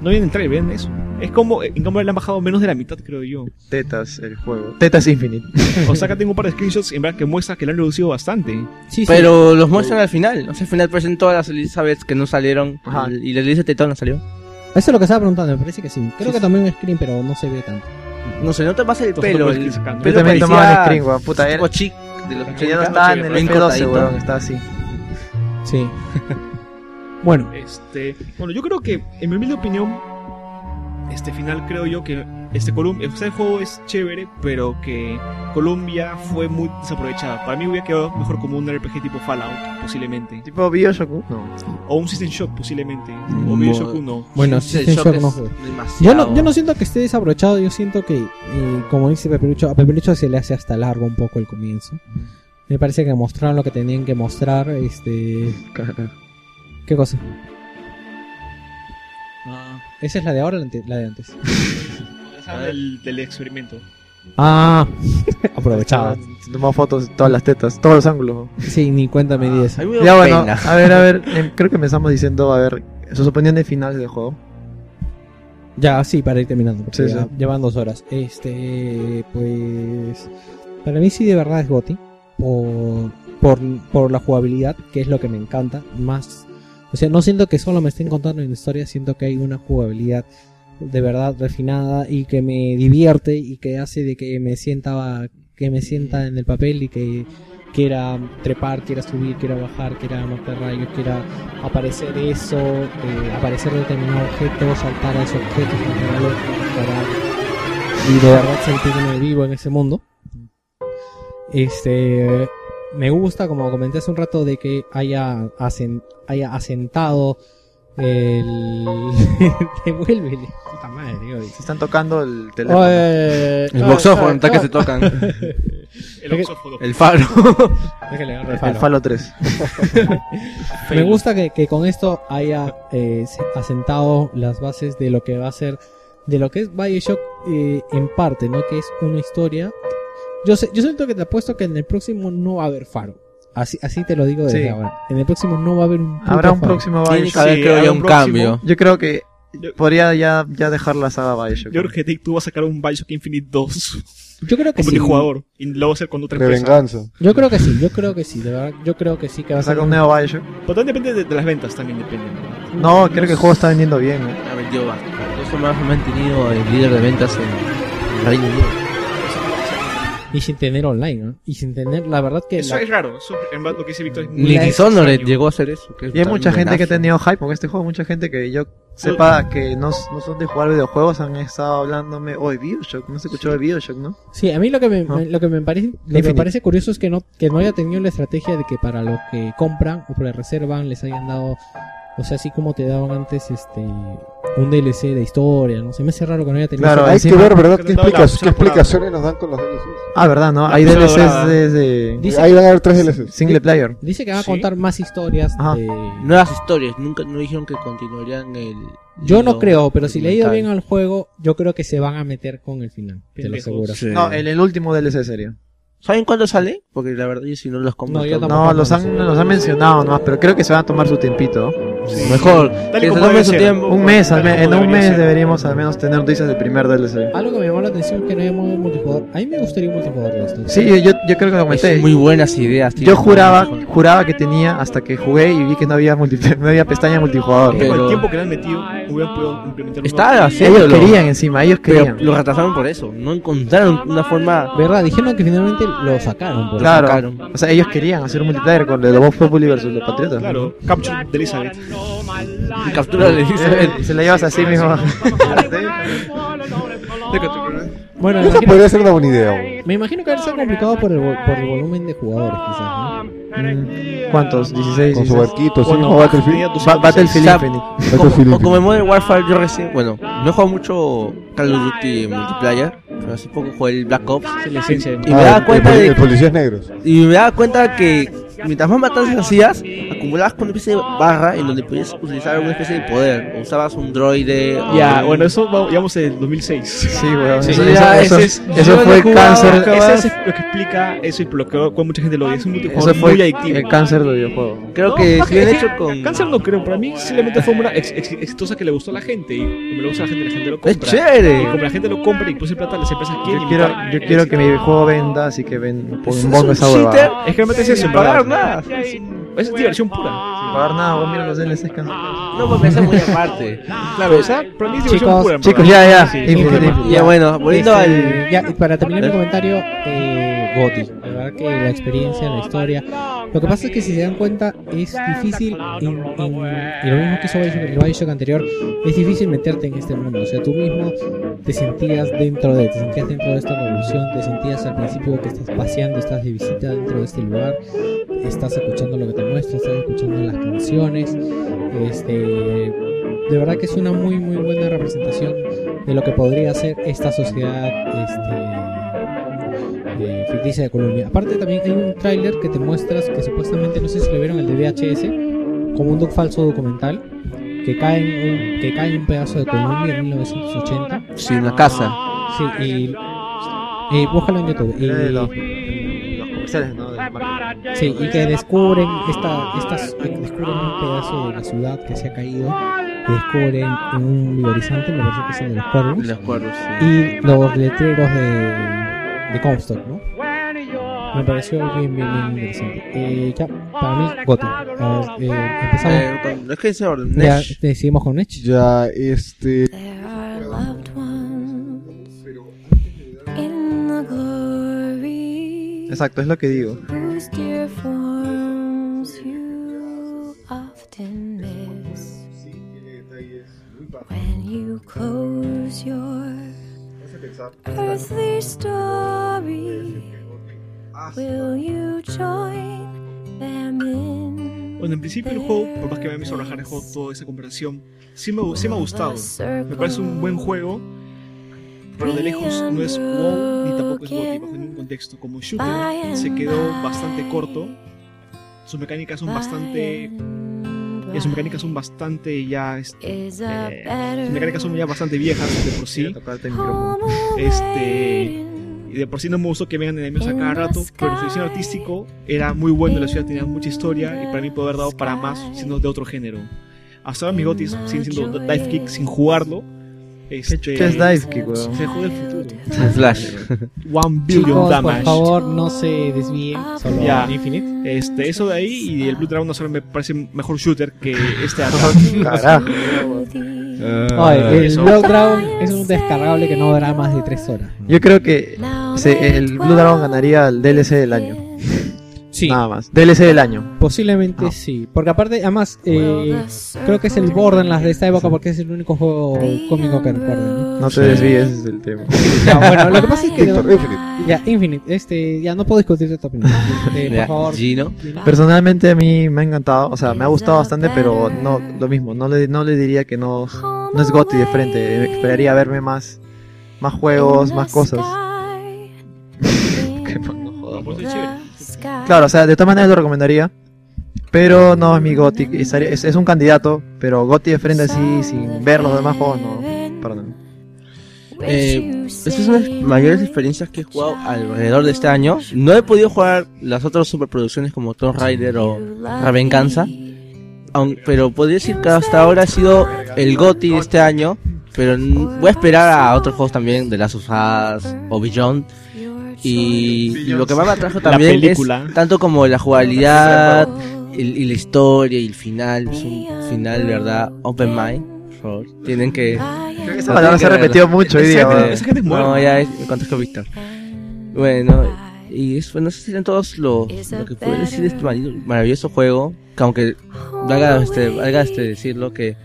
[SPEAKER 4] No vienen entrar, ven eso. Es como, en cambio le han bajado menos de la mitad, creo yo.
[SPEAKER 2] Tetas, el juego. Tetas Infinite.
[SPEAKER 4] O sea, acá tengo un par de screenshots en verdad que muestra que le han reducido bastante.
[SPEAKER 1] Sí, sí.
[SPEAKER 3] Pero los muestran al final. O sea, al final aparecen todas las Elizabeth que no salieron.
[SPEAKER 2] Ajá.
[SPEAKER 3] Y la Elizabeth Tetón no salió.
[SPEAKER 1] Eso es lo que estaba preguntando, me parece que sí. Creo
[SPEAKER 3] Sí,
[SPEAKER 1] que
[SPEAKER 3] sí.
[SPEAKER 1] tomé un screen, pero no se ve tanto.
[SPEAKER 3] No se nota más el
[SPEAKER 4] Entonces,
[SPEAKER 3] pelo.
[SPEAKER 4] no
[SPEAKER 3] El
[SPEAKER 4] puedes sacar, ¿no?
[SPEAKER 2] Yo
[SPEAKER 3] pelo
[SPEAKER 2] también
[SPEAKER 3] parecía
[SPEAKER 2] tomaba el screen, weón. Puta, era,
[SPEAKER 3] tipo chic de los
[SPEAKER 2] que ya no
[SPEAKER 3] 80,
[SPEAKER 2] estaba en el
[SPEAKER 3] bien
[SPEAKER 2] F12,
[SPEAKER 3] cortadito.
[SPEAKER 2] weón, estaba así.
[SPEAKER 1] Sí. Bueno,
[SPEAKER 4] Este, bueno, yo creo que, en mi humilde opinión, este final creo yo que este Colombia, o sea, el juego es chévere, pero que Colombia fue muy desaprovechada. Para mí hubiera quedado mejor como un RPG tipo Fallout, posiblemente.
[SPEAKER 2] Tipo Bioshock. No.
[SPEAKER 4] O un System Shock, posiblemente. O
[SPEAKER 3] Mm.
[SPEAKER 4] Bioshock 1.
[SPEAKER 1] bueno,
[SPEAKER 3] Sí, el
[SPEAKER 1] System
[SPEAKER 3] shock
[SPEAKER 1] Shock
[SPEAKER 3] es
[SPEAKER 1] no fue.
[SPEAKER 3] demasiado.
[SPEAKER 1] Yo no, yo no siento que esté desabrochado, yo siento que, eh, como dice Pepelucho, a Pepelucho se le hace hasta largo un poco el comienzo. Me parece que mostraron lo que tenían que mostrar, este... ¿Qué cosa?
[SPEAKER 3] Ah.
[SPEAKER 1] ¿Esa es la de ahora o la ante- la de antes?
[SPEAKER 4] El, del experimento.
[SPEAKER 1] Ah, aprovechado.
[SPEAKER 2] Se tomó fotos, todas las tetas, todos los ángulos.
[SPEAKER 1] Sí, ni cuenta me di eso.
[SPEAKER 3] Ahí me dio
[SPEAKER 2] Ya bueno,
[SPEAKER 3] pena.
[SPEAKER 2] a ver, a ver. em, creo que empezamos diciendo, a ver, sus opiniones finales del juego.
[SPEAKER 1] Ya, sí, para ir terminando. porque
[SPEAKER 2] Sí,
[SPEAKER 1] ya,
[SPEAKER 2] sí.
[SPEAKER 1] ya van dos horas. Este, pues. Para mí sí, de verdad es Goti. Por, por, por la jugabilidad, que es lo que me encanta. Más. O sea, no siento que solo me estén contando una historia, siento que hay una jugabilidad de verdad refinada y que me divierte y que hace de que me sienta que me sienta en el papel y que quiera trepar, quiera subir, quiera bajar, quiera matar rayos, quiera aparecer eso, eh, aparecer determinado objeto, saltar a esos objetos, saltar al otro, disparar. y de verdad sentirme vivo en ese mundo. Este me gusta, como comenté hace un rato, de que haya, asen- haya asentado el devuélvele. Puta madre, hoy.
[SPEAKER 2] Se están tocando el teléfono.
[SPEAKER 1] Eh,
[SPEAKER 3] El boxófono, ahorita que se tocan.
[SPEAKER 4] El oxófono.
[SPEAKER 3] El faro.
[SPEAKER 1] déjale agarrar
[SPEAKER 2] el
[SPEAKER 1] el faro.
[SPEAKER 2] Falo 3.
[SPEAKER 1] Me gusta que, que con esto haya eh, se- asentado las bases de lo que va a ser, de lo que es Bioshock eh, en parte, ¿no? Que es una historia. Yo sé, yo siento que te apuesto que en el próximo no va a haber faro. Así, así te lo digo desde
[SPEAKER 2] Sí.
[SPEAKER 1] ahora. En el próximo no va a haber un puto
[SPEAKER 2] Habrá un
[SPEAKER 1] faro.
[SPEAKER 2] próximo
[SPEAKER 3] Tiene que
[SPEAKER 2] Bioshock.
[SPEAKER 3] haber,
[SPEAKER 4] Sí,
[SPEAKER 3] creo
[SPEAKER 4] habrá
[SPEAKER 3] yo,
[SPEAKER 4] un
[SPEAKER 3] un
[SPEAKER 4] próximo.
[SPEAKER 3] cambio.
[SPEAKER 2] Yo creo que
[SPEAKER 4] Yo-
[SPEAKER 2] podría ya, ya dejar la saga Bioshock.
[SPEAKER 4] Yo creo que Take Two va a sacar un Bioshock Infinite 2
[SPEAKER 1] Yo creo que
[SPEAKER 4] como
[SPEAKER 1] sí.
[SPEAKER 4] jugador y lo va a hacer con otra
[SPEAKER 5] De
[SPEAKER 4] empresa.
[SPEAKER 5] venganza.
[SPEAKER 1] Yo creo que sí, yo creo que sí, de verdad. Yo creo que sí que va a ser
[SPEAKER 2] saca un
[SPEAKER 1] un-
[SPEAKER 2] nuevo Bioshock.
[SPEAKER 4] Pero también depende de, de las ventas, también depende. ¿no?
[SPEAKER 2] No, creo que el juego está vendiendo bien. ¿eh?
[SPEAKER 3] Ha vendido bastante. Eso me ha mantenido el líder de ventas en Reino Unido.
[SPEAKER 1] Y sin tener online, ¿no? Y sin tener, la verdad que...
[SPEAKER 4] Eso
[SPEAKER 1] la-
[SPEAKER 4] es raro. Eso, en verdad, lo que dice Víctor es muy
[SPEAKER 3] Ni Dishonored
[SPEAKER 4] extraño.
[SPEAKER 3] llegó a hacer eso. que es
[SPEAKER 2] Y hay
[SPEAKER 3] tan
[SPEAKER 2] mucha gente que ha
[SPEAKER 3] buenazo.
[SPEAKER 2] tenido hype con este juego, mucha gente que yo sepa que no, no son de jugar videojuegos, han estado hablándome, oh, de Bioshock, no se escuchó de Bioshock, ¿no?
[SPEAKER 1] Sí, a mí lo que me,
[SPEAKER 2] ¿No?
[SPEAKER 1] lo que me parece lo que me
[SPEAKER 2] Infinite.
[SPEAKER 1] parece curioso es que no que no haya tenido la estrategia de que para los que compran o para reservan les hayan dado o sea, así como te daban antes este un DLC de historia, no sé, me hace raro que no haya tenido
[SPEAKER 2] Claro,
[SPEAKER 1] esa-
[SPEAKER 5] Hay
[SPEAKER 2] encima-
[SPEAKER 5] que ver, ¿verdad?
[SPEAKER 4] que
[SPEAKER 5] ¿Qué,
[SPEAKER 4] no daba la
[SPEAKER 5] explica-
[SPEAKER 4] opción
[SPEAKER 5] qué
[SPEAKER 4] por nada.
[SPEAKER 5] explicaciones nos dan con los DLCs?
[SPEAKER 2] Ah, ¿verdad? ¿No? Hay
[SPEAKER 4] Pulsera
[SPEAKER 2] DLCs
[SPEAKER 4] dorada.
[SPEAKER 2] de, de
[SPEAKER 1] Dice-
[SPEAKER 5] Ahí van a haber tres DLCs.
[SPEAKER 2] single player.
[SPEAKER 1] Dice que va a
[SPEAKER 4] Sí.
[SPEAKER 1] contar más historias
[SPEAKER 2] Ajá.
[SPEAKER 1] de-
[SPEAKER 3] Nuevas historias. Nunca no dijeron que continuarían el.
[SPEAKER 1] Yo no
[SPEAKER 3] hilo
[SPEAKER 1] creo, pero si le ha ido bien
[SPEAKER 3] documental.
[SPEAKER 1] al juego, yo creo que se van a meter con el final, te lo
[SPEAKER 4] Pendejos.
[SPEAKER 1] aseguro.
[SPEAKER 3] Sí.
[SPEAKER 2] No, el, el último DLC sería.
[SPEAKER 3] ¿Saben cuándo sale? Porque la verdad, yo si no los compro.
[SPEAKER 1] No, yo
[SPEAKER 3] todo.
[SPEAKER 2] No, los han, los han mencionado nomás, pero creo que se van a tomar su tiempito. ¿no?
[SPEAKER 4] Sí.
[SPEAKER 3] Mejor.
[SPEAKER 4] Tal y
[SPEAKER 3] que se
[SPEAKER 4] como
[SPEAKER 3] tomen
[SPEAKER 4] debe
[SPEAKER 3] su
[SPEAKER 4] ser.
[SPEAKER 3] tiempo.
[SPEAKER 2] Un mes, al
[SPEAKER 4] Tal
[SPEAKER 2] me- en un
[SPEAKER 4] como debería
[SPEAKER 2] mes
[SPEAKER 4] ser.
[SPEAKER 2] deberíamos al menos tener noticias del primer DLC.
[SPEAKER 1] Algo que me llamó la atención es que no haya modo multijugador. A mí me gustaría un multijugador de esto.
[SPEAKER 2] Sí, yo, yo, yo creo que lo comenté.
[SPEAKER 3] Es Muy buenas ideas. tío.
[SPEAKER 2] este. Yo juraba, juraba que tenía hasta que jugué y vi que no había, multi- no había pestaña multijugador.
[SPEAKER 4] Con
[SPEAKER 3] Pero-
[SPEAKER 4] el tiempo que le han metido, hubieran podido implementar un
[SPEAKER 3] Estaba
[SPEAKER 2] Ellos
[SPEAKER 3] haciéndolo.
[SPEAKER 2] querían encima, ellos
[SPEAKER 3] Ah, Pero
[SPEAKER 2] querían.
[SPEAKER 3] lo retrasaron por eso. No encontraron una forma.
[SPEAKER 1] ¿Verdad? Dijeron que finalmente lo sacaron. pues.
[SPEAKER 2] Claro,
[SPEAKER 3] sacaron.
[SPEAKER 2] o sea, ellos querían hacer un multiplayer con el de Voz Populi versus los Patriotas.
[SPEAKER 4] Claro, Capture de Elizabeth.
[SPEAKER 3] Captura de Elizabeth.
[SPEAKER 2] Eh, Se la llevas así mismo.
[SPEAKER 3] ¿eh?
[SPEAKER 1] Bueno,
[SPEAKER 5] Esa
[SPEAKER 1] imagino-
[SPEAKER 5] podría ser una buena idea. güey.
[SPEAKER 1] Me imagino que debe ser complicado por el, vol- por el volumen de jugadores, quizás. ¿no?
[SPEAKER 2] Mm, ¿Cuántos? 16,
[SPEAKER 5] Con su
[SPEAKER 2] 16.
[SPEAKER 5] barquito, sí,
[SPEAKER 4] Bueno,
[SPEAKER 5] o Battlefield.
[SPEAKER 4] tenía tus-
[SPEAKER 2] Ba- Battlefield
[SPEAKER 3] Sa-
[SPEAKER 2] Infinite.
[SPEAKER 5] Battlefield
[SPEAKER 3] Como, o
[SPEAKER 5] Infinite.
[SPEAKER 3] como en Modern Warfare yo recién, bueno, no he jugado mucho Call of Duty multiplayer, pero hace poco jugué el Black Ops
[SPEAKER 4] Es la esencia de
[SPEAKER 3] y
[SPEAKER 2] Ah,
[SPEAKER 3] me daba
[SPEAKER 5] Ah, el-
[SPEAKER 3] cuenta
[SPEAKER 5] el,
[SPEAKER 3] de-
[SPEAKER 5] el policías negros.
[SPEAKER 3] y me daba cuenta que mientras más matanzas hacías, acumulabas con una especie de barra en donde podías utilizar una especie de poder, o usabas un droide. o
[SPEAKER 4] Ya,
[SPEAKER 3] un-
[SPEAKER 4] bueno, eso va- digamos en 2006.
[SPEAKER 2] Sí, weón.
[SPEAKER 4] Sí,
[SPEAKER 2] eso,
[SPEAKER 3] ya,
[SPEAKER 2] eso-
[SPEAKER 3] ese
[SPEAKER 2] eso-
[SPEAKER 3] es-
[SPEAKER 2] eso
[SPEAKER 3] yo
[SPEAKER 2] fue
[SPEAKER 3] lo
[SPEAKER 2] el
[SPEAKER 3] jugaba,
[SPEAKER 2] cáncer.
[SPEAKER 4] Ese es lo que explica eso y por lo que cual mucha gente lo odia. Es un
[SPEAKER 2] Eso
[SPEAKER 4] multijugador
[SPEAKER 2] fue
[SPEAKER 4] muy
[SPEAKER 2] el,
[SPEAKER 4] adictivo.
[SPEAKER 2] cáncer del videojuego.
[SPEAKER 3] Creo que si bien hecho con...
[SPEAKER 4] Cáncer no creo, para mí simplemente fue una ex- ex- exitosa que le gustó a la gente. Y como le gusta a la gente, la gente lo
[SPEAKER 3] Es
[SPEAKER 4] compra. Ah, Y
[SPEAKER 3] chévere.
[SPEAKER 4] como la gente lo compra y puse plata, las empresas quieren
[SPEAKER 2] Pues Yo quiero,
[SPEAKER 4] imitar
[SPEAKER 2] yo
[SPEAKER 4] el
[SPEAKER 2] quiero que
[SPEAKER 4] éxito.
[SPEAKER 2] mi juego venda, así que ven,
[SPEAKER 3] Es
[SPEAKER 2] pon-
[SPEAKER 3] un
[SPEAKER 2] pongo esa
[SPEAKER 3] shooter
[SPEAKER 2] huevada.
[SPEAKER 4] Es que realmente es eso,
[SPEAKER 3] sin
[SPEAKER 4] en
[SPEAKER 3] pagar
[SPEAKER 4] verdad.
[SPEAKER 3] nada.
[SPEAKER 4] Es diversión pura.
[SPEAKER 2] Sin pagar nada, vos mira los DLCs que han-
[SPEAKER 4] Ah,
[SPEAKER 3] No, pues me hace muy aparte.
[SPEAKER 4] Claro, o sea, para mí es diversión
[SPEAKER 1] Chicos,
[SPEAKER 4] pura. en
[SPEAKER 2] Chicos,
[SPEAKER 4] verdad.
[SPEAKER 2] ya, ya.
[SPEAKER 4] Sí,
[SPEAKER 2] Infinite,
[SPEAKER 4] sí,
[SPEAKER 2] Infinite.
[SPEAKER 3] Ya bueno, volviendo
[SPEAKER 1] Este,
[SPEAKER 3] al...
[SPEAKER 1] eh, ya, y para terminar mi comentario, eh, Gotti. La verdad que la experiencia, la historia. Lo que pasa es que si se dan cuenta es difícil, en- en- y lo mismo que hizo Bioshock- el Bioshock anterior, es difícil meterte en este mundo. O sea, tú mismo te sentías dentro de, te sentías dentro de esta revolución, te sentías al principio que estás paseando, estás de visita dentro de este lugar, estás escuchando lo que te muestra, estás escuchando las canciones. Este, de verdad que es una muy muy buena representación de lo que podría ser esta sociedad este, de ficticia de Colombia. Aparte también hay un tráiler que te muestras que supuestamente no sé si lo vieron el de VHS como un doc- falso documental que cae en un, que cae en un pedazo de Colombia en 1980.
[SPEAKER 3] Sí, una casa.
[SPEAKER 1] Sí, y eh, búscalo en YouTube. Y-
[SPEAKER 2] Era de los, los comerciales, ¿no? De la marca.
[SPEAKER 1] Sí, y que descubren esta, estas, que descubren un pedazo de la ciudad que se ha caído, que descubren un vigorizante, me parece que es el de los
[SPEAKER 3] De
[SPEAKER 1] cuervos,
[SPEAKER 3] los cuervos, sí.
[SPEAKER 1] y los letreros de, de Comstock, ¿no? Me pareció bien, bien, bien interesante. Eh, ya, para mí, Gotti. A ver, eh, empezamos.
[SPEAKER 3] Eh, con- es que ese orden.
[SPEAKER 1] ya
[SPEAKER 3] Nesh.
[SPEAKER 1] te seguimos con Nech.
[SPEAKER 5] Ya, este.
[SPEAKER 9] There are loved ones in the glory
[SPEAKER 2] Exacto, es lo que digo.
[SPEAKER 9] whose dear forms you often miss when you close your earthly story. Will you join them in?
[SPEAKER 4] Bueno, en principio el juego, por más que me hizo rajar el juego toda esa comparación, sí me, sí me ha gustado. Me parece un buen juego, pero de lejos no es WoW ni tampoco es GOTY bajo ningún contexto. Como shooter eh, se quedó bastante corto, sus mecánicas son bastante... ya sus mecánicas son bastante ya... este, eh, sus mecánicas son ya bastante viejas de por sí.
[SPEAKER 2] Quiero tocarte el micrófono.
[SPEAKER 4] Este, Y de por sí no me gustó que vengan enemigos a cada rato, pero su diseño artístico era muy bueno, la ciudad tenía mucha historia y para mí puede haber dado para más siendo de otro género. Hasta ahora mis gotis siguen siendo dive kick sin jugarlo. Este,
[SPEAKER 2] ¿Qué es Dive Kick, weón?
[SPEAKER 4] Se jode el futuro.
[SPEAKER 3] Slash.
[SPEAKER 4] One billion
[SPEAKER 1] Chicos, por
[SPEAKER 4] damage.
[SPEAKER 1] favor, no se desvíen. Solo
[SPEAKER 4] Ya.
[SPEAKER 1] Infinite.
[SPEAKER 4] Este, eso de ahí y el Blue Dragon solo me parece mejor shooter que este de acá.
[SPEAKER 2] Carajo.
[SPEAKER 1] Oye, el
[SPEAKER 4] eso.
[SPEAKER 1] Blood Dragon es un descargable que no durará más de 3 horas.
[SPEAKER 2] Yo creo que se- el Blue Dragon ganaría el DLC del año.
[SPEAKER 1] Sí,
[SPEAKER 2] Nada más. DLC del año.
[SPEAKER 1] posiblemente
[SPEAKER 2] Ah.
[SPEAKER 1] sí. Porque aparte, además, eh, creo que es el Borderlands de esta época porque es el único juego cómico que recuerdo. ¿no?
[SPEAKER 2] No te desvíes del tema.
[SPEAKER 1] Ya, bueno, lo que pasa es que.
[SPEAKER 5] Víctor, Infinite.
[SPEAKER 1] Ya, Infinite, este, ya no puedo discutir de tu opinión. Este, por
[SPEAKER 3] Ya,
[SPEAKER 1] favor.
[SPEAKER 3] Gino.
[SPEAKER 2] Personalmente a mí me ha encantado, o sea, me ha gustado bastante, pero no lo mismo, no le, no le diría que no, no es Gotti de frente, eh, esperaría verme más, más juegos, más cosas. Que pa- no jodas,
[SPEAKER 4] Por
[SPEAKER 2] ¿no?
[SPEAKER 4] eso es chévere.
[SPEAKER 2] Claro, o sea, de todas maneras lo recomendaría, pero no es mi Gotti, estaría- es, es un candidato, pero Gotti de frente así, sin ver los demás juegos, no, perdón.
[SPEAKER 3] Eh, esas son las mayores experiencias que he jugado alrededor de este año. No he podido jugar las otras superproducciones como Tomb Raider o La Venganza. aun- pero podría decir que hasta ahora ha sido el GOTY de este año. Pero n- voy a esperar a otros juegos también de las usadas o Beyond. Y lo que más me atrajo también es
[SPEAKER 4] película.
[SPEAKER 3] tanto como la jugabilidad el- y la historia y el final. Es un final, de verdad, open mind. Por favor, tienen que.
[SPEAKER 2] Creo que esa palabra se ha
[SPEAKER 3] Tienen que
[SPEAKER 2] repetido mucho hoy día,
[SPEAKER 3] Exacto.
[SPEAKER 2] ¿verdad?
[SPEAKER 4] Esa gente es
[SPEAKER 3] No,
[SPEAKER 4] muerta.
[SPEAKER 3] ya es, me contestó Víctor. Bueno, y pues, eso, bueno, esos serían todos los, lo que puedo decir de este maravilloso maravilloso juego. Que aunque valga este, valga este decirlo, que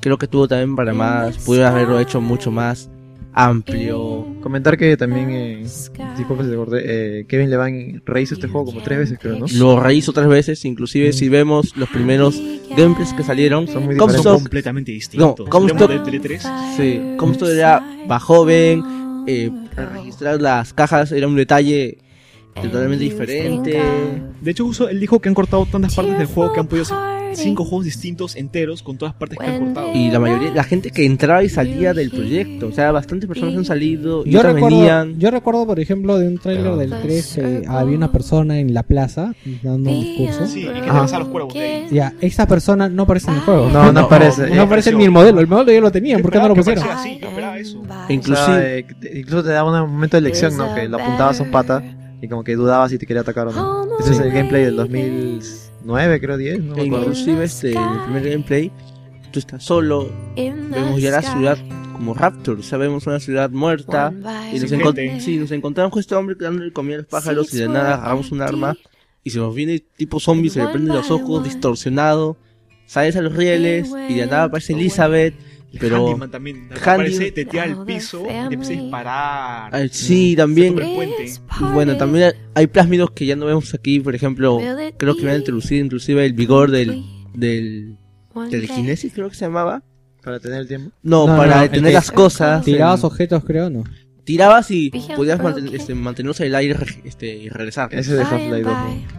[SPEAKER 3] creo que tuvo también para más, pudieron haberlo hecho mucho más amplio.
[SPEAKER 2] Comentar que también, eh,
[SPEAKER 9] pues,
[SPEAKER 2] disculpe si te corté, eh, Kevin Levine rehizo este juego como tres veces, creo, ¿no?
[SPEAKER 3] Lo rehizo tres veces, inclusive si vemos los primeros gameplays que salieron.
[SPEAKER 2] Son muy
[SPEAKER 3] Comstock-
[SPEAKER 4] Son
[SPEAKER 2] diferentes.
[SPEAKER 4] completamente distintos.
[SPEAKER 3] No, Comstock-
[SPEAKER 4] Hablemos de Tele3.
[SPEAKER 3] Sí, Comstock era más joven, eh, registrar las cajas era un detalle totalmente diferente.
[SPEAKER 4] De hecho, justo él dijo que han cortado tantas partes del juego que han podido hacer cinco juegos distintos enteros con todas partes que han cortado.
[SPEAKER 3] y la mayoría la gente que entraba y salía del proyecto o sea bastantes personas han salido y
[SPEAKER 1] Yo
[SPEAKER 3] otras
[SPEAKER 1] recuerdo,
[SPEAKER 3] venían
[SPEAKER 1] yo recuerdo, por ejemplo, de un tráiler del 3 que había una persona en la plaza dando un discurso.
[SPEAKER 4] Sí, ¿y qué te
[SPEAKER 2] Ajá.
[SPEAKER 4] pasa a los cuervos de ahí?
[SPEAKER 1] Ya, esa persona no aparece en el juego.
[SPEAKER 2] No, no,
[SPEAKER 3] No,
[SPEAKER 2] parece.
[SPEAKER 1] No aparece ni el modelo. El modelo ya lo tenían. ¿Por qué no lo
[SPEAKER 4] Yo
[SPEAKER 1] pusieron?
[SPEAKER 4] esperaba que apareciera así, yo esperaba eso.
[SPEAKER 2] O sea,
[SPEAKER 3] inclusive
[SPEAKER 2] eh, que te- incluso te daba un momento de elección, ¿no? Que lo apuntabas a un pata y como que dudabas si te quería atacar o no. Ese es el gameplay del 2009, creo, 10, no me acuerdo.
[SPEAKER 3] inclusive este en el primer gameplay tú estás solo vemos ya la ciudad como Rapture o sea vemos una ciudad muerta y nos,
[SPEAKER 4] Sin
[SPEAKER 3] encon-
[SPEAKER 4] gente.
[SPEAKER 3] sí, nos encontramos con este hombre dándole comida a los pájaros y de nada agarramos un arma y se nos viene tipo zombie, se le
[SPEAKER 9] One
[SPEAKER 3] prenden los
[SPEAKER 9] by
[SPEAKER 3] ojos,
[SPEAKER 9] one.
[SPEAKER 3] distorsionado, sales a los rieles y de la nada aparece
[SPEAKER 9] Anyway.
[SPEAKER 3] Elizabeth,
[SPEAKER 4] El
[SPEAKER 3] pero...
[SPEAKER 4] Handyman también.
[SPEAKER 3] Handy-
[SPEAKER 4] Aparece, te tira al
[SPEAKER 9] Now the
[SPEAKER 4] piso y te
[SPEAKER 9] family-
[SPEAKER 4] empieza a disparar.
[SPEAKER 3] Ah, sí, también...
[SPEAKER 4] Por el puente.
[SPEAKER 3] Y Bueno, también hay plásmidos que ya no vemos aquí, por ejemplo, creo que van a introducir inclusive el vigor del, del telequinesis, creo que se llamaba.
[SPEAKER 2] Para tener el tiempo.
[SPEAKER 3] No,
[SPEAKER 1] No,
[SPEAKER 3] para
[SPEAKER 1] no, el
[SPEAKER 3] detener
[SPEAKER 1] que-
[SPEAKER 3] las cosas.
[SPEAKER 1] Tirabas
[SPEAKER 3] en-
[SPEAKER 1] objetos, creo, ¿no?
[SPEAKER 3] tirabas y
[SPEAKER 9] Dije,
[SPEAKER 3] podías
[SPEAKER 9] ¿pero
[SPEAKER 3] manten-
[SPEAKER 9] qué?
[SPEAKER 3] este, mantenerse el aire re- este, y regresar.
[SPEAKER 2] Ese de Half-Life 2.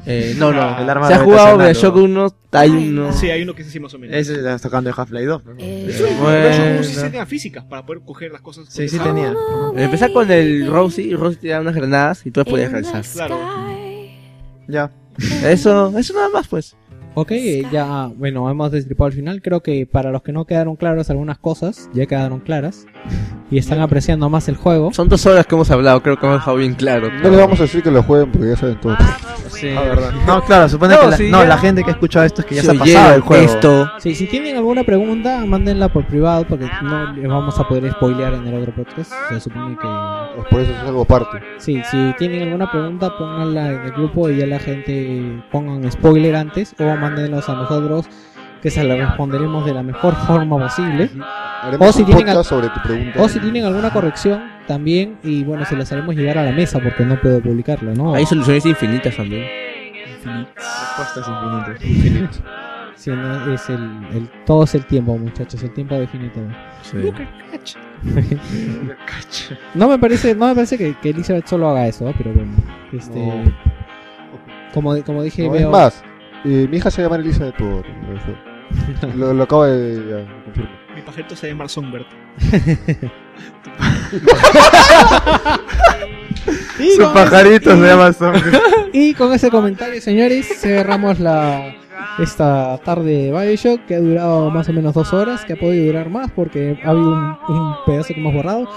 [SPEAKER 3] Eh, no, no.
[SPEAKER 2] El arma
[SPEAKER 3] Se ha jugado
[SPEAKER 2] de
[SPEAKER 3] Bioshock 1, hay uno.
[SPEAKER 4] Sí, hay uno que es así más o menos.
[SPEAKER 2] Ese está tocando de Half-Life 2.
[SPEAKER 9] Eh.
[SPEAKER 2] ¿no?
[SPEAKER 4] Eso es-
[SPEAKER 3] Eh, Bueno.
[SPEAKER 4] pero eso no sé si tenía físicas para poder coger las cosas.
[SPEAKER 2] Sí, sí
[SPEAKER 4] Ah,
[SPEAKER 2] tenía.
[SPEAKER 3] Empezar con el Rosie, y Rosie te da unas granadas y tú las podías regresar.
[SPEAKER 2] Ya.
[SPEAKER 3] Eso, eso nada más, pues.
[SPEAKER 1] Ok, eh, ya, bueno, hemos destripado el final. Creo que para los que no quedaron claras algunas cosas, ya quedaron claras. Y están apreciando más el juego.
[SPEAKER 3] Son dos horas que hemos hablado, creo que hemos dejado bien claro.
[SPEAKER 5] No les vamos a decir que lo jueguen porque ya saben todo.
[SPEAKER 2] Ah, verdad. No, claro, supone
[SPEAKER 3] No,
[SPEAKER 2] que la,
[SPEAKER 3] sí,
[SPEAKER 2] no,
[SPEAKER 3] ya.
[SPEAKER 2] la gente que ha escuchado esto es que ya
[SPEAKER 3] Se
[SPEAKER 2] se ha pasado
[SPEAKER 3] oyeron
[SPEAKER 2] el juego.
[SPEAKER 3] Esto,
[SPEAKER 1] Sí, si tienen alguna pregunta, mándenla por privado porque no les vamos a poder spoilear en el otro podcast. Se supone que...
[SPEAKER 5] Por eso es algo aparte.
[SPEAKER 1] Sí, si tienen alguna pregunta, pónganla en el grupo y ya la gente pongan spoiler antes o mándenlos a nosotros que se la responderemos de la mejor forma posible.
[SPEAKER 5] Haremos
[SPEAKER 1] O si
[SPEAKER 5] un
[SPEAKER 1] tienen
[SPEAKER 5] podcast sobre tu pregunta.
[SPEAKER 1] O si tienen alguna corrección también y bueno, se las haremos llegar a la mesa porque no puedo publicarla, ¿no?
[SPEAKER 3] hay soluciones infinitas también.
[SPEAKER 2] Respuestas infinitas.
[SPEAKER 1] Sí, no, es el, el- todo es el tiempo, muchachos, el tiempo definito. No me parece, no me parece que, que Elizabeth solo haga eso, ¿no? pero bueno. Este,
[SPEAKER 5] No.
[SPEAKER 1] como, de- como dije,
[SPEAKER 5] No, es
[SPEAKER 1] veo.
[SPEAKER 5] más, eh, mi hija se llama Elizabeth por por- lo, lo acabo de ya, confirmar.
[SPEAKER 4] Mi pajarito se llama Songbird.
[SPEAKER 1] y,
[SPEAKER 2] Su
[SPEAKER 1] con
[SPEAKER 2] pajarito se llama Zombie.
[SPEAKER 1] y con ese comentario, señores, cerramos la esta tarde de Bioshock que ha durado más o menos dos horas, que ha podido durar más porque ha habido un, un pedazo que hemos borrado.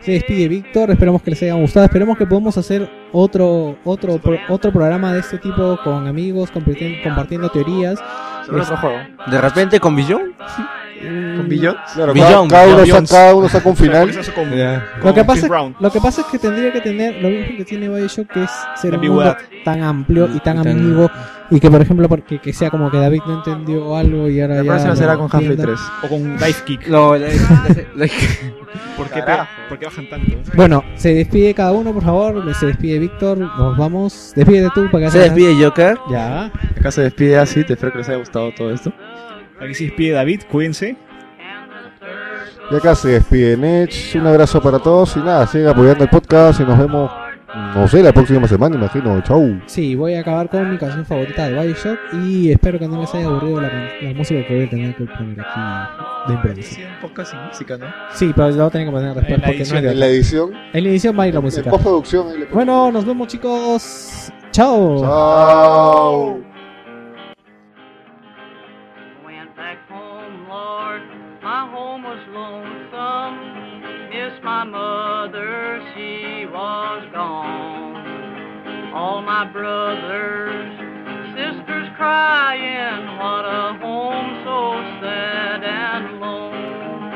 [SPEAKER 1] Se despide Víctor, esperamos que les haya gustado, esperemos que podamos hacer otro otro pro- otro programa de este tipo con amigos, comparti- compartiendo teorías.
[SPEAKER 2] Sobre otro juego.
[SPEAKER 3] De repente con Billón.
[SPEAKER 2] ¿Con Billot?
[SPEAKER 5] Claro,
[SPEAKER 3] Billón,
[SPEAKER 5] cada, cada uno
[SPEAKER 3] Billón.
[SPEAKER 5] saca, cada uno saca un final.
[SPEAKER 4] Eso con,
[SPEAKER 1] Lo que pasa-
[SPEAKER 4] Brown.
[SPEAKER 1] Lo que pasa es que tendría que tener lo mismo que tiene Bioshock, que es ser un mundo
[SPEAKER 4] Ambigüedad.
[SPEAKER 1] tan amplio y tan
[SPEAKER 3] Y tan-
[SPEAKER 1] ambiguo. Y que, por ejemplo, porque que sea como que David no entendió algo y ahora
[SPEAKER 2] La
[SPEAKER 1] ya.
[SPEAKER 2] próxima
[SPEAKER 1] lo
[SPEAKER 2] será con Half-Life
[SPEAKER 1] entienda.
[SPEAKER 2] 3.
[SPEAKER 4] O con Dive Kick.
[SPEAKER 3] No, la- la- la-
[SPEAKER 4] ¿Por qué,
[SPEAKER 2] Carajo.
[SPEAKER 4] pe- por qué bajan tanto?
[SPEAKER 1] Bueno, se despide cada uno, por favor. Se despide Víctor. Nos vamos. Despídete tú para que
[SPEAKER 3] se
[SPEAKER 1] hagas-
[SPEAKER 3] despide Joker.
[SPEAKER 1] Ya.
[SPEAKER 2] Acá se despide así, te espero que les haya gustado todo esto.
[SPEAKER 4] Aquí se despide David, cuídense.
[SPEAKER 5] Y acá se despide Nech. Un abrazo para todos y nada, sigan apoyando el podcast y nos vemos, no sé, la próxima semana, imagino. Chau.
[SPEAKER 1] Sí, voy a acabar con mi canción favorita de Bioshock. Y espero que no les haya aburrido la, can- la música que voy a tener que poner aquí de improviso.
[SPEAKER 2] Sí, un poco sin música, ¿no?
[SPEAKER 1] Sí, pero la voy a tener que poner después
[SPEAKER 4] En la
[SPEAKER 1] porque no
[SPEAKER 4] edición.
[SPEAKER 1] hay-
[SPEAKER 5] En la Oh. edición,
[SPEAKER 1] En la edición va a ir la
[SPEAKER 5] en
[SPEAKER 1] música.
[SPEAKER 5] postproducción. ahí le pongo.
[SPEAKER 1] Bueno, nos vemos, chicos. Chao.
[SPEAKER 5] Chau.
[SPEAKER 12] Went back home, Lord, my home was lonesome. Missed my mother, she was gone. All my brothers, sisters crying, what a home so sad and lone.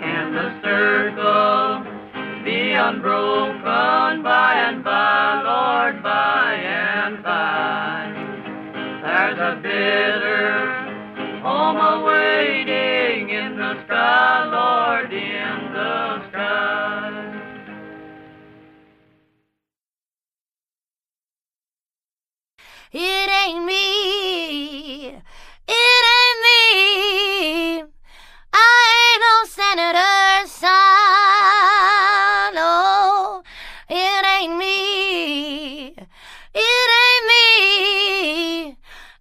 [SPEAKER 12] Can the circle be unbroken by and by, Lord, by and by? There's a bitter home awaiting in the sky, Lord, in the sky.
[SPEAKER 9] It ain't me. It ain't me. I ain't no senator's son. Oh, it ain't me. It ain't me.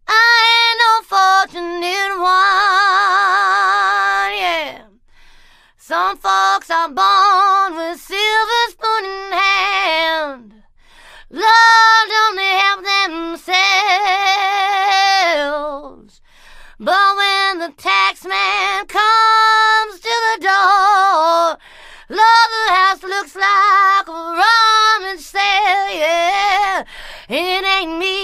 [SPEAKER 9] I ain't no fortunate one. Yeah. Some folks are born with silver spoon in hand. Lord only help themselves. But when the tax man comes to the door, Lord, the house looks like a rummage sale, yeah. It ain't me, Oh,